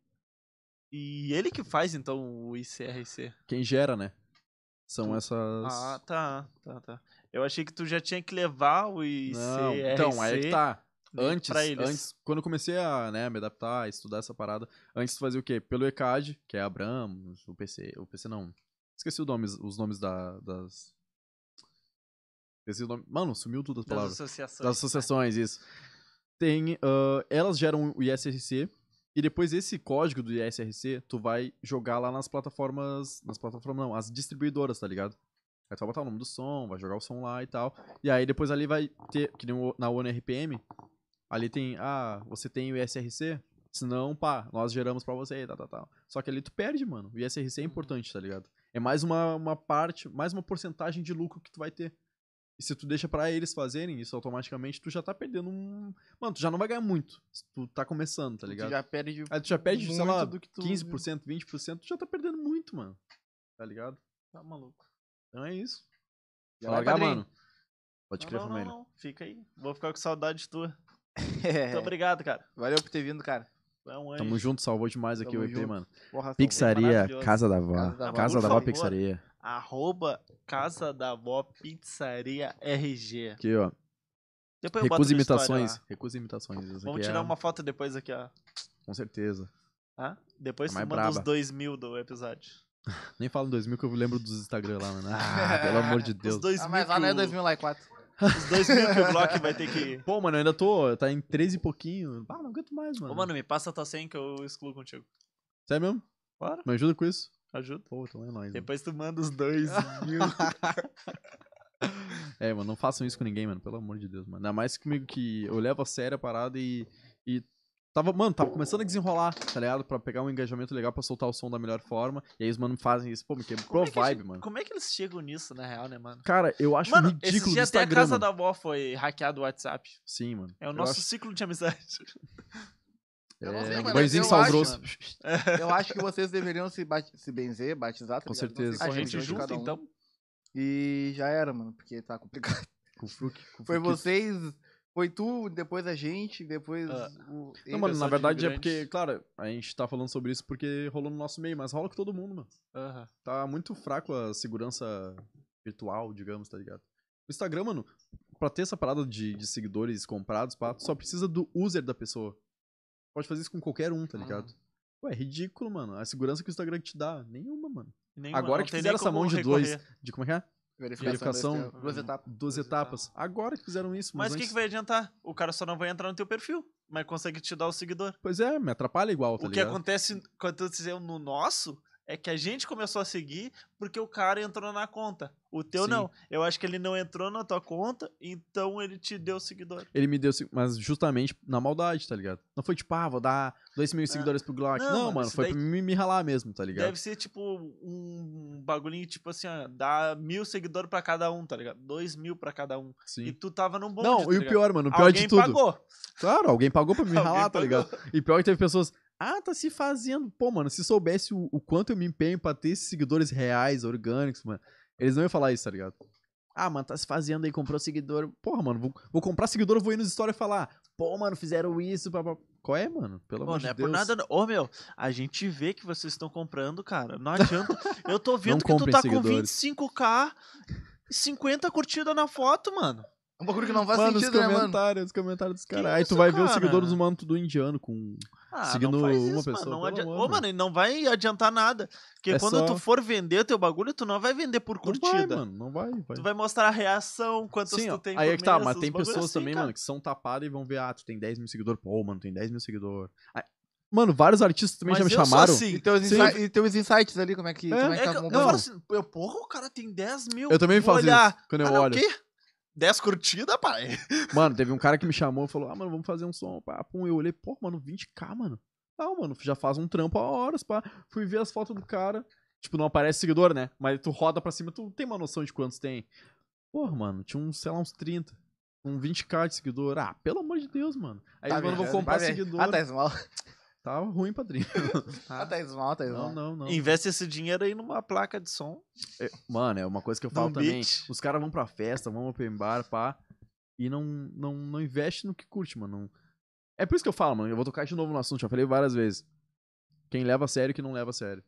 [SPEAKER 1] E ele que faz então o ICRC.
[SPEAKER 3] Quem gera, né? São
[SPEAKER 1] Tu-
[SPEAKER 3] essas.
[SPEAKER 1] Ah, tá, tá, tá. Eu achei que tu já tinha que levar o ICRC.
[SPEAKER 3] Não, então, aí é que tá.
[SPEAKER 1] né,
[SPEAKER 3] Antes,
[SPEAKER 1] pra eles.
[SPEAKER 3] antes, quando eu comecei a né, me adaptar, a estudar essa parada, antes tu fazia o quê? Pelo ECAD, que é Abramos, o PC, o PC não. Esqueci o nome, os nomes da, das. Esqueci o nome. Mano, sumiu tudo as
[SPEAKER 1] Das
[SPEAKER 3] palavras.
[SPEAKER 1] associações. né?
[SPEAKER 3] Das associações, isso. Tem, ah, elas geram o ISRC e depois esse código do ISRC tu vai jogar lá nas plataformas, nas plataformas não, as distribuidoras, tá ligado? Aí tu vai botar o nome do som, vai jogar o som lá e tal. E aí depois ali vai ter, que nem o- na OneRPM, ali tem, ah, você tem o ISRC? Se não, pá, nós geramos pra você, tá, tá, tá. Só que ali tu perde, mano. O ISRC é
[SPEAKER 2] Uhum.
[SPEAKER 3] importante, tá ligado? É mais uma, uma parte, mais uma porcentagem de lucro que tu vai ter. E se tu deixa pra eles fazerem isso automaticamente, tu já tá perdendo um. Mano, tu já não vai ganhar muito. Se tu tá começando, tá ligado?
[SPEAKER 2] Tu já perde
[SPEAKER 3] Aí tu já perde, sei
[SPEAKER 2] muito
[SPEAKER 3] lá,
[SPEAKER 2] do que tu.
[SPEAKER 3] 15%, 20%, tu já tá perdendo muito, mano. Tá ligado?
[SPEAKER 1] Tá maluco.
[SPEAKER 3] Então é isso.
[SPEAKER 2] Já
[SPEAKER 3] Vai
[SPEAKER 2] vai,
[SPEAKER 3] largar,
[SPEAKER 2] padrinho.
[SPEAKER 3] mano. Pode
[SPEAKER 1] Não,
[SPEAKER 3] crer,
[SPEAKER 1] não,
[SPEAKER 3] família.
[SPEAKER 1] não, não. Fica aí. Vou ficar com saudade tua.
[SPEAKER 2] É.
[SPEAKER 1] Muito obrigado, cara.
[SPEAKER 2] Valeu por ter vindo, cara.
[SPEAKER 1] Tu É um anjo.
[SPEAKER 3] Tamo junto, salvou demais aqui
[SPEAKER 2] Tamo
[SPEAKER 3] o EP,
[SPEAKER 2] junto.
[SPEAKER 3] mano.
[SPEAKER 2] Porra,
[SPEAKER 3] Pixaria,
[SPEAKER 1] maravilhoso.
[SPEAKER 3] Casa da
[SPEAKER 2] Casa
[SPEAKER 3] Vó.
[SPEAKER 2] da Vó.
[SPEAKER 3] Casa
[SPEAKER 1] Por
[SPEAKER 3] da Vó
[SPEAKER 1] favor.
[SPEAKER 3] Pixaria.
[SPEAKER 1] Arroba Casa da Vó Pizzaria RG.
[SPEAKER 3] Aqui, ó.
[SPEAKER 1] Depois eu boto
[SPEAKER 3] Recusa
[SPEAKER 1] no story
[SPEAKER 3] imitações.
[SPEAKER 1] lá.
[SPEAKER 3] Recusa imitações. Isso
[SPEAKER 1] Vamos
[SPEAKER 3] aqui é-
[SPEAKER 1] tirar uma foto depois aqui, ó.
[SPEAKER 3] Com certeza.
[SPEAKER 1] Tá? Depois
[SPEAKER 3] A
[SPEAKER 1] tu
[SPEAKER 3] É mais
[SPEAKER 1] manda os
[SPEAKER 3] braba.
[SPEAKER 1] 2 mil do episódio.
[SPEAKER 3] Nem falo em 2000 que eu lembro dos Instagram lá, mano. Ah, pelo amor de Deus.
[SPEAKER 1] Os 2
[SPEAKER 2] Ah,
[SPEAKER 1] mil,
[SPEAKER 2] mas lá não é
[SPEAKER 1] que o-
[SPEAKER 2] 2000 lá é 4.
[SPEAKER 1] os dois mil que o Block vai ter que.
[SPEAKER 3] Pô, mano, eu ainda tô. Tá em 13 e pouquinho. Ah, não aguento mais, mano.
[SPEAKER 1] Ô, mano, me passa a tua senha que eu excluo contigo.
[SPEAKER 3] Sério mesmo?
[SPEAKER 1] Bora,
[SPEAKER 3] Me ajuda com isso?
[SPEAKER 1] ajuda.
[SPEAKER 3] Pô, então é nóis. né?
[SPEAKER 1] Depois tu manda os 2 mil.
[SPEAKER 3] É, mano, não façam isso com ninguém, mano. Pelo amor de Deus, mano. Ainda mais comigo que eu levo a sério a parada e. e tava, mano, tava começando a desenrolar, tá ligado? Pra pegar um engajamento legal pra soltar o som da melhor forma. E aí os mano fazem isso. Pô, me
[SPEAKER 1] Como
[SPEAKER 3] quebrou
[SPEAKER 1] é que a
[SPEAKER 3] vibe,
[SPEAKER 1] gente-
[SPEAKER 3] mano.
[SPEAKER 1] Como é que eles chegam nisso, na real, né, mano?
[SPEAKER 3] Cara, eu acho
[SPEAKER 1] mano,
[SPEAKER 3] ridículo
[SPEAKER 1] esse
[SPEAKER 3] do
[SPEAKER 1] dia até a
[SPEAKER 3] Instagram.
[SPEAKER 1] casa
[SPEAKER 3] Mano.
[SPEAKER 1] da avó foi hackeado o WhatsApp.
[SPEAKER 3] Sim, mano.
[SPEAKER 1] É o
[SPEAKER 3] Eu
[SPEAKER 1] nosso
[SPEAKER 3] acho-
[SPEAKER 1] ciclo de amizade.
[SPEAKER 2] Eu não
[SPEAKER 3] É,
[SPEAKER 2] sei, mano,
[SPEAKER 3] banhozinho
[SPEAKER 2] eu
[SPEAKER 3] sal
[SPEAKER 2] acho,
[SPEAKER 3] grosso.
[SPEAKER 2] mano. Eu acho que vocês deveriam se, bat- se benzer, batizar, tá
[SPEAKER 3] Com
[SPEAKER 2] ligado? Não sei
[SPEAKER 3] certeza.
[SPEAKER 1] A
[SPEAKER 2] qual
[SPEAKER 3] Corre
[SPEAKER 1] gente
[SPEAKER 2] religião de
[SPEAKER 1] junta,
[SPEAKER 2] cada um.
[SPEAKER 1] então.
[SPEAKER 2] E já era, mano, porque tá complicado.
[SPEAKER 3] Com o Fruc, com o
[SPEAKER 2] Foi
[SPEAKER 3] Fruc.
[SPEAKER 2] vocês, foi tu, depois a gente, depois
[SPEAKER 1] Ah.
[SPEAKER 2] o.
[SPEAKER 3] Não, mano, na
[SPEAKER 1] Pessoal de
[SPEAKER 3] verdade é
[SPEAKER 1] imigrantes.
[SPEAKER 3] porque, claro, a gente tá falando sobre isso porque rolou no nosso meio, mas rola com todo mundo, mano.
[SPEAKER 1] Aham.
[SPEAKER 3] Tá muito fraco a segurança virtual, digamos, tá ligado? O Instagram, mano, pra ter essa parada de, de seguidores comprados, pá, tu só precisa do user da pessoa. Pode fazer isso com qualquer um,
[SPEAKER 1] Uhum.
[SPEAKER 3] tá ligado? Ué, é ridículo, mano. A segurança que o Instagram te dá, nenhuma, mano.
[SPEAKER 1] Nenhuma,
[SPEAKER 3] Agora
[SPEAKER 1] não
[SPEAKER 3] que
[SPEAKER 1] tem
[SPEAKER 3] fizeram
[SPEAKER 1] nem
[SPEAKER 3] essa
[SPEAKER 1] como
[SPEAKER 3] mão de dois,
[SPEAKER 1] recorrer.
[SPEAKER 3] de como é que é?
[SPEAKER 2] Verificação.
[SPEAKER 3] Verificação.
[SPEAKER 2] dois- Duas etapas.
[SPEAKER 3] Duas
[SPEAKER 1] Duas
[SPEAKER 3] etapas. Agora que fizeram isso,
[SPEAKER 1] Mas o
[SPEAKER 3] mas
[SPEAKER 1] que,
[SPEAKER 3] antes-
[SPEAKER 1] que vai adiantar? O cara só não vai entrar no teu perfil, mas consegue te dar o seguidor.
[SPEAKER 3] Pois é, me atrapalha igual, tá
[SPEAKER 1] o que
[SPEAKER 3] ligado?
[SPEAKER 1] acontece, aconteceu no nosso é que a gente começou a seguir porque o cara entrou na conta. O teu
[SPEAKER 3] Sim.
[SPEAKER 1] não. Eu acho que ele não entrou na tua conta, então ele te deu seguidor.
[SPEAKER 3] Ele me deu, se- mas justamente na maldade, tá ligado? Não foi tipo, ah, vou dar dois mil seguidores pro Glock.
[SPEAKER 1] É. Não,
[SPEAKER 3] Não,
[SPEAKER 1] mano,
[SPEAKER 3] mano,
[SPEAKER 1] isso
[SPEAKER 3] foi
[SPEAKER 1] daí-
[SPEAKER 3] pra me, me ralar mesmo, tá ligado?
[SPEAKER 1] Deve ser tipo um bagulhinho, tipo assim, ó, dá mil seguidores pra cada um, tá ligado? Dois mil pra cada um.
[SPEAKER 3] Sim.
[SPEAKER 1] E tu tava num bom tá
[SPEAKER 3] não, e o pior, mano, o pior
[SPEAKER 1] Alguém
[SPEAKER 3] de tudo.
[SPEAKER 1] pagou.
[SPEAKER 3] Claro, alguém pagou pra me
[SPEAKER 1] Alguém
[SPEAKER 3] ralar, tá
[SPEAKER 1] pagou.
[SPEAKER 3] ligado? E pior que teve pessoas, ah, tá se fazendo. Pô, mano, se soubesse o, o quanto eu me empenho pra ter esses seguidores reais, orgânicos, mano, eles não iam falar isso, tá ligado? Ah, mano, tá se fazendo aí, comprou seguidor. Porra, mano, vou, vou comprar seguidor, eu vou ir nos stories e falar, pô, mano, fizeram isso, pá, pá. Qual é, mano? Pelo
[SPEAKER 1] Pô,
[SPEAKER 3] amor
[SPEAKER 1] não
[SPEAKER 3] de
[SPEAKER 1] é
[SPEAKER 3] Deus.
[SPEAKER 1] por nada. não. Ô, meu, a gente vê que vocês estão comprando, cara. Não adianta. Eu tô vendo que tu
[SPEAKER 3] comprem
[SPEAKER 1] tá com
[SPEAKER 3] seguidores.
[SPEAKER 1] 25k, 50 curtidas na foto, mano.
[SPEAKER 2] É um bagulho que não faz
[SPEAKER 3] mano,
[SPEAKER 2] sentido,
[SPEAKER 3] os
[SPEAKER 2] né, mano?
[SPEAKER 3] comentários, os comentários dos
[SPEAKER 1] Que
[SPEAKER 3] caras. Aí tu
[SPEAKER 1] isso,
[SPEAKER 3] vai ver os
[SPEAKER 1] cara?
[SPEAKER 3] seguidores do mano tudo indiano com.
[SPEAKER 1] Ah,
[SPEAKER 3] Seguindo
[SPEAKER 1] não faz isso,
[SPEAKER 3] uma
[SPEAKER 1] mano.
[SPEAKER 3] pessoa,
[SPEAKER 1] Não
[SPEAKER 3] pelo
[SPEAKER 1] adi-
[SPEAKER 3] amor,
[SPEAKER 1] Ô,
[SPEAKER 3] mano.
[SPEAKER 1] mano, e não vai adiantar nada. Porque
[SPEAKER 3] É
[SPEAKER 1] quando
[SPEAKER 3] só-
[SPEAKER 1] tu for vender teu bagulho, tu não vai vender por
[SPEAKER 3] Não
[SPEAKER 1] curtida.
[SPEAKER 3] vai, mano, não vai. vai.
[SPEAKER 1] tu vai mostrar a reação, quantos
[SPEAKER 3] Sim,
[SPEAKER 1] tu
[SPEAKER 3] ó,
[SPEAKER 1] tem
[SPEAKER 3] aí é
[SPEAKER 1] por
[SPEAKER 3] que tá,
[SPEAKER 1] mês,
[SPEAKER 3] mas
[SPEAKER 1] uns
[SPEAKER 3] tem
[SPEAKER 1] bagulho
[SPEAKER 3] pessoas
[SPEAKER 1] assim,
[SPEAKER 3] também,
[SPEAKER 1] cara.
[SPEAKER 3] mano, que são tapadas e vão ver, ah, tu tem 10 mil seguidores. Pô, mano, tem 10 mil seguidores. Ah, Mano, vários artistas também
[SPEAKER 1] Mas
[SPEAKER 3] já me
[SPEAKER 1] eu sou
[SPEAKER 3] chamaram.
[SPEAKER 1] assim.
[SPEAKER 2] E teus,
[SPEAKER 3] Sim.
[SPEAKER 2] insi- e teus insights ali, como é que,
[SPEAKER 3] É,
[SPEAKER 2] como é
[SPEAKER 1] É que
[SPEAKER 2] que tá
[SPEAKER 1] eu, eu
[SPEAKER 2] montando?
[SPEAKER 1] falo assim, eu, porra, o cara tem 10 mil.
[SPEAKER 3] Eu também
[SPEAKER 1] vou
[SPEAKER 3] faço
[SPEAKER 1] olhar. Ah,
[SPEAKER 3] isso quando eu
[SPEAKER 1] Olha o
[SPEAKER 3] olho.
[SPEAKER 1] quê? 10 curtidas, pai.
[SPEAKER 3] Mano, teve um cara que me chamou e falou, ah, mano, vamos fazer um som, pá, pum. Eu olhei, pô, mano, 20k, mano. Não, mano, já faz um trampo há horas, pá. Fui ver as fotos do cara. Tipo, não aparece seguidor, né? Mas tu roda pra cima, tu tem uma noção de quantos tem. Porra, mano, tinha uns, sei lá, uns 30. Um 20k de seguidor. Ah, pelo amor de Deus, mano. Aí
[SPEAKER 2] Tá
[SPEAKER 3] quando eu vou
[SPEAKER 2] viajando,
[SPEAKER 3] comprar
[SPEAKER 2] vai ver.
[SPEAKER 3] seguidor,
[SPEAKER 2] Ah,
[SPEAKER 3] tá...
[SPEAKER 2] tá esmal.
[SPEAKER 3] ruim, padrinho.
[SPEAKER 2] Ah, tá esmal, tá
[SPEAKER 3] Não,
[SPEAKER 2] esmal.
[SPEAKER 3] não, não.
[SPEAKER 1] Investe esse dinheiro aí numa placa de som.
[SPEAKER 3] É, Mano, é uma coisa que eu
[SPEAKER 1] Num
[SPEAKER 3] falo também.
[SPEAKER 1] beat.
[SPEAKER 3] Os caras vão pra festa, vão open bar, pá. E não, não, não investe no que curte, mano. Não- É por isso que eu falo, mano. Eu vou tocar de novo no assunto, já falei várias vezes. Quem leva a sério e quem não leva a sério.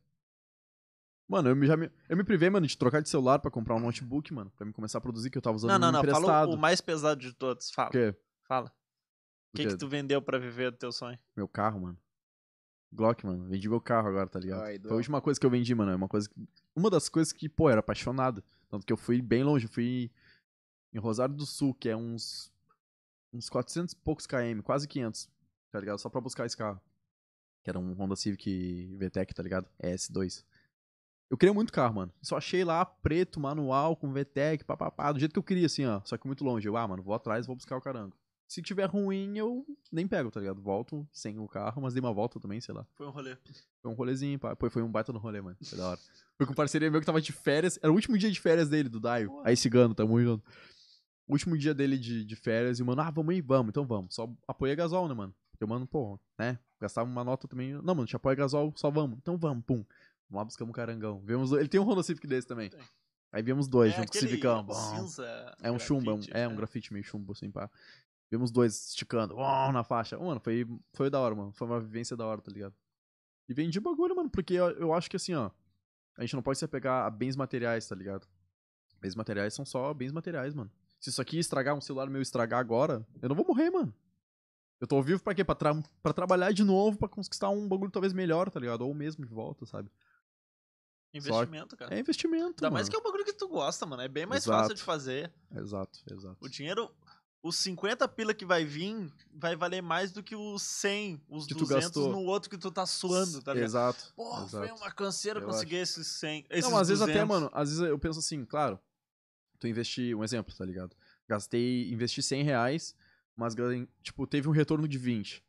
[SPEAKER 3] Mano, eu me, já me, eu me privei, mano, de trocar de celular pra comprar um notebook, mano. Pra me começar a produzir, que eu tava usando
[SPEAKER 1] Não, não,
[SPEAKER 3] um
[SPEAKER 1] não. Fala
[SPEAKER 3] emprestado.
[SPEAKER 1] o- o mais pesado de todos. Fala.
[SPEAKER 3] O quê?
[SPEAKER 1] Fala. O que,
[SPEAKER 3] quê?
[SPEAKER 1] que tu vendeu pra viver do teu sonho?
[SPEAKER 3] Meu carro, mano. Glock, mano. Vendi meu carro agora, tá ligado?
[SPEAKER 2] Ai, dó.
[SPEAKER 3] Foi a última coisa que eu vendi, mano. É uma coisa que... Uma das coisas que, pô, eu era apaixonado. Tanto que eu fui bem longe. Eu fui em Rosário do Sul, que é uns... Uns 400 e poucos km. Quase 500, tá ligado? Só pra buscar esse carro. Que era um Honda Civic VTEC, tá ligado? ES2. Eu queria muito carro, mano. Só achei lá preto, manual, com VTEC, papapá. Do jeito que eu queria, assim, ó. Só que muito longe. Eu, ah, mano, vou atrás, vou buscar o carango. Se tiver ruim, eu nem pego, tá ligado? Volto sem o carro, mas dei uma volta também, sei lá.
[SPEAKER 1] Foi um rolê.
[SPEAKER 3] Foi um rolezinho, pá. Pô, foi um baita no rolê, mano. Foi da hora. Foi com um parceria meu que tava de férias. Era o último dia de férias dele, do Daio. Aí cigano, tamo junto. Último dia dele de, de férias e o mano, ah, vamos aí, vamos, então vamos. Só apoia gasol, né, mano? Porque o mano, pô, né? Gastava uma nota também. Não, mano, te apoia gasol, só vamos. Então vamos, pum. Vamos lá buscamos um carangão. Vemos, ele tem um Honda Civic desse também.
[SPEAKER 1] Tem.
[SPEAKER 3] Aí viemos dois, junto com
[SPEAKER 1] É
[SPEAKER 3] o
[SPEAKER 1] aquele
[SPEAKER 3] Civicão. Bom.
[SPEAKER 1] cinza
[SPEAKER 3] É um chumbo, é um-
[SPEAKER 1] grafite, né?
[SPEAKER 3] é um grafite meio chumbo, assim, pá. Vimos dois esticando, uau, na faixa. Mano, foi, foi da hora, mano. Foi uma vivência da hora, tá ligado? E vendi o bagulho, mano, porque eu, eu acho que assim, ó. A gente não pode se apegar a bens materiais, tá ligado? Bens materiais são só bens materiais, mano. Se isso aqui estragar, um celular meu estragar agora, eu não vou morrer, mano. Eu tô vivo pra quê? Pra, tra pra trabalhar de novo, pra conquistar um bagulho talvez melhor, tá ligado? Ou mesmo de volta, sabe?
[SPEAKER 1] Investimento, cara.
[SPEAKER 3] É investimento,
[SPEAKER 1] Ainda
[SPEAKER 3] mano.
[SPEAKER 1] mais que é um bagulho que tu gosta, mano. É bem mais
[SPEAKER 3] Exato.
[SPEAKER 1] fácil de fazer.
[SPEAKER 3] Exato, exato.
[SPEAKER 1] O dinheiro, os 50 pila que vai vir, vai valer mais do que os 100, os
[SPEAKER 3] Que tu
[SPEAKER 1] 200
[SPEAKER 3] gastou.
[SPEAKER 1] no outro que tu tá suando, tá ligado?
[SPEAKER 3] Exato.
[SPEAKER 1] Porra,
[SPEAKER 3] exato.
[SPEAKER 1] foi uma canseira
[SPEAKER 3] Eu
[SPEAKER 1] conseguir esses 100, esses
[SPEAKER 3] Não, às vezes até,
[SPEAKER 1] 200.
[SPEAKER 3] mano, às vezes eu penso assim, claro, tu investi, um exemplo, tá ligado? Gastei, investi 100 reais, mas, ganhei- tipo, teve um retorno de 20.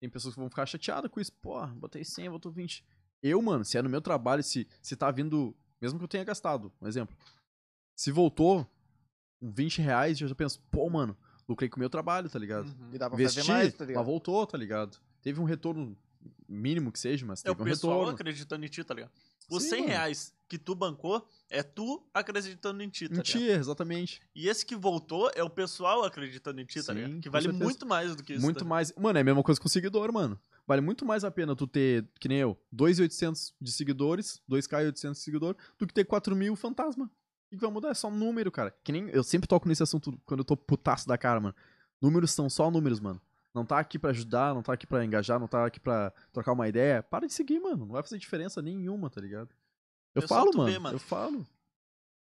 [SPEAKER 3] Tem pessoas que vão ficar chateadas com isso. Pô, botei 100, botou 20. Eu, mano, se é no meu trabalho, se, se tá vindo, mesmo que eu tenha gastado, um exemplo. Se voltou com 20 reais, eu já penso, pô, mano, lucrei com o meu trabalho, tá ligado?
[SPEAKER 1] Uhum.
[SPEAKER 2] E dá pra
[SPEAKER 3] Investi,
[SPEAKER 2] fazer mais, tá
[SPEAKER 3] mas
[SPEAKER 2] ligado?
[SPEAKER 3] voltou, tá ligado? Teve um retorno mínimo que seja, mas
[SPEAKER 1] É
[SPEAKER 3] teve
[SPEAKER 1] o
[SPEAKER 3] um
[SPEAKER 1] pessoal
[SPEAKER 3] retorno.
[SPEAKER 1] acreditando em ti, tá ligado? Os
[SPEAKER 3] Sim,
[SPEAKER 1] 100
[SPEAKER 3] mano.
[SPEAKER 1] reais que tu bancou, é tu acreditando em ti, tá ligado?
[SPEAKER 3] Mentira, exatamente.
[SPEAKER 1] E esse que voltou é o pessoal acreditando em ti, tá
[SPEAKER 3] Sim,
[SPEAKER 1] ligado? Que
[SPEAKER 3] com
[SPEAKER 1] vale
[SPEAKER 3] certeza.
[SPEAKER 1] muito mais do que isso.
[SPEAKER 3] Muito
[SPEAKER 1] tá ligado?
[SPEAKER 3] mais. Mano, é a mesma coisa com seguidor, mano. Vale muito mais a pena tu ter, que nem eu, 2.800 de seguidores, 2k e 800 de seguidor, do que ter 4 mil fantasma. O que que vai mudar? É só número, cara. Que nem eu sempre toco nesse assunto quando eu tô putaço da cara, mano. Números são só números, mano. Não tá aqui pra ajudar, não tá aqui pra engajar, não tá aqui pra trocar uma ideia. Para de seguir, mano. Não vai fazer diferença nenhuma, tá ligado? Eu
[SPEAKER 1] É só
[SPEAKER 3] falo,
[SPEAKER 1] tu
[SPEAKER 3] mano,
[SPEAKER 1] ver, mano.
[SPEAKER 3] Eu falo.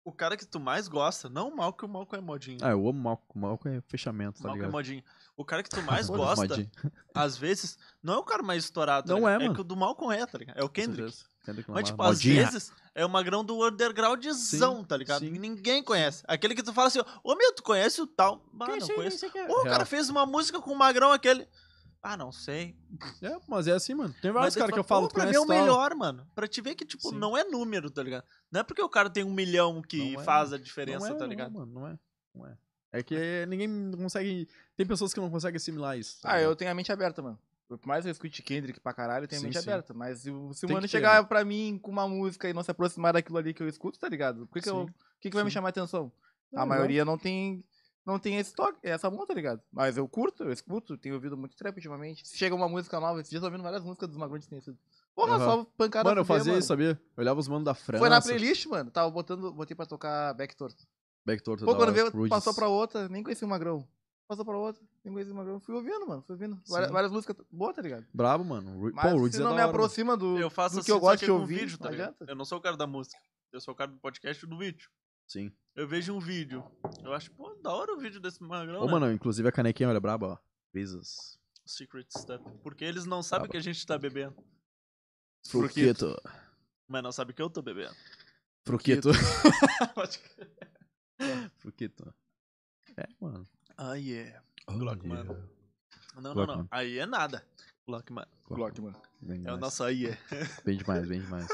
[SPEAKER 1] O cara que tu mais gosta, não o Malco, o Malco é modinho.
[SPEAKER 3] Ah, eu amo Malcolm. Malcolm é fechamento,
[SPEAKER 1] O
[SPEAKER 3] tá
[SPEAKER 1] Malco é
[SPEAKER 3] ligado?
[SPEAKER 1] modinho. O cara que tu mais gosta,
[SPEAKER 3] Foda-se, modinho.
[SPEAKER 1] às vezes, não é o cara mais estourado. tá
[SPEAKER 3] Não
[SPEAKER 1] ligado?
[SPEAKER 3] é,
[SPEAKER 1] É
[SPEAKER 3] mano.
[SPEAKER 1] que o do Malcolm é, tá ligado? É o
[SPEAKER 3] Com
[SPEAKER 1] Kendrick.
[SPEAKER 3] certeza. Kendrick
[SPEAKER 1] Mas,
[SPEAKER 3] Lamar.
[SPEAKER 1] tipo, às
[SPEAKER 3] Modinha.
[SPEAKER 1] vezes é o magrão do undergroundzão, tá ligado?
[SPEAKER 3] sim.
[SPEAKER 1] Ninguém conhece. Aquele que tu fala assim, ô meu, tu conhece o tal? Bah, não conheço. Ô, o cara
[SPEAKER 3] É Real.
[SPEAKER 1] fez uma música com o magrão aquele. Ah, não sei.
[SPEAKER 3] É, mas é assim, mano. Tem
[SPEAKER 1] Mas
[SPEAKER 3] vários
[SPEAKER 1] daí
[SPEAKER 3] caras
[SPEAKER 1] tu
[SPEAKER 3] que eu
[SPEAKER 1] fala,
[SPEAKER 3] falo,
[SPEAKER 1] "Pô,
[SPEAKER 3] tu
[SPEAKER 1] pra mim
[SPEAKER 3] conhece
[SPEAKER 1] é o
[SPEAKER 3] tal.
[SPEAKER 1] melhor, mano. Pra te ver que, tipo,
[SPEAKER 3] Sim.
[SPEAKER 1] não é número, tá ligado? Não é porque o cara tem um milhão que
[SPEAKER 3] Não é,
[SPEAKER 1] faz a
[SPEAKER 3] Não
[SPEAKER 1] diferença,
[SPEAKER 3] é,
[SPEAKER 1] tá
[SPEAKER 3] não,
[SPEAKER 1] ligado?
[SPEAKER 3] mano, não é. Não é. É que ninguém consegue. Tem pessoas que não conseguem assimilar isso. tá
[SPEAKER 2] Ah, eu
[SPEAKER 3] ligado?
[SPEAKER 2] tenho a mente aberta, mano. Por mais que eu escute Kendrick pra caralho, eu tenho a
[SPEAKER 3] Sim,
[SPEAKER 2] mente
[SPEAKER 3] sim.
[SPEAKER 2] aberta. Mas se o se o
[SPEAKER 3] Tem
[SPEAKER 2] mano
[SPEAKER 3] que ter, né?
[SPEAKER 2] chegar pra mim com uma música e não se aproximar daquilo ali que eu escuto, tá ligado? Por que, que, eu-
[SPEAKER 3] Sim,
[SPEAKER 2] o que que vai me
[SPEAKER 3] sim.
[SPEAKER 2] chamar a atenção?
[SPEAKER 3] É,
[SPEAKER 2] A maioria não tem, não tem esse toque, essa mão, tá ligado? Mas eu curto, eu escuto, tenho ouvido muito trap ultimamente. Se chega uma música nova, esses dias eu tô ouvindo várias músicas dos Magrões Desconhecidos. Porra,
[SPEAKER 3] Aham.
[SPEAKER 2] só pancada
[SPEAKER 3] Mano, eu
[SPEAKER 2] fuder,
[SPEAKER 3] fazia
[SPEAKER 2] mano.
[SPEAKER 3] isso, sabia? Eu olhava os manos da França.
[SPEAKER 2] Foi na playlist, mano. Tava botando, botei pra tocar Back Torto.
[SPEAKER 3] Back Torta
[SPEAKER 2] Pô,
[SPEAKER 3] da
[SPEAKER 2] quando
[SPEAKER 3] hora,
[SPEAKER 2] veio,
[SPEAKER 3] Rudes.
[SPEAKER 2] passou pra outra, nem conheci o Magrão. Passou pra outra, nem conheci o Magrão. Fui ouvindo, mano, fui ouvindo. Várias,
[SPEAKER 3] Sim.
[SPEAKER 2] várias músicas boas, tá ligado?
[SPEAKER 3] Brabo, mano. Ru-
[SPEAKER 2] Mas
[SPEAKER 3] Pô, o Rudes
[SPEAKER 2] se
[SPEAKER 3] é
[SPEAKER 2] não
[SPEAKER 3] da
[SPEAKER 2] me
[SPEAKER 3] hora, mano.
[SPEAKER 2] aproxima do,
[SPEAKER 1] Eu faço
[SPEAKER 2] do
[SPEAKER 1] assim,
[SPEAKER 2] que eu
[SPEAKER 1] só
[SPEAKER 2] gosto
[SPEAKER 1] que
[SPEAKER 2] de
[SPEAKER 1] com
[SPEAKER 2] ouvir,
[SPEAKER 1] vídeo, tá
[SPEAKER 2] não
[SPEAKER 1] ligado?
[SPEAKER 2] adianta.
[SPEAKER 1] Eu não sou o cara da música. Eu sou o cara do podcast e do vídeo.
[SPEAKER 3] Sim.
[SPEAKER 1] Eu vejo um vídeo. Eu acho, pô, da hora o vídeo desse magrão,
[SPEAKER 3] Ô,
[SPEAKER 1] né?
[SPEAKER 3] mano, inclusive a canequinha olha braba, ó. Brisas.
[SPEAKER 1] Secret Stuff. Porque eles não sabem
[SPEAKER 3] Tá
[SPEAKER 1] que a gente tá bebendo.
[SPEAKER 3] Fruquito.
[SPEAKER 1] Mas não sabem que eu tô bebendo.
[SPEAKER 3] Fruquito. Fruquito. É, mano.
[SPEAKER 1] Ah, yeah.
[SPEAKER 3] Glock,
[SPEAKER 1] mano. Não, não, não.
[SPEAKER 3] Glockman.
[SPEAKER 1] Aí é nada. Glockman.
[SPEAKER 2] Glock, mano.
[SPEAKER 3] Bem
[SPEAKER 1] É o
[SPEAKER 3] demais.
[SPEAKER 1] nosso aí, é.
[SPEAKER 3] Bem demais, bem demais.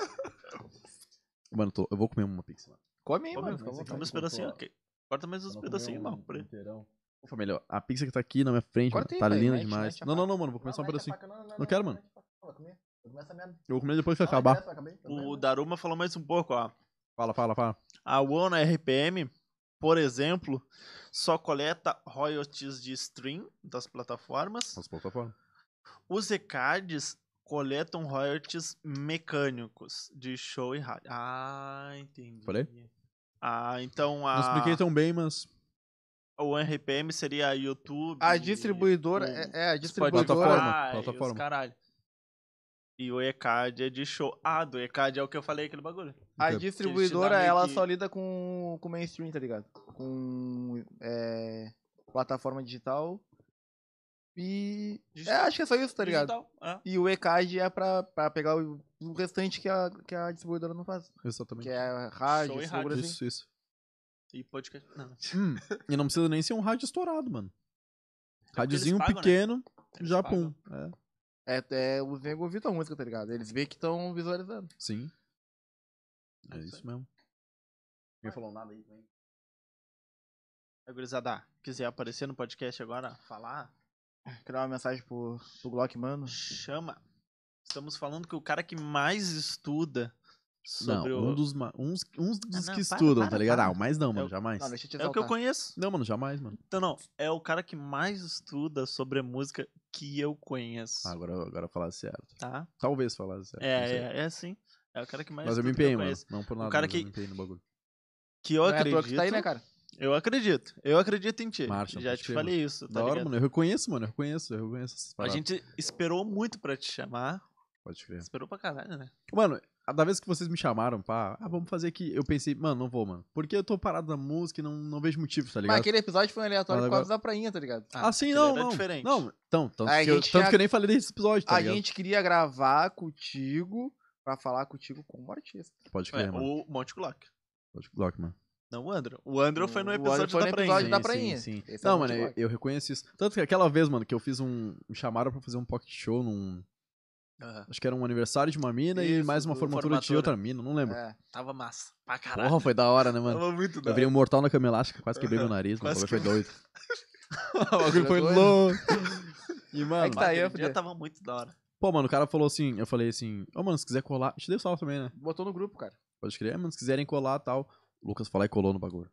[SPEAKER 3] Mano, tô- eu vou comer uma pizza. mano.
[SPEAKER 2] Come aí,
[SPEAKER 1] Ô, meu,
[SPEAKER 2] mano. fica à
[SPEAKER 3] mas é
[SPEAKER 2] vontade.
[SPEAKER 1] Come uns
[SPEAKER 3] Voltou.
[SPEAKER 1] pedacinhos, assim, ok. Corta mais uns
[SPEAKER 3] Pra não
[SPEAKER 1] pedacinhos,
[SPEAKER 3] comer um
[SPEAKER 1] mal. pra ele.
[SPEAKER 3] inteirão. Ô, família, a pizza que tá aqui na minha frente
[SPEAKER 2] Agora
[SPEAKER 3] mano,
[SPEAKER 2] tem,
[SPEAKER 3] tá
[SPEAKER 2] velho,
[SPEAKER 1] né?
[SPEAKER 3] linda
[SPEAKER 2] mete,
[SPEAKER 3] demais.
[SPEAKER 2] mete a
[SPEAKER 3] não, não,
[SPEAKER 2] faca.
[SPEAKER 3] não, mano, vou comer
[SPEAKER 1] é
[SPEAKER 3] só um
[SPEAKER 2] mete a
[SPEAKER 3] pedacinho.
[SPEAKER 2] faca,
[SPEAKER 3] não quero, mano.
[SPEAKER 2] mete a faca, não, vai comer. Vai comer essa merda.
[SPEAKER 3] Eu vou comer depois que
[SPEAKER 2] Não,
[SPEAKER 3] acabar.
[SPEAKER 2] interessa, vai comer, vai comer.
[SPEAKER 1] O Daruma falou mais um pouco, ó.
[SPEAKER 3] Fala, fala, fala.
[SPEAKER 1] A Wona RPM, por exemplo, só coleta royalties de stream das plataformas.
[SPEAKER 3] Nossa, plataforma.
[SPEAKER 1] Os ECADs coletam royalties mecânicos de show e rádio. Ah, entendi.
[SPEAKER 3] Falei?
[SPEAKER 1] Ah, então
[SPEAKER 3] Não expliquei
[SPEAKER 1] a
[SPEAKER 3] tão um bem, mas.
[SPEAKER 1] o RPM seria a YouTube.
[SPEAKER 2] A distribuidora,
[SPEAKER 1] o-
[SPEAKER 2] é, é, a distribuidora.
[SPEAKER 3] Plataforma.
[SPEAKER 1] Spotify,
[SPEAKER 3] plataforma.
[SPEAKER 1] os caralho. E o ECAD é de show. Ah, do ECAD é o que eu falei, aquele bagulho.
[SPEAKER 2] A
[SPEAKER 3] Porque-
[SPEAKER 2] distribuidora,
[SPEAKER 1] Eles te dão meio
[SPEAKER 2] ela
[SPEAKER 1] que-
[SPEAKER 2] só lida com, com mainstream, tá ligado? Com é, plataforma digital. E. É,
[SPEAKER 1] Digital-
[SPEAKER 2] acho que é só isso, tá ligado?
[SPEAKER 1] Digital, é.
[SPEAKER 2] E o ECAD é pra, pra pegar o, o restante que a, que a distribuidora não faz.
[SPEAKER 3] Exatamente.
[SPEAKER 2] Que é rádio,
[SPEAKER 1] Show e
[SPEAKER 2] essas coisas assim.
[SPEAKER 3] Isso, isso.
[SPEAKER 1] E podcast. Não.
[SPEAKER 3] Hum, e não precisa nem ser um rádio estourado, mano. Radiozinho
[SPEAKER 1] É pagam, né?
[SPEAKER 3] pequeno,
[SPEAKER 1] Eles
[SPEAKER 3] já
[SPEAKER 1] pagam.
[SPEAKER 3] pum. É,
[SPEAKER 2] É, é os nego ouvir tua música, tá ligado? Eles veem que estão visualizando.
[SPEAKER 3] sim. É
[SPEAKER 1] É isso
[SPEAKER 3] isso mesmo. Ninguém falou nada aí também.
[SPEAKER 1] A gurizada, quiser aparecer no podcast agora, falar,
[SPEAKER 2] Criar uma mensagem pro, pro Glock, mano.
[SPEAKER 1] chama. Estamos falando que o cara que mais estuda
[SPEAKER 3] Não,
[SPEAKER 1] sobre o. Ah,
[SPEAKER 3] um dos, ma- uns, uns dos
[SPEAKER 1] não,
[SPEAKER 3] que
[SPEAKER 1] para,
[SPEAKER 3] estudam,
[SPEAKER 1] para,
[SPEAKER 3] tá ligado?
[SPEAKER 1] para.
[SPEAKER 3] Ah, mas não, mano,
[SPEAKER 1] Eu-
[SPEAKER 3] jamais.
[SPEAKER 2] Não, deixa eu te
[SPEAKER 1] É o que eu
[SPEAKER 2] exaltar.
[SPEAKER 1] conheço.
[SPEAKER 3] Não, mano, jamais, mano.
[SPEAKER 1] Então, não. É o cara que mais estuda sobre a música que eu conheço.
[SPEAKER 3] Ah, agora, agora falar certo.
[SPEAKER 1] Tá?
[SPEAKER 3] Talvez falar certo. não
[SPEAKER 1] É,
[SPEAKER 3] sei.
[SPEAKER 1] é, é assim. É o cara que mais
[SPEAKER 3] Mas eu me
[SPEAKER 1] estuda que
[SPEAKER 3] empenho,
[SPEAKER 1] eu
[SPEAKER 3] mano.
[SPEAKER 1] conheço.
[SPEAKER 3] Não por nada,
[SPEAKER 1] cara
[SPEAKER 3] mas eu
[SPEAKER 1] que-
[SPEAKER 3] me empenho no bagulho.
[SPEAKER 1] Que eu
[SPEAKER 2] Não é à
[SPEAKER 1] acredito.
[SPEAKER 2] toa que tu tá aí, né, cara?
[SPEAKER 1] Eu acredito. Eu acredito em ti.
[SPEAKER 3] Marcha,
[SPEAKER 1] Já
[SPEAKER 3] pode
[SPEAKER 1] te
[SPEAKER 3] crer,
[SPEAKER 1] falei isso, tá
[SPEAKER 3] da hora,
[SPEAKER 1] ligado?
[SPEAKER 3] mano. Eu reconheço, mano. Eu reconheço, eu reconheço essas
[SPEAKER 1] A
[SPEAKER 3] paradas.
[SPEAKER 1] gente esperou muito pra te chamar.
[SPEAKER 3] Pode crer.
[SPEAKER 1] Esperou pra caralho, né?
[SPEAKER 3] Mano, a- da vez que vocês me chamaram, pá, ah, vamos fazer aqui. Eu pensei, mano, não vou, mano. Porque eu tô parado na música e não, não vejo motivo, tá
[SPEAKER 2] Mas
[SPEAKER 3] ligado?
[SPEAKER 2] aquele episódio foi um aleatório
[SPEAKER 3] Mas
[SPEAKER 2] por causa da prainha, tá ligado?
[SPEAKER 1] Ah,
[SPEAKER 3] Ah, sim,
[SPEAKER 1] aquele
[SPEAKER 3] não,
[SPEAKER 1] era
[SPEAKER 3] não.
[SPEAKER 1] diferente.
[SPEAKER 3] Não, então, tanto,
[SPEAKER 2] A
[SPEAKER 3] que, eu,
[SPEAKER 2] gente
[SPEAKER 3] tanto
[SPEAKER 2] tinha-
[SPEAKER 3] que eu nem falei desse episódio, tá
[SPEAKER 2] a
[SPEAKER 3] ligado?
[SPEAKER 2] gente queria gravar contigo pra falar contigo como artista.
[SPEAKER 3] Pode
[SPEAKER 1] É,
[SPEAKER 3] crer, mano.
[SPEAKER 1] o Monte Glock.
[SPEAKER 3] Pode crer, mano.
[SPEAKER 1] Não, o Andro. O Andro foi no
[SPEAKER 2] O Andro
[SPEAKER 1] episódio
[SPEAKER 2] foi
[SPEAKER 1] da
[SPEAKER 2] no
[SPEAKER 1] Prainha.
[SPEAKER 2] episódio da
[SPEAKER 3] Sim, sim,
[SPEAKER 2] prainha.
[SPEAKER 3] sim.
[SPEAKER 2] Esse é o
[SPEAKER 3] Não,
[SPEAKER 2] Monte
[SPEAKER 3] mano, eu,
[SPEAKER 2] Glock.
[SPEAKER 3] eu reconheço isso. Tanto que aquela vez, mano, que eu fiz um. Me chamaram pra fazer um pocket show num.
[SPEAKER 1] Aham.
[SPEAKER 3] Acho que era um aniversário de uma mina e
[SPEAKER 1] Isso,
[SPEAKER 3] mais uma
[SPEAKER 1] do-
[SPEAKER 3] formatura, de
[SPEAKER 1] formatura.
[SPEAKER 3] outra mina, não lembro.
[SPEAKER 2] É.
[SPEAKER 1] Tava massa. Pra caralho.
[SPEAKER 3] Porra, foi da hora, né, mano?
[SPEAKER 1] Tava muito da
[SPEAKER 3] Eu virei um mortal na cama elástica, quase quebrei meu nariz, mano. O
[SPEAKER 1] Quase
[SPEAKER 3] bagulho foi doido. o bagulho foi
[SPEAKER 2] Foi doido.
[SPEAKER 3] louco. E, mano,
[SPEAKER 2] É que tá aí,
[SPEAKER 1] hora. Aquele
[SPEAKER 2] eu
[SPEAKER 1] dia
[SPEAKER 2] fudei.
[SPEAKER 1] tava muito da hora.
[SPEAKER 3] pô, mano, o cara falou assim, eu falei assim, ô, mano, se quiser colar, te dei o salve também, né?
[SPEAKER 2] Botou no grupo, cara.
[SPEAKER 3] Pode crer, "É, mano, se quiserem colar e tal. O Lucas falou e colou no bagulho.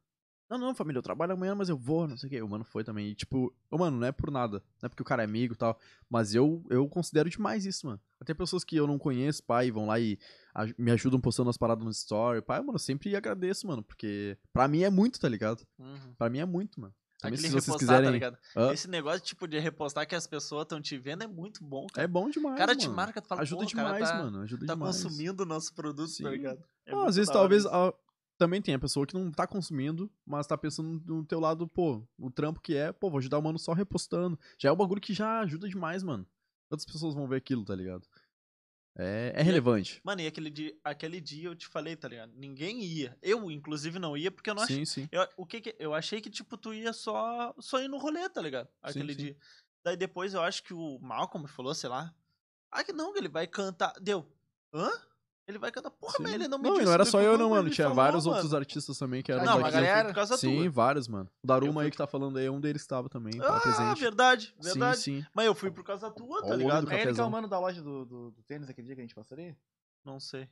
[SPEAKER 3] Não, não, família, eu trabalho amanhã, mas eu vou, não sei o quê. O mano foi também. E, tipo, ô, mano, não é por nada. Não é porque o cara é amigo e tal. Mas eu, eu considero demais isso, mano. Até pessoas que eu não conheço, pai, vão lá e aj- me ajudam postando as paradas no story. Pai, mano, eu sempre agradeço, mano. Porque pra mim é muito, tá ligado?
[SPEAKER 1] Uhum.
[SPEAKER 3] Pra mim é muito, mano. Também
[SPEAKER 1] Aquele
[SPEAKER 3] se vocês
[SPEAKER 1] repostar,
[SPEAKER 3] quiserem.
[SPEAKER 1] tá ligado?
[SPEAKER 3] Hã?
[SPEAKER 1] Esse negócio, tipo, de repostar que as pessoas estão te vendo é muito bom, cara.
[SPEAKER 3] É bom demais.
[SPEAKER 1] o cara
[SPEAKER 3] mano.
[SPEAKER 1] te marca, tu fala,
[SPEAKER 3] Ajuda
[SPEAKER 1] "Pô, o cara
[SPEAKER 3] demais,
[SPEAKER 1] tá-
[SPEAKER 3] mano. Ajuda
[SPEAKER 1] Tá
[SPEAKER 3] demais.
[SPEAKER 1] consumindo o nosso produto,
[SPEAKER 3] Sim.
[SPEAKER 1] tá ligado? É
[SPEAKER 3] Não,
[SPEAKER 1] muito
[SPEAKER 3] às vezes
[SPEAKER 1] da hora
[SPEAKER 3] talvez
[SPEAKER 1] isso.
[SPEAKER 3] a- também tem a pessoa que não tá consumindo, mas tá pensando do teu lado, pô, o trampo que é, pô, vou ajudar o mano só repostando. Já é um bagulho que já ajuda demais, mano. Quantas pessoas vão ver aquilo, tá ligado? É, é relevante.
[SPEAKER 1] Mano, e aquele dia, aquele dia eu te falei, tá ligado? Ninguém ia. Eu, inclusive, não ia, porque eu não achei.
[SPEAKER 3] Sim, sim.
[SPEAKER 1] Eu, o que que- eu achei que, tipo, tu ia só, só ir no rolê, tá ligado? Aquele
[SPEAKER 3] sim.
[SPEAKER 1] dia. Daí depois eu acho que o Malcolm falou, sei lá. Ah, que não, que ele vai cantar. Deu. Hã? Ele vai cantar. Porra,
[SPEAKER 3] Sim.
[SPEAKER 1] mas ele não me
[SPEAKER 3] Não, e
[SPEAKER 1] disse.
[SPEAKER 3] não era
[SPEAKER 1] tu
[SPEAKER 3] só
[SPEAKER 1] viu?
[SPEAKER 3] eu, não,
[SPEAKER 1] Ele
[SPEAKER 3] mano. Tinha
[SPEAKER 1] falou,
[SPEAKER 3] vários
[SPEAKER 1] mano.
[SPEAKER 3] outros artistas também que eram
[SPEAKER 2] Não,
[SPEAKER 1] Não,
[SPEAKER 2] uma
[SPEAKER 1] a
[SPEAKER 3] daqui.
[SPEAKER 1] galera.
[SPEAKER 2] galera-
[SPEAKER 1] Por causa
[SPEAKER 3] Sim,
[SPEAKER 1] tua.
[SPEAKER 3] vários, mano. O
[SPEAKER 1] Eu
[SPEAKER 3] Daruma
[SPEAKER 1] fui-
[SPEAKER 3] aí que tá falando aí, um deles tava também, tá
[SPEAKER 1] Ah,
[SPEAKER 3] presente.
[SPEAKER 1] verdade, verdade.
[SPEAKER 3] Sim, sim.
[SPEAKER 1] Mas eu fui por causa tua,
[SPEAKER 3] Ó, o
[SPEAKER 1] tá
[SPEAKER 3] olho
[SPEAKER 1] ligado?
[SPEAKER 3] do
[SPEAKER 2] É ele que é
[SPEAKER 3] cafezão.
[SPEAKER 2] o mano da loja do, do, do tênis aquele dia que a gente passou ali?
[SPEAKER 3] é
[SPEAKER 1] Não sei.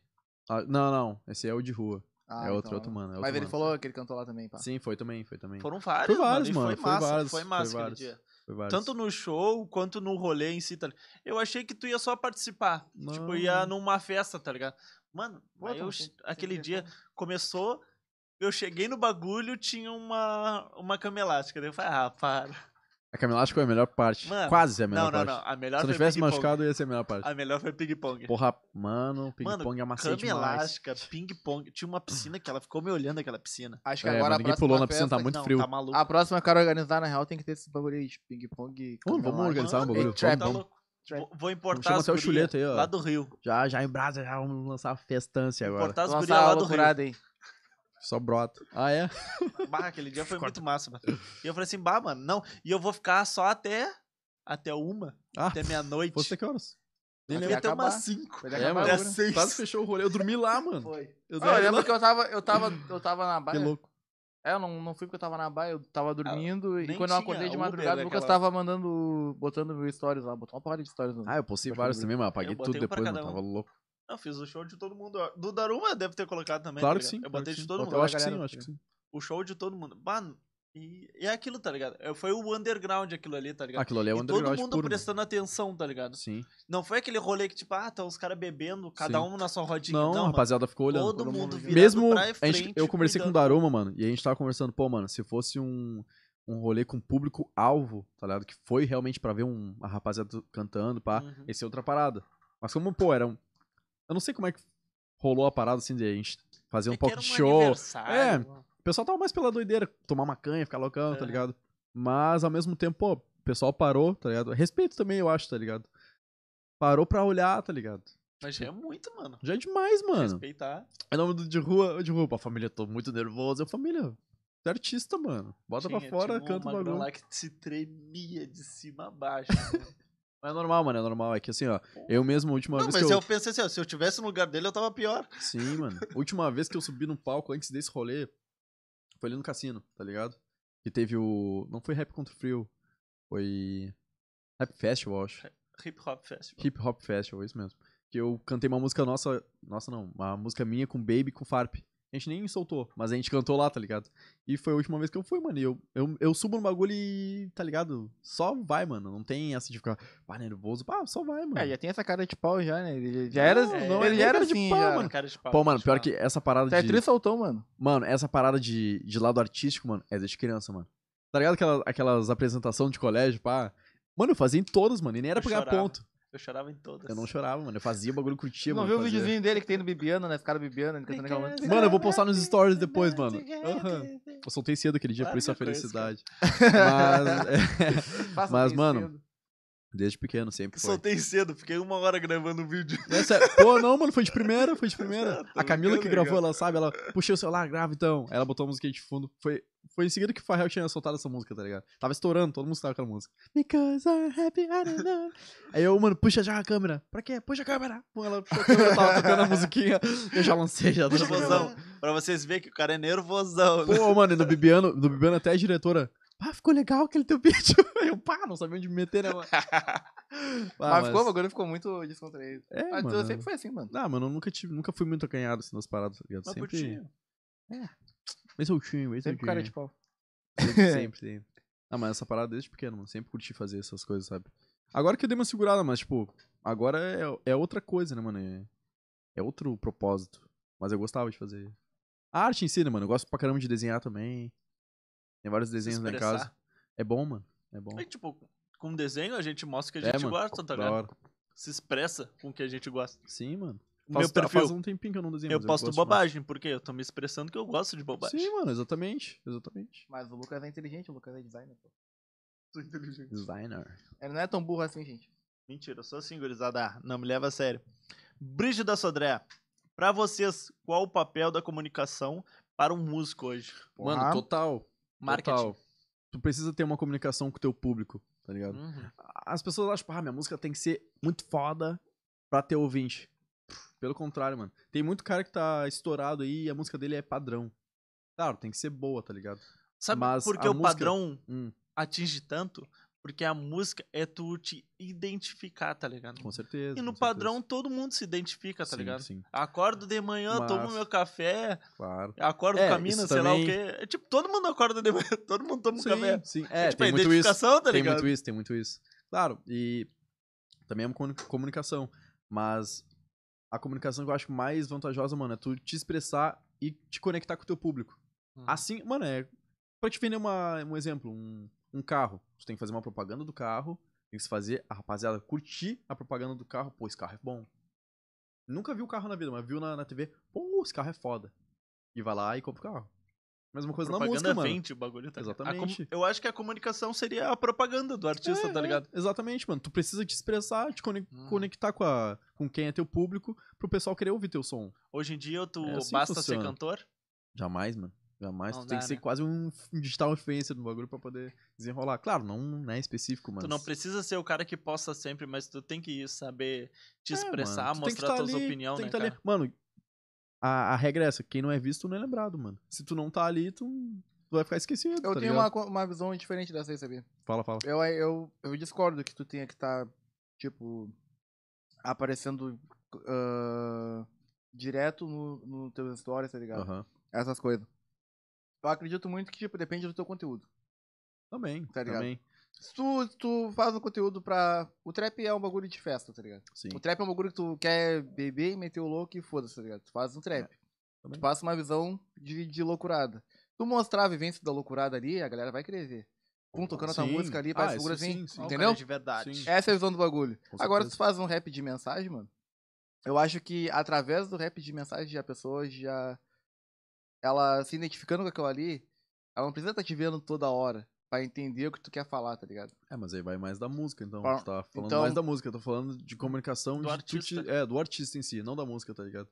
[SPEAKER 3] Ah, não, não. Esse é o de rua.
[SPEAKER 2] Ah,
[SPEAKER 3] é
[SPEAKER 1] então
[SPEAKER 3] outro, é outro mano. é
[SPEAKER 2] Mas
[SPEAKER 3] outro
[SPEAKER 2] ele
[SPEAKER 3] mano.
[SPEAKER 2] falou que ele cantou lá também,
[SPEAKER 1] tá.
[SPEAKER 2] pá.
[SPEAKER 3] Sim, foi também, foi também.
[SPEAKER 1] Foram vários,
[SPEAKER 3] Foi vários,
[SPEAKER 1] mano. e
[SPEAKER 3] mano,
[SPEAKER 1] foi
[SPEAKER 3] foi
[SPEAKER 1] massa,
[SPEAKER 3] vários,
[SPEAKER 1] foi
[SPEAKER 3] foi
[SPEAKER 1] massa aquele
[SPEAKER 3] vários.
[SPEAKER 1] dia.
[SPEAKER 3] Foi vários.
[SPEAKER 1] Tanto no show quanto no rolê em si, tá ligado? Eu achei que tu ia só participar. Tipo,
[SPEAKER 3] Não,
[SPEAKER 1] ia
[SPEAKER 3] não.
[SPEAKER 1] numa festa, tá ligado? Mano,
[SPEAKER 2] Pô,
[SPEAKER 1] aí
[SPEAKER 2] tá,
[SPEAKER 3] então
[SPEAKER 1] eu,
[SPEAKER 2] tem-
[SPEAKER 1] che- aquele dia começou, eu cheguei no bagulho, tinha uma, uma cama elástica. Daí eu falei, ah, para.
[SPEAKER 3] A Camila acho É que foi a melhor parte.
[SPEAKER 1] Mano,
[SPEAKER 3] Quase é a
[SPEAKER 1] Não,
[SPEAKER 3] melhor
[SPEAKER 1] não, é
[SPEAKER 3] parte.
[SPEAKER 1] não. A melhor
[SPEAKER 3] Se não
[SPEAKER 1] foi
[SPEAKER 3] tivesse
[SPEAKER 1] ping-pong.
[SPEAKER 3] machucado, ia ser a melhor parte.
[SPEAKER 1] A melhor foi ping-pong.
[SPEAKER 3] Porra, mano,
[SPEAKER 1] Mano,
[SPEAKER 3] ping-pong é macete
[SPEAKER 1] Cama
[SPEAKER 3] demais.
[SPEAKER 1] elástica, ping-pong. Tinha uma piscina que ela ficou me olhando aquela piscina.
[SPEAKER 2] Acho que
[SPEAKER 3] É,
[SPEAKER 2] agora
[SPEAKER 3] mano,
[SPEAKER 2] a
[SPEAKER 3] ninguém
[SPEAKER 2] próxima
[SPEAKER 3] pulou na piscina, tá
[SPEAKER 2] festa-
[SPEAKER 3] muito
[SPEAKER 1] não,
[SPEAKER 3] frio.
[SPEAKER 1] tá maluco.
[SPEAKER 2] A próxima eu quero organizar, na real, tem que ter esse bagulho aí de ping-pong.
[SPEAKER 3] Mano, vamos
[SPEAKER 2] camelagem.
[SPEAKER 3] organizar um
[SPEAKER 1] Mano,
[SPEAKER 3] bagulho.
[SPEAKER 2] ei, trap,
[SPEAKER 1] tá
[SPEAKER 3] vamos, vamos.
[SPEAKER 1] louco. Vou, vou importar
[SPEAKER 3] Chama
[SPEAKER 1] as
[SPEAKER 3] até o
[SPEAKER 1] gurias
[SPEAKER 3] Chuleta aí, ó.
[SPEAKER 1] lá do Rio.
[SPEAKER 3] Já, já em brasa, já vamos lançar a festança agora.
[SPEAKER 1] Importar as
[SPEAKER 2] Vamos
[SPEAKER 1] gurias
[SPEAKER 2] lançar
[SPEAKER 1] lá
[SPEAKER 2] a
[SPEAKER 1] do Rio.
[SPEAKER 2] loucurada aí.
[SPEAKER 3] Só brota. Ah, é?
[SPEAKER 1] Bah, aquele dia foi muito massa, mano. E eu falei assim, bah, mano, não. E eu vou ficar só até. Até uma,
[SPEAKER 3] Ah,
[SPEAKER 1] até meia-noite.
[SPEAKER 3] Fosse até que horas?
[SPEAKER 1] Eu
[SPEAKER 2] Até
[SPEAKER 1] ia até
[SPEAKER 2] acabar.
[SPEAKER 1] umas cinco.
[SPEAKER 2] Vai dar
[SPEAKER 3] É,
[SPEAKER 2] acabar
[SPEAKER 3] mano.
[SPEAKER 2] agora.
[SPEAKER 1] Dessa- seis. é,
[SPEAKER 3] Quase fechou o rolê. Eu dormi lá, mano.
[SPEAKER 2] Foi. Não, eu
[SPEAKER 3] Eu dormi lá.
[SPEAKER 2] lembro que eu tava, eu tava, eu tava na
[SPEAKER 3] Que
[SPEAKER 2] baia.
[SPEAKER 3] louco.
[SPEAKER 2] É, eu não, não fui porque eu tava na baia, eu tava dormindo. e
[SPEAKER 1] Ah, nem
[SPEAKER 2] quando eu
[SPEAKER 1] tinha
[SPEAKER 2] acordei de
[SPEAKER 1] Uber né,
[SPEAKER 2] madrugada, o Lucas
[SPEAKER 1] naquela
[SPEAKER 2] tava mandando. botando mil stories lá, botou uma porrada de stories no.
[SPEAKER 3] Ah, eu postei
[SPEAKER 2] Pode
[SPEAKER 3] vários
[SPEAKER 2] fazer.
[SPEAKER 3] também, mas apaguei
[SPEAKER 1] Eu
[SPEAKER 3] tudo
[SPEAKER 1] botei um pra
[SPEAKER 3] depois, mano.
[SPEAKER 1] cada um.
[SPEAKER 3] Tava louco.
[SPEAKER 1] Não, fiz o show de todo mundo. ó. Do Daruma deve ter colocado também.
[SPEAKER 3] Claro
[SPEAKER 1] tá
[SPEAKER 3] que
[SPEAKER 1] ligado?
[SPEAKER 3] sim.
[SPEAKER 1] Eu
[SPEAKER 3] claro
[SPEAKER 1] botei
[SPEAKER 3] que
[SPEAKER 1] de
[SPEAKER 3] sim.
[SPEAKER 1] todo mundo. um.
[SPEAKER 3] Eu acho que
[SPEAKER 2] Galera,
[SPEAKER 3] sim, eu acho que sim.
[SPEAKER 1] O show de todo mundo. Mano, e e é aquilo, tá ligado? É, Foi o underground aquilo ali, tá ligado?
[SPEAKER 3] Aquilo ali é
[SPEAKER 1] E
[SPEAKER 3] o
[SPEAKER 1] todo
[SPEAKER 3] underground
[SPEAKER 1] mundo
[SPEAKER 3] puro. mano.
[SPEAKER 1] prestando atenção, tá ligado?
[SPEAKER 3] Sim.
[SPEAKER 1] Não foi aquele rolê que, tipo, ah, tá os caras bebendo, cada
[SPEAKER 3] Sim.
[SPEAKER 1] um na sua rodinha.
[SPEAKER 3] Não, a
[SPEAKER 1] mano.
[SPEAKER 3] rapaziada ficou olhando.
[SPEAKER 1] Todo
[SPEAKER 2] todo
[SPEAKER 1] mundo
[SPEAKER 2] mundo
[SPEAKER 1] virado
[SPEAKER 3] Mesmo.
[SPEAKER 1] pra
[SPEAKER 3] a gente-
[SPEAKER 1] frente,
[SPEAKER 3] eu conversei com o
[SPEAKER 1] cuidando.
[SPEAKER 3] Daruma, mano, e a gente tava conversando, pô, mano, se fosse um, um rolê com público-alvo, tá ligado? Que foi realmente pra ver um, a rapaziada cantando, pá,
[SPEAKER 1] Uhum.
[SPEAKER 3] ia ser outra parada. Mas como, pô, era um. Eu não sei como é que rolou a parada assim de a gente fazer
[SPEAKER 1] É
[SPEAKER 3] um
[SPEAKER 1] que
[SPEAKER 3] pouco
[SPEAKER 1] era
[SPEAKER 3] de
[SPEAKER 1] um
[SPEAKER 3] show. É,
[SPEAKER 1] aniversário, mano.
[SPEAKER 3] O pessoal tava mais pela doideira, tomar uma canha, ficar loucão, tá
[SPEAKER 1] É.
[SPEAKER 3] ligado? Mas ao mesmo tempo, pô, o pessoal parou, tá ligado? Respeito também, eu acho, tá ligado? Parou pra olhar, tá ligado?
[SPEAKER 1] Mas já é muito, mano.
[SPEAKER 3] Já é demais, mano.
[SPEAKER 1] Respeitar.
[SPEAKER 3] É nome do de rua, o de rua. Pô, família, tô muito nervoso. Eu, família, tu é artista, mano. Bota
[SPEAKER 1] Tinha-
[SPEAKER 3] pra fora,
[SPEAKER 1] tinha um
[SPEAKER 3] canta o
[SPEAKER 1] magrão
[SPEAKER 3] bagulho.
[SPEAKER 1] lá que se tremia de cima a baixo. né? mano.
[SPEAKER 3] Mas é normal, mano, é normal. É que assim, ó, eu mesmo, a última
[SPEAKER 1] Não,
[SPEAKER 3] vez
[SPEAKER 1] mas
[SPEAKER 3] que eu...
[SPEAKER 1] eu pensei assim, ó, se eu tivesse no lugar dele, eu tava pior.
[SPEAKER 3] Sim, mano. A última vez que eu subi no palco antes desse rolê, foi ali no cassino, tá ligado? Que teve o... Não foi Rap Contra o Frio, foi... Rap Festival, eu acho.
[SPEAKER 1] Hip Hop Festival.
[SPEAKER 3] Hip Hop Festival, é isso mesmo. Que eu cantei uma música nossa. Nossa, não. Uma música minha com Baby e com Farp. A gente nem soltou, mas a gente cantou lá, tá ligado? E foi a última vez que eu fui, mano. E eu, eu, eu subo no bagulho e, tá ligado? Só vai, mano. Não tem essa de ficar, pá, nervoso. Pá, só vai, mano.
[SPEAKER 2] É, já tem essa cara de pau já, né? Ele já era,
[SPEAKER 3] Não,
[SPEAKER 1] não,
[SPEAKER 2] ele
[SPEAKER 1] é
[SPEAKER 2] já era
[SPEAKER 3] cara de
[SPEAKER 2] assim,
[SPEAKER 3] pau,
[SPEAKER 2] já. Tá
[SPEAKER 3] mano.
[SPEAKER 1] Cara de pau,
[SPEAKER 3] Pô,
[SPEAKER 1] cara
[SPEAKER 3] mano,
[SPEAKER 1] de
[SPEAKER 3] pior
[SPEAKER 1] pau.
[SPEAKER 3] que essa parada de.
[SPEAKER 2] Tetris soltou, é mano.
[SPEAKER 3] Mano, essa parada de, de lado artístico, mano, é desde criança, mano. Tá ligado aquelas, aquelas apresentações de colégio, pá? Mano, eu fazia em todas, mano. E nem era
[SPEAKER 1] Eu
[SPEAKER 3] pra ganhar
[SPEAKER 1] chorava.
[SPEAKER 3] ponto.
[SPEAKER 1] Eu chorava em todas.
[SPEAKER 3] Eu não chorava, mano. Eu fazia o bagulho curtia,
[SPEAKER 2] Tu não
[SPEAKER 3] mano.
[SPEAKER 2] viu o
[SPEAKER 3] fazia.
[SPEAKER 2] videozinho dele que tem no Bibiano, né? Os caras Bibiano, ele cantando aquela música.
[SPEAKER 3] Mano, eu vou postar nos stories depois, mano. Eu soltei cedo aquele dia,
[SPEAKER 1] Claro
[SPEAKER 3] por isso a
[SPEAKER 1] que eu conheço, Uhum. cara.
[SPEAKER 3] felicidade. Mas, é,
[SPEAKER 2] Faça
[SPEAKER 3] Mas,
[SPEAKER 2] isso,
[SPEAKER 3] mano,
[SPEAKER 2] cedo.
[SPEAKER 3] desde pequeno sempre foi.
[SPEAKER 1] Soltei cedo, fiquei uma hora gravando o vídeo.
[SPEAKER 3] É sério. Pô, não, mano, foi de primeira, foi de primeira.
[SPEAKER 1] Tá
[SPEAKER 3] A Camila que
[SPEAKER 1] brincando,
[SPEAKER 3] gravou,
[SPEAKER 1] cara.
[SPEAKER 3] ela sabe, ela puxei o celular, grava então. Ela botou a música aí de fundo. Foi, foi em seguida que o Farrell tinha soltado essa música, tá ligado? Tava estourando, todo mundo estava com aquela música. Because I'm happy, I don't know. Aí eu, mano, puxa já a câmera. Pra quê? Puxa a câmera. Pô, ela puxou a câmera, tava tocando a musiquinha. Eu já lancei, já.
[SPEAKER 1] Puxa,
[SPEAKER 3] tava-
[SPEAKER 1] mozão. Pra vocês verem que o cara é nervosão. né?
[SPEAKER 3] Pô, mano, e no Bibiano, no Bibiano até a diretora. Pá, ficou legal aquele teu vídeo. Eu, pá, não sabia onde me meter, né, mano?
[SPEAKER 2] Mas,
[SPEAKER 3] Ah,
[SPEAKER 2] ficou, o bagulho ficou muito descontraído.
[SPEAKER 3] É,
[SPEAKER 2] Ah,
[SPEAKER 3] mano.
[SPEAKER 2] tu sempre foi assim, mano.
[SPEAKER 3] Ah, mano, eu nunca, tive, nunca fui muito acanhado assim nas paradas, tá ligado?
[SPEAKER 1] Mas
[SPEAKER 3] Sempre.
[SPEAKER 1] curtia.
[SPEAKER 3] Esse é o time, esse é
[SPEAKER 2] Sempre
[SPEAKER 3] o
[SPEAKER 2] tipo, com cara
[SPEAKER 3] time.
[SPEAKER 2] de pau.
[SPEAKER 3] Sempre, sempre, sempre. Ah, mas essa parada desde pequeno, mano. Sempre curti fazer essas coisas, sabe? Agora que eu dei uma segurada, mas, tipo, agora é, é outra coisa, né, mano? É, é outro propósito. Mas eu gostava de fazer. A arte em si, né, mano? Eu gosto pra caramba de desenhar também. Tem vários desenhos lá em
[SPEAKER 1] expressar.
[SPEAKER 3] casa. É bom, mano. É bom.
[SPEAKER 1] É tipo, com desenho a gente mostra o que a
[SPEAKER 3] É,
[SPEAKER 1] gente
[SPEAKER 3] mano.
[SPEAKER 1] gosta, tá
[SPEAKER 3] Da
[SPEAKER 1] ligado?
[SPEAKER 3] hora.
[SPEAKER 1] Se expressa com o que a gente gosta.
[SPEAKER 3] Sim, mano.
[SPEAKER 1] O
[SPEAKER 3] Faz,
[SPEAKER 1] meu perfil,
[SPEAKER 3] faz um tempinho que eu não desenho.
[SPEAKER 1] eu
[SPEAKER 3] mas
[SPEAKER 1] posto
[SPEAKER 3] gosto
[SPEAKER 1] bobagem, porque eu tô me expressando que eu gosto de
[SPEAKER 3] demais.
[SPEAKER 1] bobagem.
[SPEAKER 3] Sim, mano, exatamente. Exatamente.
[SPEAKER 2] Mas o Lucas é inteligente, o Lucas é designer. pô.
[SPEAKER 1] Sou inteligente.
[SPEAKER 3] Designer.
[SPEAKER 2] Ele não é tão burro assim, gente.
[SPEAKER 1] Mentira, eu sou assim, gurizada. Ah, Não me leva a sério. Brígida Sodré, pra vocês, qual o papel da comunicação para um músico hoje?
[SPEAKER 3] Mano,
[SPEAKER 2] Porra.
[SPEAKER 3] total.
[SPEAKER 1] Marketing.
[SPEAKER 3] Total. Tu precisa ter uma comunicação com o teu público, tá ligado?
[SPEAKER 1] Uhum.
[SPEAKER 3] as pessoas acham, ah, minha música tem que ser muito foda pra ter ouvinte. Pelo contrário, mano. Tem muito cara que tá estourado aí e a música dele é padrão. Claro, tem que ser boa, tá ligado?
[SPEAKER 1] Sabe
[SPEAKER 3] Mas
[SPEAKER 1] por que
[SPEAKER 3] a
[SPEAKER 1] o
[SPEAKER 3] música-
[SPEAKER 1] padrão
[SPEAKER 3] Hum,
[SPEAKER 1] atinge tanto? Porque a música é tu te identificar, tá ligado?
[SPEAKER 3] com certeza.
[SPEAKER 1] E no
[SPEAKER 3] com
[SPEAKER 1] padrão todo mundo se identifica, tá
[SPEAKER 3] certeza.
[SPEAKER 1] ligado?
[SPEAKER 3] Sim, sim,
[SPEAKER 1] Acordo de manhã,
[SPEAKER 3] Mas-
[SPEAKER 1] tomo meu café,
[SPEAKER 3] claro.
[SPEAKER 1] acordo
[SPEAKER 3] É,
[SPEAKER 1] com a mina,
[SPEAKER 3] isso
[SPEAKER 1] sei lá o
[SPEAKER 3] também-
[SPEAKER 1] quê. É, tipo, todo mundo acorda de manhã, todo mundo toma um café.
[SPEAKER 3] Sim, sim. É,
[SPEAKER 1] tipo,
[SPEAKER 3] tem
[SPEAKER 1] a
[SPEAKER 3] muito isso.
[SPEAKER 1] identificação, tá
[SPEAKER 3] tem
[SPEAKER 1] ligado?
[SPEAKER 3] muito isso, tem muito isso. Claro, e também é uma comuni- comunicação. Mas a comunicação que eu acho mais vantajosa, mano, é tu te expressar e te conectar com o teu público.
[SPEAKER 1] Uhum.
[SPEAKER 3] Assim, mano, é. Pra te vender uma, um exemplo, um, um carro. Tu tem que fazer uma propaganda do carro, tem que se fazer a rapaziada curtir a propaganda do carro. Pô, esse carro é bom. Nunca viu o carro na vida, mas viu na, na TV. Pô, esse carro é foda. E vai lá e compra o carro. Mesma coisa
[SPEAKER 1] propaganda
[SPEAKER 3] na música, mano.
[SPEAKER 1] vende o bagulho, tá ligado? A com-
[SPEAKER 3] Exatamente.
[SPEAKER 1] Eu acho que a comunicação seria a propaganda do artista,
[SPEAKER 3] É,
[SPEAKER 1] tá
[SPEAKER 3] é,
[SPEAKER 1] ligado?
[SPEAKER 3] Exatamente, mano. Tu precisa te expressar, te conec-
[SPEAKER 1] Hum.
[SPEAKER 3] conectar com, a, com quem é teu público, pro pessoal querer ouvir teu som.
[SPEAKER 1] Hoje em dia tu
[SPEAKER 3] É assim que
[SPEAKER 1] basta ser
[SPEAKER 3] funciona.
[SPEAKER 1] cantor.
[SPEAKER 3] Jamais, mano. Jamais.
[SPEAKER 1] Não
[SPEAKER 3] tu tem
[SPEAKER 1] dá,
[SPEAKER 3] que ser
[SPEAKER 1] né?
[SPEAKER 3] quase um f- um digital influencer no bagulho pra poder desenrolar. Claro, não, não é específico, mas.
[SPEAKER 1] Tu não precisa ser o cara que posta sempre, mas tu tem que saber te
[SPEAKER 3] É,
[SPEAKER 1] expressar,
[SPEAKER 3] mano, tu tem que
[SPEAKER 1] mostrar
[SPEAKER 3] tá
[SPEAKER 1] tuas
[SPEAKER 3] ali,
[SPEAKER 1] opiniões,
[SPEAKER 3] tem
[SPEAKER 1] né,
[SPEAKER 3] que tá ali.
[SPEAKER 1] cara?
[SPEAKER 3] Mano, a, a regra é essa: quem não é visto não é lembrado, mano. Se tu não tá ali, tu, tu vai ficar esquecido.
[SPEAKER 2] Eu
[SPEAKER 3] tá
[SPEAKER 2] tenho
[SPEAKER 3] ligado?
[SPEAKER 2] uma, Tá co- uma visão diferente dessa aí, sabia?
[SPEAKER 3] Fala, fala.
[SPEAKER 2] Eu, eu, eu discordo que tu tenha que estar, tipo, aparecendo ah, direto no, no teus stories, tá ligado?
[SPEAKER 3] Aham.
[SPEAKER 2] Essas coisas. Eu acredito muito que, tipo, depende do teu conteúdo.
[SPEAKER 3] Também,
[SPEAKER 2] Tá ligado?
[SPEAKER 3] também.
[SPEAKER 2] Se tu, tu faz um conteúdo pra. O trap é um bagulho de festa, tá ligado?
[SPEAKER 3] Sim.
[SPEAKER 2] O trap é um bagulho que tu quer beber e meter o louco e foda-se, tá ligado? Tu faz um trap.
[SPEAKER 3] É, também.
[SPEAKER 2] tu passa uma visão de, de loucurada. Tu mostrar a vivência da loucurada ali, a galera vai querer ver. Pum, tocando tua
[SPEAKER 3] Sim.
[SPEAKER 2] música ali,
[SPEAKER 3] Ah,
[SPEAKER 2] faz figura
[SPEAKER 3] isso
[SPEAKER 2] assim,
[SPEAKER 3] sim, sim.
[SPEAKER 1] Ó, o
[SPEAKER 2] entendeu?
[SPEAKER 1] cara De verdade.
[SPEAKER 3] Sim.
[SPEAKER 2] Essa é a visão do bagulho.
[SPEAKER 3] Com
[SPEAKER 2] Agora, se
[SPEAKER 3] certeza.
[SPEAKER 2] tu faz um rap de mensagem, mano, eu acho que através do rap de mensagem a pessoa já. Ela se identificando com aquilo ali, ela não precisa estar te vendo toda hora pra entender o que tu quer falar, tá ligado?
[SPEAKER 3] É, mas aí vai mais da música, então.
[SPEAKER 2] Fala-
[SPEAKER 3] Tu tá falando
[SPEAKER 2] então-
[SPEAKER 3] mais da música, eu tô falando de comunicação
[SPEAKER 1] Do
[SPEAKER 3] de tu te-
[SPEAKER 1] artista.
[SPEAKER 3] é, do artista em si, não da música, tá ligado?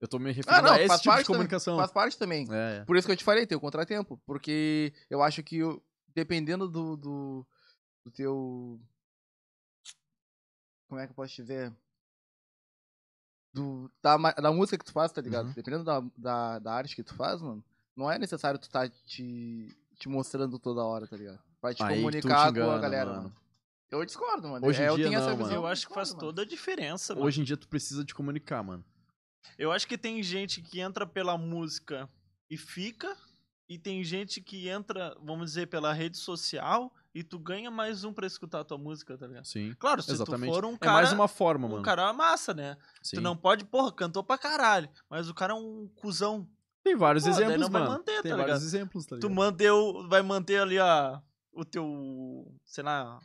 [SPEAKER 3] Eu tô me referindo
[SPEAKER 2] Ah, não,
[SPEAKER 3] a esse
[SPEAKER 2] faz
[SPEAKER 3] tipo de
[SPEAKER 2] parte também,
[SPEAKER 3] comunicação.
[SPEAKER 2] Faz parte também.
[SPEAKER 3] É, é.
[SPEAKER 2] Por isso que eu te falei, tem o contratempo. Porque eu acho que o- dependendo do, do, do teu. Como é que eu posso te dizer? Do, da, ma- da música que tu faz, tá ligado?
[SPEAKER 3] Uhum.
[SPEAKER 2] Dependendo da, da, da arte que tu faz, mano, não é necessário tu tá te, te mostrando toda hora, tá ligado? Vai te
[SPEAKER 3] Aí tu te
[SPEAKER 2] comunicar com a
[SPEAKER 3] engana,
[SPEAKER 2] galera,
[SPEAKER 3] mano.
[SPEAKER 2] mano. Eu discordo, mano.
[SPEAKER 3] Hoje em
[SPEAKER 2] é, eu
[SPEAKER 3] dia
[SPEAKER 2] tenho essa
[SPEAKER 3] não, mano.
[SPEAKER 2] visão.
[SPEAKER 1] Eu acho que
[SPEAKER 2] discordo,
[SPEAKER 1] faz
[SPEAKER 2] mano.
[SPEAKER 1] toda a diferença, mano.
[SPEAKER 3] Hoje em dia tu precisa te comunicar, mano.
[SPEAKER 1] Eu acho que tem gente que entra pela música e fica, e tem gente que entra, vamos dizer, pela rede social e tu ganha mais um pra escutar a tua música, tá ligado?
[SPEAKER 3] Sim.
[SPEAKER 1] Claro, se
[SPEAKER 3] Exatamente.
[SPEAKER 1] tu for um
[SPEAKER 3] é
[SPEAKER 1] cara,
[SPEAKER 3] mais uma forma,
[SPEAKER 1] um
[SPEAKER 3] mano.
[SPEAKER 1] cara massa, né?
[SPEAKER 3] Sim.
[SPEAKER 1] Tu não pode, porra, cantou pra caralho, mas o cara é um cuzão.
[SPEAKER 3] Tem vários
[SPEAKER 1] Pô, daí
[SPEAKER 3] exemplos,
[SPEAKER 1] não vai
[SPEAKER 3] mano.
[SPEAKER 1] manter,
[SPEAKER 3] Tem
[SPEAKER 1] tá
[SPEAKER 3] vários
[SPEAKER 1] ligado?
[SPEAKER 3] exemplos, tá
[SPEAKER 1] Tu
[SPEAKER 3] ligado?
[SPEAKER 1] manteu, vai manter ali a o teu, sei lá,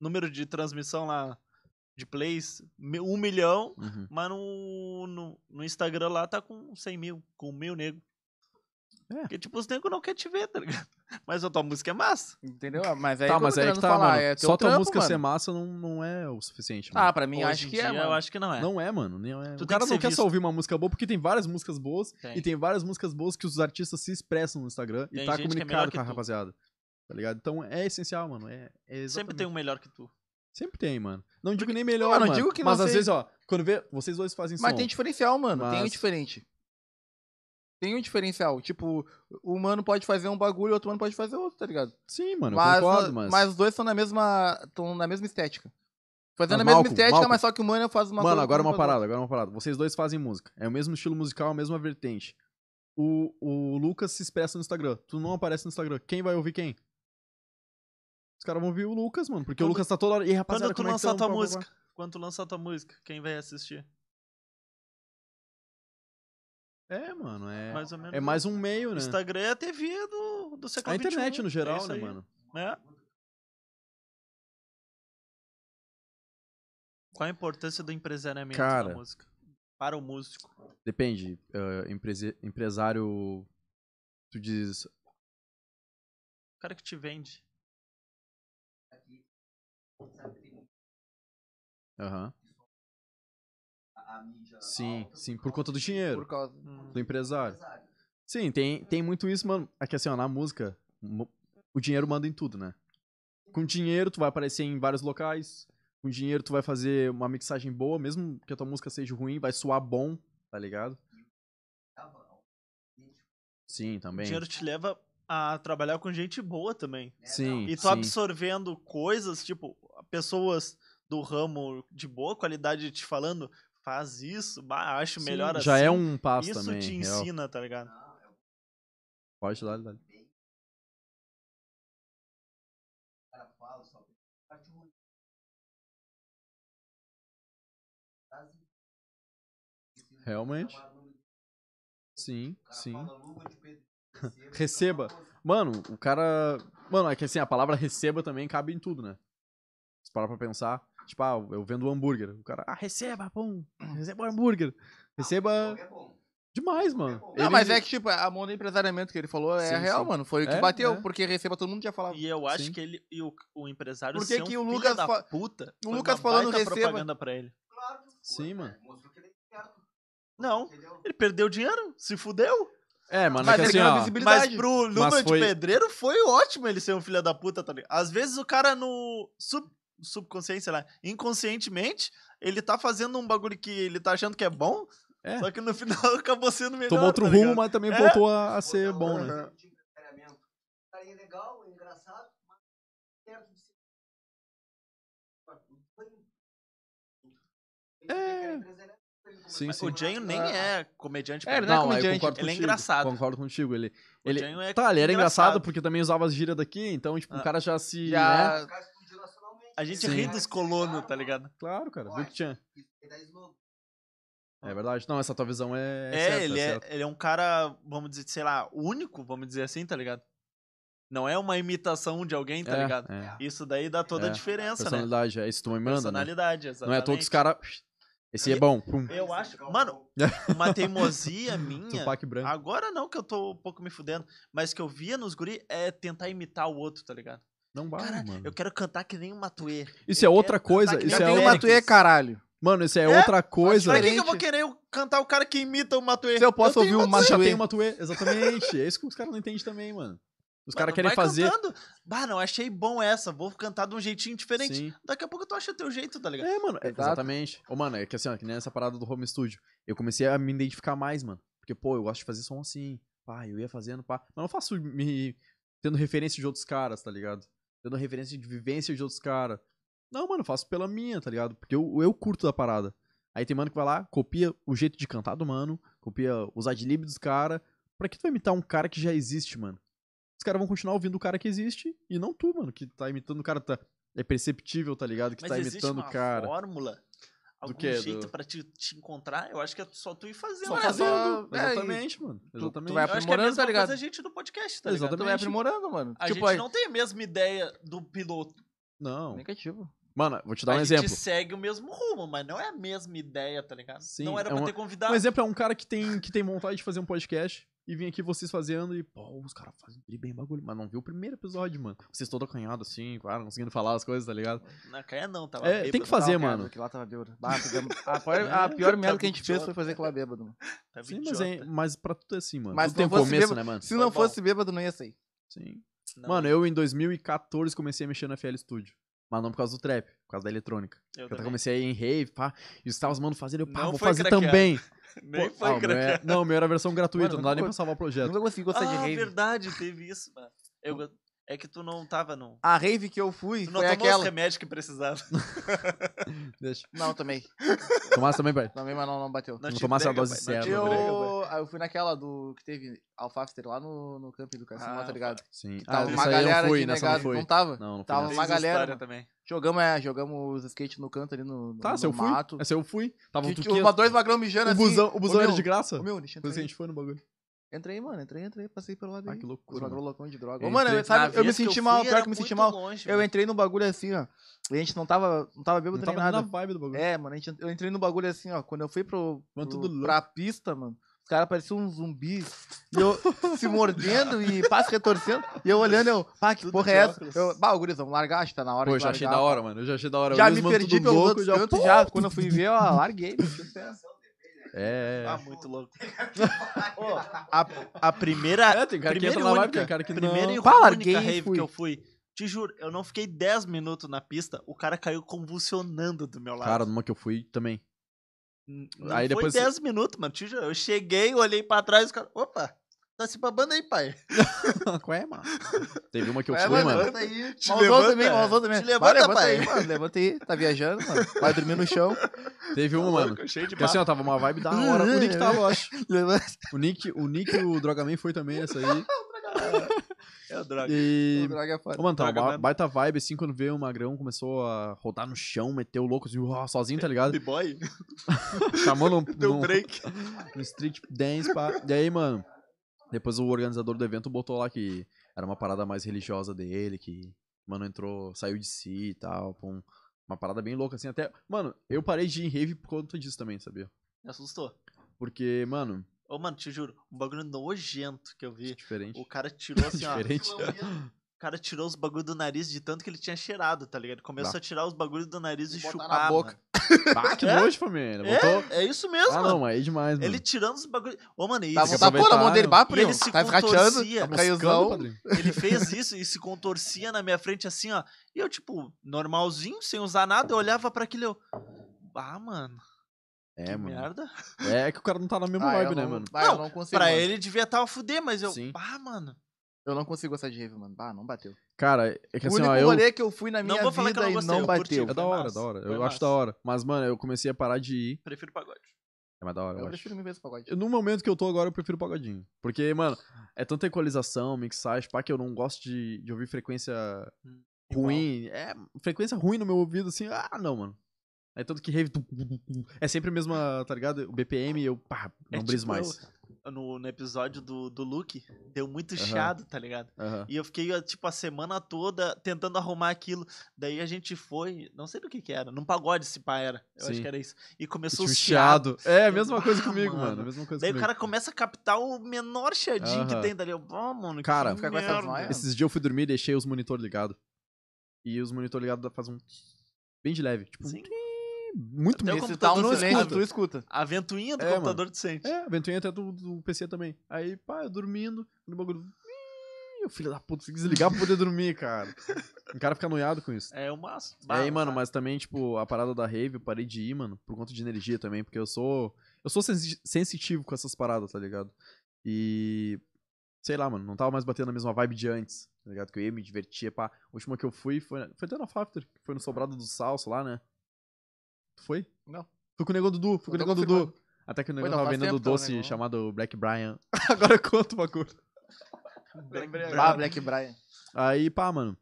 [SPEAKER 1] número de transmissão lá de plays, mi- um milhão,
[SPEAKER 3] Uhum.
[SPEAKER 1] mas no, no, no Instagram lá tá com 100 mil, com mil nego.
[SPEAKER 3] É.
[SPEAKER 1] Porque, tipo, os negros não querem te ver, tá ligado? Mas a tua música é massa.
[SPEAKER 2] Entendeu? Mas aí
[SPEAKER 3] tá,
[SPEAKER 2] que eu
[SPEAKER 3] mas
[SPEAKER 2] tô
[SPEAKER 3] aí é
[SPEAKER 2] querendo
[SPEAKER 3] que tá,
[SPEAKER 2] falar,
[SPEAKER 3] mano.
[SPEAKER 2] é teu
[SPEAKER 3] Só tua
[SPEAKER 2] trampo,
[SPEAKER 3] música
[SPEAKER 2] mano.
[SPEAKER 3] ser massa não, não é o suficiente, mano.
[SPEAKER 2] Ah, pra mim,
[SPEAKER 1] Hoje
[SPEAKER 2] acho
[SPEAKER 1] em
[SPEAKER 2] que
[SPEAKER 1] dia,
[SPEAKER 2] é, mano.
[SPEAKER 1] Eu acho que não é.
[SPEAKER 3] Não é, mano. Não é.
[SPEAKER 1] Tu tem
[SPEAKER 3] o cara
[SPEAKER 1] que ser
[SPEAKER 3] não quer
[SPEAKER 1] visto.
[SPEAKER 3] só ouvir uma música boa, porque tem várias músicas boas
[SPEAKER 1] Tem.
[SPEAKER 3] e tem várias músicas boas que os artistas se expressam no Instagram
[SPEAKER 1] Tem
[SPEAKER 3] e tá
[SPEAKER 1] gente que é melhor
[SPEAKER 3] comunicado
[SPEAKER 1] que
[SPEAKER 3] com a
[SPEAKER 1] tu.
[SPEAKER 3] rapaziada. Tá ligado? Então é essencial, mano. É, é
[SPEAKER 1] Sempre
[SPEAKER 3] exatamente-
[SPEAKER 1] tem um Ah, melhor que tu.
[SPEAKER 3] Sempre tem, mano. Não digo nem melhor,
[SPEAKER 2] Não, não
[SPEAKER 3] mano.
[SPEAKER 2] digo que não
[SPEAKER 3] mas às
[SPEAKER 2] sei.
[SPEAKER 3] vezes, ó, quando vê, vocês dois fazem
[SPEAKER 2] Mas
[SPEAKER 3] som.
[SPEAKER 1] tipo,
[SPEAKER 2] tem diferencial, mano. Tem um
[SPEAKER 3] Mas-
[SPEAKER 2] diferente. Tem um diferencial. Tipo, o mano pode fazer um bagulho, outro mano pode fazer outro, tá ligado?
[SPEAKER 3] Sim, mano,
[SPEAKER 2] mas,
[SPEAKER 3] eu concordo, mas...
[SPEAKER 2] mas... os dois estão na mesma. estão na mesma estética. Fazendo
[SPEAKER 3] Mas
[SPEAKER 2] a mesma
[SPEAKER 3] Malcolm,
[SPEAKER 2] estética,
[SPEAKER 3] Malcolm.
[SPEAKER 2] mas só que o mano faz uma
[SPEAKER 3] mano,
[SPEAKER 2] coisa,
[SPEAKER 3] agora
[SPEAKER 2] o
[SPEAKER 3] uma
[SPEAKER 2] outro faz
[SPEAKER 3] parada, agora uma parada. Vocês dois fazem música. É o mesmo estilo musical, a mesma vertente. o, o Lucas se expressa no Instagram. Tu não aparece no Instagram. Quem vai ouvir quem? Os caras vão ouvir o Lucas, mano. Porque
[SPEAKER 1] Quando-
[SPEAKER 3] o Lucas tá toda hora. E aí, rapaziada,
[SPEAKER 1] Quando tu
[SPEAKER 3] como é que
[SPEAKER 1] lançar
[SPEAKER 3] tamo?
[SPEAKER 1] tua
[SPEAKER 3] Pá, pá, pá.
[SPEAKER 1] música, quando tu lançar tua música, quem vai assistir?
[SPEAKER 3] É, mano. É,
[SPEAKER 1] mais ou menos.
[SPEAKER 3] é mais um meio,
[SPEAKER 1] O
[SPEAKER 3] né?
[SPEAKER 1] Instagram é a TV do, do século
[SPEAKER 3] A internet
[SPEAKER 1] 21,
[SPEAKER 3] no
[SPEAKER 1] é
[SPEAKER 3] geral,
[SPEAKER 1] isso
[SPEAKER 3] né,
[SPEAKER 1] aí,
[SPEAKER 3] mano?
[SPEAKER 1] né? Qual a importância do empresariamento
[SPEAKER 3] Cara.
[SPEAKER 1] da música? Para o músico.
[SPEAKER 3] Depende. eh, empresi- empresário. Tu diz.
[SPEAKER 1] O cara que te vende.
[SPEAKER 4] aqui. Sabe, tem
[SPEAKER 3] Aham.
[SPEAKER 4] a, a mídia.
[SPEAKER 3] Sim,
[SPEAKER 4] alta,
[SPEAKER 3] sim. Por conta do dinheiro.
[SPEAKER 2] Por causa.
[SPEAKER 1] Hum.
[SPEAKER 3] Do empresário.
[SPEAKER 4] empresário.
[SPEAKER 3] Sim, tem, tem muito isso, mano. É que assim, ó, na música, mo- o dinheiro manda em tudo, né? Com dinheiro, tu vai aparecer em vários locais. Com dinheiro, tu vai fazer uma mixagem boa, mesmo que a tua música seja ruim, vai soar bom, tá ligado?
[SPEAKER 4] Tá bom. Gente,
[SPEAKER 3] Sim,
[SPEAKER 1] O
[SPEAKER 3] também.
[SPEAKER 1] dinheiro te leva a trabalhar com gente boa também.
[SPEAKER 4] né,
[SPEAKER 3] Sim,
[SPEAKER 1] E tu
[SPEAKER 3] sim.
[SPEAKER 1] absorvendo coisas, tipo, pessoas do ramo de boa qualidade te falando, faz isso, bah, acho
[SPEAKER 3] Sim,
[SPEAKER 1] melhor assim.
[SPEAKER 3] Já é um passo
[SPEAKER 1] Isso
[SPEAKER 3] também.
[SPEAKER 1] te
[SPEAKER 3] real.
[SPEAKER 1] ensina, tá ligado?
[SPEAKER 4] Não, é eu
[SPEAKER 3] Pode dar, dá.
[SPEAKER 4] bem. O cara fala só. Parte ruim. Frase. Ensina
[SPEAKER 3] Realmente.
[SPEAKER 4] a chamar número.
[SPEAKER 3] Sim,
[SPEAKER 4] O cara
[SPEAKER 3] sim.
[SPEAKER 4] fala, "Luva de Então, pedreiro, receba".
[SPEAKER 3] Receba. Mano, o cara. Mano, é que assim, a palavra receba também cabe em tudo, né? Se parar pra pensar, tipo, ah, eu vendo hambúrguer. O cara, ah, receba, pum, receba o hambúrguer. Receba.
[SPEAKER 4] É bom.
[SPEAKER 3] Demais, mano.
[SPEAKER 4] Não,
[SPEAKER 2] Não,
[SPEAKER 3] Ele-
[SPEAKER 2] mas é que, tipo, a mão do empresariamento que ele falou é
[SPEAKER 3] Sim,
[SPEAKER 2] real,
[SPEAKER 3] sim.
[SPEAKER 2] mano. Foi o que
[SPEAKER 3] É,
[SPEAKER 2] bateu,
[SPEAKER 3] é.
[SPEAKER 2] porque receba todo mundo já falava.
[SPEAKER 1] E eu acho
[SPEAKER 3] Sim.
[SPEAKER 1] que ele e o, o empresário
[SPEAKER 2] Por que
[SPEAKER 1] ser um
[SPEAKER 2] que o
[SPEAKER 1] filho
[SPEAKER 2] Lucas
[SPEAKER 1] da
[SPEAKER 2] fa-
[SPEAKER 1] puta.
[SPEAKER 2] o Lucas
[SPEAKER 1] falou
[SPEAKER 2] falando receba-
[SPEAKER 1] propaganda pra ele.
[SPEAKER 4] Claro que foi,
[SPEAKER 3] Sim, mano.
[SPEAKER 4] velho. Mostrou que ele é esperto.
[SPEAKER 1] Não,
[SPEAKER 4] Ele é o-
[SPEAKER 1] ele perdeu dinheiro, se fudeu.
[SPEAKER 3] É, mano,
[SPEAKER 2] Mas
[SPEAKER 3] é que
[SPEAKER 2] ele
[SPEAKER 3] assim,
[SPEAKER 2] ganhou
[SPEAKER 3] ó,
[SPEAKER 2] visibilidade.
[SPEAKER 1] Ah, Mas pro número
[SPEAKER 3] foi-
[SPEAKER 1] de pedreiro foi ótimo ele ser um filho da puta, tá ligado? Às vezes o cara no sub, subconsciente, sei lá, inconscientemente, ele tá fazendo um bagulho que ele tá achando que é bom,
[SPEAKER 3] É.
[SPEAKER 1] só que no final acabou sendo melhor.
[SPEAKER 3] tomou outro
[SPEAKER 1] tá
[SPEAKER 3] rumo,
[SPEAKER 1] ligado?
[SPEAKER 3] mas também
[SPEAKER 1] É.
[SPEAKER 3] voltou a, a ser
[SPEAKER 4] Botar um
[SPEAKER 3] bom, né?
[SPEAKER 4] exemplo de empresariamento. O cara é legal, é engraçado, mas perto de um si.
[SPEAKER 3] É. Sim, sim.
[SPEAKER 1] O Jay nem é comediante. pra
[SPEAKER 2] É, ele
[SPEAKER 1] mim.
[SPEAKER 2] não é
[SPEAKER 3] aí eu
[SPEAKER 2] comediante.
[SPEAKER 3] concordo
[SPEAKER 1] Ele é
[SPEAKER 3] contigo,
[SPEAKER 1] engraçado.
[SPEAKER 3] Concordo contigo. Ele,
[SPEAKER 1] O
[SPEAKER 3] ele,
[SPEAKER 1] Jânio é
[SPEAKER 3] tá, ele era engraçado.
[SPEAKER 1] engraçado.
[SPEAKER 3] porque também usava as gírias daqui, então, tipo,
[SPEAKER 1] Ah.
[SPEAKER 3] o cara já se. né?
[SPEAKER 2] Já.
[SPEAKER 1] A gente
[SPEAKER 3] Sim.
[SPEAKER 1] ri dos colonos, tá ligado?
[SPEAKER 3] Claro, cara, viu que tinha.
[SPEAKER 4] Ele
[SPEAKER 3] É verdade. Não, essa tua visão é.
[SPEAKER 1] É,
[SPEAKER 3] certa,
[SPEAKER 1] ele, é
[SPEAKER 3] certa.
[SPEAKER 1] ele é um cara, vamos dizer, sei lá, único, vamos dizer assim, tá ligado? Não é uma imitação de alguém, tá
[SPEAKER 3] É,
[SPEAKER 1] ligado?
[SPEAKER 3] é.
[SPEAKER 1] Isso daí dá toda
[SPEAKER 3] É,
[SPEAKER 1] a diferença, né?
[SPEAKER 3] Personalidade, é isso que tu me manda. Né?
[SPEAKER 1] Personalidade,
[SPEAKER 3] Não é
[SPEAKER 1] exatamente.
[SPEAKER 3] à toa que os caras. Esse é
[SPEAKER 1] E-
[SPEAKER 3] bom. Pum.
[SPEAKER 1] Eu acho- mano, Uma teimosia minha,
[SPEAKER 3] Tupac branco.
[SPEAKER 1] agora não que eu tô um pouco me fudendo, mas que eu via nos guri é tentar imitar o outro, tá ligado?
[SPEAKER 3] Não barra,
[SPEAKER 1] Cara,
[SPEAKER 3] mano.
[SPEAKER 1] eu quero cantar que nem o Matuê.
[SPEAKER 3] Isso é
[SPEAKER 1] eu
[SPEAKER 3] outra
[SPEAKER 1] quero
[SPEAKER 3] coisa.
[SPEAKER 1] cantar que
[SPEAKER 3] Isso
[SPEAKER 1] nem o
[SPEAKER 3] é
[SPEAKER 2] Eu
[SPEAKER 3] outra...
[SPEAKER 1] Derek.
[SPEAKER 2] tenho é caralho.
[SPEAKER 3] Mano, isso é,
[SPEAKER 1] É?
[SPEAKER 3] outra coisa.
[SPEAKER 1] Pra que, que eu
[SPEAKER 2] diferente.
[SPEAKER 1] vou querer eu cantar o cara que imita o Matuê?
[SPEAKER 2] Se eu posso
[SPEAKER 1] tenho
[SPEAKER 2] ouvir o
[SPEAKER 3] já
[SPEAKER 2] Matuê.
[SPEAKER 3] tem é. uma tuê. Exatamente. É isso que os caras não entendem também, mano. Os caras
[SPEAKER 1] Mano,
[SPEAKER 3] querem
[SPEAKER 1] vai
[SPEAKER 3] fazer.
[SPEAKER 1] Cantando. Bah, não, achei bom essa. Vou cantar de um jeitinho diferente.
[SPEAKER 3] Sim.
[SPEAKER 1] Daqui a pouco tu acha teu jeito, tá ligado?
[SPEAKER 3] É, mano. é-
[SPEAKER 2] Exato.
[SPEAKER 3] exatamente. Ô, mano, é que assim, ó, que nem essa parada do home studio. Eu comecei a me identificar mais, mano. Porque, pô, eu gosto de fazer som assim. Pá, eu ia fazendo, pá. Mas não faço me. tendo referência de outros caras, tá ligado? Tendo referência de vivência de outros caras. Não, mano, eu faço pela minha, tá ligado? Porque eu, eu curto da parada. Aí tem mano que vai lá, copia o jeito de cantar do mano, copia os adlib dos caras. Pra que tu vai imitar um cara que já existe, mano? Os caras vão continuar ouvindo o cara que existe e não tu, mano, que tá imitando o cara. Tá... É perceptível, tá ligado? Que
[SPEAKER 1] Mas
[SPEAKER 3] tá
[SPEAKER 1] existe
[SPEAKER 3] imitando
[SPEAKER 1] uma
[SPEAKER 3] o cara.
[SPEAKER 1] fórmula? Algum
[SPEAKER 3] quê?
[SPEAKER 1] jeito
[SPEAKER 3] Do-
[SPEAKER 1] pra te, te encontrar? Eu acho que é só tu ir fazendo.
[SPEAKER 2] Só
[SPEAKER 1] né?
[SPEAKER 2] fazer,
[SPEAKER 3] fazendo.
[SPEAKER 2] é, e
[SPEAKER 3] exatamente, mano. Exatamente.
[SPEAKER 2] tu vai
[SPEAKER 1] Eu acho que é a
[SPEAKER 2] aprimorando,
[SPEAKER 1] mesma
[SPEAKER 2] tá ligado?
[SPEAKER 1] coisa a gente do podcast, tá ligado?
[SPEAKER 3] Exatamente.
[SPEAKER 2] Tu vai aprimorando, mano.
[SPEAKER 1] A
[SPEAKER 2] tipo,
[SPEAKER 1] gente
[SPEAKER 2] aí.
[SPEAKER 1] não tem a mesma ideia do piloto.
[SPEAKER 3] Não.
[SPEAKER 2] Negativo.
[SPEAKER 3] Mano, vou te dar um
[SPEAKER 1] a
[SPEAKER 3] exemplo.
[SPEAKER 1] gente segue o mesmo rumo, mas não é a mesma ideia, tá ligado?
[SPEAKER 3] Sim,
[SPEAKER 1] não era
[SPEAKER 3] é
[SPEAKER 1] pra
[SPEAKER 3] uma-
[SPEAKER 1] ter convidado.
[SPEAKER 3] Um exemplo é um cara que tem, que tem vontade de fazer um podcast e vem aqui vocês fazendo e, pô, os caras fazem bem bagulho, mas não viu o primeiro episódio, mano. Vocês todo acanhados assim, claro, não conseguindo falar as coisas, tá ligado?
[SPEAKER 1] Na caia não, tava
[SPEAKER 3] É,
[SPEAKER 1] bêbado,
[SPEAKER 3] tem que fazer,
[SPEAKER 2] Tava
[SPEAKER 3] mano. É,
[SPEAKER 2] bêbado,
[SPEAKER 3] tá
[SPEAKER 2] Que Ah, lá tava bêbado. Bah, fizemos- a pior, a pior merda que a gente fez
[SPEAKER 1] idiota.
[SPEAKER 2] foi fazer com lá bêbado, mano.
[SPEAKER 1] tava
[SPEAKER 3] Sim, mas, é,
[SPEAKER 1] idiota.
[SPEAKER 3] mas pra tudo é assim, mano.
[SPEAKER 2] Mas
[SPEAKER 3] Mas
[SPEAKER 2] se
[SPEAKER 3] tem
[SPEAKER 2] não fosse
[SPEAKER 3] começo,
[SPEAKER 2] bêbado-
[SPEAKER 3] né, mano?
[SPEAKER 2] Se não
[SPEAKER 1] bom.
[SPEAKER 2] fosse bêbado, não ia sair.
[SPEAKER 3] Sim.
[SPEAKER 1] Não,
[SPEAKER 3] é- Mano, eu em 2014 comecei a mexer no FL Studio. Mas não por causa do trap, por causa da eletrônica.
[SPEAKER 1] eu
[SPEAKER 3] Eu até
[SPEAKER 1] também.
[SPEAKER 3] comecei a ir em rave, pá. E os caras, mano, fazendo, eu, pá,
[SPEAKER 1] Não
[SPEAKER 3] vou
[SPEAKER 1] foi
[SPEAKER 3] fazer
[SPEAKER 1] craqueado.
[SPEAKER 3] também.
[SPEAKER 1] Nem
[SPEAKER 3] Pô,
[SPEAKER 1] foi
[SPEAKER 3] ah, o meu é-
[SPEAKER 1] craqueado.
[SPEAKER 3] Não, o meu era a versão gratuita,
[SPEAKER 2] Mano,
[SPEAKER 3] não dá nem
[SPEAKER 2] nunca-
[SPEAKER 3] pra salvar o projeto.
[SPEAKER 2] Nunca consegui gostar de
[SPEAKER 1] Ah,
[SPEAKER 2] rave.
[SPEAKER 1] verdade, teve isso, mano. Eu go- É que tu não tava num.
[SPEAKER 2] A rave que eu fui
[SPEAKER 1] Tu não
[SPEAKER 2] foi
[SPEAKER 1] tomou os
[SPEAKER 2] aquela.
[SPEAKER 1] remédios que precisava.
[SPEAKER 3] Deixa.
[SPEAKER 2] Não, tomei.
[SPEAKER 3] Tomasse também, pai.
[SPEAKER 2] Também, mas não, não bateu.
[SPEAKER 1] Não
[SPEAKER 3] Não
[SPEAKER 1] te
[SPEAKER 3] tomasse a
[SPEAKER 1] entrega,
[SPEAKER 3] dose né?
[SPEAKER 1] pai, não te
[SPEAKER 3] certa,
[SPEAKER 2] eu...
[SPEAKER 3] É, não
[SPEAKER 1] entrega, pai.
[SPEAKER 2] ah, eu fui naquela do que teve Alfafter lá no, no camping do Cassino,
[SPEAKER 1] Ah,
[SPEAKER 2] tá ligado?
[SPEAKER 3] Sim.
[SPEAKER 2] Tava
[SPEAKER 3] Ah,
[SPEAKER 2] uma
[SPEAKER 3] isso aí eu
[SPEAKER 2] galera
[SPEAKER 3] fui,
[SPEAKER 2] de
[SPEAKER 3] nessa
[SPEAKER 2] negado,
[SPEAKER 3] não foi.
[SPEAKER 2] não tava.
[SPEAKER 3] Não, não foi.
[SPEAKER 2] Tava
[SPEAKER 3] nessa.
[SPEAKER 2] uma
[SPEAKER 1] Fiz história
[SPEAKER 2] galera.
[SPEAKER 1] também.
[SPEAKER 2] Jogamos, é, jogamos skate no canto ali no, no,
[SPEAKER 3] Tá,
[SPEAKER 2] no
[SPEAKER 3] se eu fui.
[SPEAKER 2] mato.
[SPEAKER 3] Essa eu fui. Tava um
[SPEAKER 2] Tinha- tinha
[SPEAKER 3] tuquinho-
[SPEAKER 2] uma- dois magrão mijando
[SPEAKER 3] O
[SPEAKER 2] assim.
[SPEAKER 3] busão, o busão
[SPEAKER 2] Ô,
[SPEAKER 3] era
[SPEAKER 2] meu,
[SPEAKER 3] de graça?
[SPEAKER 2] Ô, meu, deixa eu
[SPEAKER 3] Depois a
[SPEAKER 2] entrar aí.
[SPEAKER 3] gente foi no bagulho.
[SPEAKER 2] Entrei, mano, entrei, entrei, passei pelo lado
[SPEAKER 3] Ah,
[SPEAKER 2] aí.
[SPEAKER 3] que
[SPEAKER 2] Os
[SPEAKER 3] loucura.
[SPEAKER 2] magrão
[SPEAKER 3] mano.
[SPEAKER 2] loucão de droga. Ô,
[SPEAKER 3] Entrei-
[SPEAKER 2] mano,
[SPEAKER 1] Na
[SPEAKER 2] sabe, eu me
[SPEAKER 1] vez que
[SPEAKER 2] senti
[SPEAKER 1] fui,
[SPEAKER 2] mal, pior
[SPEAKER 1] era
[SPEAKER 2] que eu me senti
[SPEAKER 1] muito
[SPEAKER 2] mal.
[SPEAKER 1] longe,
[SPEAKER 2] Eu
[SPEAKER 1] mano.
[SPEAKER 2] entrei no bagulho assim, ó. E a gente não tava, não tava bêbado
[SPEAKER 3] Não
[SPEAKER 2] nem
[SPEAKER 3] tava nem na
[SPEAKER 2] nada.
[SPEAKER 3] vibe do bagulho.
[SPEAKER 2] É, mano, a gente, eu entrei no bagulho assim, ó. Quando eu fui pro,
[SPEAKER 3] Mano,
[SPEAKER 2] pro-
[SPEAKER 3] tudo louco.
[SPEAKER 2] pra pista, mano, os caras pareciam um zumbi. E eu se mordendo e passa retorcendo. E eu olhando, eu, pá, que
[SPEAKER 1] Tudo
[SPEAKER 2] porra é
[SPEAKER 1] de
[SPEAKER 2] essa?
[SPEAKER 1] óculos.
[SPEAKER 2] Eu, bah, gurizão, largar, acho que tá na hora
[SPEAKER 3] Pô, eu
[SPEAKER 2] de
[SPEAKER 3] já
[SPEAKER 2] largar.
[SPEAKER 3] achei da hora, mano. Eu já achei da hora.
[SPEAKER 2] Já
[SPEAKER 3] Eu vi
[SPEAKER 2] me
[SPEAKER 3] os manos
[SPEAKER 2] perdi
[SPEAKER 3] tudo
[SPEAKER 2] pelos
[SPEAKER 3] louco,
[SPEAKER 2] outros cantos já. Quando eu fui ver, ó, larguei. meu Deus do céu.
[SPEAKER 3] É.
[SPEAKER 1] Ah, muito louco. Ô, a, a primeira.
[SPEAKER 3] É, tem cara que
[SPEAKER 1] primeira
[SPEAKER 3] entra
[SPEAKER 1] e
[SPEAKER 3] na vibe,
[SPEAKER 1] única.
[SPEAKER 3] tem cara que não.
[SPEAKER 1] Primeira e
[SPEAKER 2] Pá, larguei e
[SPEAKER 1] única rave
[SPEAKER 2] fui.
[SPEAKER 1] que eu fui. Te juro, eu não fiquei 10 minutos na pista, o cara caiu convulsionando do meu lado.
[SPEAKER 3] Cara, numa que eu fui também.
[SPEAKER 1] N- não
[SPEAKER 3] aí
[SPEAKER 1] foi
[SPEAKER 3] depois-
[SPEAKER 1] 10 minutos, mano. Te juro, eu cheguei, olhei pra trás e os caras. Opa, tá se babando aí, pai.
[SPEAKER 3] Qual é, mano? Teve uma que eu
[SPEAKER 2] É,
[SPEAKER 3] fui,
[SPEAKER 2] mano,
[SPEAKER 3] mano.
[SPEAKER 2] levanta aí.
[SPEAKER 1] Te
[SPEAKER 2] Malzão
[SPEAKER 1] levanta,
[SPEAKER 2] também,
[SPEAKER 1] é.
[SPEAKER 2] malzão também.
[SPEAKER 1] Te levanta,
[SPEAKER 2] Vai, levanta
[SPEAKER 1] pai.
[SPEAKER 2] aí, mano. Levanta aí. Tá viajando, mano. Vai dormir no chão.
[SPEAKER 3] Teve
[SPEAKER 2] Tá
[SPEAKER 3] uma, mano.
[SPEAKER 1] Tá Cheio de
[SPEAKER 3] Que assim,
[SPEAKER 1] barro.
[SPEAKER 3] ó, tava uma vibe
[SPEAKER 1] Tá
[SPEAKER 3] da hora. O Nick tava, eu acho.
[SPEAKER 2] Levanta.
[SPEAKER 3] O Nick, o Nick e o Drogaman foi também essa aí.
[SPEAKER 2] assim,
[SPEAKER 1] É o droga.
[SPEAKER 3] E.
[SPEAKER 2] Droga é foda.
[SPEAKER 3] Ô, mano, tava
[SPEAKER 1] Droga
[SPEAKER 3] uma
[SPEAKER 1] mesmo.
[SPEAKER 3] baita vibe assim quando veio o Magrão, começou a rodar no chão, meteu o louco assim, uau, sozinho, tá ligado?
[SPEAKER 1] B-boy,
[SPEAKER 3] Chamou num,
[SPEAKER 1] deu
[SPEAKER 3] num,
[SPEAKER 1] break.
[SPEAKER 3] no street dance, pá. E aí, mano, depois o organizador do evento botou lá que era uma parada mais religiosa dele, que, mano, entrou, saiu de si e tal, pum. Uma parada bem louca, assim, até... Mano, eu parei de ir em rave por conta disso também, sabia?
[SPEAKER 1] Me assustou.
[SPEAKER 3] Porque, mano, é
[SPEAKER 1] Ô, mano, te juro, um bagulho nojento que eu vi.
[SPEAKER 3] diferente.
[SPEAKER 1] O cara tirou assim,
[SPEAKER 4] é
[SPEAKER 1] ó.
[SPEAKER 4] um
[SPEAKER 3] Diferente.
[SPEAKER 1] O cara tirou os bagulho do nariz de tanto que ele tinha cheirado, tá ligado? Começou
[SPEAKER 3] Bah.
[SPEAKER 1] a tirar os bagulhos do nariz e,
[SPEAKER 2] E botar
[SPEAKER 1] chupar.
[SPEAKER 2] na boca.
[SPEAKER 1] mano.
[SPEAKER 3] Ah, que
[SPEAKER 1] É?
[SPEAKER 3] nojo, família. Botou...
[SPEAKER 1] É, é isso mesmo,
[SPEAKER 3] Ah,
[SPEAKER 1] mano.
[SPEAKER 3] não, aí é demais, mano.
[SPEAKER 1] Ele tirando os bagulhos. Ô, mano, e
[SPEAKER 2] Tá
[SPEAKER 1] isso,
[SPEAKER 3] Eles
[SPEAKER 2] tá pô na mão dele,
[SPEAKER 3] aproveitaram.
[SPEAKER 2] pá,
[SPEAKER 1] E ele
[SPEAKER 2] primo.
[SPEAKER 1] se
[SPEAKER 2] Tá rateando.
[SPEAKER 1] contorcia.
[SPEAKER 3] Tá buscando,
[SPEAKER 2] Caiozão.
[SPEAKER 3] padrinho.
[SPEAKER 1] ele fez isso e se contorcia na minha frente assim, ó. E eu, tipo, normalzinho, sem usar nada, eu olhava pra aquilo e eu. Ah, mano,
[SPEAKER 3] É,
[SPEAKER 1] que
[SPEAKER 3] mano.
[SPEAKER 1] merda.
[SPEAKER 3] É que o cara não tá na mesma
[SPEAKER 2] Ah, eu
[SPEAKER 3] vibe, né,
[SPEAKER 2] não-
[SPEAKER 3] mano?
[SPEAKER 2] ah, eu
[SPEAKER 1] Não,
[SPEAKER 2] não consigo.
[SPEAKER 1] pra
[SPEAKER 2] mano.
[SPEAKER 1] ele devia estar a fuder, mas eu.
[SPEAKER 3] Sim.
[SPEAKER 1] Ah, mano.
[SPEAKER 2] Eu não consigo gostar de rave, mano. Ah, não bateu.
[SPEAKER 3] Cara, é que
[SPEAKER 2] o
[SPEAKER 3] assim,
[SPEAKER 2] único
[SPEAKER 3] ó, eu...
[SPEAKER 2] rolê que eu fui na
[SPEAKER 1] Não
[SPEAKER 2] minha
[SPEAKER 1] vou falar que eu
[SPEAKER 2] vida
[SPEAKER 1] não
[SPEAKER 2] e
[SPEAKER 1] gostei,
[SPEAKER 2] não
[SPEAKER 1] eu
[SPEAKER 2] bateu.
[SPEAKER 1] curti.
[SPEAKER 3] É da
[SPEAKER 1] Foi
[SPEAKER 3] hora,
[SPEAKER 1] massa,
[SPEAKER 3] da hora. Eu
[SPEAKER 1] foi
[SPEAKER 3] acho da
[SPEAKER 1] massa.
[SPEAKER 3] hora. Mas, mano, eu comecei a parar de ir.
[SPEAKER 1] Prefiro pagode.
[SPEAKER 3] É mais da hora, eu,
[SPEAKER 2] Eu
[SPEAKER 3] acho.
[SPEAKER 2] prefiro me ver esse pagode.
[SPEAKER 3] Eu, No momento que eu tô agora, eu prefiro pagodinho. Porque, mano, é tanta equalização, mixagem, pá, que eu não gosto de, de ouvir frequência ruim. É, frequência ruim no meu ouvido, assim, ah, não, mano. É tanto que rave. tum, tum, tum, tum. É sempre a mesma, tá ligado? O BPM e eu, pá,
[SPEAKER 1] É
[SPEAKER 3] não briso
[SPEAKER 1] tipo
[SPEAKER 3] mais.
[SPEAKER 1] No, no episódio do, do Luke, deu muito
[SPEAKER 3] Aham.
[SPEAKER 1] chiado, tá ligado?
[SPEAKER 3] Aham.
[SPEAKER 1] E eu fiquei, ó, tipo, a semana toda tentando arrumar aquilo. Daí a gente foi, não sei do que que era, num pagode se pá era. Eu acho
[SPEAKER 3] Sim.
[SPEAKER 1] que era isso. E
[SPEAKER 3] E
[SPEAKER 1] começou
[SPEAKER 3] tinha um
[SPEAKER 1] o chiado.
[SPEAKER 3] chiado. É, a mesma
[SPEAKER 1] Ah,
[SPEAKER 3] coisa comigo,
[SPEAKER 1] mano.
[SPEAKER 3] mano. a mesma coisa
[SPEAKER 1] Daí o
[SPEAKER 3] comigo.
[SPEAKER 1] cara começa a captar o menor chiadinho que
[SPEAKER 3] Aham.
[SPEAKER 1] tem dali. Eu, "Ah, mano,
[SPEAKER 3] Cara,
[SPEAKER 1] que
[SPEAKER 2] Fica com essas
[SPEAKER 1] merda.
[SPEAKER 2] noias.
[SPEAKER 3] Esses dias eu fui dormir e deixei os monitor ligados. E os monitor ligados fazem um. Bem de leve. Tipo,
[SPEAKER 1] Sim.
[SPEAKER 3] muito
[SPEAKER 1] Até o
[SPEAKER 3] mesmo.
[SPEAKER 2] Se tá
[SPEAKER 1] computador
[SPEAKER 2] um
[SPEAKER 1] não
[SPEAKER 2] silêncio,
[SPEAKER 1] escuta.
[SPEAKER 2] tu escuta.
[SPEAKER 1] A ventoinha do
[SPEAKER 3] É,
[SPEAKER 1] computador te sente.
[SPEAKER 3] É, a ventoinha até do, do PC também. Aí, pá, eu dormindo, no bagulho. Ih, o filho da puta, tem que desligar pra poder dormir, cara. O cara fica noiado com isso.
[SPEAKER 1] É o máximo.
[SPEAKER 3] E aí,
[SPEAKER 2] ah.
[SPEAKER 3] mano, mas também, tipo, a parada da rave, eu parei de ir, mano, por conta de energia também, porque eu sou. Eu sou sensi- sensitivo com essas paradas, tá ligado? E. Sei lá, mano, não tava mais batendo a mesma vibe de antes, tá ligado? Que eu ia me divertir, pá. A última que eu fui foi, foi até na Fafter, que foi no Sobrado do Salso lá, né? Tu foi?
[SPEAKER 2] Não.
[SPEAKER 3] Fui com o Negão Dudu, fui com o
[SPEAKER 2] Não tô
[SPEAKER 3] Negão Dudu.
[SPEAKER 2] confirmando.
[SPEAKER 3] Até que o
[SPEAKER 2] Foi,
[SPEAKER 3] negócio
[SPEAKER 2] não,
[SPEAKER 3] tava
[SPEAKER 2] faz
[SPEAKER 3] vendendo
[SPEAKER 2] tempo, tá, o
[SPEAKER 3] doce
[SPEAKER 2] negócio.
[SPEAKER 3] chamado Black Brian. Agora conta o bagulho.
[SPEAKER 2] Ah, Black Brian.
[SPEAKER 3] Aí, pá, mano.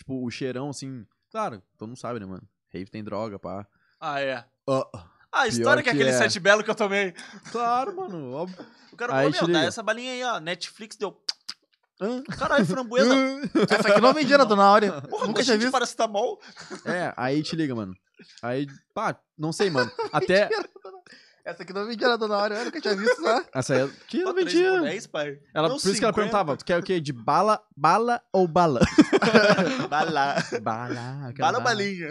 [SPEAKER 3] Tipo, o cheirão, assim. Claro, todo mundo sabe, né, mano? Rave tem droga, pá.
[SPEAKER 1] Ah, é.
[SPEAKER 3] Ah,
[SPEAKER 1] Ah, a história que,
[SPEAKER 3] que
[SPEAKER 1] aquele
[SPEAKER 3] é.
[SPEAKER 1] sete belo que eu tomei.
[SPEAKER 3] claro, mano. Óbvio.
[SPEAKER 1] O cara falou,
[SPEAKER 3] Aí,
[SPEAKER 1] meu,
[SPEAKER 3] te
[SPEAKER 1] dá
[SPEAKER 3] liga.
[SPEAKER 1] essa balinha aí, ó. Netflix deu.
[SPEAKER 3] Hã?
[SPEAKER 1] Caralho, framboesa.
[SPEAKER 2] Essa aqui não vendia na dona Áurea.
[SPEAKER 1] Porra,
[SPEAKER 2] Nunca tinha
[SPEAKER 1] de
[SPEAKER 2] visto.
[SPEAKER 1] paracetamol.
[SPEAKER 3] é, aí te liga, mano. Aí, pá, não sei, mano. Até.
[SPEAKER 2] Essa aqui não vendia na dona Áurea. Eu nunca tinha visto, né?
[SPEAKER 3] Essa aí. Que
[SPEAKER 1] Ó,
[SPEAKER 3] não
[SPEAKER 1] três
[SPEAKER 3] vendia.
[SPEAKER 1] por dez, pai.
[SPEAKER 3] Ela,
[SPEAKER 1] Não,
[SPEAKER 3] por isso que
[SPEAKER 1] 50.
[SPEAKER 3] ela perguntava: tu quer o quê? De bala, bala ou bala?
[SPEAKER 1] Vai lá.
[SPEAKER 3] Bala, eu quero
[SPEAKER 1] Bala balinha.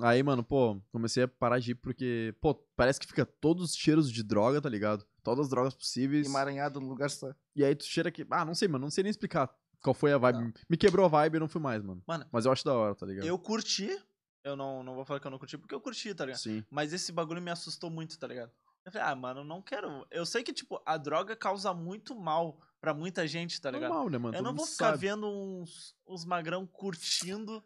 [SPEAKER 3] Aí, mano, pô, comecei a parar de ir porque, pô, parece que fica todos os cheiros de droga, tá ligado? Todas as drogas possíveis.
[SPEAKER 2] Emaranhado num lugar só.
[SPEAKER 3] E aí tu cheira que. Ah, não sei, mano, não sei nem explicar qual foi a vibe. Me quebrou a vibe e não fui mais, mano.
[SPEAKER 1] Mano,
[SPEAKER 3] Mas eu acho da hora, tá ligado?
[SPEAKER 1] Eu curti. Eu não, não vou falar que eu não curti, porque eu curti, tá ligado?
[SPEAKER 3] Sim.
[SPEAKER 1] Mas esse bagulho me assustou muito, tá ligado? Eu falei, ah, mano, não quero. Eu sei que, tipo, a droga causa muito mal pra muita gente, tá ligado?
[SPEAKER 3] Normal, né, mano?
[SPEAKER 1] Eu
[SPEAKER 3] Todo
[SPEAKER 1] não
[SPEAKER 3] mundo
[SPEAKER 1] vou ficar
[SPEAKER 3] sabe.
[SPEAKER 1] vendo uns, uns magrão curtindo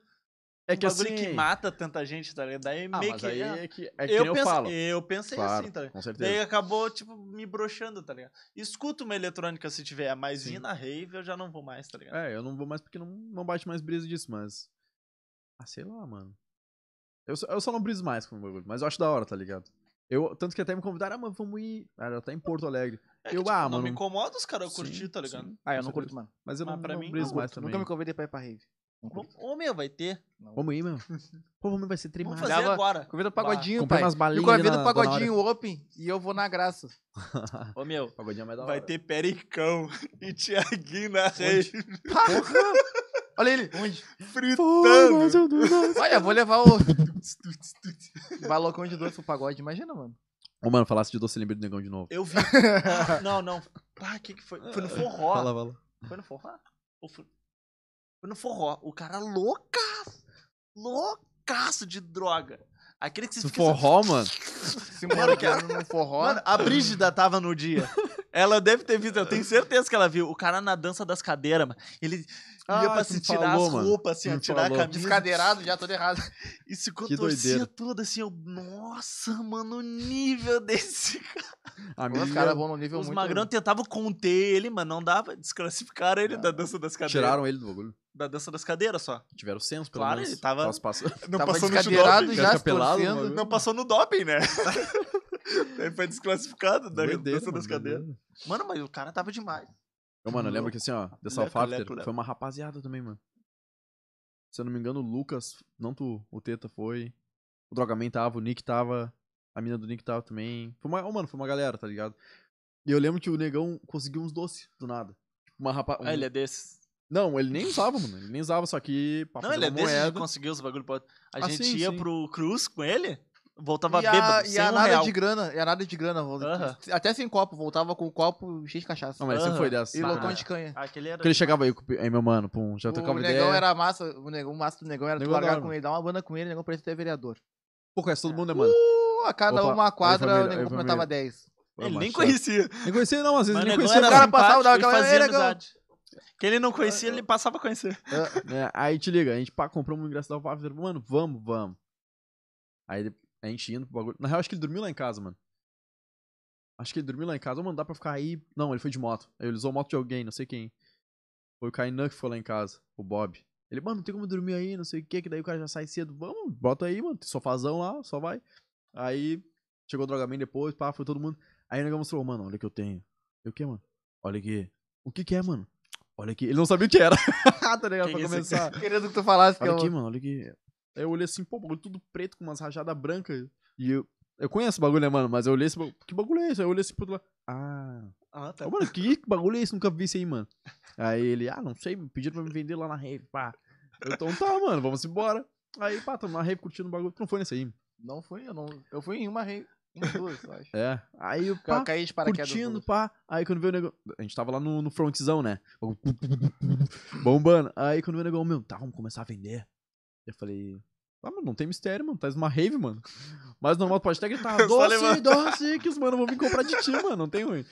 [SPEAKER 3] É
[SPEAKER 1] um
[SPEAKER 3] que
[SPEAKER 1] bagulho
[SPEAKER 3] assim...
[SPEAKER 1] que mata tanta gente, tá ligado? Daí
[SPEAKER 3] Ah,
[SPEAKER 1] meio
[SPEAKER 3] mas
[SPEAKER 1] que.
[SPEAKER 3] aí
[SPEAKER 1] é,
[SPEAKER 3] é que, é que nem eu,
[SPEAKER 1] penso-
[SPEAKER 3] falo.
[SPEAKER 1] eu pensei
[SPEAKER 3] Claro,
[SPEAKER 1] assim, tá ligado?
[SPEAKER 3] com certeza.
[SPEAKER 1] Daí acabou, tipo, me broxando, tá ligado? Escuto uma eletrônica se tiver, mas
[SPEAKER 3] Sim.
[SPEAKER 1] ir na rave eu já não vou mais, tá ligado?
[SPEAKER 3] É, eu não vou mais porque não, não bate mais brisa disso, mas. Ah, sei lá, mano. Eu, só- eu só não briso mais com o bagulho, mas eu acho da hora, tá ligado? Eu, tanto que até me convidaram, ah, mano, vamos ir. Ah, já tá em Porto Alegre.
[SPEAKER 1] É que,
[SPEAKER 3] Eu-
[SPEAKER 1] tipo,
[SPEAKER 3] ah,
[SPEAKER 1] não
[SPEAKER 3] mano.
[SPEAKER 1] me incomoda os caras
[SPEAKER 3] Sim,
[SPEAKER 1] curtir, tá ligado?
[SPEAKER 3] sim,
[SPEAKER 2] Ah, eu
[SPEAKER 3] com
[SPEAKER 2] não curto,
[SPEAKER 3] certeza.
[SPEAKER 2] mano.
[SPEAKER 3] Mas eu
[SPEAKER 1] Mas
[SPEAKER 3] não,
[SPEAKER 1] pra
[SPEAKER 3] não
[SPEAKER 1] mim,
[SPEAKER 3] briso
[SPEAKER 1] não.
[SPEAKER 3] mais
[SPEAKER 2] Curto,
[SPEAKER 3] também.
[SPEAKER 2] Nunca me convidei pra ir pra rave. Não
[SPEAKER 1] Vamos-
[SPEAKER 2] curto.
[SPEAKER 1] Ô meu, vai ter.
[SPEAKER 2] Não.
[SPEAKER 3] Vamos ir, meu. Pô, vamos, vai ser
[SPEAKER 1] Vamos
[SPEAKER 3] trimado.
[SPEAKER 1] fazer
[SPEAKER 2] Olhava-
[SPEAKER 1] agora.
[SPEAKER 2] Convida o Pagodinho,
[SPEAKER 3] Comprei
[SPEAKER 2] pai.
[SPEAKER 3] umas
[SPEAKER 2] Me
[SPEAKER 3] balinhas ali
[SPEAKER 2] convida
[SPEAKER 3] na-
[SPEAKER 2] o
[SPEAKER 3] na hora.
[SPEAKER 2] Pagodinho Open e eu vou na graça.
[SPEAKER 1] Ô meu,
[SPEAKER 3] Pagodinho é mais da hora.
[SPEAKER 1] vai ter Pericão e Tiaguinho na rave
[SPEAKER 2] Olha ele. Onde?
[SPEAKER 1] fritando.
[SPEAKER 2] Olha, vou levar o balocão de doce pro pagode. Imagina, mano.
[SPEAKER 3] Ô, mano, falasse de doce lembrei do negão de novo.
[SPEAKER 1] Eu vi. Ah, não, não. Ah, o que que foi? Foi no forró.
[SPEAKER 3] Fala, fala.
[SPEAKER 1] Foi no forró? Ou foi... foi no forró. O cara loucaço. Loucaço de droga. Aquele que se
[SPEAKER 3] Do
[SPEAKER 1] fica- assim,
[SPEAKER 3] forró, mano.
[SPEAKER 2] Simbora que era num forró.
[SPEAKER 1] Mano, a Brígida tava no dia. Ela deve ter visto, eu tenho certeza que ela viu. O cara na dança das cadeiras, mano. Ele
[SPEAKER 3] Ah,
[SPEAKER 1] ia pra
[SPEAKER 3] tu
[SPEAKER 1] se
[SPEAKER 3] me
[SPEAKER 1] tirar
[SPEAKER 3] falou,
[SPEAKER 1] as
[SPEAKER 3] mano.
[SPEAKER 1] roupas, assim,
[SPEAKER 3] Tu
[SPEAKER 1] ó,
[SPEAKER 3] me
[SPEAKER 1] tirar a
[SPEAKER 3] falou.
[SPEAKER 1] camisa.
[SPEAKER 2] descadeirado, já todo errado.
[SPEAKER 1] E se
[SPEAKER 3] Que doideira.
[SPEAKER 1] contorcia toda, assim, eu... Nossa, mano, o nível desse
[SPEAKER 3] A
[SPEAKER 2] Os
[SPEAKER 3] minha-
[SPEAKER 2] caras vão num nível
[SPEAKER 1] Os
[SPEAKER 2] muito...
[SPEAKER 1] magrão tentavam conter ele, mas não dava. Desclassificaram ele da dança das cadeiras.
[SPEAKER 3] Tiraram ele do bagulho.
[SPEAKER 1] Da dança das cadeiras só.
[SPEAKER 3] Tiveram senso, pelo
[SPEAKER 1] Claro,
[SPEAKER 3] menos.
[SPEAKER 1] ele tava-
[SPEAKER 3] Nós passa-
[SPEAKER 1] Não
[SPEAKER 2] Tava
[SPEAKER 1] passou no
[SPEAKER 2] descadeirado
[SPEAKER 1] doping.
[SPEAKER 2] já,
[SPEAKER 3] fica
[SPEAKER 2] se
[SPEAKER 3] pelado,
[SPEAKER 2] torcendo.
[SPEAKER 3] mano.
[SPEAKER 1] Não passou no doping, né? Daí foi desclassificado da
[SPEAKER 3] Doideira,
[SPEAKER 1] dança das
[SPEAKER 3] mano,
[SPEAKER 1] cadeiras. Mano, mas o cara tava demais.
[SPEAKER 3] Eu, mano, eu lembro que assim, ó, dessa
[SPEAKER 1] Leco,
[SPEAKER 3] After
[SPEAKER 1] leco, leco.
[SPEAKER 3] foi uma rapaziada também, mano. Se eu não me engano, o Lucas, não tu, o Teta foi. O Drogaman tava, o Nick tava. A mina do Nick tava também. Foi uma, oh, mano, foi uma galera, tá ligado? E eu lembro que o negão conseguiu uns doces do nada. Tipo, Uma rapa... um-
[SPEAKER 1] Ah, ele é desses.
[SPEAKER 3] Não, ele nem usava, mano. Ele nem usava, só que. Pra
[SPEAKER 1] não, ele
[SPEAKER 3] fazer
[SPEAKER 1] é
[SPEAKER 3] uma
[SPEAKER 1] desses de
[SPEAKER 3] moeda.
[SPEAKER 1] conseguir os bagulho. pra outro. A
[SPEAKER 3] Ah,
[SPEAKER 1] gente
[SPEAKER 3] sim,
[SPEAKER 1] ia
[SPEAKER 3] sim.
[SPEAKER 1] pro Cruz com ele, voltava
[SPEAKER 2] e a-
[SPEAKER 1] bêbado,
[SPEAKER 2] e
[SPEAKER 1] sem
[SPEAKER 2] a
[SPEAKER 1] um
[SPEAKER 2] nada
[SPEAKER 1] real.
[SPEAKER 2] de grana, e a nada de grana.
[SPEAKER 1] Aham.
[SPEAKER 2] Até sem copo, voltava com o copo cheio de cachaça.
[SPEAKER 3] Não, mas ele sempre
[SPEAKER 1] Aham.
[SPEAKER 3] foi dessa.
[SPEAKER 2] e
[SPEAKER 1] Bah.
[SPEAKER 2] loucão de canha.
[SPEAKER 1] Ah, Aquele era...
[SPEAKER 3] Porque ele chegava aí, com- aí, meu mano, pum, já
[SPEAKER 2] O
[SPEAKER 3] tocava
[SPEAKER 2] negão
[SPEAKER 3] ideia.
[SPEAKER 2] era massa, o, negão, o massa do negão era tu
[SPEAKER 3] Negão
[SPEAKER 2] largar
[SPEAKER 3] adora,
[SPEAKER 2] com
[SPEAKER 3] mano.
[SPEAKER 2] ele, dar uma banda com ele, o negão parecia até vereador.
[SPEAKER 3] Pô, conhece
[SPEAKER 1] É.
[SPEAKER 3] todo mundo, né, mano?
[SPEAKER 1] Uh,
[SPEAKER 2] Pô, a cada
[SPEAKER 3] Opa,
[SPEAKER 2] uma
[SPEAKER 3] aí foi
[SPEAKER 2] quadra
[SPEAKER 3] melhor,
[SPEAKER 2] o
[SPEAKER 3] aí
[SPEAKER 2] negão
[SPEAKER 3] foi
[SPEAKER 2] completava
[SPEAKER 3] melhor.
[SPEAKER 2] 10.
[SPEAKER 1] Ele nem
[SPEAKER 3] Pô, é uma chata.
[SPEAKER 1] conhecia.
[SPEAKER 3] Nem conhecia, não, às vezes
[SPEAKER 1] Mas
[SPEAKER 3] nem
[SPEAKER 1] o negão
[SPEAKER 3] conhecia.
[SPEAKER 1] é era
[SPEAKER 2] o cara, passava,
[SPEAKER 1] simpático
[SPEAKER 2] dava
[SPEAKER 1] e
[SPEAKER 2] aquela,
[SPEAKER 1] fazia
[SPEAKER 2] "Ei, negão".
[SPEAKER 1] amizade. Quem ele não conhecia, ele passava a conhecer.
[SPEAKER 3] né? Aí te liga, a gente pá, comprou um ingresso da Alphaville, mano, vamos, vamos. Aí ele- a gente indo pro bagulho. Na real, acho que ele dormiu lá em casa, mano. Acho que ele dormiu lá em casa. Ô, mano, dá pra ficar aí. Não, ele foi de moto. Ele usou a moto de alguém, não sei quem. Foi o Kainan que foi lá em casa, o Bob. Ele, mano, não tem como dormir aí, não sei o que, que daí o cara já sai cedo. Vamos, bota aí, mano. Tem sofazão lá, só vai. Aí chegou o Drogaman depois, pá, foi todo mundo. Aí o negão mostrou, mano, olha o que eu tenho. Eu o que, mano? Olha aqui. O que que é, mano? Olha aqui. Ele não sabia o que era. tá ligado?
[SPEAKER 1] Que
[SPEAKER 3] pra
[SPEAKER 1] isso?
[SPEAKER 3] começar.
[SPEAKER 2] Querendo que tu falasse que
[SPEAKER 3] Olha
[SPEAKER 2] eu...
[SPEAKER 3] aqui, mano, olha aqui. Aí eu olhei assim, pô, bagulho tudo preto com umas rajadas brancas. E eu. Eu conheço o bagulho, né, mano? Mas eu olhei esse bagulho. Que bagulho é esse? Aí eu olhei assim pro outro lado. Ah.
[SPEAKER 1] Ah, tá.
[SPEAKER 3] Ô, mano, que bagulho é esse? Nunca vi isso aí, mano. Aí ele, ah, não sei, me pediram pra me vender lá na rave, pá. Eu, Então tá, mano, vamos embora. Aí, pá, tamo na rave curtindo o bagulho. Tu não foi nesse aí?
[SPEAKER 2] Não fui, eu não... Eu fui em uma rei, em duas, eu acho.
[SPEAKER 3] É. Aí eu,
[SPEAKER 2] Ca-
[SPEAKER 3] pá,
[SPEAKER 2] caí de paraquedas.
[SPEAKER 3] curtindo, pá. Aí quando veio o negócio. A gente tava lá no, no frontzão, né? Bombando. Aí quando veio o negócio, meu, tá, vamos começar a vender. Eu falei, ah, mano, não tem mistério, mano. Tá uma rave, mano. Mas normal, pode até gritar,
[SPEAKER 1] Eu só
[SPEAKER 3] doce,
[SPEAKER 1] levanto.
[SPEAKER 3] doce, que os mano vão vir comprar de ti, mano. Não tem ruim.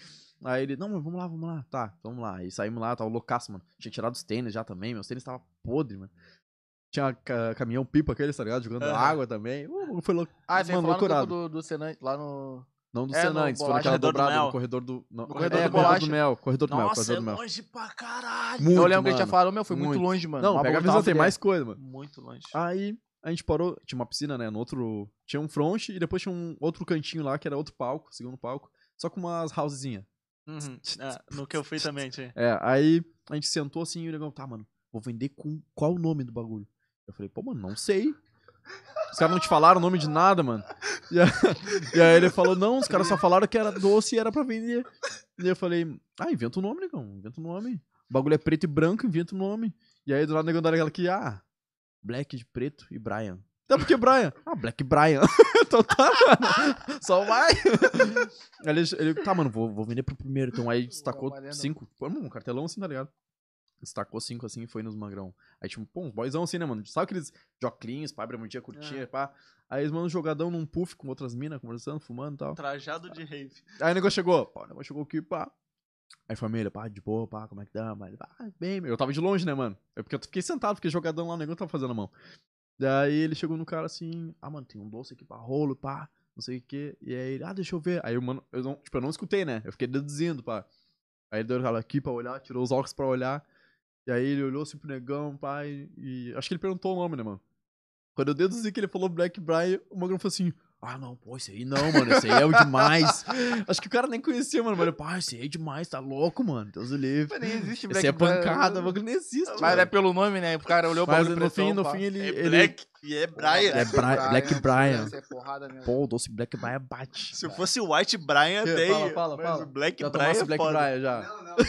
[SPEAKER 3] Aí ele, não, mano, vamos lá, vamos lá. Tá, vamos lá. Aí saímos lá, tava loucaço, mano. Tinha tirado os tênis já também, meus tênis tava podre, mano. Tinha ca- caminhão pipa aquele, tá ligado? Jogando
[SPEAKER 1] Aham.
[SPEAKER 3] água também. Uh, foi louco.
[SPEAKER 2] Ah, você falou
[SPEAKER 3] mano,
[SPEAKER 2] no
[SPEAKER 3] loucurado.
[SPEAKER 2] grupo do, do Senan, lá no...
[SPEAKER 3] Não do
[SPEAKER 2] É,
[SPEAKER 3] é,
[SPEAKER 2] no
[SPEAKER 3] Senantes, foi
[SPEAKER 2] bolacha.
[SPEAKER 3] naquela
[SPEAKER 1] Corredor do
[SPEAKER 3] dobrada
[SPEAKER 1] Mel.
[SPEAKER 3] no corredor do. No,
[SPEAKER 2] corredor
[SPEAKER 3] é,
[SPEAKER 2] do
[SPEAKER 3] corredor
[SPEAKER 2] bolacha.
[SPEAKER 3] do Mel. Corredor do Mel,
[SPEAKER 1] Nossa,
[SPEAKER 3] corredor
[SPEAKER 1] é
[SPEAKER 3] do Mel.
[SPEAKER 1] longe pra caralho.
[SPEAKER 3] Muito,
[SPEAKER 2] eu lembro que a gente já
[SPEAKER 3] mano.
[SPEAKER 2] falou, meu, foi muito,
[SPEAKER 3] Muito.
[SPEAKER 2] longe, mano.
[SPEAKER 3] Não,
[SPEAKER 2] Uma
[SPEAKER 3] pega a
[SPEAKER 2] boa
[SPEAKER 3] visão, tem
[SPEAKER 2] tarde.
[SPEAKER 3] mais coisa, mano.
[SPEAKER 1] Muito longe.
[SPEAKER 3] Aí a gente parou, tinha uma piscina, né? No outro. Tinha um front e depois tinha um outro cantinho lá, que era outro palco, segundo palco. Só com umas housezinhas.
[SPEAKER 1] Uhum. Ah, no que eu fui também, tinha.
[SPEAKER 3] É, aí a gente sentou assim e o negão, tá, mano, vou vender com qual o nome do bagulho? Eu falei, pô, mano, não sei. Os caras não te falaram o nome de nada, mano. E, a- e aí ele falou, não, os caras só falaram que era doce e era pra vender. E eu falei, ah, inventa o nome, negão, inventa o nome. O bagulho é preto e branco, inventa o nome. E aí do lado o negão dá aquela que, ah, Black de preto e Brian. Até porque Brian? Ah, Black Brian. então tá, mano. Só vai. Aí ele, ele, tá, mano, vou, vou vender pro primeiro. Então aí destacou
[SPEAKER 2] Trabalhando.
[SPEAKER 3] cinco. Pô, mano, um cartelão assim, tá ligado? Destacou cinco assim e foi nos magrão. Aí tipo, pô, uns boyzão assim, né, mano? Sabe aqueles joclinhos, pá, abre a mundinha, curtinha, pá. Aí eles mandam um jogadão num puff com outras minas, conversando, fumando e tal.
[SPEAKER 1] Trajado de rave.
[SPEAKER 3] Aí o negócio chegou, pá, o negócio chegou aqui, pá. Aí família, pá, de boa, pá, como é que dá? Mas, ah, bem, meu. eu tava de longe, né, mano? É porque eu fiquei sentado, fiquei jogadão lá, o negócio tava fazendo a mão. Daí ele chegou no cara assim, ah, mano, tem um doce aqui pra rolo, pá, não sei o que. E aí ele, ah, deixa eu ver. Aí o mano, eu não, tipo, eu não escutei, né? Eu fiquei deduzindo, pá. Aí ele deu aquela aqui pra olhar, tirou os óculos pra olhar. E aí ele olhou assim pro negão, pá, e, e- Acho que ele perguntou o nome, né, mano? Quando eu deduzi que ele falou Black Brian, o Magrão falou assim, ah, não, pô, esse aí não, mano, esse aí é o demais. Acho que o cara nem conhecia, mano. Mas, ele, pá, esse aí é demais, tá louco, mano, Deus o livre.
[SPEAKER 2] Nem existe
[SPEAKER 3] Esse é pancada, o
[SPEAKER 1] né?
[SPEAKER 3] bagulho nem existe,
[SPEAKER 2] Mas
[SPEAKER 3] mano.
[SPEAKER 2] é pelo nome, né? O cara olhou pra
[SPEAKER 3] Mas no
[SPEAKER 5] assim,
[SPEAKER 3] fim, no fim ele.
[SPEAKER 1] É
[SPEAKER 3] ele-
[SPEAKER 1] Black e é Brian.
[SPEAKER 3] É Bri- Black Brian.
[SPEAKER 5] Isso é porrada mesmo.
[SPEAKER 3] Pô, o doce Black Brian bate.
[SPEAKER 1] Se eu fosse o White Brian,
[SPEAKER 3] Fala,
[SPEAKER 1] dei.
[SPEAKER 3] fala,
[SPEAKER 1] mas
[SPEAKER 3] fala.
[SPEAKER 1] o Black
[SPEAKER 3] Já
[SPEAKER 1] Brian
[SPEAKER 3] tomasse
[SPEAKER 1] é
[SPEAKER 3] Black
[SPEAKER 1] foda.
[SPEAKER 3] Brian já.
[SPEAKER 4] Não, é não. não. Eu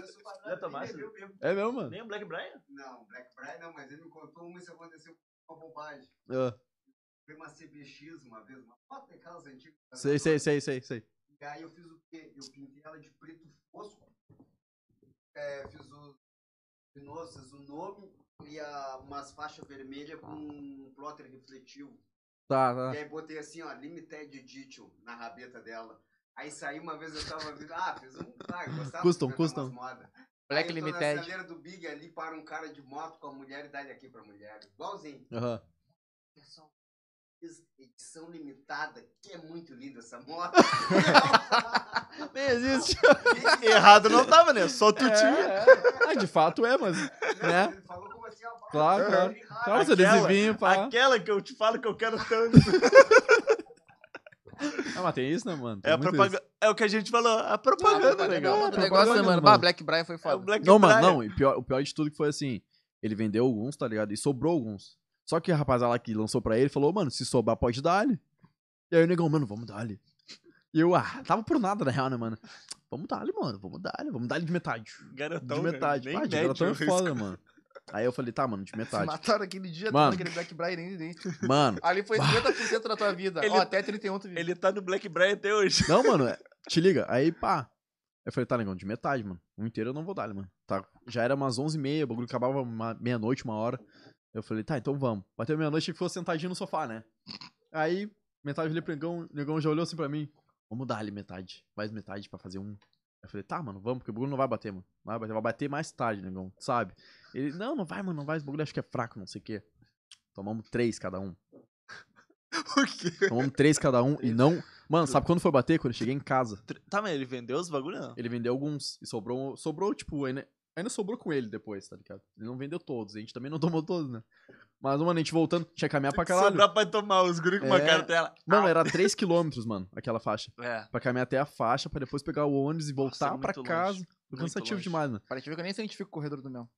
[SPEAKER 4] sou padrão,
[SPEAKER 1] Já tomasse?
[SPEAKER 4] nem bebeu mesmo.
[SPEAKER 3] É mesmo, mano?
[SPEAKER 1] Nem o Black Brian?
[SPEAKER 4] Não, Black Brian não, mas ele me contou uma e isso aconteceu com uma bobagem.
[SPEAKER 3] Ah,
[SPEAKER 4] Foi uma CBX uma vez, uma foto daquelas antigas. né?
[SPEAKER 3] Sei, sei, sei, sei, sei.
[SPEAKER 4] E aí eu fiz o quê? Eu pintei ela de preto fosco. É, fiz os nossas, o nome e a, umas faixas vermelhas com um plotter refletivo.
[SPEAKER 3] Tá, tá.
[SPEAKER 4] E aí botei assim, ó, Limited Edition na rabeta dela. Aí saí uma vez, eu tava vindo, ah, fiz um, ah, eu gostava
[SPEAKER 3] Custom,
[SPEAKER 4] de inventar
[SPEAKER 3] custom.
[SPEAKER 4] umas moda.
[SPEAKER 2] Black
[SPEAKER 4] Aí eu tô Na
[SPEAKER 5] assim,
[SPEAKER 2] Limited.
[SPEAKER 4] fileira do Big ali, para um cara de moto com a mulher e dá-lhe aqui pra mulher. Igualzinho.
[SPEAKER 3] Aham.
[SPEAKER 4] Pessoal, fiz edição limitada, que é muito linda essa moto.
[SPEAKER 3] Nem existe.
[SPEAKER 1] Errado não tava, né? Só tu tinha.
[SPEAKER 3] É. Ah, de fato é, mas.
[SPEAKER 4] Não,
[SPEAKER 3] Né?
[SPEAKER 4] Ele falou como assim, ó.
[SPEAKER 3] Claro,
[SPEAKER 4] ah,
[SPEAKER 3] claro.
[SPEAKER 4] errado.
[SPEAKER 3] Claro, os adesivinhos, pá.
[SPEAKER 1] Aquela que eu te falo que eu quero tanto.
[SPEAKER 3] Ah, mas tem isso, né, mano? Tem
[SPEAKER 1] É, a
[SPEAKER 3] muito
[SPEAKER 1] propaga- é o que a gente falou, a propaganda,
[SPEAKER 5] Ah,
[SPEAKER 1] legal.
[SPEAKER 5] propaganda,
[SPEAKER 3] É,
[SPEAKER 5] negócio,
[SPEAKER 3] propaganda,
[SPEAKER 5] mano.
[SPEAKER 3] mano.
[SPEAKER 5] Bah, Black Brian foi
[SPEAKER 1] É o
[SPEAKER 5] foda.
[SPEAKER 1] Black
[SPEAKER 3] Não,
[SPEAKER 1] Brian.
[SPEAKER 3] mano, não. E pior- o pior de tudo que foi assim: ele vendeu alguns, tá ligado? E sobrou alguns. Só que a rapaziada lá que lançou pra ele falou, mano, se sobrar, pode dar-lhe. E aí o negão, mano, vamos dar-lhe. E eu, ah, tava por nada, na real, né, mano? Vamos dar-lhe, mano, vamos dar-lhe, vamos dar-lhe de metade.
[SPEAKER 1] Garotão,
[SPEAKER 3] De
[SPEAKER 1] né?
[SPEAKER 3] metade.
[SPEAKER 1] Nem
[SPEAKER 3] Ah, de
[SPEAKER 1] mede
[SPEAKER 3] garotão é
[SPEAKER 1] o risco.
[SPEAKER 3] foda, mano. Aí eu falei, tá, mano, de
[SPEAKER 5] Se
[SPEAKER 3] metade.
[SPEAKER 5] mataram aquele dia,
[SPEAKER 3] Mano.
[SPEAKER 5] todo aquele Black Brian nem, nem.
[SPEAKER 3] Mano,
[SPEAKER 5] Ali foi 50% da tua vida.
[SPEAKER 1] Ele-
[SPEAKER 5] Ó, até 31 tu viu.
[SPEAKER 1] Ele tá no Black Brian até hoje.
[SPEAKER 3] não, mano, é- te liga. Aí, pá. Eu falei, tá, negão, de metade, mano. Um inteiro eu não vou dar-lhe, mano. Tá, já era umas 11h30, o bagulho acabava uma- meia-noite, uma hora. Eu falei, tá, então vamos. Bateu meia-noite e ficou sentadinho no sofá, né? Aí, metade eu olhei pro negão, o negão já olhou assim pra mim. Vamos dar-lhe metade. Mais metade pra fazer um. Eu falei, tá, mano, vamos, porque o bagulho não vai bater, mano. Não vai bater, vai bater mais tarde, negão, sabe? Ele, não, não vai, mano, não vai. Esse bagulho acho que é fraco, não sei o quê. Tomamos três cada um.
[SPEAKER 1] Por quê?
[SPEAKER 3] Tomamos três cada um e não. Mano, sabe quando foi bater? Quando eu cheguei em casa.
[SPEAKER 1] Tá, mas ele vendeu os bagulho, não?
[SPEAKER 3] Ele vendeu alguns e sobrou, sobrou tipo, ainda, ainda sobrou com ele depois, tá ligado? Ele não vendeu todos, a gente também não tomou todos, né? Mas, mano, a gente voltando, tinha que caminhar pra caralho.
[SPEAKER 1] Sobrar um pra tomar os guri com uma
[SPEAKER 3] É.
[SPEAKER 1] cartela.
[SPEAKER 3] Mano, era 3km, mano, aquela faixa.
[SPEAKER 1] É.
[SPEAKER 3] Pra caminhar até a faixa, pra depois pegar o ônibus e
[SPEAKER 1] Nossa, é
[SPEAKER 3] voltar pra
[SPEAKER 1] muito longe,
[SPEAKER 3] casa.
[SPEAKER 1] muito
[SPEAKER 3] Cansativo
[SPEAKER 1] longe.
[SPEAKER 3] demais, né?
[SPEAKER 5] Para te ver que eu nem cientifico o corredor do meu.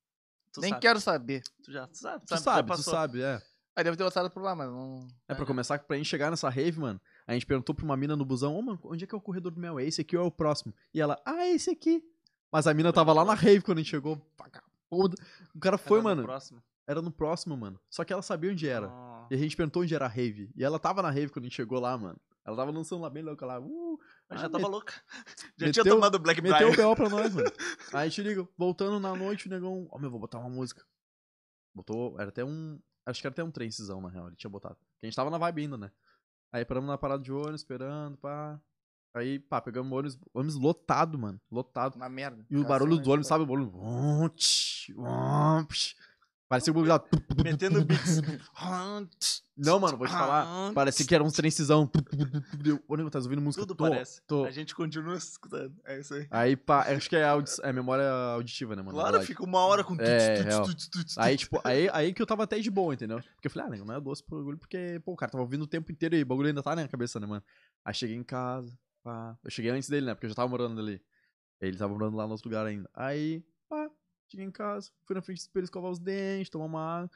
[SPEAKER 1] Tu
[SPEAKER 5] nem
[SPEAKER 1] sabe.
[SPEAKER 5] quero saber.
[SPEAKER 1] Tu já sabe,
[SPEAKER 3] Tu
[SPEAKER 1] sabe, já
[SPEAKER 3] sabe, tu
[SPEAKER 1] passou.
[SPEAKER 3] sabe, é.
[SPEAKER 5] Aí deve ter lançado por lá, mas não.
[SPEAKER 3] É, pra começar, pra gente chegar nessa rave, mano, a gente perguntou pra uma mina no busão, ô, mano, onde é que é o corredor do mel? É esse aqui ou é o próximo? E ela, ah, é esse aqui. Mas a mina tava lá na rave quando a gente chegou. Vagabunda. O cara foi,
[SPEAKER 1] Era no
[SPEAKER 3] mano.
[SPEAKER 1] próximo.
[SPEAKER 3] Era no próximo, mano. Só que ela sabia onde era.
[SPEAKER 1] Ah.
[SPEAKER 3] E a gente perguntou onde era a rave. E ela tava na rave quando a gente chegou lá, mano. Ela tava lançando lá bem louca lá. Uh,
[SPEAKER 1] Mas já
[SPEAKER 3] ah, met-
[SPEAKER 1] tava louca. Já
[SPEAKER 3] meteu-
[SPEAKER 1] tinha tomado Black
[SPEAKER 3] Meteu
[SPEAKER 1] Brian.
[SPEAKER 3] o B.O. pra nós, mano. Aí a gente liga, voltando na noite, o negão. Ó, meu, vou botar uma música. Botou, era até um. Acho que era até um trenzão, na real, ele tinha botado. Porque a gente tava na vibe ainda, né? Aí paramos na parada de ônibus, esperando, pá. Aí, pá, pegamos o ônibus, ônibus lotado, mano. Lotado.
[SPEAKER 5] Na merda.
[SPEAKER 3] E o
[SPEAKER 5] Cacete,
[SPEAKER 3] barulho
[SPEAKER 5] né?
[SPEAKER 3] do ônibus, sabe? O barulho. Vum, tch, vum, psh. Parecia o bagulho lá.
[SPEAKER 1] Metendo beats.
[SPEAKER 3] Não, mano, vou
[SPEAKER 1] Ah.
[SPEAKER 3] te falar. Parecia que era um uns trenzão. Ô, nego, tá ouvindo música?
[SPEAKER 1] Tudo
[SPEAKER 3] Tô,
[SPEAKER 1] parece.
[SPEAKER 3] tô.
[SPEAKER 1] A gente continua escutando. É isso aí.
[SPEAKER 3] Aí, pá, acho que é, audi- é memória auditiva, né, mano? na
[SPEAKER 1] Claro,
[SPEAKER 3] verdade.
[SPEAKER 1] fica um uma hora com tuts,
[SPEAKER 3] É,
[SPEAKER 1] tuts,
[SPEAKER 3] real.
[SPEAKER 1] tuts, tuts,
[SPEAKER 3] Aí,
[SPEAKER 1] tuts.
[SPEAKER 3] tipo, aí, aí que eu tava até de boa, entendeu? Porque eu falei, ah, nego, não é doce pro bagulho, porque, pô, o cara tava ouvindo o tempo inteiro e o bagulho ainda tá na minha cabeça, né, mano? Aí cheguei em casa, pá. Eu cheguei antes dele, né? Porque eu já tava morando ali. Ele tava morando lá no outro lugar ainda. Aí, pá, cheguei em casa, fui na frente do espelho escovar os dentes, tomar uma água.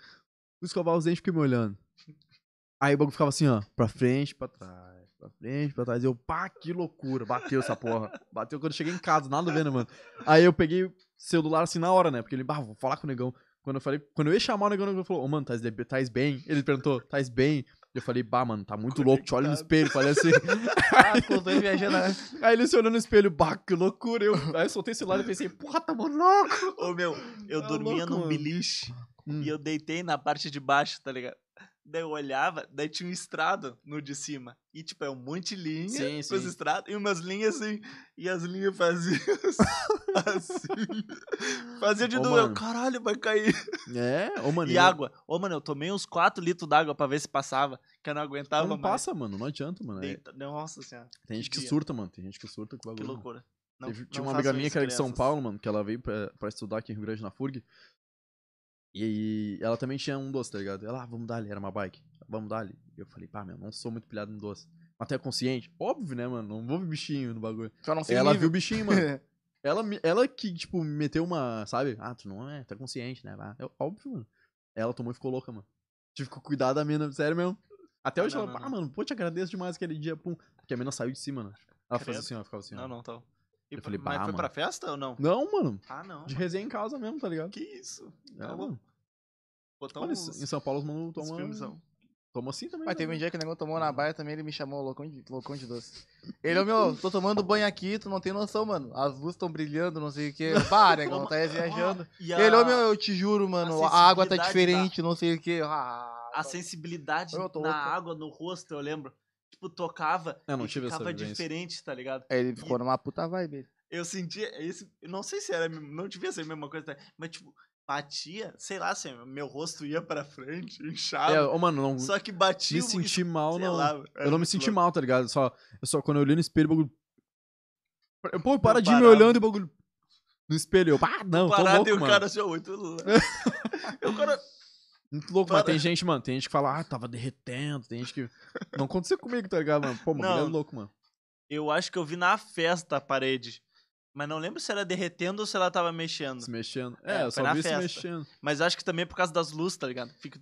[SPEAKER 3] Fui escovar os dentes e fiquei me olhando. Aí o bagulho ficava assim, ó, pra frente, pra trás, pra frente, pra trás. E eu, pá, que loucura. Bateu essa porra. Bateu quando eu cheguei em casa, nada vendo, mano. Aí eu peguei o celular assim na hora, né? Porque ele, bah, vou falar com o negão. Quando eu falei, quando eu ia chamar o negão, o negão falou, ô, mano, tá tais, de- tais bem? Ele perguntou, tais bem? Eu falei, bah, mano, tá muito louco, te olha no espelho, falei assim.
[SPEAKER 5] Ah, ficou os dois viajando. né?
[SPEAKER 3] Aí ele se olhou no espelho, bah, que loucura. Eu, aí eu soltei o celular e pensei, porra, tá mó louco.
[SPEAKER 1] Ô, meu, eu
[SPEAKER 3] Tá
[SPEAKER 1] dormia
[SPEAKER 3] louco,
[SPEAKER 1] num
[SPEAKER 3] mano.
[SPEAKER 1] beliche
[SPEAKER 3] Hum.
[SPEAKER 1] e eu deitei na parte de baixo, tá ligado? Daí eu olhava, daí tinha um estrado no de cima. E, tipo, é um monte de linha
[SPEAKER 3] Sim,
[SPEAKER 1] com os
[SPEAKER 3] sim.
[SPEAKER 1] estrados e umas linhas assim. E as linhas faziam assim. Fazia de
[SPEAKER 3] Ô,
[SPEAKER 1] doer. Eu,
[SPEAKER 3] mano.
[SPEAKER 1] Caralho, vai cair.
[SPEAKER 3] É, ô, mano.
[SPEAKER 1] E água. Ô, mano, eu tomei uns 4 litros d'água pra ver se passava, que eu não aguentava
[SPEAKER 3] Não
[SPEAKER 1] mais.
[SPEAKER 3] passa, mano. Não adianta, mano. É,
[SPEAKER 1] Deita- Nossa senhora,
[SPEAKER 3] tem gente que
[SPEAKER 1] dia.
[SPEAKER 3] surta, mano. Tem gente que surta com o
[SPEAKER 1] que
[SPEAKER 3] bagulho. mano.
[SPEAKER 1] loucura. Não,
[SPEAKER 3] Teve- tinha
[SPEAKER 1] não
[SPEAKER 3] uma amiga
[SPEAKER 1] façam
[SPEAKER 3] minha
[SPEAKER 1] isso,
[SPEAKER 3] que era de São
[SPEAKER 1] crianças.
[SPEAKER 3] Paulo, mano, que ela veio pra, pra estudar aqui em Rio Grande, na FURG. E ela também tinha um doce, tá ligado? Ela, ah, vamos dar ali, era uma bike. Vamos dar ali. Eu falei, pá, meu, não sou muito pilhado no doce. Mas tu é consciente? Óbvio, né, mano? Não vou ver bichinho no bagulho.
[SPEAKER 5] Só não sei
[SPEAKER 3] ela
[SPEAKER 5] o nível.
[SPEAKER 3] viu o bichinho, mano. Ela, me- ela que, tipo, meteu uma, sabe? Ah, tu não é, tá consciente, né? vá. Eu, óbvio, mano. Ela tomou e ficou louca, mano. Tive que cuidar da mina, sério mesmo. Até
[SPEAKER 1] Ah,
[SPEAKER 3] hoje
[SPEAKER 1] não,
[SPEAKER 3] ela,
[SPEAKER 1] não,
[SPEAKER 3] ah, mano, pô, te agradeço demais aquele dia, pum. Porque a mina saiu de cima, né? Ela
[SPEAKER 1] Credo.
[SPEAKER 3] fazia assim, ela ficava assim. ó.
[SPEAKER 1] Não, não, tá. E
[SPEAKER 3] Eu
[SPEAKER 1] pra-
[SPEAKER 3] falei,
[SPEAKER 1] mas
[SPEAKER 3] bah,
[SPEAKER 1] foi
[SPEAKER 3] mano.
[SPEAKER 1] pra festa ou não?
[SPEAKER 3] Não, mano.
[SPEAKER 1] Ah, não.
[SPEAKER 3] De resenha em casa mesmo, tá ligado?
[SPEAKER 1] Que isso?
[SPEAKER 3] É,
[SPEAKER 1] tá
[SPEAKER 3] mano.
[SPEAKER 1] Botar
[SPEAKER 3] Mano, em
[SPEAKER 1] uns,
[SPEAKER 3] S- em São Paulo os mano
[SPEAKER 1] uns
[SPEAKER 3] tomam.
[SPEAKER 1] filmezão.
[SPEAKER 3] Toma assim também.
[SPEAKER 5] Mas
[SPEAKER 3] né?
[SPEAKER 5] teve um dia que o negão tomou na baia também, ele me chamou loucão de, loucão de doce. Ele, ô meu, tô tomando banho aqui, tu não tem noção, mano. As luzes tão brilhando, não sei o que. Pá, negão, tá aí viajando.
[SPEAKER 1] E
[SPEAKER 5] Ele, ô meu, eu te juro, mano, a água tá diferente, não sei o que. Ah,
[SPEAKER 1] a sensibilidade
[SPEAKER 5] Eu tô
[SPEAKER 1] na
[SPEAKER 5] louco.
[SPEAKER 1] água, no rosto, eu lembro. Tipo, tocava
[SPEAKER 3] Eu não
[SPEAKER 1] e
[SPEAKER 3] tive essa
[SPEAKER 1] ficava
[SPEAKER 3] vivência.
[SPEAKER 1] diferente, tá ligado?
[SPEAKER 5] Aí ele ficou numa puta vibe.
[SPEAKER 1] Eu sentia. Esse, eu não sei se era. a mesma- Não devia ser a mesma coisa, tá? mas tipo, batia, sei lá, assim, meu rosto ia pra frente, inchava.
[SPEAKER 3] É, ô, mano, não.
[SPEAKER 1] Ah, só que batia
[SPEAKER 3] Me
[SPEAKER 1] o-
[SPEAKER 3] senti mal,
[SPEAKER 1] sei
[SPEAKER 3] não.
[SPEAKER 1] lá, é, tipo, era
[SPEAKER 3] eu não me
[SPEAKER 1] muito
[SPEAKER 3] senti
[SPEAKER 1] louco.
[SPEAKER 3] mal, tá ligado? Só, eu só quando eu olhei no espelho, o bagulho. Eu, Pô, para de ir me
[SPEAKER 1] parava.
[SPEAKER 3] olhando e o bagulho. No espelho, eu, ah, não, tô
[SPEAKER 1] Parado
[SPEAKER 3] louco,
[SPEAKER 1] e o
[SPEAKER 3] mano.
[SPEAKER 1] cara assim, ó, muito louco. E o cara.
[SPEAKER 3] Muito louco, mas
[SPEAKER 1] Para.
[SPEAKER 3] tem gente, mano, tem gente que fala, ah, tava derretendo, tem gente que. Não aconteceu comigo, tá ligado, mano? Pô, mano,
[SPEAKER 1] Não.
[SPEAKER 3] é louco, mano.
[SPEAKER 1] Eu acho que eu vi na festa a parede. Mas não lembro se era derretendo ou se ela tava mexendo.
[SPEAKER 3] Se mexendo.
[SPEAKER 1] É,
[SPEAKER 3] É, eu
[SPEAKER 1] foi
[SPEAKER 3] só
[SPEAKER 1] na
[SPEAKER 3] vi se
[SPEAKER 1] festa.
[SPEAKER 3] mexendo.
[SPEAKER 1] Mas acho que também é por causa das luzes, tá ligado? Fica...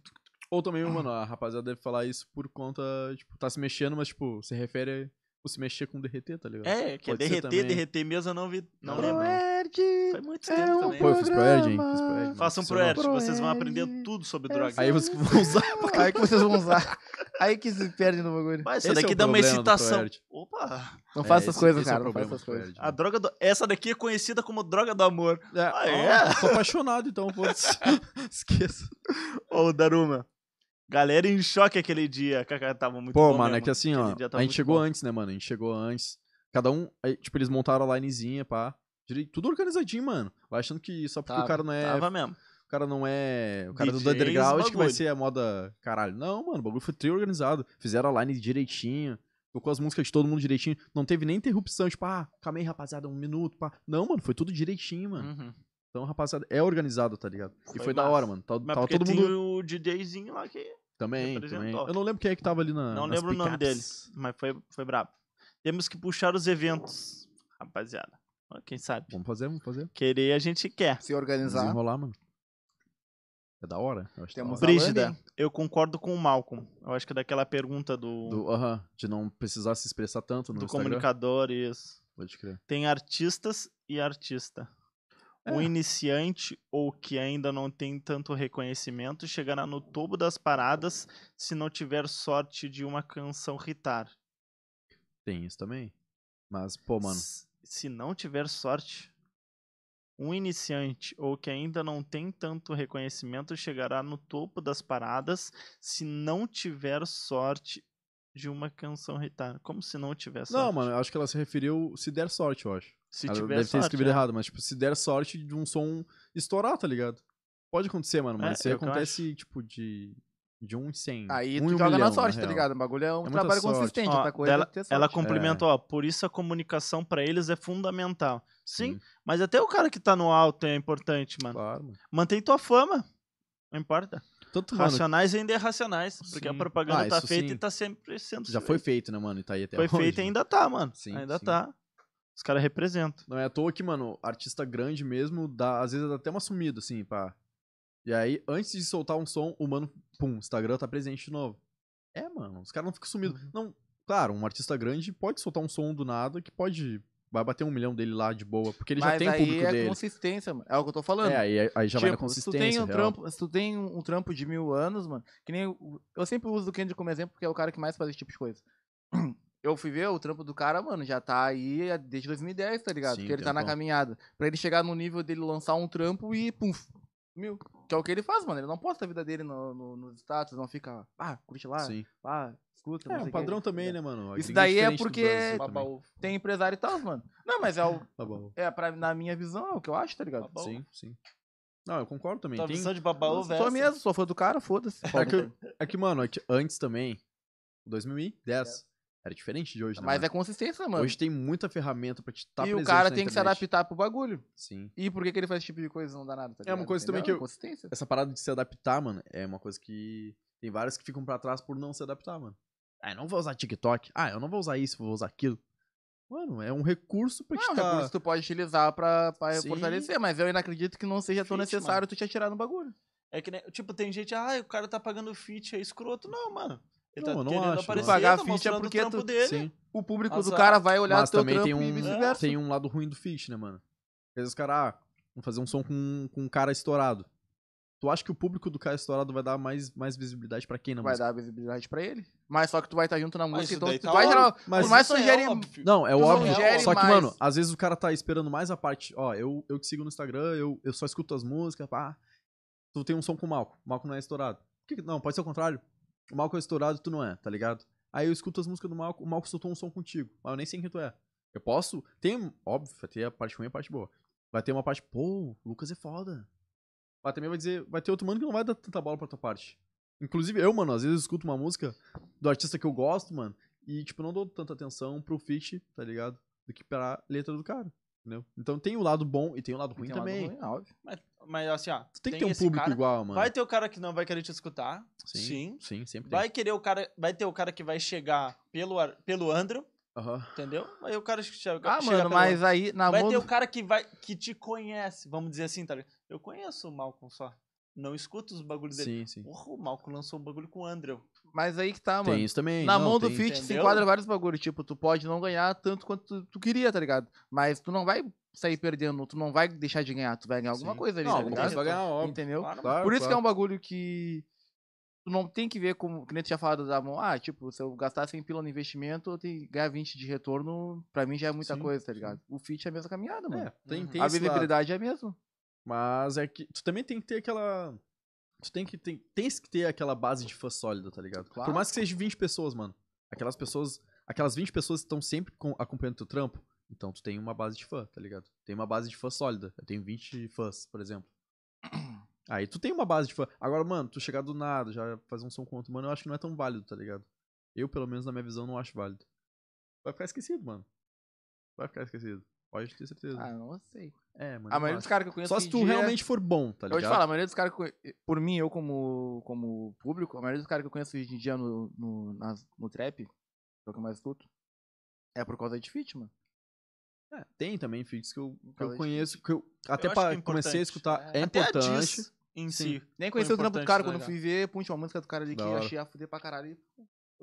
[SPEAKER 3] Ou também, mano, a rapaziada deve falar isso por conta, tipo, tá se mexendo, mas, tipo, se refere a tipo, se mexer com derreter, tá ligado?
[SPEAKER 1] É, que é
[SPEAKER 3] Pode ser
[SPEAKER 1] derreter,
[SPEAKER 3] também.
[SPEAKER 1] derreter mesmo, eu não vi. Não,
[SPEAKER 3] Não, é,
[SPEAKER 1] lembro.
[SPEAKER 5] Perde!
[SPEAKER 1] Faz muito
[SPEAKER 5] é
[SPEAKER 1] tempo
[SPEAKER 5] um
[SPEAKER 1] também.
[SPEAKER 3] Pô, eu fiz pro Ed, hein? Fiz pro Ed. mano.
[SPEAKER 1] Façam um pro
[SPEAKER 3] Funcionou.
[SPEAKER 1] Ed, vocês vão aprender
[SPEAKER 5] Proerd.
[SPEAKER 1] tudo sobre
[SPEAKER 5] Eu
[SPEAKER 1] drogas.
[SPEAKER 3] Aí vocês vão usar.
[SPEAKER 5] Aí que vocês vão usar. Aí que se perdem no bagulho.
[SPEAKER 1] Mas
[SPEAKER 3] Esse
[SPEAKER 1] essa
[SPEAKER 3] é
[SPEAKER 1] daqui
[SPEAKER 3] o
[SPEAKER 1] dá uma
[SPEAKER 3] problema do
[SPEAKER 1] excitação.
[SPEAKER 3] Proerd.
[SPEAKER 1] Opa!
[SPEAKER 5] Não faça
[SPEAKER 3] É,
[SPEAKER 5] essas
[SPEAKER 3] esse-
[SPEAKER 5] coisas,
[SPEAKER 3] esse é o
[SPEAKER 5] cara. Não faça
[SPEAKER 3] problema
[SPEAKER 5] essas
[SPEAKER 3] do
[SPEAKER 5] coisas.
[SPEAKER 3] Proerd,
[SPEAKER 1] A
[SPEAKER 3] né?
[SPEAKER 1] droga do... Essa daqui é conhecida como droga do amor.
[SPEAKER 3] É,
[SPEAKER 1] Ah,
[SPEAKER 3] ó, Tô apaixonado, então, pô. Esqueça.
[SPEAKER 1] Ô, Daruma. Galera em choque aquele dia. Kaká tava muito
[SPEAKER 3] Pô,
[SPEAKER 1] bom
[SPEAKER 3] mano, é
[SPEAKER 1] mesmo.
[SPEAKER 3] que assim, ó.
[SPEAKER 1] Aquele dia tava
[SPEAKER 3] A gente
[SPEAKER 1] tá muito
[SPEAKER 3] chegou
[SPEAKER 1] bom.
[SPEAKER 3] antes, né, mano? A gente chegou antes. Cada um. aí, tipo, eles montaram a linezinha, pá. Direi- Tudo organizadinho, mano. Vai achando que só porque
[SPEAKER 5] Tava,
[SPEAKER 3] o cara não é.
[SPEAKER 1] Tá Tava mesmo.
[SPEAKER 3] O cara não é. O cara do
[SPEAKER 1] DJ,
[SPEAKER 3] underground
[SPEAKER 1] esse
[SPEAKER 3] que vai
[SPEAKER 1] bagulho.
[SPEAKER 3] ser a moda. Caralho. Não, mano. O bagulho foi tri organizado. Fizeram a line direitinho. Tocou as músicas de todo mundo direitinho. Não teve nem interrupção, tipo, ah, calma aí, rapaziada, um minuto, pá. Não, mano, foi tudo direitinho, mano.
[SPEAKER 1] Uhum.
[SPEAKER 3] Então, rapaziada, é organizado, tá ligado? E
[SPEAKER 1] Foi
[SPEAKER 3] foi da
[SPEAKER 1] massa.
[SPEAKER 3] hora, mano. Tava,
[SPEAKER 1] Mas
[SPEAKER 3] tava
[SPEAKER 1] porque
[SPEAKER 3] todo
[SPEAKER 1] tinha
[SPEAKER 3] mundo.
[SPEAKER 1] o DJzinho lá que
[SPEAKER 3] Também, também.
[SPEAKER 1] representou.
[SPEAKER 3] Eu não lembro quem é que tava ali na.
[SPEAKER 1] Não
[SPEAKER 3] nas
[SPEAKER 1] lembro o nome
[SPEAKER 3] picapes.
[SPEAKER 1] Mas foi, foi brabo. Temos que puxar os eventos, rapaziada. Ó, Quem sabe?
[SPEAKER 3] Vamos fazer, vamos fazer.
[SPEAKER 1] Querer a gente quer.
[SPEAKER 5] Se
[SPEAKER 3] Vamos
[SPEAKER 5] organizar.
[SPEAKER 3] desenrolar, mano. É da hora. Eu acho que é da
[SPEAKER 5] Temos
[SPEAKER 3] hora.
[SPEAKER 1] Brígida, Tá eu concordo com o Malcolm. Eu acho que é daquela pergunta do, do,
[SPEAKER 3] Do, aham, de não precisar se expressar tanto no Instagram.
[SPEAKER 1] comunicador, isso.
[SPEAKER 3] Pode crer.
[SPEAKER 1] Tem artistas e artista. O
[SPEAKER 3] É.
[SPEAKER 1] iniciante ou que ainda não tem tanto reconhecimento chegará no topo das paradas se não tiver sorte de uma canção hitar.
[SPEAKER 3] Tem isso também. Mas, pô, mano.
[SPEAKER 1] S- Se não tiver sorte, um iniciante ou que ainda não tem tanto reconhecimento chegará no topo das paradas se não tiver sorte de uma canção hitar. Como se não tiver sorte?
[SPEAKER 3] Não, mano, eu acho que ela se referiu se der sorte, eu acho.
[SPEAKER 1] Se
[SPEAKER 3] ela
[SPEAKER 1] tiver
[SPEAKER 3] deve ter
[SPEAKER 1] sorte,
[SPEAKER 3] escrito
[SPEAKER 1] é.
[SPEAKER 3] errado, mas tipo, se der sorte de um som estourar, tá ligado? Pode acontecer, mano, mas
[SPEAKER 1] É,
[SPEAKER 3] isso aí
[SPEAKER 1] é o que eu
[SPEAKER 3] acontece, tipo, de. De um em cem.
[SPEAKER 5] Aí
[SPEAKER 3] um
[SPEAKER 5] tu
[SPEAKER 3] em um
[SPEAKER 5] joga
[SPEAKER 3] milhão,
[SPEAKER 5] na sorte, tá
[SPEAKER 3] real.
[SPEAKER 5] ligado? O bagulho é um
[SPEAKER 3] muita
[SPEAKER 5] trabalho
[SPEAKER 3] sorte.
[SPEAKER 5] consistente,
[SPEAKER 1] Ó,
[SPEAKER 5] outra coisa
[SPEAKER 1] dela-
[SPEAKER 5] é ter sorte.
[SPEAKER 1] Ela complementa, ó, por isso a comunicação pra eles é fundamental. Sim, mas até o cara que tá no alto é importante, mano.
[SPEAKER 3] Claro, mano.
[SPEAKER 1] Mantém tua fama. Não importa.
[SPEAKER 3] Tanto, mano,
[SPEAKER 1] Racionais ainda é racionais, porque a
[SPEAKER 3] Sim.
[SPEAKER 1] propaganda
[SPEAKER 3] Ah,
[SPEAKER 1] tá
[SPEAKER 3] isso
[SPEAKER 1] feita
[SPEAKER 3] sim.
[SPEAKER 1] e tá sempre sendo
[SPEAKER 3] já foi feito, né, mano? E tá aí até
[SPEAKER 1] Foi
[SPEAKER 3] hoje,
[SPEAKER 1] feito e
[SPEAKER 3] né?
[SPEAKER 1] ainda tá, mano.
[SPEAKER 3] Sim,
[SPEAKER 1] ainda
[SPEAKER 3] sim.
[SPEAKER 1] tá. Os caras representam.
[SPEAKER 3] Não é à toa que, mano, artista grande mesmo, dá, às vezes dá até uma sumida, assim, pá. E aí, antes de soltar um som, o mano, pum, Instagram tá presente de novo. É, mano, os caras não ficam sumidos.
[SPEAKER 5] Uhum.
[SPEAKER 3] Não, claro, um artista grande pode soltar um som do nada que pode. Vai bater um milhão dele lá de boa, porque ele
[SPEAKER 5] Mas
[SPEAKER 3] já tem o
[SPEAKER 5] aí
[SPEAKER 3] público
[SPEAKER 5] é
[SPEAKER 3] dele.
[SPEAKER 5] consistência, mano. É o que eu tô falando.
[SPEAKER 3] É, aí, aí já vai na
[SPEAKER 5] Tipo, se tu
[SPEAKER 3] consistência.
[SPEAKER 5] tem um
[SPEAKER 3] real.
[SPEAKER 5] trampo, se tu tem um um trampo de mil anos, mano, que nem o- eu sempre uso o Kennedy como exemplo, porque é o cara que mais faz esse tipo de coisa. Eu fui ver o trampo do cara, mano, já tá aí desde 2010, tá ligado?
[SPEAKER 3] Sim, um
[SPEAKER 5] Porque ele tá na
[SPEAKER 3] tempão.
[SPEAKER 5] caminhada. Pra ele chegar no nível dele lançar um trampo e pum, mil.
[SPEAKER 2] Que é o que ele faz, mano. Ele não posta a vida dele no, no- nos status, não fica, ah, curte lá,
[SPEAKER 3] Sim.
[SPEAKER 2] ah, escuta.
[SPEAKER 3] É,
[SPEAKER 2] não sei
[SPEAKER 3] um
[SPEAKER 2] o quê.
[SPEAKER 3] padrão também, né, mano?
[SPEAKER 2] Isso
[SPEAKER 3] Gringo é
[SPEAKER 2] daí é
[SPEAKER 3] diferente do
[SPEAKER 2] porque-
[SPEAKER 3] Brasil também.
[SPEAKER 1] Babaú.
[SPEAKER 2] Tem empresário e tal, mano. Não, mas é, o,
[SPEAKER 3] Babaú.
[SPEAKER 2] é pra, na minha visão, é o que eu acho, tá ligado?
[SPEAKER 1] Babaú.
[SPEAKER 3] Sim, sim. Não, eu concordo também.
[SPEAKER 1] Tua
[SPEAKER 3] Tem...
[SPEAKER 1] visão de é babaú, velho.
[SPEAKER 2] Sou mesmo, sou fã do cara, foda-se.
[SPEAKER 3] É que, é que, mano, é que antes também, 2010, era diferente de hoje, né?
[SPEAKER 2] É. Mas
[SPEAKER 3] mano?
[SPEAKER 2] é consistência, mano.
[SPEAKER 3] Hoje tem muita ferramenta pra te estar
[SPEAKER 2] e
[SPEAKER 3] presente
[SPEAKER 2] o cara
[SPEAKER 3] na
[SPEAKER 2] tem que se
[SPEAKER 3] internet.
[SPEAKER 2] adaptar pro bagulho.
[SPEAKER 3] Sim.
[SPEAKER 2] E por que, que ele faz esse tipo de coisa não dá nada, tá
[SPEAKER 3] É uma
[SPEAKER 2] ligado?
[SPEAKER 3] coisa também
[SPEAKER 2] Entendeu?
[SPEAKER 3] que eu-
[SPEAKER 2] Consistência.
[SPEAKER 3] Essa parada de se adaptar, mano, é uma coisa que... Tem vários que ficam pra trás por não se adaptar, mano. Ah, eu não vou usar TikTok. Ah, eu não vou usar isso, vou usar aquilo. Mano, é um recurso pra te
[SPEAKER 2] Não, é
[SPEAKER 3] tá...
[SPEAKER 2] recurso que tu pode utilizar pra, pra
[SPEAKER 3] Sim.
[SPEAKER 2] fortalecer, mas eu ainda acredito que não seja tão
[SPEAKER 1] Fit,
[SPEAKER 2] necessário tu te atirar no bagulho.
[SPEAKER 1] É que nem, tipo, tem gente, ah, o cara tá pagando fit, é escroto. Não, mano. Ele
[SPEAKER 3] Não,
[SPEAKER 1] tá
[SPEAKER 3] eu não
[SPEAKER 1] querendo
[SPEAKER 3] acho, não.
[SPEAKER 1] aparecer,
[SPEAKER 2] Pagar
[SPEAKER 1] tá
[SPEAKER 2] fit é
[SPEAKER 1] mostrando
[SPEAKER 2] porque
[SPEAKER 1] o trampo
[SPEAKER 2] tu-
[SPEAKER 1] dele.
[SPEAKER 3] Sim.
[SPEAKER 2] O público Tipo, do
[SPEAKER 1] Azar.
[SPEAKER 2] cara vai olhar
[SPEAKER 3] Mas
[SPEAKER 2] teu
[SPEAKER 3] também
[SPEAKER 2] trampo
[SPEAKER 3] tem
[SPEAKER 2] e
[SPEAKER 3] um,
[SPEAKER 2] vice-versa.
[SPEAKER 3] tem um lado ruim do feat, né, mano? Às vezes os caras, ah, vão fazer um som com, com um cara estourado. Tu acha que o público do cara estourado vai dar mais, mais visibilidade pra quem na
[SPEAKER 2] Vai
[SPEAKER 3] música?
[SPEAKER 2] dar visibilidade pra ele. Mas só que tu vai estar junto na
[SPEAKER 1] Mas
[SPEAKER 2] música,
[SPEAKER 1] isso
[SPEAKER 2] então
[SPEAKER 1] daí
[SPEAKER 2] tu
[SPEAKER 1] tá
[SPEAKER 2] vai gerar...
[SPEAKER 1] óbvio.
[SPEAKER 3] Mas
[SPEAKER 2] por mais
[SPEAKER 1] isso é
[SPEAKER 2] sugere-
[SPEAKER 1] óbvio.
[SPEAKER 3] Não, é
[SPEAKER 2] Tu não
[SPEAKER 3] óbvio.
[SPEAKER 2] gere
[SPEAKER 3] Só que,
[SPEAKER 2] mais.
[SPEAKER 3] mano, às vezes o cara tá esperando mais a parte, ó, eu, eu que sigo no Instagram, eu, eu só escuto as músicas, pá. Tu tem um som com o Malco, o Malco não é estourado. Por que que- não, pode ser o contrário. O Malco é estourado tu não é, tá ligado? Aí eu escuto as músicas do Malco, o Malco soltou um som contigo, mas eu nem sei quem tu é. Eu posso, tem, óbvio, vai ter a parte ruim e a parte boa. Vai ter uma parte, pô, o Lucas é foda. Mas também vai dizer, vai ter outro mano que não vai dar tanta bola pra tua parte. Inclusive eu, mano, às vezes eu escuto uma música do artista que eu gosto, mano, e, tipo, não dou tanta atenção pro feat, tá ligado? Do que pra letra do cara, entendeu? Então tem o lado bom e tem o lado ruim
[SPEAKER 2] Tem um lado
[SPEAKER 3] também.
[SPEAKER 2] ruim, óbvio.
[SPEAKER 1] Mas, mas assim, ó.
[SPEAKER 3] Tu tem, que ter um
[SPEAKER 1] esse
[SPEAKER 3] público
[SPEAKER 1] cara,
[SPEAKER 3] igual, mano.
[SPEAKER 1] Vai ter o cara que não vai querer te escutar.
[SPEAKER 3] Sim.
[SPEAKER 1] Sim.
[SPEAKER 3] Sim, sempre
[SPEAKER 1] Vai querer o cara. Vai ter o cara que vai chegar pelo, ar- pelo Andro,
[SPEAKER 3] tem. Aham.
[SPEAKER 1] entendeu? Aí o cara che- chega.
[SPEAKER 2] Ah,
[SPEAKER 1] chega
[SPEAKER 2] mano,
[SPEAKER 1] pelo
[SPEAKER 2] mas aí na
[SPEAKER 1] Vai ter
[SPEAKER 2] música...
[SPEAKER 1] o cara que, vai, que te conhece, vamos dizer assim, tá ligado? Eu conheço o Malcolm só. Não escuto os bagulhos dele.
[SPEAKER 3] Sim, sim.
[SPEAKER 1] Porra, o Malcolm lançou um bagulho com o Andrew.
[SPEAKER 2] Mas aí que tá, mano.
[SPEAKER 3] Tem isso também.
[SPEAKER 2] Na
[SPEAKER 3] não,
[SPEAKER 2] mão do
[SPEAKER 3] tem-
[SPEAKER 2] Fit se
[SPEAKER 1] Entendeu?
[SPEAKER 2] enquadra vários bagulhos. Tipo, tu pode não ganhar tanto quanto tu, tu queria, tá ligado? Mas tu não vai sair perdendo, tu não vai deixar de ganhar, tu vai ganhar alguma
[SPEAKER 3] Sim.
[SPEAKER 2] coisa ali,
[SPEAKER 3] Não,
[SPEAKER 2] tá
[SPEAKER 3] alguma coisa
[SPEAKER 2] ligado?
[SPEAKER 3] vai ganhar, óbvio.
[SPEAKER 2] Entendeu?
[SPEAKER 1] Claro,
[SPEAKER 3] Claro,
[SPEAKER 2] Por isso que é
[SPEAKER 3] claro.
[SPEAKER 2] um bagulho que tu não tem que ver como. Que nem tu tinha falado da mão. Ah, tipo, se eu gastar 100 pila no investimento, eu tenho que ganhar 20 de retorno. Pra mim já é muita
[SPEAKER 3] Sim,
[SPEAKER 2] coisa, tá ligado? O fit é a mesma caminhada, mano.
[SPEAKER 3] É, tem,
[SPEAKER 1] Uhum.
[SPEAKER 3] tem
[SPEAKER 2] a
[SPEAKER 3] esse lado.
[SPEAKER 2] visibilidade é a mesma.
[SPEAKER 3] Mas é que tu também tem que ter aquela. Tu tem que tem, tens que ter aquela base de fã sólida, tá ligado?
[SPEAKER 2] Claro.
[SPEAKER 3] Por mais que seja 20 pessoas, mano. Aquelas pessoas, aquelas 20 pessoas estão sempre com- acompanhando teu trampo. Então tu tem uma base de fã, tá ligado? Tem uma base de fã sólida. Eu tenho 20 fãs, por exemplo. Aí tu tem uma base de fã. Agora, mano, tu chegar do nada, já fazer um som com outro, mano, eu acho que não é tão válido, tá ligado? Eu, pelo menos na minha visão, não acho válido. Vai ficar esquecido, mano. Vai ficar esquecido. Pode ter certeza.
[SPEAKER 2] Ah, não sei. Ah,
[SPEAKER 3] é, mano.
[SPEAKER 2] A
[SPEAKER 3] eu
[SPEAKER 2] maioria
[SPEAKER 3] acho.
[SPEAKER 2] dos caras que eu conheço.
[SPEAKER 3] Só
[SPEAKER 2] hoje
[SPEAKER 3] se
[SPEAKER 2] em
[SPEAKER 3] tu
[SPEAKER 2] dia- é
[SPEAKER 3] realmente for bom, tá
[SPEAKER 2] Eu te
[SPEAKER 3] ligado?
[SPEAKER 2] falo, a maioria dos caras. que eu conhe- Por mim, eu como, como público, a maioria dos caras que eu conheço hoje em dia no, no, nas- no trap, que é o que eu mais escuto, é por causa de fit, mano.
[SPEAKER 3] É, tem também feats que eu, que
[SPEAKER 2] Causa
[SPEAKER 3] eu
[SPEAKER 2] de
[SPEAKER 3] conheço, que eu até
[SPEAKER 1] acho
[SPEAKER 3] pra-
[SPEAKER 1] que é
[SPEAKER 3] comecei
[SPEAKER 1] importante.
[SPEAKER 3] a escutar. É,
[SPEAKER 1] Até a
[SPEAKER 3] importante.
[SPEAKER 1] diss em si.
[SPEAKER 2] Nem conheci o trampo do
[SPEAKER 1] importante,
[SPEAKER 2] cara,
[SPEAKER 1] tá
[SPEAKER 2] quando
[SPEAKER 1] ligado?
[SPEAKER 2] fui ver, punch, uma música do cara ali que
[SPEAKER 3] Da
[SPEAKER 2] eu
[SPEAKER 3] hora.
[SPEAKER 2] achei a fuder pra caralho.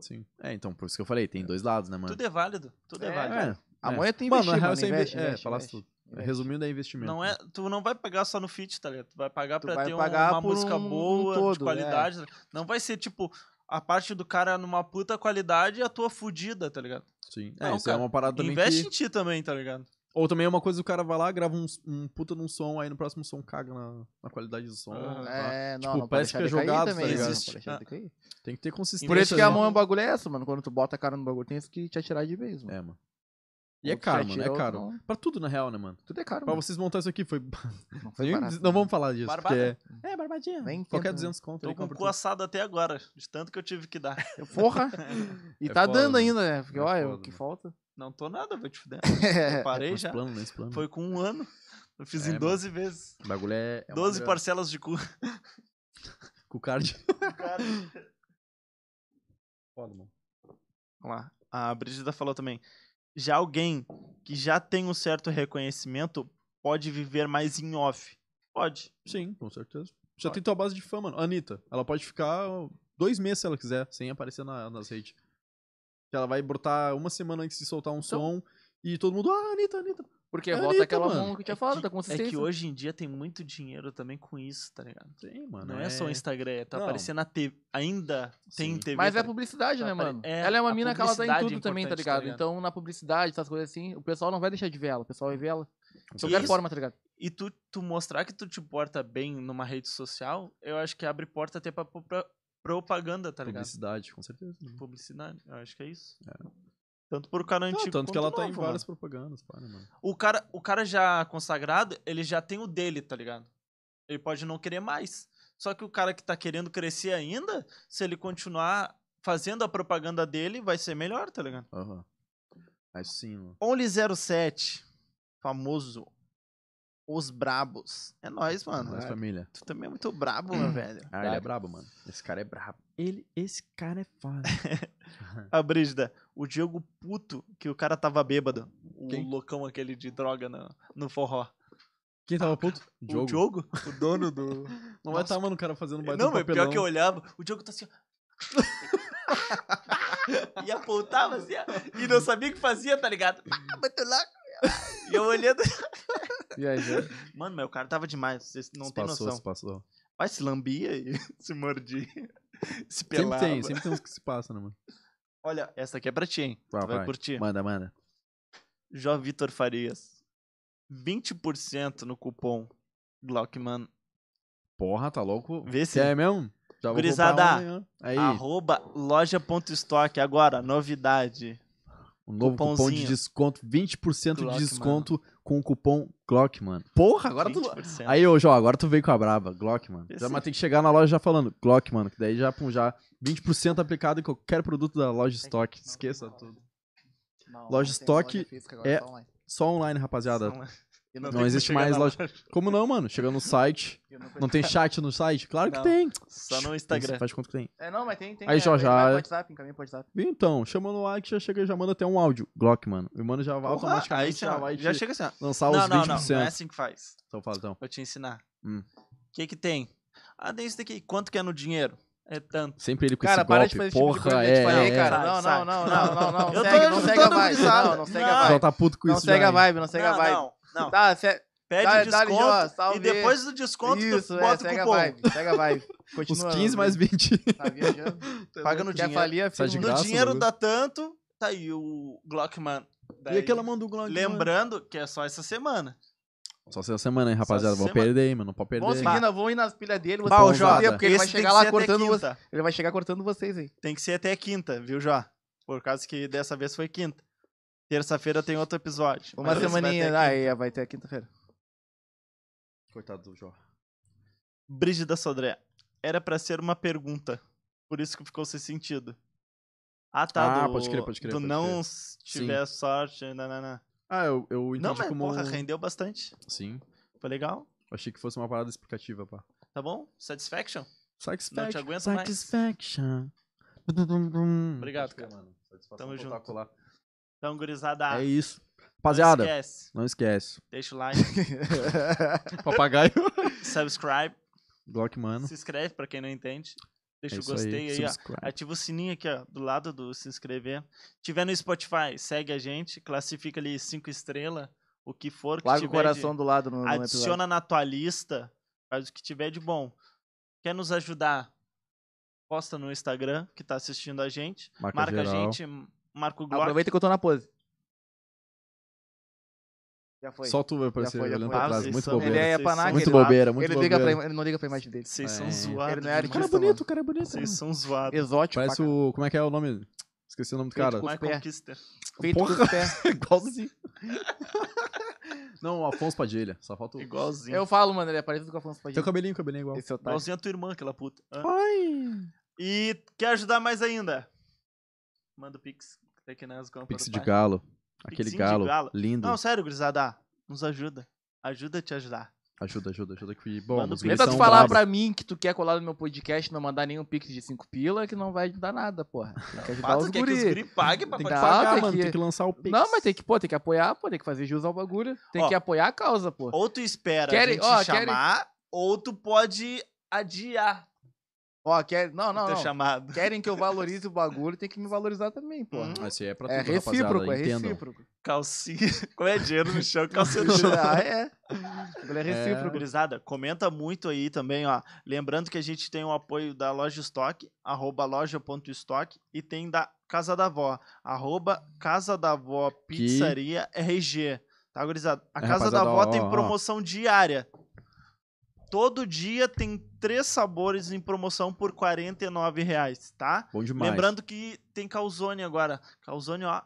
[SPEAKER 3] Sim. É, então, por isso que eu falei, tem dois lados, né, mano?
[SPEAKER 1] Tudo é válido. Tudo é,
[SPEAKER 2] É,
[SPEAKER 1] válido.
[SPEAKER 3] é,
[SPEAKER 2] Amanhã tem
[SPEAKER 3] Mano,
[SPEAKER 2] investir,
[SPEAKER 3] na real,
[SPEAKER 2] mano.
[SPEAKER 3] você
[SPEAKER 2] investe,
[SPEAKER 3] inve- é,
[SPEAKER 2] investe,
[SPEAKER 3] falasse
[SPEAKER 2] investe.
[SPEAKER 3] tudo.
[SPEAKER 2] investe.
[SPEAKER 3] Resumindo, é investimento.
[SPEAKER 1] Não
[SPEAKER 3] né?
[SPEAKER 1] é, tu não vai pagar só no feat, tá ligado? Tu vai pagar
[SPEAKER 2] Tu
[SPEAKER 1] pra
[SPEAKER 2] vai
[SPEAKER 1] ter um-
[SPEAKER 2] pagar
[SPEAKER 1] uma
[SPEAKER 2] por
[SPEAKER 1] música
[SPEAKER 2] um
[SPEAKER 1] boa,
[SPEAKER 2] todo,
[SPEAKER 1] de qualidade. tá Não vai ser, tipo, a parte do cara numa puta qualidade e a tua fudida, tá ligado?
[SPEAKER 3] Sim. É,
[SPEAKER 1] Não,
[SPEAKER 3] isso é
[SPEAKER 1] cara,
[SPEAKER 3] uma parada também
[SPEAKER 1] Investe
[SPEAKER 3] que...
[SPEAKER 1] em ti também, tá ligado?
[SPEAKER 3] Ou também é uma coisa que o cara vai lá, grava um, um puta num som, aí no próximo som caga na, na qualidade do som.
[SPEAKER 1] Aham.
[SPEAKER 3] tá?
[SPEAKER 2] É, não,
[SPEAKER 3] Tipo,
[SPEAKER 2] não pode
[SPEAKER 3] parece que
[SPEAKER 2] deixar
[SPEAKER 3] é
[SPEAKER 2] de cair
[SPEAKER 3] jogado,
[SPEAKER 2] também,
[SPEAKER 3] tá
[SPEAKER 2] né?
[SPEAKER 3] ligado?
[SPEAKER 2] Não pode deixar de cair.
[SPEAKER 3] Tem que ter consistência.
[SPEAKER 2] Por isso que a
[SPEAKER 3] né?
[SPEAKER 2] mão é um bagulho é essa, mano. Quando tu bota a cara no bagulho, tem isso que te atirar de vez, mano.
[SPEAKER 3] É, mano. E é
[SPEAKER 2] Ou tu já
[SPEAKER 3] caro, mano.
[SPEAKER 2] tira, ou
[SPEAKER 3] É
[SPEAKER 2] tu
[SPEAKER 3] caro.
[SPEAKER 2] não.
[SPEAKER 3] Pra tudo, na real, né, mano?
[SPEAKER 1] Tá
[SPEAKER 2] Tudo é caro,
[SPEAKER 3] Pra
[SPEAKER 2] mano.
[SPEAKER 3] vocês montar isso aqui foi.
[SPEAKER 2] Não foi barato, né?
[SPEAKER 3] Não vamos falar disso. porque
[SPEAKER 1] Barbada.
[SPEAKER 3] É, é barbadinha.
[SPEAKER 2] Nem
[SPEAKER 3] Qualquer
[SPEAKER 2] tenta, né?
[SPEAKER 3] 200 conto.
[SPEAKER 1] Tô
[SPEAKER 3] ele
[SPEAKER 1] com o
[SPEAKER 3] compra
[SPEAKER 1] cu
[SPEAKER 3] tudo.
[SPEAKER 1] assado até agora, de tanto que eu tive que dar.
[SPEAKER 2] mano. Porra! E
[SPEAKER 3] É
[SPEAKER 2] tá
[SPEAKER 3] foda,
[SPEAKER 2] dando
[SPEAKER 3] mano.
[SPEAKER 2] ainda, né? Porque,
[SPEAKER 3] É
[SPEAKER 2] olha, o
[SPEAKER 3] foda,
[SPEAKER 2] que
[SPEAKER 3] mano.
[SPEAKER 2] falta.
[SPEAKER 1] Não tô nada, vou te fuder.
[SPEAKER 2] É.
[SPEAKER 1] Eu parei
[SPEAKER 3] Não
[SPEAKER 1] já.
[SPEAKER 3] explana, não explana.
[SPEAKER 1] Foi com um ano. Eu fiz
[SPEAKER 3] É,
[SPEAKER 1] em
[SPEAKER 3] mano.
[SPEAKER 1] 12 vezes.
[SPEAKER 3] O bagulho é. é uma
[SPEAKER 1] 12
[SPEAKER 3] grana.
[SPEAKER 1] parcelas de cu.
[SPEAKER 3] Com o card.
[SPEAKER 1] Cara,
[SPEAKER 3] Foda, mano.
[SPEAKER 6] Vamos lá. A Brigida falou também. Já alguém que já tem um certo reconhecimento pode viver mais em off. Pode.
[SPEAKER 3] Sim, com certeza. Já tem tua base de fã, mano. Anitta, ela pode ficar dois meses se ela quiser, sem aparecer na, nas redes. Que Ela vai brotar uma semana antes de soltar um som e todo mundo, ah, Anitta, Anitta.
[SPEAKER 2] Porque
[SPEAKER 3] É
[SPEAKER 2] volta
[SPEAKER 3] Anitta,
[SPEAKER 2] aquela
[SPEAKER 3] mano.
[SPEAKER 2] mão que eu tinha falado, da
[SPEAKER 1] é
[SPEAKER 2] consistência.
[SPEAKER 1] que hoje em dia tem muito dinheiro também com isso, tá ligado?
[SPEAKER 3] Tem, mano.
[SPEAKER 1] Não é, só o Instagram, é tá
[SPEAKER 3] Não.
[SPEAKER 1] aparecendo na TV. Ainda tem
[SPEAKER 3] Sim.
[SPEAKER 1] TV.
[SPEAKER 2] Mas
[SPEAKER 1] tá
[SPEAKER 2] é
[SPEAKER 1] ligado?
[SPEAKER 2] publicidade, né,
[SPEAKER 1] Tá, pare-
[SPEAKER 2] mano?
[SPEAKER 1] é,
[SPEAKER 2] ela é uma
[SPEAKER 1] a
[SPEAKER 2] mina que ela tá em
[SPEAKER 1] publicidade é
[SPEAKER 2] tudo também, tá
[SPEAKER 1] importante,
[SPEAKER 2] ligado?
[SPEAKER 1] tá ligado?
[SPEAKER 2] Então, na publicidade, essas coisas assim, o pessoal não vai deixar de ver ela. O pessoal vai ver ela de qualquer
[SPEAKER 1] Isso.
[SPEAKER 2] forma, tá ligado?
[SPEAKER 7] E tu, tu mostrar que tu te porta bem numa rede social, eu acho que abre porta até pra, pro- pra propaganda, tá ligado?
[SPEAKER 3] Publicidade, com certeza.
[SPEAKER 7] Publicidade, eu acho que é isso. Tanto pro cara
[SPEAKER 3] Não,
[SPEAKER 7] antigo
[SPEAKER 3] tanto
[SPEAKER 7] quanto
[SPEAKER 3] que ela tá em
[SPEAKER 7] novo,
[SPEAKER 3] várias propagandas, pá, né, mano?
[SPEAKER 7] mano. O cara, o cara já consagrado, ele já tem o dele, tá ligado? Ele pode não querer mais. Só que o cara que tá querendo crescer ainda, se ele continuar fazendo a propaganda dele, vai ser melhor, tá ligado?
[SPEAKER 3] Aham. Aí sim, mano.
[SPEAKER 1] Only07, famoso. Os Brabos. É nóis, mano.
[SPEAKER 3] Mas
[SPEAKER 1] É.
[SPEAKER 3] família.
[SPEAKER 1] Tu também é muito brabo, meu velho.
[SPEAKER 3] Ah, ele é brabo, mano. Esse cara é brabo. Ele, esse cara é foda.
[SPEAKER 1] A Brígida, o Diogo puto, que o cara tava bêbado.
[SPEAKER 7] O
[SPEAKER 3] Quem?
[SPEAKER 7] loucão aquele de droga no, no forró.
[SPEAKER 3] Quem tava puto?
[SPEAKER 7] O
[SPEAKER 3] Diogo.
[SPEAKER 7] Diogo?
[SPEAKER 3] Um O dono do. Não vai
[SPEAKER 7] Nossa.
[SPEAKER 3] tá, mano, o cara fazendo baita
[SPEAKER 7] Não,
[SPEAKER 3] não,
[SPEAKER 7] mas
[SPEAKER 3] papelão.
[SPEAKER 7] pior que eu olhava, o Diogo tá assim, ó. e apontava assim, ó, e não sabia o que fazia, tá ligado? Ah, muito louco. E eu olhando.
[SPEAKER 1] Mano, meu, o cara tava demais. Vocês não
[SPEAKER 3] Se
[SPEAKER 1] tem
[SPEAKER 3] passou,
[SPEAKER 1] noção.
[SPEAKER 3] se passou.
[SPEAKER 1] Vai se lambia e se mordia. Se
[SPEAKER 3] Sempre
[SPEAKER 1] pelava.
[SPEAKER 3] tem, sempre tem uns que se passam, né, mano?
[SPEAKER 1] Olha, essa aqui é pra ti, hein?
[SPEAKER 3] Vai,
[SPEAKER 1] tu vai,
[SPEAKER 3] Ah, vai.
[SPEAKER 1] curtir.
[SPEAKER 3] Manda, manda.
[SPEAKER 1] Jó Vitor Farias. 20% no cupom Glockman.
[SPEAKER 3] Porra, tá louco?
[SPEAKER 1] Vê se-
[SPEAKER 3] Você é mesmo? Já vou
[SPEAKER 1] Gurizada.
[SPEAKER 3] comprar um amanhã. Aí,
[SPEAKER 1] Arroba loja.estoque. Agora, novidade.
[SPEAKER 3] um novo cupom de
[SPEAKER 1] cupomzinho.
[SPEAKER 3] desconto, 20%
[SPEAKER 1] Glock,
[SPEAKER 3] de desconto com o cupom Glock, mano. Porra, agora tu...
[SPEAKER 1] 20%.
[SPEAKER 3] Aí, ô, Jó, agora tu veio com a braba, Glock, mano.
[SPEAKER 1] É. Esse-
[SPEAKER 3] Já, mas tem que chegar na loja já falando Glock, mano, que daí já, pum, já 20% aplicado em qualquer produto da loja estoque.
[SPEAKER 2] um
[SPEAKER 3] Esqueça tudo. Loja estoque é só online, rapaziada. Não, existe mais loja. Como não, mano? Chega no site. Não tem chat no site? Claro que
[SPEAKER 7] Não.
[SPEAKER 3] tem.
[SPEAKER 1] Só no
[SPEAKER 3] Você
[SPEAKER 1] Instagram.
[SPEAKER 3] Faz quanto que tem.
[SPEAKER 2] É, não, mas tem, tem.
[SPEAKER 3] Aí,
[SPEAKER 2] é,
[SPEAKER 3] já,
[SPEAKER 2] vai-
[SPEAKER 3] já-
[SPEAKER 2] vai pro WhatsApp, encaminha pro WhatsApp.
[SPEAKER 3] Vem então, chamando lá que já chega, já manda até um áudio. Glock, mano. E o mano já vai automaticamente
[SPEAKER 1] Aí
[SPEAKER 3] já
[SPEAKER 1] já,
[SPEAKER 3] vai
[SPEAKER 1] já
[SPEAKER 3] te
[SPEAKER 1] chega assim, ó.
[SPEAKER 3] lançar Tá os
[SPEAKER 7] Não,
[SPEAKER 3] 20%.
[SPEAKER 7] não, não, não é assim que faz.
[SPEAKER 3] Então fala, então.
[SPEAKER 7] Vou te ensinar. O
[SPEAKER 3] Hum.
[SPEAKER 7] que que tem? Ah, tem isso daqui. Quanto que é no dinheiro? É tanto.
[SPEAKER 3] Sempre ele com
[SPEAKER 2] Cara,
[SPEAKER 3] esse
[SPEAKER 2] para
[SPEAKER 3] golpe.
[SPEAKER 2] de fazer esse tipo de
[SPEAKER 3] Porra,
[SPEAKER 2] coisa que eu
[SPEAKER 3] é,
[SPEAKER 2] te falei,
[SPEAKER 3] é.
[SPEAKER 2] cara.
[SPEAKER 7] é.
[SPEAKER 2] Não, não,
[SPEAKER 7] Sai,
[SPEAKER 2] não, não, não, não.
[SPEAKER 7] Eu tô
[SPEAKER 2] segue, não
[SPEAKER 7] ajudando
[SPEAKER 2] segue a
[SPEAKER 7] a
[SPEAKER 2] vibe.
[SPEAKER 7] gurizada.
[SPEAKER 2] Não, não segue
[SPEAKER 7] Não,
[SPEAKER 2] a
[SPEAKER 3] Já
[SPEAKER 2] vibe.
[SPEAKER 3] tá puto com
[SPEAKER 2] Não
[SPEAKER 3] isso
[SPEAKER 2] segue
[SPEAKER 3] já,
[SPEAKER 2] a
[SPEAKER 3] hein?
[SPEAKER 2] vibe, não segue a
[SPEAKER 7] não,
[SPEAKER 2] vibe.
[SPEAKER 7] não, não.
[SPEAKER 2] Tá, se-
[SPEAKER 7] Pede
[SPEAKER 2] Dá-
[SPEAKER 7] o
[SPEAKER 2] dá-lhe,
[SPEAKER 7] desconto.
[SPEAKER 2] Jó, salve.
[SPEAKER 7] e depois do desconto,
[SPEAKER 2] Isso,
[SPEAKER 7] tu
[SPEAKER 2] é,
[SPEAKER 7] bota
[SPEAKER 2] segue
[SPEAKER 7] o
[SPEAKER 2] a
[SPEAKER 7] cupom.
[SPEAKER 2] vibe, segue a vibe.
[SPEAKER 3] Os
[SPEAKER 2] Continua,
[SPEAKER 3] 15 mais 20.
[SPEAKER 2] Tá viajando.
[SPEAKER 1] Paga no
[SPEAKER 2] Quer
[SPEAKER 1] dinheiro.
[SPEAKER 2] falir a
[SPEAKER 3] Sai de
[SPEAKER 7] No
[SPEAKER 3] graça,
[SPEAKER 7] dinheiro
[SPEAKER 3] bagulho.
[SPEAKER 7] dá tanto, tá aí o Glockman.
[SPEAKER 3] E
[SPEAKER 7] Daí,
[SPEAKER 3] aquela mão do Glock, mano.
[SPEAKER 7] Lembrando que é só essa semana.
[SPEAKER 3] Só essa semana, hein, rapaziada.
[SPEAKER 7] essa
[SPEAKER 3] Vou
[SPEAKER 7] semana.
[SPEAKER 3] perder, hein, mano. Não pode perder.
[SPEAKER 2] Vamos seguindo, eu vou ir nas pilhas dele, vocês
[SPEAKER 3] Bah,
[SPEAKER 2] vão
[SPEAKER 3] ô, Jó,
[SPEAKER 2] perder, porque ele vai
[SPEAKER 7] Esse tem
[SPEAKER 2] chegar
[SPEAKER 7] que
[SPEAKER 2] lá
[SPEAKER 7] ser até
[SPEAKER 2] cortando vocês.
[SPEAKER 7] quinta.
[SPEAKER 2] Ele vai chegar cortando vocês aí.
[SPEAKER 1] Tem que ser até quinta, viu, Jó? Por causa que dessa vez foi quinta. Terça-feira tem outro episódio.
[SPEAKER 2] Uma
[SPEAKER 1] Mas esse vai ter
[SPEAKER 2] semaninha.
[SPEAKER 1] quinta.
[SPEAKER 2] Aí, vai ter quinta-feira.
[SPEAKER 3] Ah, Coitado do Jó.
[SPEAKER 1] Brígida Sodré. Era pra ser uma pergunta. Por isso que ficou sem sentido. Ah, tá.
[SPEAKER 3] Ah,
[SPEAKER 1] do,
[SPEAKER 3] pode crer, pode crer,
[SPEAKER 1] Do
[SPEAKER 3] pode
[SPEAKER 1] não
[SPEAKER 3] crer.
[SPEAKER 1] s- tiver sorte. nananã.
[SPEAKER 3] Ah, eu, eu entendi
[SPEAKER 1] Não, mas
[SPEAKER 3] como...
[SPEAKER 1] porra, rendeu bastante.
[SPEAKER 3] Sim.
[SPEAKER 1] Foi legal.
[SPEAKER 3] Eu achei que fosse uma parada explicativa, pá.
[SPEAKER 1] Tá bom? Satisfaction?
[SPEAKER 3] Satisfaction.
[SPEAKER 7] Não te aguento mais.
[SPEAKER 3] Satisfaction.
[SPEAKER 7] Obrigado, cara.
[SPEAKER 3] Mano, satisfação
[SPEAKER 1] Tamo junto.
[SPEAKER 3] espetacular.
[SPEAKER 1] Então, gurizada.
[SPEAKER 3] É isso.
[SPEAKER 1] não
[SPEAKER 3] Rapaziada,
[SPEAKER 1] esquece.
[SPEAKER 3] não esquece.
[SPEAKER 1] Deixa o like,
[SPEAKER 3] Papagaio.
[SPEAKER 1] subscribe,
[SPEAKER 3] Glock, mano.
[SPEAKER 1] se inscreve pra quem não entende. Deixa
[SPEAKER 3] é
[SPEAKER 1] o
[SPEAKER 3] isso
[SPEAKER 1] gostei aí, ó.
[SPEAKER 3] Subscribe.
[SPEAKER 1] Ativa o sininho aqui, ó, do lado do se inscrever. Tiver no Spotify, segue a gente, classifica ali cinco estrelas, o que for que
[SPEAKER 2] Larga o
[SPEAKER 1] tiver
[SPEAKER 2] coração do lado no,
[SPEAKER 1] de,
[SPEAKER 2] no episódio.
[SPEAKER 1] adiciona na tua lista, faz o que tiver de bom. Quer nos ajudar? Posta no Instagram que tá assistindo a gente,
[SPEAKER 3] Marca,
[SPEAKER 1] marca a
[SPEAKER 3] geral.
[SPEAKER 1] gente, marca o Glock.
[SPEAKER 2] Aproveita que eu tô na pose. Já foi.
[SPEAKER 3] Só tu vai aparecer
[SPEAKER 2] Já foi, já
[SPEAKER 3] olhando
[SPEAKER 2] foi.
[SPEAKER 3] pra trás.
[SPEAKER 1] Vocês
[SPEAKER 3] Muito
[SPEAKER 1] são-
[SPEAKER 2] Ele
[SPEAKER 3] bobeira.
[SPEAKER 2] é
[SPEAKER 1] Vocês
[SPEAKER 2] panaca,
[SPEAKER 1] são-
[SPEAKER 3] Muito
[SPEAKER 2] ele lá-
[SPEAKER 3] bobeira, muito
[SPEAKER 2] ele, liga pra,
[SPEAKER 3] bobeira.
[SPEAKER 2] ele não liga pra imagem dele.
[SPEAKER 1] Vocês
[SPEAKER 3] É.
[SPEAKER 1] são
[SPEAKER 2] Ele
[SPEAKER 1] zoados.
[SPEAKER 2] não era
[SPEAKER 3] O cara é
[SPEAKER 1] demais.
[SPEAKER 2] artista,
[SPEAKER 3] bonito, o cara é bonito.
[SPEAKER 1] Vocês
[SPEAKER 3] mano.
[SPEAKER 1] são zoados.
[SPEAKER 2] Exótico,
[SPEAKER 3] Parece
[SPEAKER 2] pra caralho.
[SPEAKER 3] o... Como é que é o nome? Esqueci o nome do cara.
[SPEAKER 2] com-
[SPEAKER 1] Michael
[SPEAKER 2] pé.
[SPEAKER 1] Kister.
[SPEAKER 2] Feito
[SPEAKER 3] Porra.
[SPEAKER 2] com os pés.
[SPEAKER 3] Igualzinho. Não, o Afonso Padilha. Só falta o...
[SPEAKER 1] Igualzinho.
[SPEAKER 2] Eu falo, mano, ele é parecido com o Afonso
[SPEAKER 3] Teu
[SPEAKER 2] Padilha.
[SPEAKER 3] cabelinho, cabelinho é igual.
[SPEAKER 2] Esse otário.
[SPEAKER 1] Igualzinho a tua irmã, aquela puta. Hã?
[SPEAKER 3] Ai.
[SPEAKER 1] E quer ajudar mais ainda? Manda o Pix. Tem que nas compras
[SPEAKER 3] Pix
[SPEAKER 1] do
[SPEAKER 3] de
[SPEAKER 1] pai.
[SPEAKER 3] galo. Aquele
[SPEAKER 1] tá- Pixinho de
[SPEAKER 3] galo,
[SPEAKER 1] galo.
[SPEAKER 3] lindo.
[SPEAKER 1] Não, sério, gurizada. Nos ajuda. Ajuda a te ajudar.
[SPEAKER 3] Ajuda, ajuda, ajuda. Que bom,
[SPEAKER 1] Manda
[SPEAKER 3] os
[SPEAKER 1] o Pix.
[SPEAKER 3] guris
[SPEAKER 2] Tenta
[SPEAKER 3] são
[SPEAKER 2] tu falar
[SPEAKER 3] bravos.
[SPEAKER 2] pra mim que tu quer colar no meu podcast e não mandar nenhum pix de 5 pila, que não vai dar nada, porra. Tem que ajudar
[SPEAKER 7] Faz
[SPEAKER 2] os
[SPEAKER 1] é
[SPEAKER 7] o que, que os
[SPEAKER 2] guri.
[SPEAKER 7] guri paguem pra
[SPEAKER 3] Tem que
[SPEAKER 2] Tá,
[SPEAKER 3] pagar,
[SPEAKER 2] tem
[SPEAKER 3] mano.
[SPEAKER 2] que-
[SPEAKER 3] Tem que lançar o Pix.
[SPEAKER 2] Não, mas tem que, pô, tem que apoiar, pô, tem que fazer jus ao bagulho. Tem
[SPEAKER 1] Ó.
[SPEAKER 2] que apoiar a causa, pô.
[SPEAKER 1] Ou tu espera
[SPEAKER 2] Querem-
[SPEAKER 1] a gente
[SPEAKER 2] ó, querem-
[SPEAKER 1] chamar, ou tu pode adiar
[SPEAKER 2] Ó, quer... não, não,
[SPEAKER 1] o teu
[SPEAKER 2] não.
[SPEAKER 1] chamado.
[SPEAKER 2] Querem que eu valorize o bagulho, tem que me valorizar também, pô.
[SPEAKER 1] Hum,
[SPEAKER 3] Mas isso aí é pra
[SPEAKER 2] É
[SPEAKER 3] tudo, rapaziada.
[SPEAKER 2] recíproco, é
[SPEAKER 3] entendam.
[SPEAKER 2] recíproco.
[SPEAKER 1] Calcinha. Como é dinheiro no chão, calcinha no chão.
[SPEAKER 2] Ah, é. Ele é recíproco.
[SPEAKER 1] Gurizada, comenta muito aí também, ó. Lembrando que a gente tem o apoio da Loja Estoque, arroba loja.estoque, e tem da Casa da Vó, arroba Casa da Vó Pizzaria RG. Tá, gurizada? A
[SPEAKER 3] É,
[SPEAKER 1] Casa da
[SPEAKER 3] rapaziada,
[SPEAKER 1] Vó
[SPEAKER 3] ó,
[SPEAKER 1] tem
[SPEAKER 3] ó, ó.
[SPEAKER 1] promoção diária. Todo dia tem três sabores em promoção por R$ 49 reais, tá?
[SPEAKER 3] Bom demais.
[SPEAKER 1] Lembrando que tem calzone agora. Calzone, ó.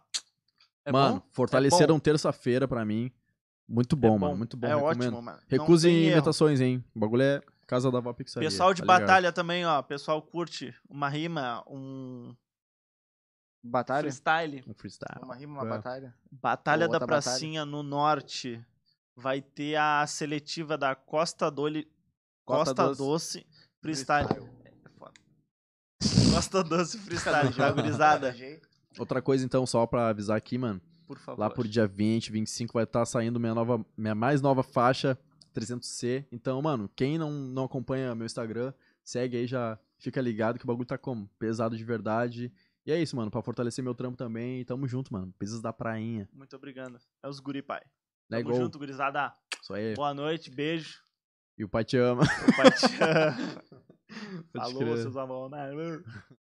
[SPEAKER 1] É
[SPEAKER 3] mano,
[SPEAKER 1] bom?
[SPEAKER 3] fortaleceram terça-feira pra mim. Muito bom, mano. Muito bom.
[SPEAKER 1] É
[SPEAKER 3] recomendo.
[SPEAKER 1] ótimo, mano. Não tem
[SPEAKER 3] Recusem
[SPEAKER 1] erro.
[SPEAKER 3] imitações, hein? O bagulho é Casa da Vó Pixaria.
[SPEAKER 1] Pessoal de
[SPEAKER 3] tá ligado?
[SPEAKER 1] batalha também, ó. Pessoal curte uma rima, um
[SPEAKER 5] Batalha?
[SPEAKER 1] freestyle.
[SPEAKER 3] Um freestyle.
[SPEAKER 5] Uma rima, uma
[SPEAKER 3] É.
[SPEAKER 5] batalha.
[SPEAKER 1] Batalha
[SPEAKER 5] Ou
[SPEAKER 1] da
[SPEAKER 5] outra
[SPEAKER 1] Pracinha no Norte. Vai ter a seletiva da Costa Dole... Costa,
[SPEAKER 2] Costa
[SPEAKER 1] Doce, Freestyle. É foda. Costa Doce Freestyle, tá gurizada?
[SPEAKER 3] Outra coisa, então, só pra avisar aqui, mano.
[SPEAKER 1] Por favor.
[SPEAKER 3] Lá por dia 20, 25 vai estar saindo minha nova, minha mais nova faixa 300C. Então, mano, quem não, não acompanha meu Instagram, segue aí já, fica ligado que o bagulho tá como pesado de verdade. E é isso, mano, pra fortalecer meu trampo também. Tamo junto, mano. Precisas da prainha.
[SPEAKER 1] Muito obrigado. É os guri, pai.
[SPEAKER 3] Né,
[SPEAKER 1] Tamo
[SPEAKER 3] gol? É.
[SPEAKER 1] junto, gurizada.
[SPEAKER 3] Isso aí.
[SPEAKER 1] Boa noite, beijo.
[SPEAKER 3] E o pai te ama.
[SPEAKER 1] O pai te ama.
[SPEAKER 3] Pode
[SPEAKER 1] Falou, né?
[SPEAKER 3] crer.
[SPEAKER 1] seus alunos.